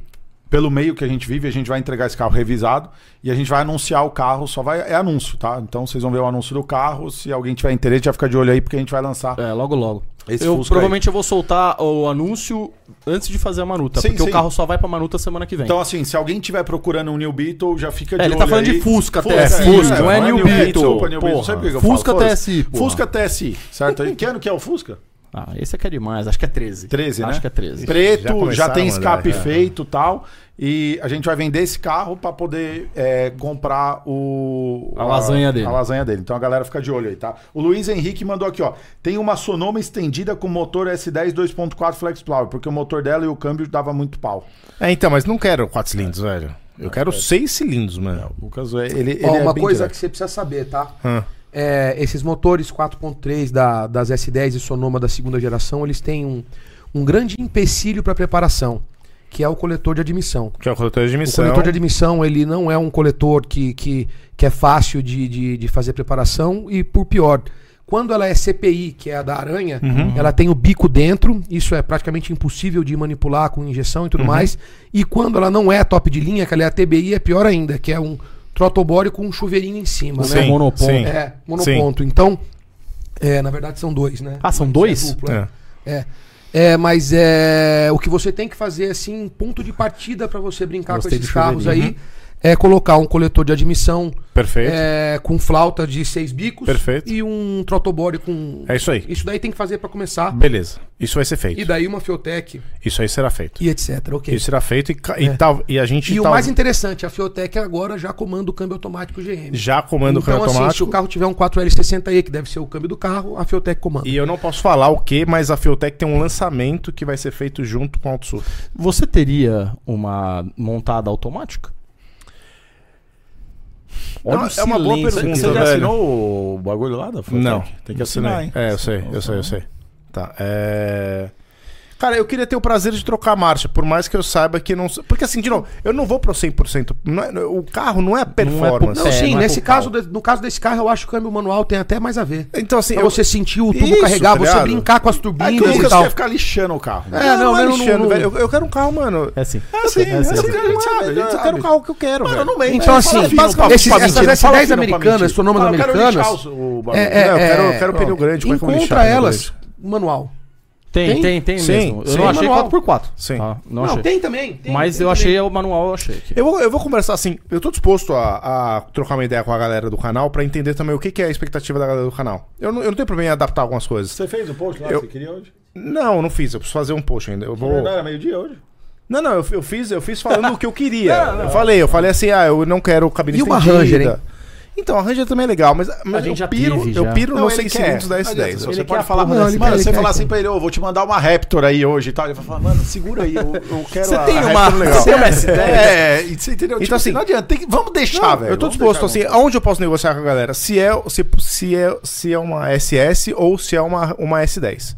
[SPEAKER 5] pelo meio que a gente vive, a gente vai entregar esse carro revisado e a gente vai anunciar o carro, só vai. É anúncio, tá? Então vocês vão ver o anúncio do carro. Se alguém tiver interesse, já fica de olho aí, porque a gente vai lançar.
[SPEAKER 4] É, logo logo.
[SPEAKER 5] Esse
[SPEAKER 4] eu
[SPEAKER 5] Fusca
[SPEAKER 4] provavelmente eu vou soltar o anúncio antes de fazer a manuta,
[SPEAKER 5] Sim,
[SPEAKER 4] porque
[SPEAKER 5] sim.
[SPEAKER 4] o carro só vai pra manuta semana que vem.
[SPEAKER 5] Então, assim, se alguém tiver procurando um New Beetle, já fica de
[SPEAKER 4] É,
[SPEAKER 5] olho.
[SPEAKER 4] ele tá falando
[SPEAKER 5] aí.
[SPEAKER 4] de Fusca,
[SPEAKER 5] Fusca,
[SPEAKER 4] TSI,
[SPEAKER 5] é,
[SPEAKER 4] não é New Beetle.
[SPEAKER 5] Desculpa, New Beetle.
[SPEAKER 4] Porra.
[SPEAKER 5] Sempre que eu
[SPEAKER 4] Fusca
[SPEAKER 5] falo, foda-se.
[SPEAKER 4] TSI, porra.
[SPEAKER 5] Fusca TSI, certo? E que ano que é o Fusca?
[SPEAKER 4] Ah, esse aqui é demais, acho que é 13.
[SPEAKER 5] 13, né?
[SPEAKER 4] Acho que é 13.
[SPEAKER 1] Já
[SPEAKER 5] Preto, já,
[SPEAKER 1] começaram
[SPEAKER 5] tem
[SPEAKER 1] a mandar,
[SPEAKER 5] escape
[SPEAKER 1] já.
[SPEAKER 5] feito e tal. E a gente vai vender esse carro pra poder é, comprar o.
[SPEAKER 4] A lasanha dele.
[SPEAKER 5] A lasanha dele. Então a galera fica de olho aí, tá? O Luiz Henrique mandou aqui, ó. Tem uma Sonoma estendida com motor S10 2.4 Flex Power, porque o motor dela e o câmbio dava muito pau.
[SPEAKER 1] É, então, mas não quero quatro cilindros, velho. Eu quero seis cilindros, mano.
[SPEAKER 5] é. Lucas, é- ele, ele
[SPEAKER 3] Ó,
[SPEAKER 5] é
[SPEAKER 3] uma
[SPEAKER 5] bem
[SPEAKER 3] coisa
[SPEAKER 5] direto. Ah.
[SPEAKER 3] que você precisa saber, tá?
[SPEAKER 1] Hã.
[SPEAKER 3] É, esses motores 4.3 da, das S10 e Sonoma da segunda geração, eles têm um, um grande empecilho para preparação, que é o coletor de admissão.
[SPEAKER 1] Que é o coletor de
[SPEAKER 3] O
[SPEAKER 1] admissão.
[SPEAKER 3] coletor de admissão, ele não é um coletor que, que, que é fácil de, de, de fazer preparação e, por pior, quando ela é CPI, que é a da aranha,
[SPEAKER 1] Uhum.
[SPEAKER 3] ela tem o bico dentro, isso é praticamente impossível de manipular com injeção e
[SPEAKER 1] Uhum.
[SPEAKER 3] tudo mais. E quando ela não é top de linha, que ela é a TBI, é pior ainda, que é um trotobore com um chuveirinho em cima,
[SPEAKER 1] Sim,
[SPEAKER 3] né?
[SPEAKER 4] Monoponto.
[SPEAKER 1] sim.
[SPEAKER 3] É, monoponto. Então, é, na verdade são dois, né?
[SPEAKER 4] Ah, são dois?
[SPEAKER 3] É, duplo, é.
[SPEAKER 1] É.
[SPEAKER 3] É. É, mas é o que você tem que fazer assim, ponto de partida para você brincar
[SPEAKER 4] Gostei
[SPEAKER 3] com esses
[SPEAKER 4] do
[SPEAKER 3] carros
[SPEAKER 4] chuveirinho.
[SPEAKER 3] aí é colocar um coletor de admissão
[SPEAKER 1] Perfeito. É...
[SPEAKER 3] é, com flauta de seis bicos
[SPEAKER 1] Perfeito. É
[SPEAKER 3] e um trotobore com
[SPEAKER 1] isso aí.
[SPEAKER 3] isso daí tem que fazer para começar
[SPEAKER 1] Beleza. Isso vai ser
[SPEAKER 3] e
[SPEAKER 1] feito.
[SPEAKER 3] daí uma Fiotec
[SPEAKER 1] Isso aí será feito.
[SPEAKER 3] e etc, OK.
[SPEAKER 1] Isso será feito e, ca- e tal- e a gente
[SPEAKER 3] E o
[SPEAKER 1] tal-
[SPEAKER 3] mais interessante, a Fiotec agora já comanda o câmbio automático GM.
[SPEAKER 1] já comanda o
[SPEAKER 3] então,
[SPEAKER 1] câmbio
[SPEAKER 3] assim, se
[SPEAKER 1] automático.
[SPEAKER 3] o carro tiver um 4L60E, que deve ser o câmbio do carro, a Fiotec comanda.
[SPEAKER 1] E eu não posso falar o que, mas a Fiotec tem um lançamento que vai ser feito junto com a Auto Sul.
[SPEAKER 4] Você teria uma montada automática? Olha o
[SPEAKER 1] é uma boa
[SPEAKER 4] silêncio
[SPEAKER 1] pergunta,
[SPEAKER 4] aqui.
[SPEAKER 5] Você já
[SPEAKER 1] velho.
[SPEAKER 5] assinou o bagulho lá da Fotec?
[SPEAKER 1] Não,
[SPEAKER 5] Tem que assinar, hein?
[SPEAKER 1] É, eu sei, eu sei, eu sei. Tá. É... Cara, eu queria ter o prazer de trocar a marcha, por mais que eu saiba que não. Porque assim, de novo, eu não vou pro 100%. Não é- o carro não é a performance.
[SPEAKER 3] Não,
[SPEAKER 4] É,
[SPEAKER 3] sim,
[SPEAKER 4] não é
[SPEAKER 3] nesse
[SPEAKER 4] por
[SPEAKER 3] caso, de- no caso desse carro, eu acho que o câmbio manual tem até mais a ver.
[SPEAKER 1] Então, assim.
[SPEAKER 3] Pra
[SPEAKER 1] eu-
[SPEAKER 3] você sentir o tubo
[SPEAKER 1] Isso,
[SPEAKER 3] carregar,
[SPEAKER 1] tá
[SPEAKER 3] você
[SPEAKER 1] ligado?
[SPEAKER 3] brincar com as
[SPEAKER 5] É que o
[SPEAKER 3] turbinas e
[SPEAKER 5] Lucas
[SPEAKER 3] tal.
[SPEAKER 5] quer ficar lixando o carro.
[SPEAKER 1] É, não, não, é lixando,
[SPEAKER 3] não-
[SPEAKER 1] velho. Eu, eu quero um carro, mano.
[SPEAKER 4] É sim.
[SPEAKER 1] É assim, é assim,
[SPEAKER 5] a gente sabe, a gente
[SPEAKER 1] Eu quero
[SPEAKER 5] sabe.
[SPEAKER 1] o carro que eu quero, velho.
[SPEAKER 3] Então, assim, esses- essas S10 americanas, sonomas
[SPEAKER 5] Fala, eu quero
[SPEAKER 3] americanas,
[SPEAKER 5] lixar o- o bagulho.
[SPEAKER 3] É, é,
[SPEAKER 1] Não, eu quero-
[SPEAKER 3] é,
[SPEAKER 1] eu quero o pneu grande, como é que eu vou
[SPEAKER 3] Encontra
[SPEAKER 1] lixar o pneu
[SPEAKER 3] elas manual.
[SPEAKER 5] Tem,
[SPEAKER 4] Tem?
[SPEAKER 5] tem, tem
[SPEAKER 1] Sim,
[SPEAKER 5] mesmo. Eu
[SPEAKER 1] sim.
[SPEAKER 5] não achei
[SPEAKER 4] Manual.
[SPEAKER 5] 4x4.
[SPEAKER 1] Sim.
[SPEAKER 4] Ah.
[SPEAKER 5] tá? Não,
[SPEAKER 3] Não,
[SPEAKER 5] achei.
[SPEAKER 3] tem também. tem,
[SPEAKER 5] Mas
[SPEAKER 3] tem
[SPEAKER 5] eu
[SPEAKER 3] também.
[SPEAKER 5] achei o manual, eu achei. aqui.
[SPEAKER 1] Eu vou, eu vou conversar assim, eu tô disposto a, a trocar uma ideia com a galera do canal pra entender também o que, que é a expectativa da galera do canal. Eu não, eu não tenho problema em adaptar algumas coisas.
[SPEAKER 6] Você fez o post lá que
[SPEAKER 1] Eu-
[SPEAKER 6] você queria hoje?
[SPEAKER 1] Não, não fiz, eu preciso fazer um post ainda. Eu
[SPEAKER 2] É
[SPEAKER 1] vou...
[SPEAKER 6] Não era meio-dia hoje?
[SPEAKER 1] Não, não, eu, eu fiz, eu fiz falando o que eu queria. Eu falei, eu falei assim, ah, eu não quero cabine
[SPEAKER 3] E uma
[SPEAKER 1] estendida.
[SPEAKER 3] Ranger, hein?
[SPEAKER 1] Então, a Ranger também é legal, mas, mas
[SPEAKER 5] gente já
[SPEAKER 1] eu piro,
[SPEAKER 5] teve, já.
[SPEAKER 1] eu piro
[SPEAKER 2] Não,
[SPEAKER 1] nos
[SPEAKER 2] ele
[SPEAKER 1] 6
[SPEAKER 2] quer.
[SPEAKER 1] segundos da
[SPEAKER 2] Não adianta,
[SPEAKER 1] S10.
[SPEAKER 2] se você
[SPEAKER 5] Ele quer
[SPEAKER 2] pode
[SPEAKER 5] a
[SPEAKER 2] falar,
[SPEAKER 5] porra
[SPEAKER 2] mano,
[SPEAKER 3] desse
[SPEAKER 2] mano,
[SPEAKER 3] cara,
[SPEAKER 2] você
[SPEAKER 3] ele
[SPEAKER 2] falar
[SPEAKER 3] quer,
[SPEAKER 2] assim pra ele, ô, vou te mandar uma Raptor aí hoje e tal. Ele vai falar, mano, segura aí, eu, eu quero
[SPEAKER 3] Você
[SPEAKER 2] a
[SPEAKER 3] tem
[SPEAKER 2] Raptor
[SPEAKER 3] uma-
[SPEAKER 2] legal.
[SPEAKER 3] você tem uma
[SPEAKER 2] É, e você entendeu?
[SPEAKER 1] Então,
[SPEAKER 2] Tipo assim,
[SPEAKER 1] assim,
[SPEAKER 2] não adianta, tem que- vamos deixar,
[SPEAKER 1] Não,
[SPEAKER 2] velho.
[SPEAKER 1] eu tô
[SPEAKER 2] vamos
[SPEAKER 1] disposto,
[SPEAKER 2] deixar,
[SPEAKER 1] assim, aonde eu posso negociar com a galera? Se é, se, se é, se é uma SS ou se é uma, uma S10.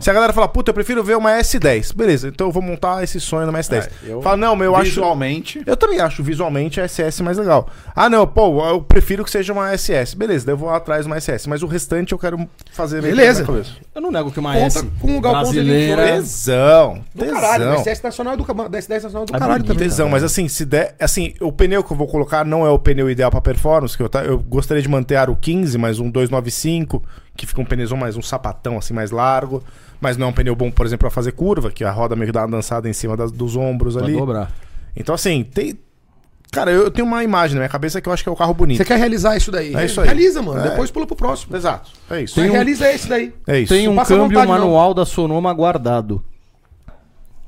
[SPEAKER 1] Se a galera falar, puta, eu prefiro ver uma S10. Beleza, então eu vou montar esse sonho numa S10.
[SPEAKER 2] É, eu-
[SPEAKER 1] Fala, não, mas eu
[SPEAKER 2] vamos-
[SPEAKER 1] acho.
[SPEAKER 2] Visualmente.
[SPEAKER 1] Eu também acho visualmente a SS mais legal. Ah, não, pô, eu prefiro que seja uma SS. Beleza, daí eu vou atrás de uma SS, mas o restante eu quero fazer meio que
[SPEAKER 3] Beleza.
[SPEAKER 1] na cabeça.
[SPEAKER 5] Eu não nego que uma
[SPEAKER 3] Conta
[SPEAKER 5] S
[SPEAKER 3] com o Galpão
[SPEAKER 5] brasileira...
[SPEAKER 1] Tesão.
[SPEAKER 3] Do
[SPEAKER 1] tesão.
[SPEAKER 3] caralho, o SS Nacional é do, cama- da S10 Nacional é do
[SPEAKER 5] É
[SPEAKER 3] caralho
[SPEAKER 5] bonito,
[SPEAKER 3] também.
[SPEAKER 1] tesão, mas assim, se der, assim, o pneu que eu vou colocar não é o pneu ideal pra performance, que eu, tá- eu gostaria de manter aro 15, mais um 295, que fica um pneuzão mais um sapatão assim mais largo, mas não é um pneu bom, por exemplo, pra fazer curva, que a roda meio que dá uma dançada em cima das- dos ombros
[SPEAKER 5] Vai
[SPEAKER 1] ali.
[SPEAKER 5] dobrar.
[SPEAKER 1] Então assim, tem Cara, eu eu tenho uma imagem na minha cabeça que eu acho que é o carro bonito.
[SPEAKER 3] Você quer realizar isso daí?
[SPEAKER 1] É isso aí.
[SPEAKER 3] Realiza, mano.
[SPEAKER 1] É.
[SPEAKER 3] Depois pula pro próximo.
[SPEAKER 1] Exato. É isso.
[SPEAKER 3] Mas
[SPEAKER 5] um-
[SPEAKER 3] Realiza esse daí.
[SPEAKER 1] É isso.
[SPEAKER 5] Tem
[SPEAKER 3] Não
[SPEAKER 5] um
[SPEAKER 3] passa
[SPEAKER 5] câmbio
[SPEAKER 3] vontade, não.
[SPEAKER 5] manual da Sonoma guardado.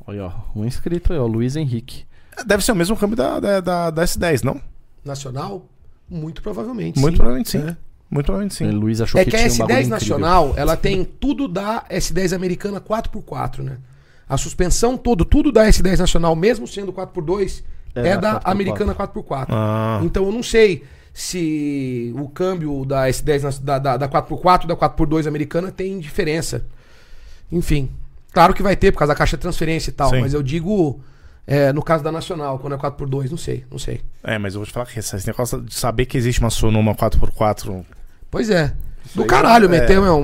[SPEAKER 5] Olha, ó, um inscrito aí, ó, Luiz Henrique.
[SPEAKER 1] Deve ser o mesmo câmbio da, da, da- da S10, não?
[SPEAKER 3] Nacional? Muito provavelmente.
[SPEAKER 1] Muito
[SPEAKER 3] sim.
[SPEAKER 1] provavelmente sim.
[SPEAKER 2] É.
[SPEAKER 1] Muito provavelmente sim.
[SPEAKER 5] O Luiz achou
[SPEAKER 3] É
[SPEAKER 5] que
[SPEAKER 3] que a
[SPEAKER 5] tinha um bagulho
[SPEAKER 3] S10
[SPEAKER 5] incrível.
[SPEAKER 3] Nacional, ela tem tudo da S10 americana 4x4, né? A suspensão todo, tudo da S10 Nacional, mesmo sendo 4x2, é, da
[SPEAKER 5] 4x4.
[SPEAKER 3] americana 4x4.
[SPEAKER 1] Ah.
[SPEAKER 3] Então eu não sei se o câmbio da S10 nas- da, da, da 4x4 da 4x2 americana tem diferença. Enfim, claro que vai ter por causa da caixa de transferência e tal,
[SPEAKER 1] Sim.
[SPEAKER 3] mas eu digo é, no caso da Nacional, quando é 4x2, não sei, não sei.
[SPEAKER 1] É, mas eu vou te falar que esse esse negócio de saber que existe uma Sonoma 4x4
[SPEAKER 3] Pois é. Do caralho, meteu, meu. Uma,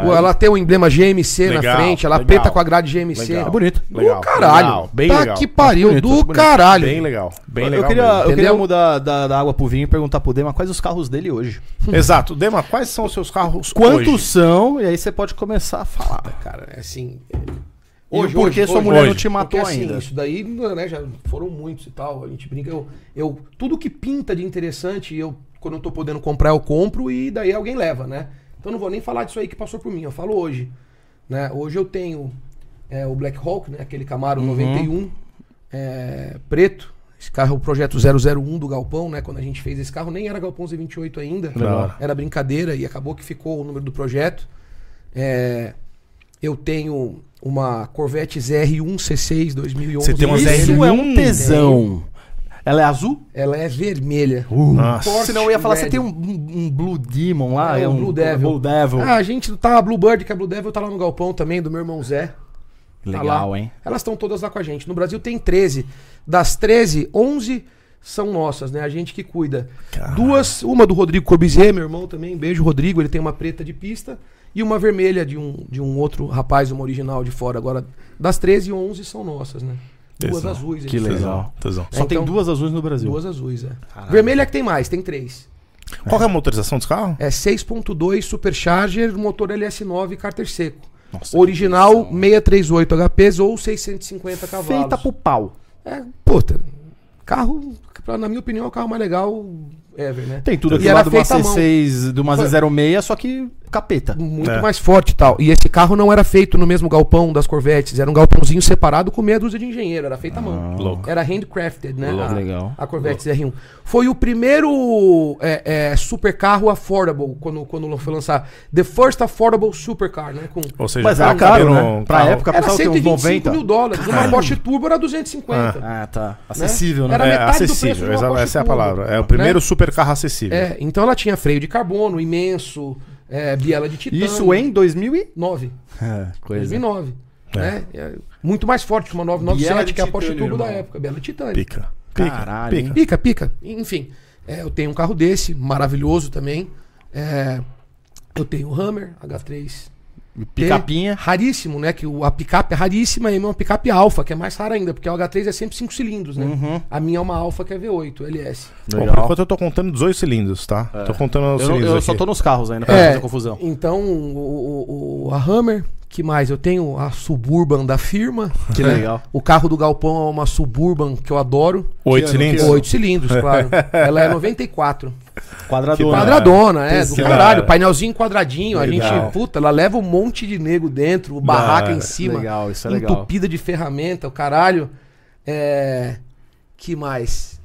[SPEAKER 1] porra.
[SPEAKER 3] ela tem o emblema GMC na
[SPEAKER 1] Legal,
[SPEAKER 3] frente, ela
[SPEAKER 1] legal.
[SPEAKER 3] peta com a grade GMC.
[SPEAKER 1] Legal.
[SPEAKER 3] É
[SPEAKER 1] É
[SPEAKER 3] bonito. Do
[SPEAKER 1] Legal,
[SPEAKER 3] caralho.
[SPEAKER 1] legal, bem
[SPEAKER 3] tá
[SPEAKER 1] legal.
[SPEAKER 3] que pariu,
[SPEAKER 5] Bonito,
[SPEAKER 3] do
[SPEAKER 5] bonito.
[SPEAKER 3] caralho.
[SPEAKER 1] bem legal. Bem
[SPEAKER 5] Eu-
[SPEAKER 1] legal.
[SPEAKER 5] eu, queria, eu
[SPEAKER 3] Entendeu?
[SPEAKER 5] queria mudar da, da água pro vinho e perguntar pro Dema quais os carros dele hoje.
[SPEAKER 1] mesmo. Exato. Dema, quais são os seus carros
[SPEAKER 5] Quantos
[SPEAKER 1] hoje?
[SPEAKER 5] são? E aí você pode começar a falar.
[SPEAKER 3] Cara, é assim.
[SPEAKER 5] E o porquê sua mulher não
[SPEAKER 3] Porque
[SPEAKER 5] te matou
[SPEAKER 3] assim,
[SPEAKER 5] ainda?
[SPEAKER 3] isso daí, né, já foram muitos e tal. A gente brinca. Eu, eu, tudo que pinta de interessante, eu, quando eu tô podendo comprar, eu compro e daí alguém leva, né? Então não vou nem falar disso aí que passou por mim, eu falo hoje. Né? Hoje eu tenho é, o Black Hawk, né? aquele Camaro
[SPEAKER 5] Uhum.
[SPEAKER 3] 91, é, preto. Esse carro é o projeto 001 do Galpão, né? Quando a gente fez esse carro, nem era Galpão Z28 ainda.
[SPEAKER 1] Legal.
[SPEAKER 3] Era brincadeira e acabou que ficou o número do projeto. É, eu tenho uma Corvette ZR1 C6 2011.
[SPEAKER 1] Você tem uma
[SPEAKER 3] vermelha.
[SPEAKER 1] ZR1?
[SPEAKER 5] Isso é um tesão. Ela é azul?
[SPEAKER 3] Ela é vermelha.
[SPEAKER 1] Nossa.
[SPEAKER 3] Forte,
[SPEAKER 5] Senão eu ia falar, você
[SPEAKER 3] velho.
[SPEAKER 5] tem um, um- um Blue Demon lá?
[SPEAKER 3] É,
[SPEAKER 5] É,
[SPEAKER 3] um
[SPEAKER 5] um
[SPEAKER 3] Blue Devil.
[SPEAKER 5] Blue Devil.
[SPEAKER 3] Ah, a gente tá a Bluebird, que a Blue Devil tá lá no galpão também, do meu irmão Zé. Tá
[SPEAKER 5] Legal,
[SPEAKER 3] lá.
[SPEAKER 5] hein?
[SPEAKER 3] Elas estão todas lá com a gente. No Brasil tem 13. Das 13, 11 são nossas, né? A gente que cuida. Duas, uma do Rodrigo Corbizier, meu irmão também. Beijo, Rodrigo. Ele tem uma preta de pista e uma vermelha de um, de um outro rapaz, uma original de fora. Agora, das 13, 11 são nossas, né? Duas
[SPEAKER 1] Tesão.
[SPEAKER 3] azuis.
[SPEAKER 5] Que
[SPEAKER 3] ele fez.
[SPEAKER 5] legal.
[SPEAKER 1] Tesão.
[SPEAKER 5] Só tem
[SPEAKER 3] Então-
[SPEAKER 5] duas azuis no Brasil.
[SPEAKER 3] Duas azuis, é. Vermelha é que tem mais, tem três.
[SPEAKER 1] Qual que é a motorização dos carros?
[SPEAKER 3] É 6.2 Supercharger, motor LS9 cárter seco. Original 638 HPs ou 650 cavalos.
[SPEAKER 5] Feita pro pau.
[SPEAKER 3] É, puta. Carro, pra- na minha opinião, é o carro mais legal ever, né?
[SPEAKER 5] Tem tudo
[SPEAKER 3] E
[SPEAKER 5] aqui
[SPEAKER 3] era
[SPEAKER 5] lá de uma
[SPEAKER 3] feita à mão.
[SPEAKER 5] C6, de uma Z06, só que capeta.
[SPEAKER 3] Muito
[SPEAKER 1] É.
[SPEAKER 3] mais forte e tal. E esse carro não era feito no mesmo galpão das Corvettes. Era um galpãozinho separado com meia dúzia de engenheiro. Era feito à
[SPEAKER 5] Ah.
[SPEAKER 3] mão.
[SPEAKER 1] louco.
[SPEAKER 3] Era handcrafted, né?
[SPEAKER 5] Louco.
[SPEAKER 3] A,
[SPEAKER 5] Legal.
[SPEAKER 3] a Corvette R1. Foi o primeiro é, é, supercarro affordable quando, quando foi lançar. The first affordable supercar, né? Com...
[SPEAKER 1] Ou seja,
[SPEAKER 5] Mas
[SPEAKER 1] o carro
[SPEAKER 5] era caro,
[SPEAKER 1] cabelo-
[SPEAKER 5] né?
[SPEAKER 1] um
[SPEAKER 5] Pra
[SPEAKER 1] carro-
[SPEAKER 5] época,
[SPEAKER 3] Era
[SPEAKER 5] pensava que uns
[SPEAKER 3] 125 mil dólares. Uma Porsche Turbo era 250.
[SPEAKER 5] Ah, tá.
[SPEAKER 3] né?
[SPEAKER 5] Acessível, né?
[SPEAKER 3] Era
[SPEAKER 1] É,
[SPEAKER 3] metade do preço de
[SPEAKER 1] acessível,
[SPEAKER 3] uma
[SPEAKER 1] exa-
[SPEAKER 3] Porsche
[SPEAKER 1] essa é a
[SPEAKER 3] Turbo,
[SPEAKER 1] palavra. É o
[SPEAKER 3] né?
[SPEAKER 1] primeiro super carro acessível.
[SPEAKER 3] É, então ela tinha freio de carbono imenso, é, biela de titânio.
[SPEAKER 5] Isso em 2000 e...
[SPEAKER 3] 9, É,
[SPEAKER 4] é.
[SPEAKER 5] Coisa.
[SPEAKER 3] 2009. Né? É, muito mais forte que uma 997, que é a Porsche
[SPEAKER 6] titânio,
[SPEAKER 3] Turbo da
[SPEAKER 6] irmão.
[SPEAKER 3] época. Biela de titânio.
[SPEAKER 1] Pica. Pica.
[SPEAKER 5] Caralho,
[SPEAKER 1] pica.
[SPEAKER 5] hein?
[SPEAKER 3] Pica, pica. Enfim, é, eu tenho um carro desse, maravilhoso também. É, eu tenho o Hammer H3.
[SPEAKER 5] Picapinha.
[SPEAKER 3] Raríssimo, né? Que o- a picape é raríssima e é uma picape alfa, que é mais rara ainda, porque a H3 é sempre 5 cilindros, né?
[SPEAKER 6] Uhum.
[SPEAKER 3] A minha é uma alfa que é V8, LS.
[SPEAKER 1] Bom, por enquanto eu tô contando 18 cilindros, tá?
[SPEAKER 3] É.
[SPEAKER 1] Tô contando os
[SPEAKER 5] Eu, não-
[SPEAKER 1] cilindros
[SPEAKER 5] eu
[SPEAKER 1] aqui.
[SPEAKER 4] É,
[SPEAKER 5] É. só tô nos carros ainda, pra não
[SPEAKER 3] É,
[SPEAKER 5] fazer confusão.
[SPEAKER 3] Então, É. o, o- o- a Hammer, que mais? Eu tenho a Suburban da firma. né?
[SPEAKER 4] Que legal.
[SPEAKER 3] O carro do Galpão é uma Suburban que eu adoro.
[SPEAKER 1] Oito
[SPEAKER 3] Com
[SPEAKER 1] cilindros?
[SPEAKER 3] Oito cilindros, claro. Ela é 94.
[SPEAKER 4] Quadradona.
[SPEAKER 3] Quadradona,
[SPEAKER 4] né?
[SPEAKER 3] é, do
[SPEAKER 1] Esse
[SPEAKER 3] caralho.
[SPEAKER 1] cara.
[SPEAKER 3] Painelzinho quadradinho. A
[SPEAKER 1] Legal.
[SPEAKER 3] gente, puta, ela leva um monte de nego dentro, o barraca em
[SPEAKER 1] Mano,
[SPEAKER 3] cima.
[SPEAKER 4] legal, isso é legal.
[SPEAKER 3] entupida de ferramenta, o caralho. É. Que mais?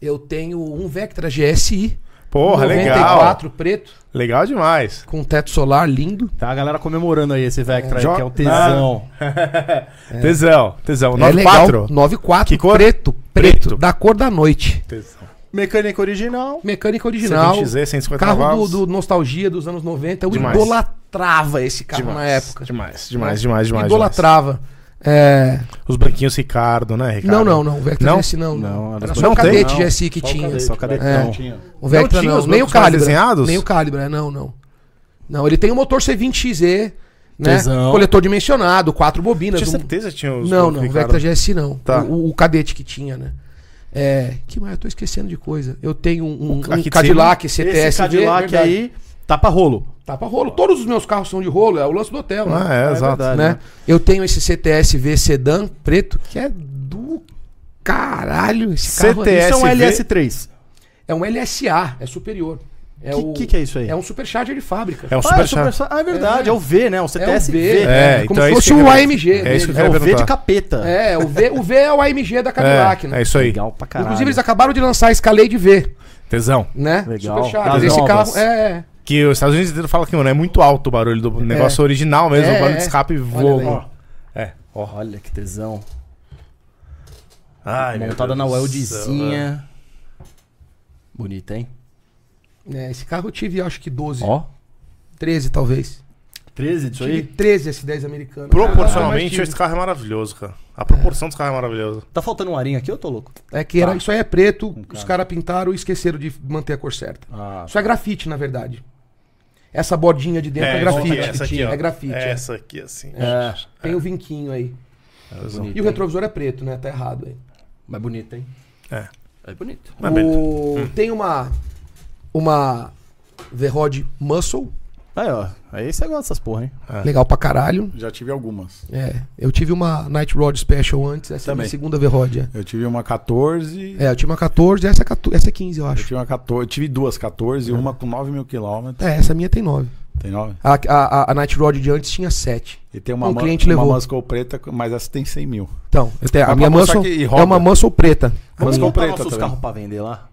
[SPEAKER 3] Eu tenho um Vectra GSI.
[SPEAKER 1] Porra, legal.
[SPEAKER 3] 94 preto,
[SPEAKER 1] Legal demais.
[SPEAKER 3] com teto solar lindo.
[SPEAKER 4] Tá a galera comemorando aí esse Vectra aí,
[SPEAKER 2] Jo-
[SPEAKER 4] que é um tesão.
[SPEAKER 3] Ah.
[SPEAKER 1] Tesão, tesão.
[SPEAKER 3] É legal.
[SPEAKER 1] 94?
[SPEAKER 3] 94
[SPEAKER 1] Que cor?
[SPEAKER 3] preto, preto,
[SPEAKER 1] Preto.
[SPEAKER 3] da cor da noite.
[SPEAKER 1] Tesão.
[SPEAKER 4] Mecânica original.
[SPEAKER 3] Mecânica original.
[SPEAKER 1] 120Z, 150
[SPEAKER 3] carro
[SPEAKER 1] cavalos.
[SPEAKER 3] do, do nostalgia dos anos 90. Eu
[SPEAKER 1] Demais.
[SPEAKER 3] idolatrava esse carro
[SPEAKER 1] Demais,
[SPEAKER 3] na época. É.
[SPEAKER 1] Demais, demais, demais, demais.
[SPEAKER 3] idolatrava. É,
[SPEAKER 1] demais. Os branquinhos Ricardo, né, Ricardo?
[SPEAKER 3] Não, não, não. O Vectra
[SPEAKER 1] Não?
[SPEAKER 3] GSI não.
[SPEAKER 4] Não,
[SPEAKER 3] era
[SPEAKER 4] era
[SPEAKER 3] só
[SPEAKER 1] não
[SPEAKER 3] o
[SPEAKER 1] tem?
[SPEAKER 3] cadete
[SPEAKER 4] Não.
[SPEAKER 3] GSI que
[SPEAKER 5] Só o
[SPEAKER 3] tinha.
[SPEAKER 5] cadete.
[SPEAKER 4] Só o cadetão. Tinha.
[SPEAKER 3] O Vectra
[SPEAKER 1] Não tinha
[SPEAKER 3] não,
[SPEAKER 1] os
[SPEAKER 3] nem o
[SPEAKER 1] bancos mais
[SPEAKER 3] Calibra.
[SPEAKER 1] desenhados?
[SPEAKER 3] Nem o Calibra, não, não. Não, ele tem o motor C20XE, né?
[SPEAKER 4] Tesão.
[SPEAKER 3] Coletor dimensionado, quatro bobinas.
[SPEAKER 1] Tinha
[SPEAKER 3] um-
[SPEAKER 1] certeza que tinha os
[SPEAKER 3] Não,
[SPEAKER 1] brancos
[SPEAKER 3] não, o
[SPEAKER 1] Ricardo?
[SPEAKER 3] Vectra GSI assim, não.
[SPEAKER 1] Tá.
[SPEAKER 3] O, o cadete que tinha, né? É, que mais? Eu tô esquecendo de coisa. Eu tenho um, um-
[SPEAKER 1] Aqui
[SPEAKER 3] um
[SPEAKER 1] de
[SPEAKER 3] Cadillac CTS.
[SPEAKER 4] Esse Cadillac aí, tapa rolo.
[SPEAKER 3] Tá pra É rolo. Todos os meus carros são de rolo, é o lance do hotel, né?
[SPEAKER 1] Ah, é, exato.
[SPEAKER 4] verdade,
[SPEAKER 3] né? Eu tenho esse CTS-V sedã preto, que é do caralho esse carro.
[SPEAKER 1] CTS.
[SPEAKER 4] Isso é um
[SPEAKER 1] SV.
[SPEAKER 4] LS3.
[SPEAKER 3] É um LSA, é superior. É
[SPEAKER 4] Que-
[SPEAKER 3] o
[SPEAKER 4] que que é isso aí?
[SPEAKER 3] É um supercharger de fábrica.
[SPEAKER 1] É um
[SPEAKER 4] Ah,
[SPEAKER 1] super
[SPEAKER 4] é super
[SPEAKER 1] chato.
[SPEAKER 4] chá- Ah, é verdade, é. o V, né? O CTS
[SPEAKER 3] o
[SPEAKER 4] V.
[SPEAKER 3] um V,
[SPEAKER 4] né?
[SPEAKER 1] então
[SPEAKER 3] É, como se fosse um AMG,
[SPEAKER 1] É isso que eu
[SPEAKER 4] É
[SPEAKER 1] queria
[SPEAKER 4] o V de
[SPEAKER 1] perguntar.
[SPEAKER 4] capeta.
[SPEAKER 3] É, o V, o V é o AMG da Cadillac,
[SPEAKER 1] É,
[SPEAKER 3] né?
[SPEAKER 1] é isso aí.
[SPEAKER 4] Legal pra caralho.
[SPEAKER 3] Inclusive, eles acabaram de lançar a Escalade V,
[SPEAKER 1] Tesão.
[SPEAKER 3] né?
[SPEAKER 4] Legal.
[SPEAKER 3] Supercharger.
[SPEAKER 4] Das
[SPEAKER 3] Esse
[SPEAKER 4] novas.
[SPEAKER 3] carro é.
[SPEAKER 1] Que os Estados Unidos inteiro falam que mano, é muito alto o barulho do negócio original mesmo.
[SPEAKER 3] É,
[SPEAKER 1] o barulho
[SPEAKER 3] é.
[SPEAKER 1] de escape
[SPEAKER 3] daí.
[SPEAKER 1] voa. É. Ó.
[SPEAKER 4] Olha que tesão.
[SPEAKER 1] Ai, meu
[SPEAKER 4] Montada
[SPEAKER 1] Deus
[SPEAKER 4] na
[SPEAKER 1] do céu, velho.
[SPEAKER 4] weldzinha. Bonita, hein?
[SPEAKER 3] é, Esse carro eu tive, acho que 12,
[SPEAKER 4] Ó.
[SPEAKER 3] 13 talvez.
[SPEAKER 4] 13 disso
[SPEAKER 3] Tive 13 S10 americano.
[SPEAKER 1] Proporcionalmente,
[SPEAKER 3] Ah, mas
[SPEAKER 1] esse carro é maravilhoso, cara. A proporção dos carros é maravilhosa.
[SPEAKER 4] Tá faltando um arinho aqui, eu tô louco?
[SPEAKER 3] É que era, isso aí é preto, os caras pintaram e esqueceram de manter a cor certa.
[SPEAKER 4] Ah.
[SPEAKER 3] Isso é grafite, na verdade. Essa bordinha de dentro é, grafite.
[SPEAKER 1] essa aqui, ó.
[SPEAKER 3] é grafite. é.
[SPEAKER 1] Essa aqui, assim.
[SPEAKER 4] É.
[SPEAKER 3] Tem o vinquinho aí. E o retrovisor é preto, né? Tá errado aí.
[SPEAKER 4] Mas bonita, hein?
[SPEAKER 1] É.
[SPEAKER 4] É bonito.
[SPEAKER 1] Mas beleza.
[SPEAKER 3] O- Tem uma. Uma. Verrod Muscle.
[SPEAKER 4] Aí, ó. Aí você gosta dessas porra, hein?
[SPEAKER 3] Legal pra caralho.
[SPEAKER 2] Já tive algumas.
[SPEAKER 3] É. Eu tive uma Night Rod Special antes. Essa é a minha
[SPEAKER 2] Também.
[SPEAKER 3] segunda Verrod. É.
[SPEAKER 2] Eu tive uma 14.
[SPEAKER 3] É, eu tive uma 14. Essa é, 14, essa é 15, eu
[SPEAKER 2] Eu
[SPEAKER 3] acho. Uhum.
[SPEAKER 2] tive, uma 14, eu tive duas 14, uma com 9 mil quilômetros.
[SPEAKER 3] É, essa minha tem 9.
[SPEAKER 2] Tem 9?
[SPEAKER 3] A, a, a- a Night Rod de antes tinha 7.
[SPEAKER 2] E tem uma,
[SPEAKER 3] Um
[SPEAKER 2] mu-
[SPEAKER 3] cliente
[SPEAKER 2] uma
[SPEAKER 3] levou.
[SPEAKER 2] Muscle preta, mas essa tem 100 mil.
[SPEAKER 3] Então, eu tenho- a
[SPEAKER 2] Mas
[SPEAKER 3] minha
[SPEAKER 2] pra mostrar
[SPEAKER 3] Muscle
[SPEAKER 2] que
[SPEAKER 3] é
[SPEAKER 2] roda.
[SPEAKER 3] uma Muscle preta.
[SPEAKER 4] Vamos
[SPEAKER 2] Muscle
[SPEAKER 4] comprar
[SPEAKER 2] preta
[SPEAKER 4] nossos
[SPEAKER 2] também.
[SPEAKER 4] carros pra vender lá.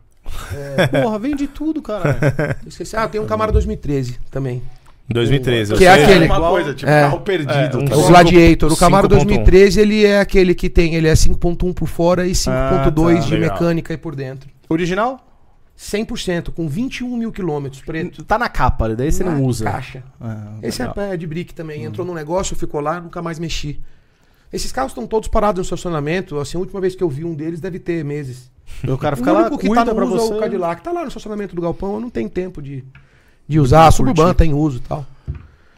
[SPEAKER 4] Porra, vende tudo, cara.
[SPEAKER 3] Esqueci. Ah, tem um Camaro 2013 também.
[SPEAKER 1] 2013. eu
[SPEAKER 3] Que é
[SPEAKER 1] sei.
[SPEAKER 3] aquele-
[SPEAKER 2] Uma coisa, tipo,
[SPEAKER 3] É.
[SPEAKER 2] carro perdido.
[SPEAKER 1] É, um
[SPEAKER 2] tá
[SPEAKER 3] É o
[SPEAKER 2] ligado?
[SPEAKER 1] Cinco-
[SPEAKER 3] Gladiator. O Camaro
[SPEAKER 1] 5.1.
[SPEAKER 3] 2013, ele é aquele que tem, ele é 5.1 por fora e 5.2
[SPEAKER 4] Ah, tá,
[SPEAKER 3] de
[SPEAKER 1] legal.
[SPEAKER 3] mecânica e por dentro.
[SPEAKER 4] Original?
[SPEAKER 3] 100%, com 21 mil quilômetros, preto.
[SPEAKER 4] Tá na capa, daí você
[SPEAKER 3] na
[SPEAKER 4] não usa.
[SPEAKER 3] Caixa.
[SPEAKER 4] Ah,
[SPEAKER 3] Esse é pé de brick também. Entrou num negócio, ficou lá, nunca mais mexi. Esses carros estão todos parados no estacionamento. Assim, a última vez que eu vi um deles deve ter meses.
[SPEAKER 4] O cara
[SPEAKER 3] o
[SPEAKER 4] fica lá,
[SPEAKER 3] único que tá
[SPEAKER 4] cuida
[SPEAKER 3] no
[SPEAKER 4] pra
[SPEAKER 3] uso é
[SPEAKER 4] você.
[SPEAKER 3] o Cadillac. Tá lá no estacionamento do galpão, eu não tenho tempo de, de usar. A Suburban tá em uso e tal.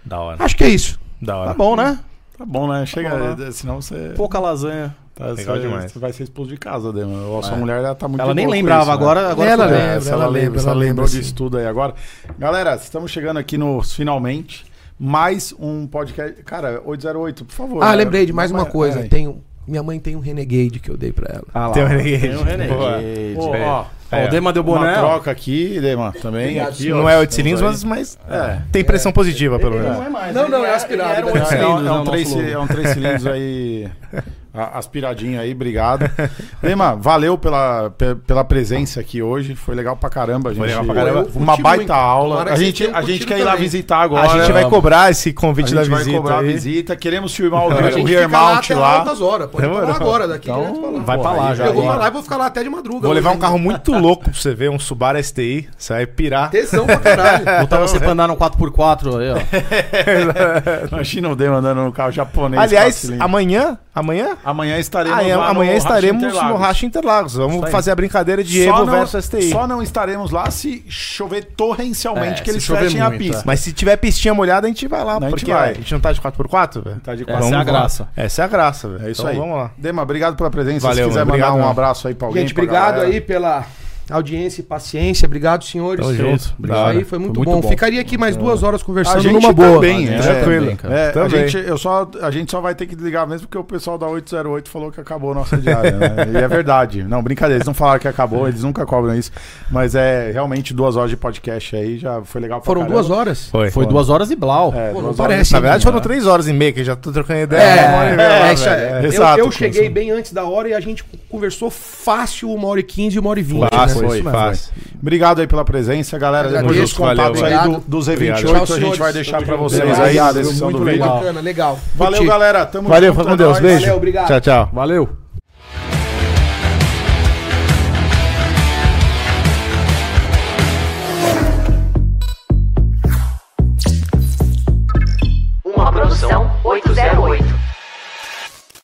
[SPEAKER 1] Da hora.
[SPEAKER 3] Acho que é isso.
[SPEAKER 1] Da hora.
[SPEAKER 4] Tá bom, né?
[SPEAKER 2] Tá bom, né? Chega,
[SPEAKER 4] bom,
[SPEAKER 2] eh, senão você,
[SPEAKER 4] Pouca lasanha.
[SPEAKER 2] tá,
[SPEAKER 1] Legal
[SPEAKER 2] você-
[SPEAKER 1] demais.
[SPEAKER 2] você vai ser expulso de casa, Dema. A sua mulher ela tá muito
[SPEAKER 4] Ela nem
[SPEAKER 2] boa com
[SPEAKER 4] lembrava,
[SPEAKER 2] isso, né?
[SPEAKER 4] agora, agora
[SPEAKER 3] Ela
[SPEAKER 4] ficou-
[SPEAKER 3] lembra.
[SPEAKER 2] É, se ela,
[SPEAKER 3] ela lembra,
[SPEAKER 2] lembra, se
[SPEAKER 3] ela
[SPEAKER 2] ela
[SPEAKER 3] lembra,
[SPEAKER 2] lembrou
[SPEAKER 3] sim.
[SPEAKER 2] disso tudo aí agora. Galera, estamos chegando aqui nos finalmente. Mais um podcast. Cara, 808, por favor.
[SPEAKER 3] Ah,
[SPEAKER 2] né?
[SPEAKER 3] lembrei de mais uma
[SPEAKER 2] É,
[SPEAKER 3] coisa.
[SPEAKER 2] é.
[SPEAKER 3] Tem um- minha mãe tem um Renegade que eu dei pra ela.
[SPEAKER 4] Ah lá.
[SPEAKER 1] Tem um o Renegade.
[SPEAKER 4] Tem o
[SPEAKER 2] né,
[SPEAKER 4] Renegade.
[SPEAKER 1] Boa.
[SPEAKER 4] Ó, ó,
[SPEAKER 1] Aí,
[SPEAKER 4] ó,
[SPEAKER 1] ó.
[SPEAKER 4] o Dema deu
[SPEAKER 2] É.
[SPEAKER 4] né?
[SPEAKER 2] Uma
[SPEAKER 4] boné. ó.
[SPEAKER 2] troca aqui, Dema, também.
[SPEAKER 3] Obrigado,
[SPEAKER 2] Aqui,
[SPEAKER 1] Não
[SPEAKER 2] ó,
[SPEAKER 1] é 8
[SPEAKER 2] estamos
[SPEAKER 1] cilindros,
[SPEAKER 2] aí.
[SPEAKER 1] mas, mas
[SPEAKER 2] É.
[SPEAKER 1] tem pressão positiva, pelo
[SPEAKER 4] Ele
[SPEAKER 1] menos.
[SPEAKER 4] não é mais.
[SPEAKER 3] Não,
[SPEAKER 4] ele
[SPEAKER 3] não, é
[SPEAKER 4] era-
[SPEAKER 3] aspirado,
[SPEAKER 4] ele era um
[SPEAKER 3] verdade.
[SPEAKER 2] É, é
[SPEAKER 4] cilindros,
[SPEAKER 2] um, é um
[SPEAKER 4] né, o
[SPEAKER 2] três,
[SPEAKER 4] nosso
[SPEAKER 2] ci- é um três cilindros aí a- aspiradinho aí, obrigado. Lema, valeu pela, pe- pela presença aqui hoje, foi legal pra caramba, gente.
[SPEAKER 1] Foi legal pra caramba.
[SPEAKER 3] Eu curti
[SPEAKER 2] Uma baita
[SPEAKER 3] muito.
[SPEAKER 2] aula.
[SPEAKER 3] Tomara
[SPEAKER 2] A
[SPEAKER 3] que
[SPEAKER 2] gente,
[SPEAKER 3] vocês tenham
[SPEAKER 2] a gente
[SPEAKER 3] curtido
[SPEAKER 2] quer ir lá
[SPEAKER 3] também.
[SPEAKER 2] visitar agora.
[SPEAKER 1] A gente vai cobrar esse
[SPEAKER 2] A
[SPEAKER 1] convite
[SPEAKER 2] gente
[SPEAKER 1] da
[SPEAKER 2] vai
[SPEAKER 1] visita.
[SPEAKER 2] cobrar a
[SPEAKER 1] aí.
[SPEAKER 2] visita. Queremos filmar o,
[SPEAKER 3] A
[SPEAKER 2] o
[SPEAKER 3] gente
[SPEAKER 2] rear
[SPEAKER 3] fica lá
[SPEAKER 2] mount
[SPEAKER 3] até
[SPEAKER 2] lá.
[SPEAKER 3] altas horas. Pode
[SPEAKER 1] Demorou.
[SPEAKER 3] falar agora daqui. direto pra lá.
[SPEAKER 4] Então, vai pra lá já.
[SPEAKER 3] eu vou
[SPEAKER 4] agora.
[SPEAKER 3] pra lá e vou ficar lá até de madruga.
[SPEAKER 1] Vou levar um
[SPEAKER 3] hoje,
[SPEAKER 1] carro
[SPEAKER 3] hein?
[SPEAKER 1] muito louco pra você ver, um Subaru STI. Você vai pirar.
[SPEAKER 3] Tesão pra caralho.
[SPEAKER 4] Botar É. você pra andar no 4x4
[SPEAKER 2] É,
[SPEAKER 4] aí, ó. É,
[SPEAKER 2] Imagina o Dema andando no carro japonês. quatro
[SPEAKER 1] Aliás,
[SPEAKER 2] cilindros.
[SPEAKER 1] amanhã, amanhã,
[SPEAKER 2] amanhã estaremos
[SPEAKER 1] aí,
[SPEAKER 2] lá no
[SPEAKER 1] amanhã
[SPEAKER 2] Racha
[SPEAKER 1] estaremos no
[SPEAKER 2] Interlagos.
[SPEAKER 1] Racha Interlagos. Vamos
[SPEAKER 4] Isso aí.
[SPEAKER 1] fazer a brincadeira de
[SPEAKER 2] Só
[SPEAKER 1] Evo
[SPEAKER 2] não-
[SPEAKER 1] versus STI.
[SPEAKER 2] Só não estaremos lá se chover torrencialmente,
[SPEAKER 4] É,
[SPEAKER 2] que
[SPEAKER 4] se
[SPEAKER 2] eles
[SPEAKER 4] chover
[SPEAKER 2] fechem a
[SPEAKER 4] muito,
[SPEAKER 2] pista.
[SPEAKER 1] Tá. Mas se tiver pistinha molhada, a gente vai lá.
[SPEAKER 2] Não, a gente
[SPEAKER 1] porque
[SPEAKER 2] vai.
[SPEAKER 1] a gente não tá de 4x4, velho?
[SPEAKER 2] Tá de
[SPEAKER 4] Essa
[SPEAKER 2] quatro.
[SPEAKER 4] é a
[SPEAKER 2] Vamos lá.
[SPEAKER 4] graça.
[SPEAKER 1] Essa é a graça, velho.
[SPEAKER 2] É isso
[SPEAKER 1] Então
[SPEAKER 2] aí.
[SPEAKER 1] vamos lá.
[SPEAKER 2] Dema, obrigado pela presença.
[SPEAKER 1] Valeu,
[SPEAKER 2] Se quiser
[SPEAKER 1] mano.
[SPEAKER 2] mandar
[SPEAKER 1] Obrigado,
[SPEAKER 2] um
[SPEAKER 1] mano.
[SPEAKER 2] abraço aí pra alguém.
[SPEAKER 3] Gente,
[SPEAKER 2] pra
[SPEAKER 3] obrigado
[SPEAKER 2] galera.
[SPEAKER 3] aí pela Audiência e paciência. Obrigado, senhores.
[SPEAKER 4] Tamo junto.
[SPEAKER 3] Isso
[SPEAKER 4] Obrigado.
[SPEAKER 3] aí, foi muito,
[SPEAKER 4] Foi muito
[SPEAKER 3] bom.
[SPEAKER 4] bom.
[SPEAKER 3] Ficaria aqui mais duas horas
[SPEAKER 5] A
[SPEAKER 3] conversando
[SPEAKER 5] gente
[SPEAKER 3] numa boa.
[SPEAKER 5] também, é,
[SPEAKER 1] Tranquilo.
[SPEAKER 4] também, né? cara.
[SPEAKER 5] É, a,
[SPEAKER 1] Também.
[SPEAKER 5] gente, eu só, a gente só vai ter que desligar mesmo porque o pessoal da 808 falou que acabou a nossa diária, né? E é verdade. Não, brincadeira, eles não falaram que acabou, eles nunca cobram isso. Mas é realmente duas horas de podcast aí, já foi legal pra
[SPEAKER 3] Foram
[SPEAKER 5] caramba.
[SPEAKER 3] duas horas?
[SPEAKER 1] Foi.
[SPEAKER 4] Foi duas horas e blau.
[SPEAKER 5] É,
[SPEAKER 3] Pô, não
[SPEAKER 5] duas
[SPEAKER 3] parece,
[SPEAKER 1] Na
[SPEAKER 5] horas.
[SPEAKER 1] verdade,
[SPEAKER 2] né?
[SPEAKER 1] foram três horas e meia, que já tô trocando ideia. uma hora e
[SPEAKER 3] É,
[SPEAKER 1] meia lá,
[SPEAKER 3] é, isso
[SPEAKER 1] velho.
[SPEAKER 3] é. Eu-
[SPEAKER 5] Exato,
[SPEAKER 3] eu,
[SPEAKER 5] com
[SPEAKER 3] cheguei
[SPEAKER 5] isso.
[SPEAKER 3] bem antes da hora e a gente conversou fácil uma hora e quinze, uma hora e vinte.
[SPEAKER 1] Fácil,
[SPEAKER 3] né?
[SPEAKER 1] Ah, foi,
[SPEAKER 3] Isso mesmo.
[SPEAKER 1] fácil.
[SPEAKER 5] Obrigado aí pela presença, galera.
[SPEAKER 3] Agradeço,
[SPEAKER 5] Depois dos
[SPEAKER 1] valeu,
[SPEAKER 5] contatos aí do,
[SPEAKER 3] obrigado.
[SPEAKER 5] do Z28,
[SPEAKER 1] Obrigado.
[SPEAKER 3] Tchau,
[SPEAKER 5] a gente vai
[SPEAKER 3] senhores.
[SPEAKER 5] deixar pra
[SPEAKER 3] Tamo
[SPEAKER 5] vocês
[SPEAKER 3] junto.
[SPEAKER 2] é
[SPEAKER 5] aí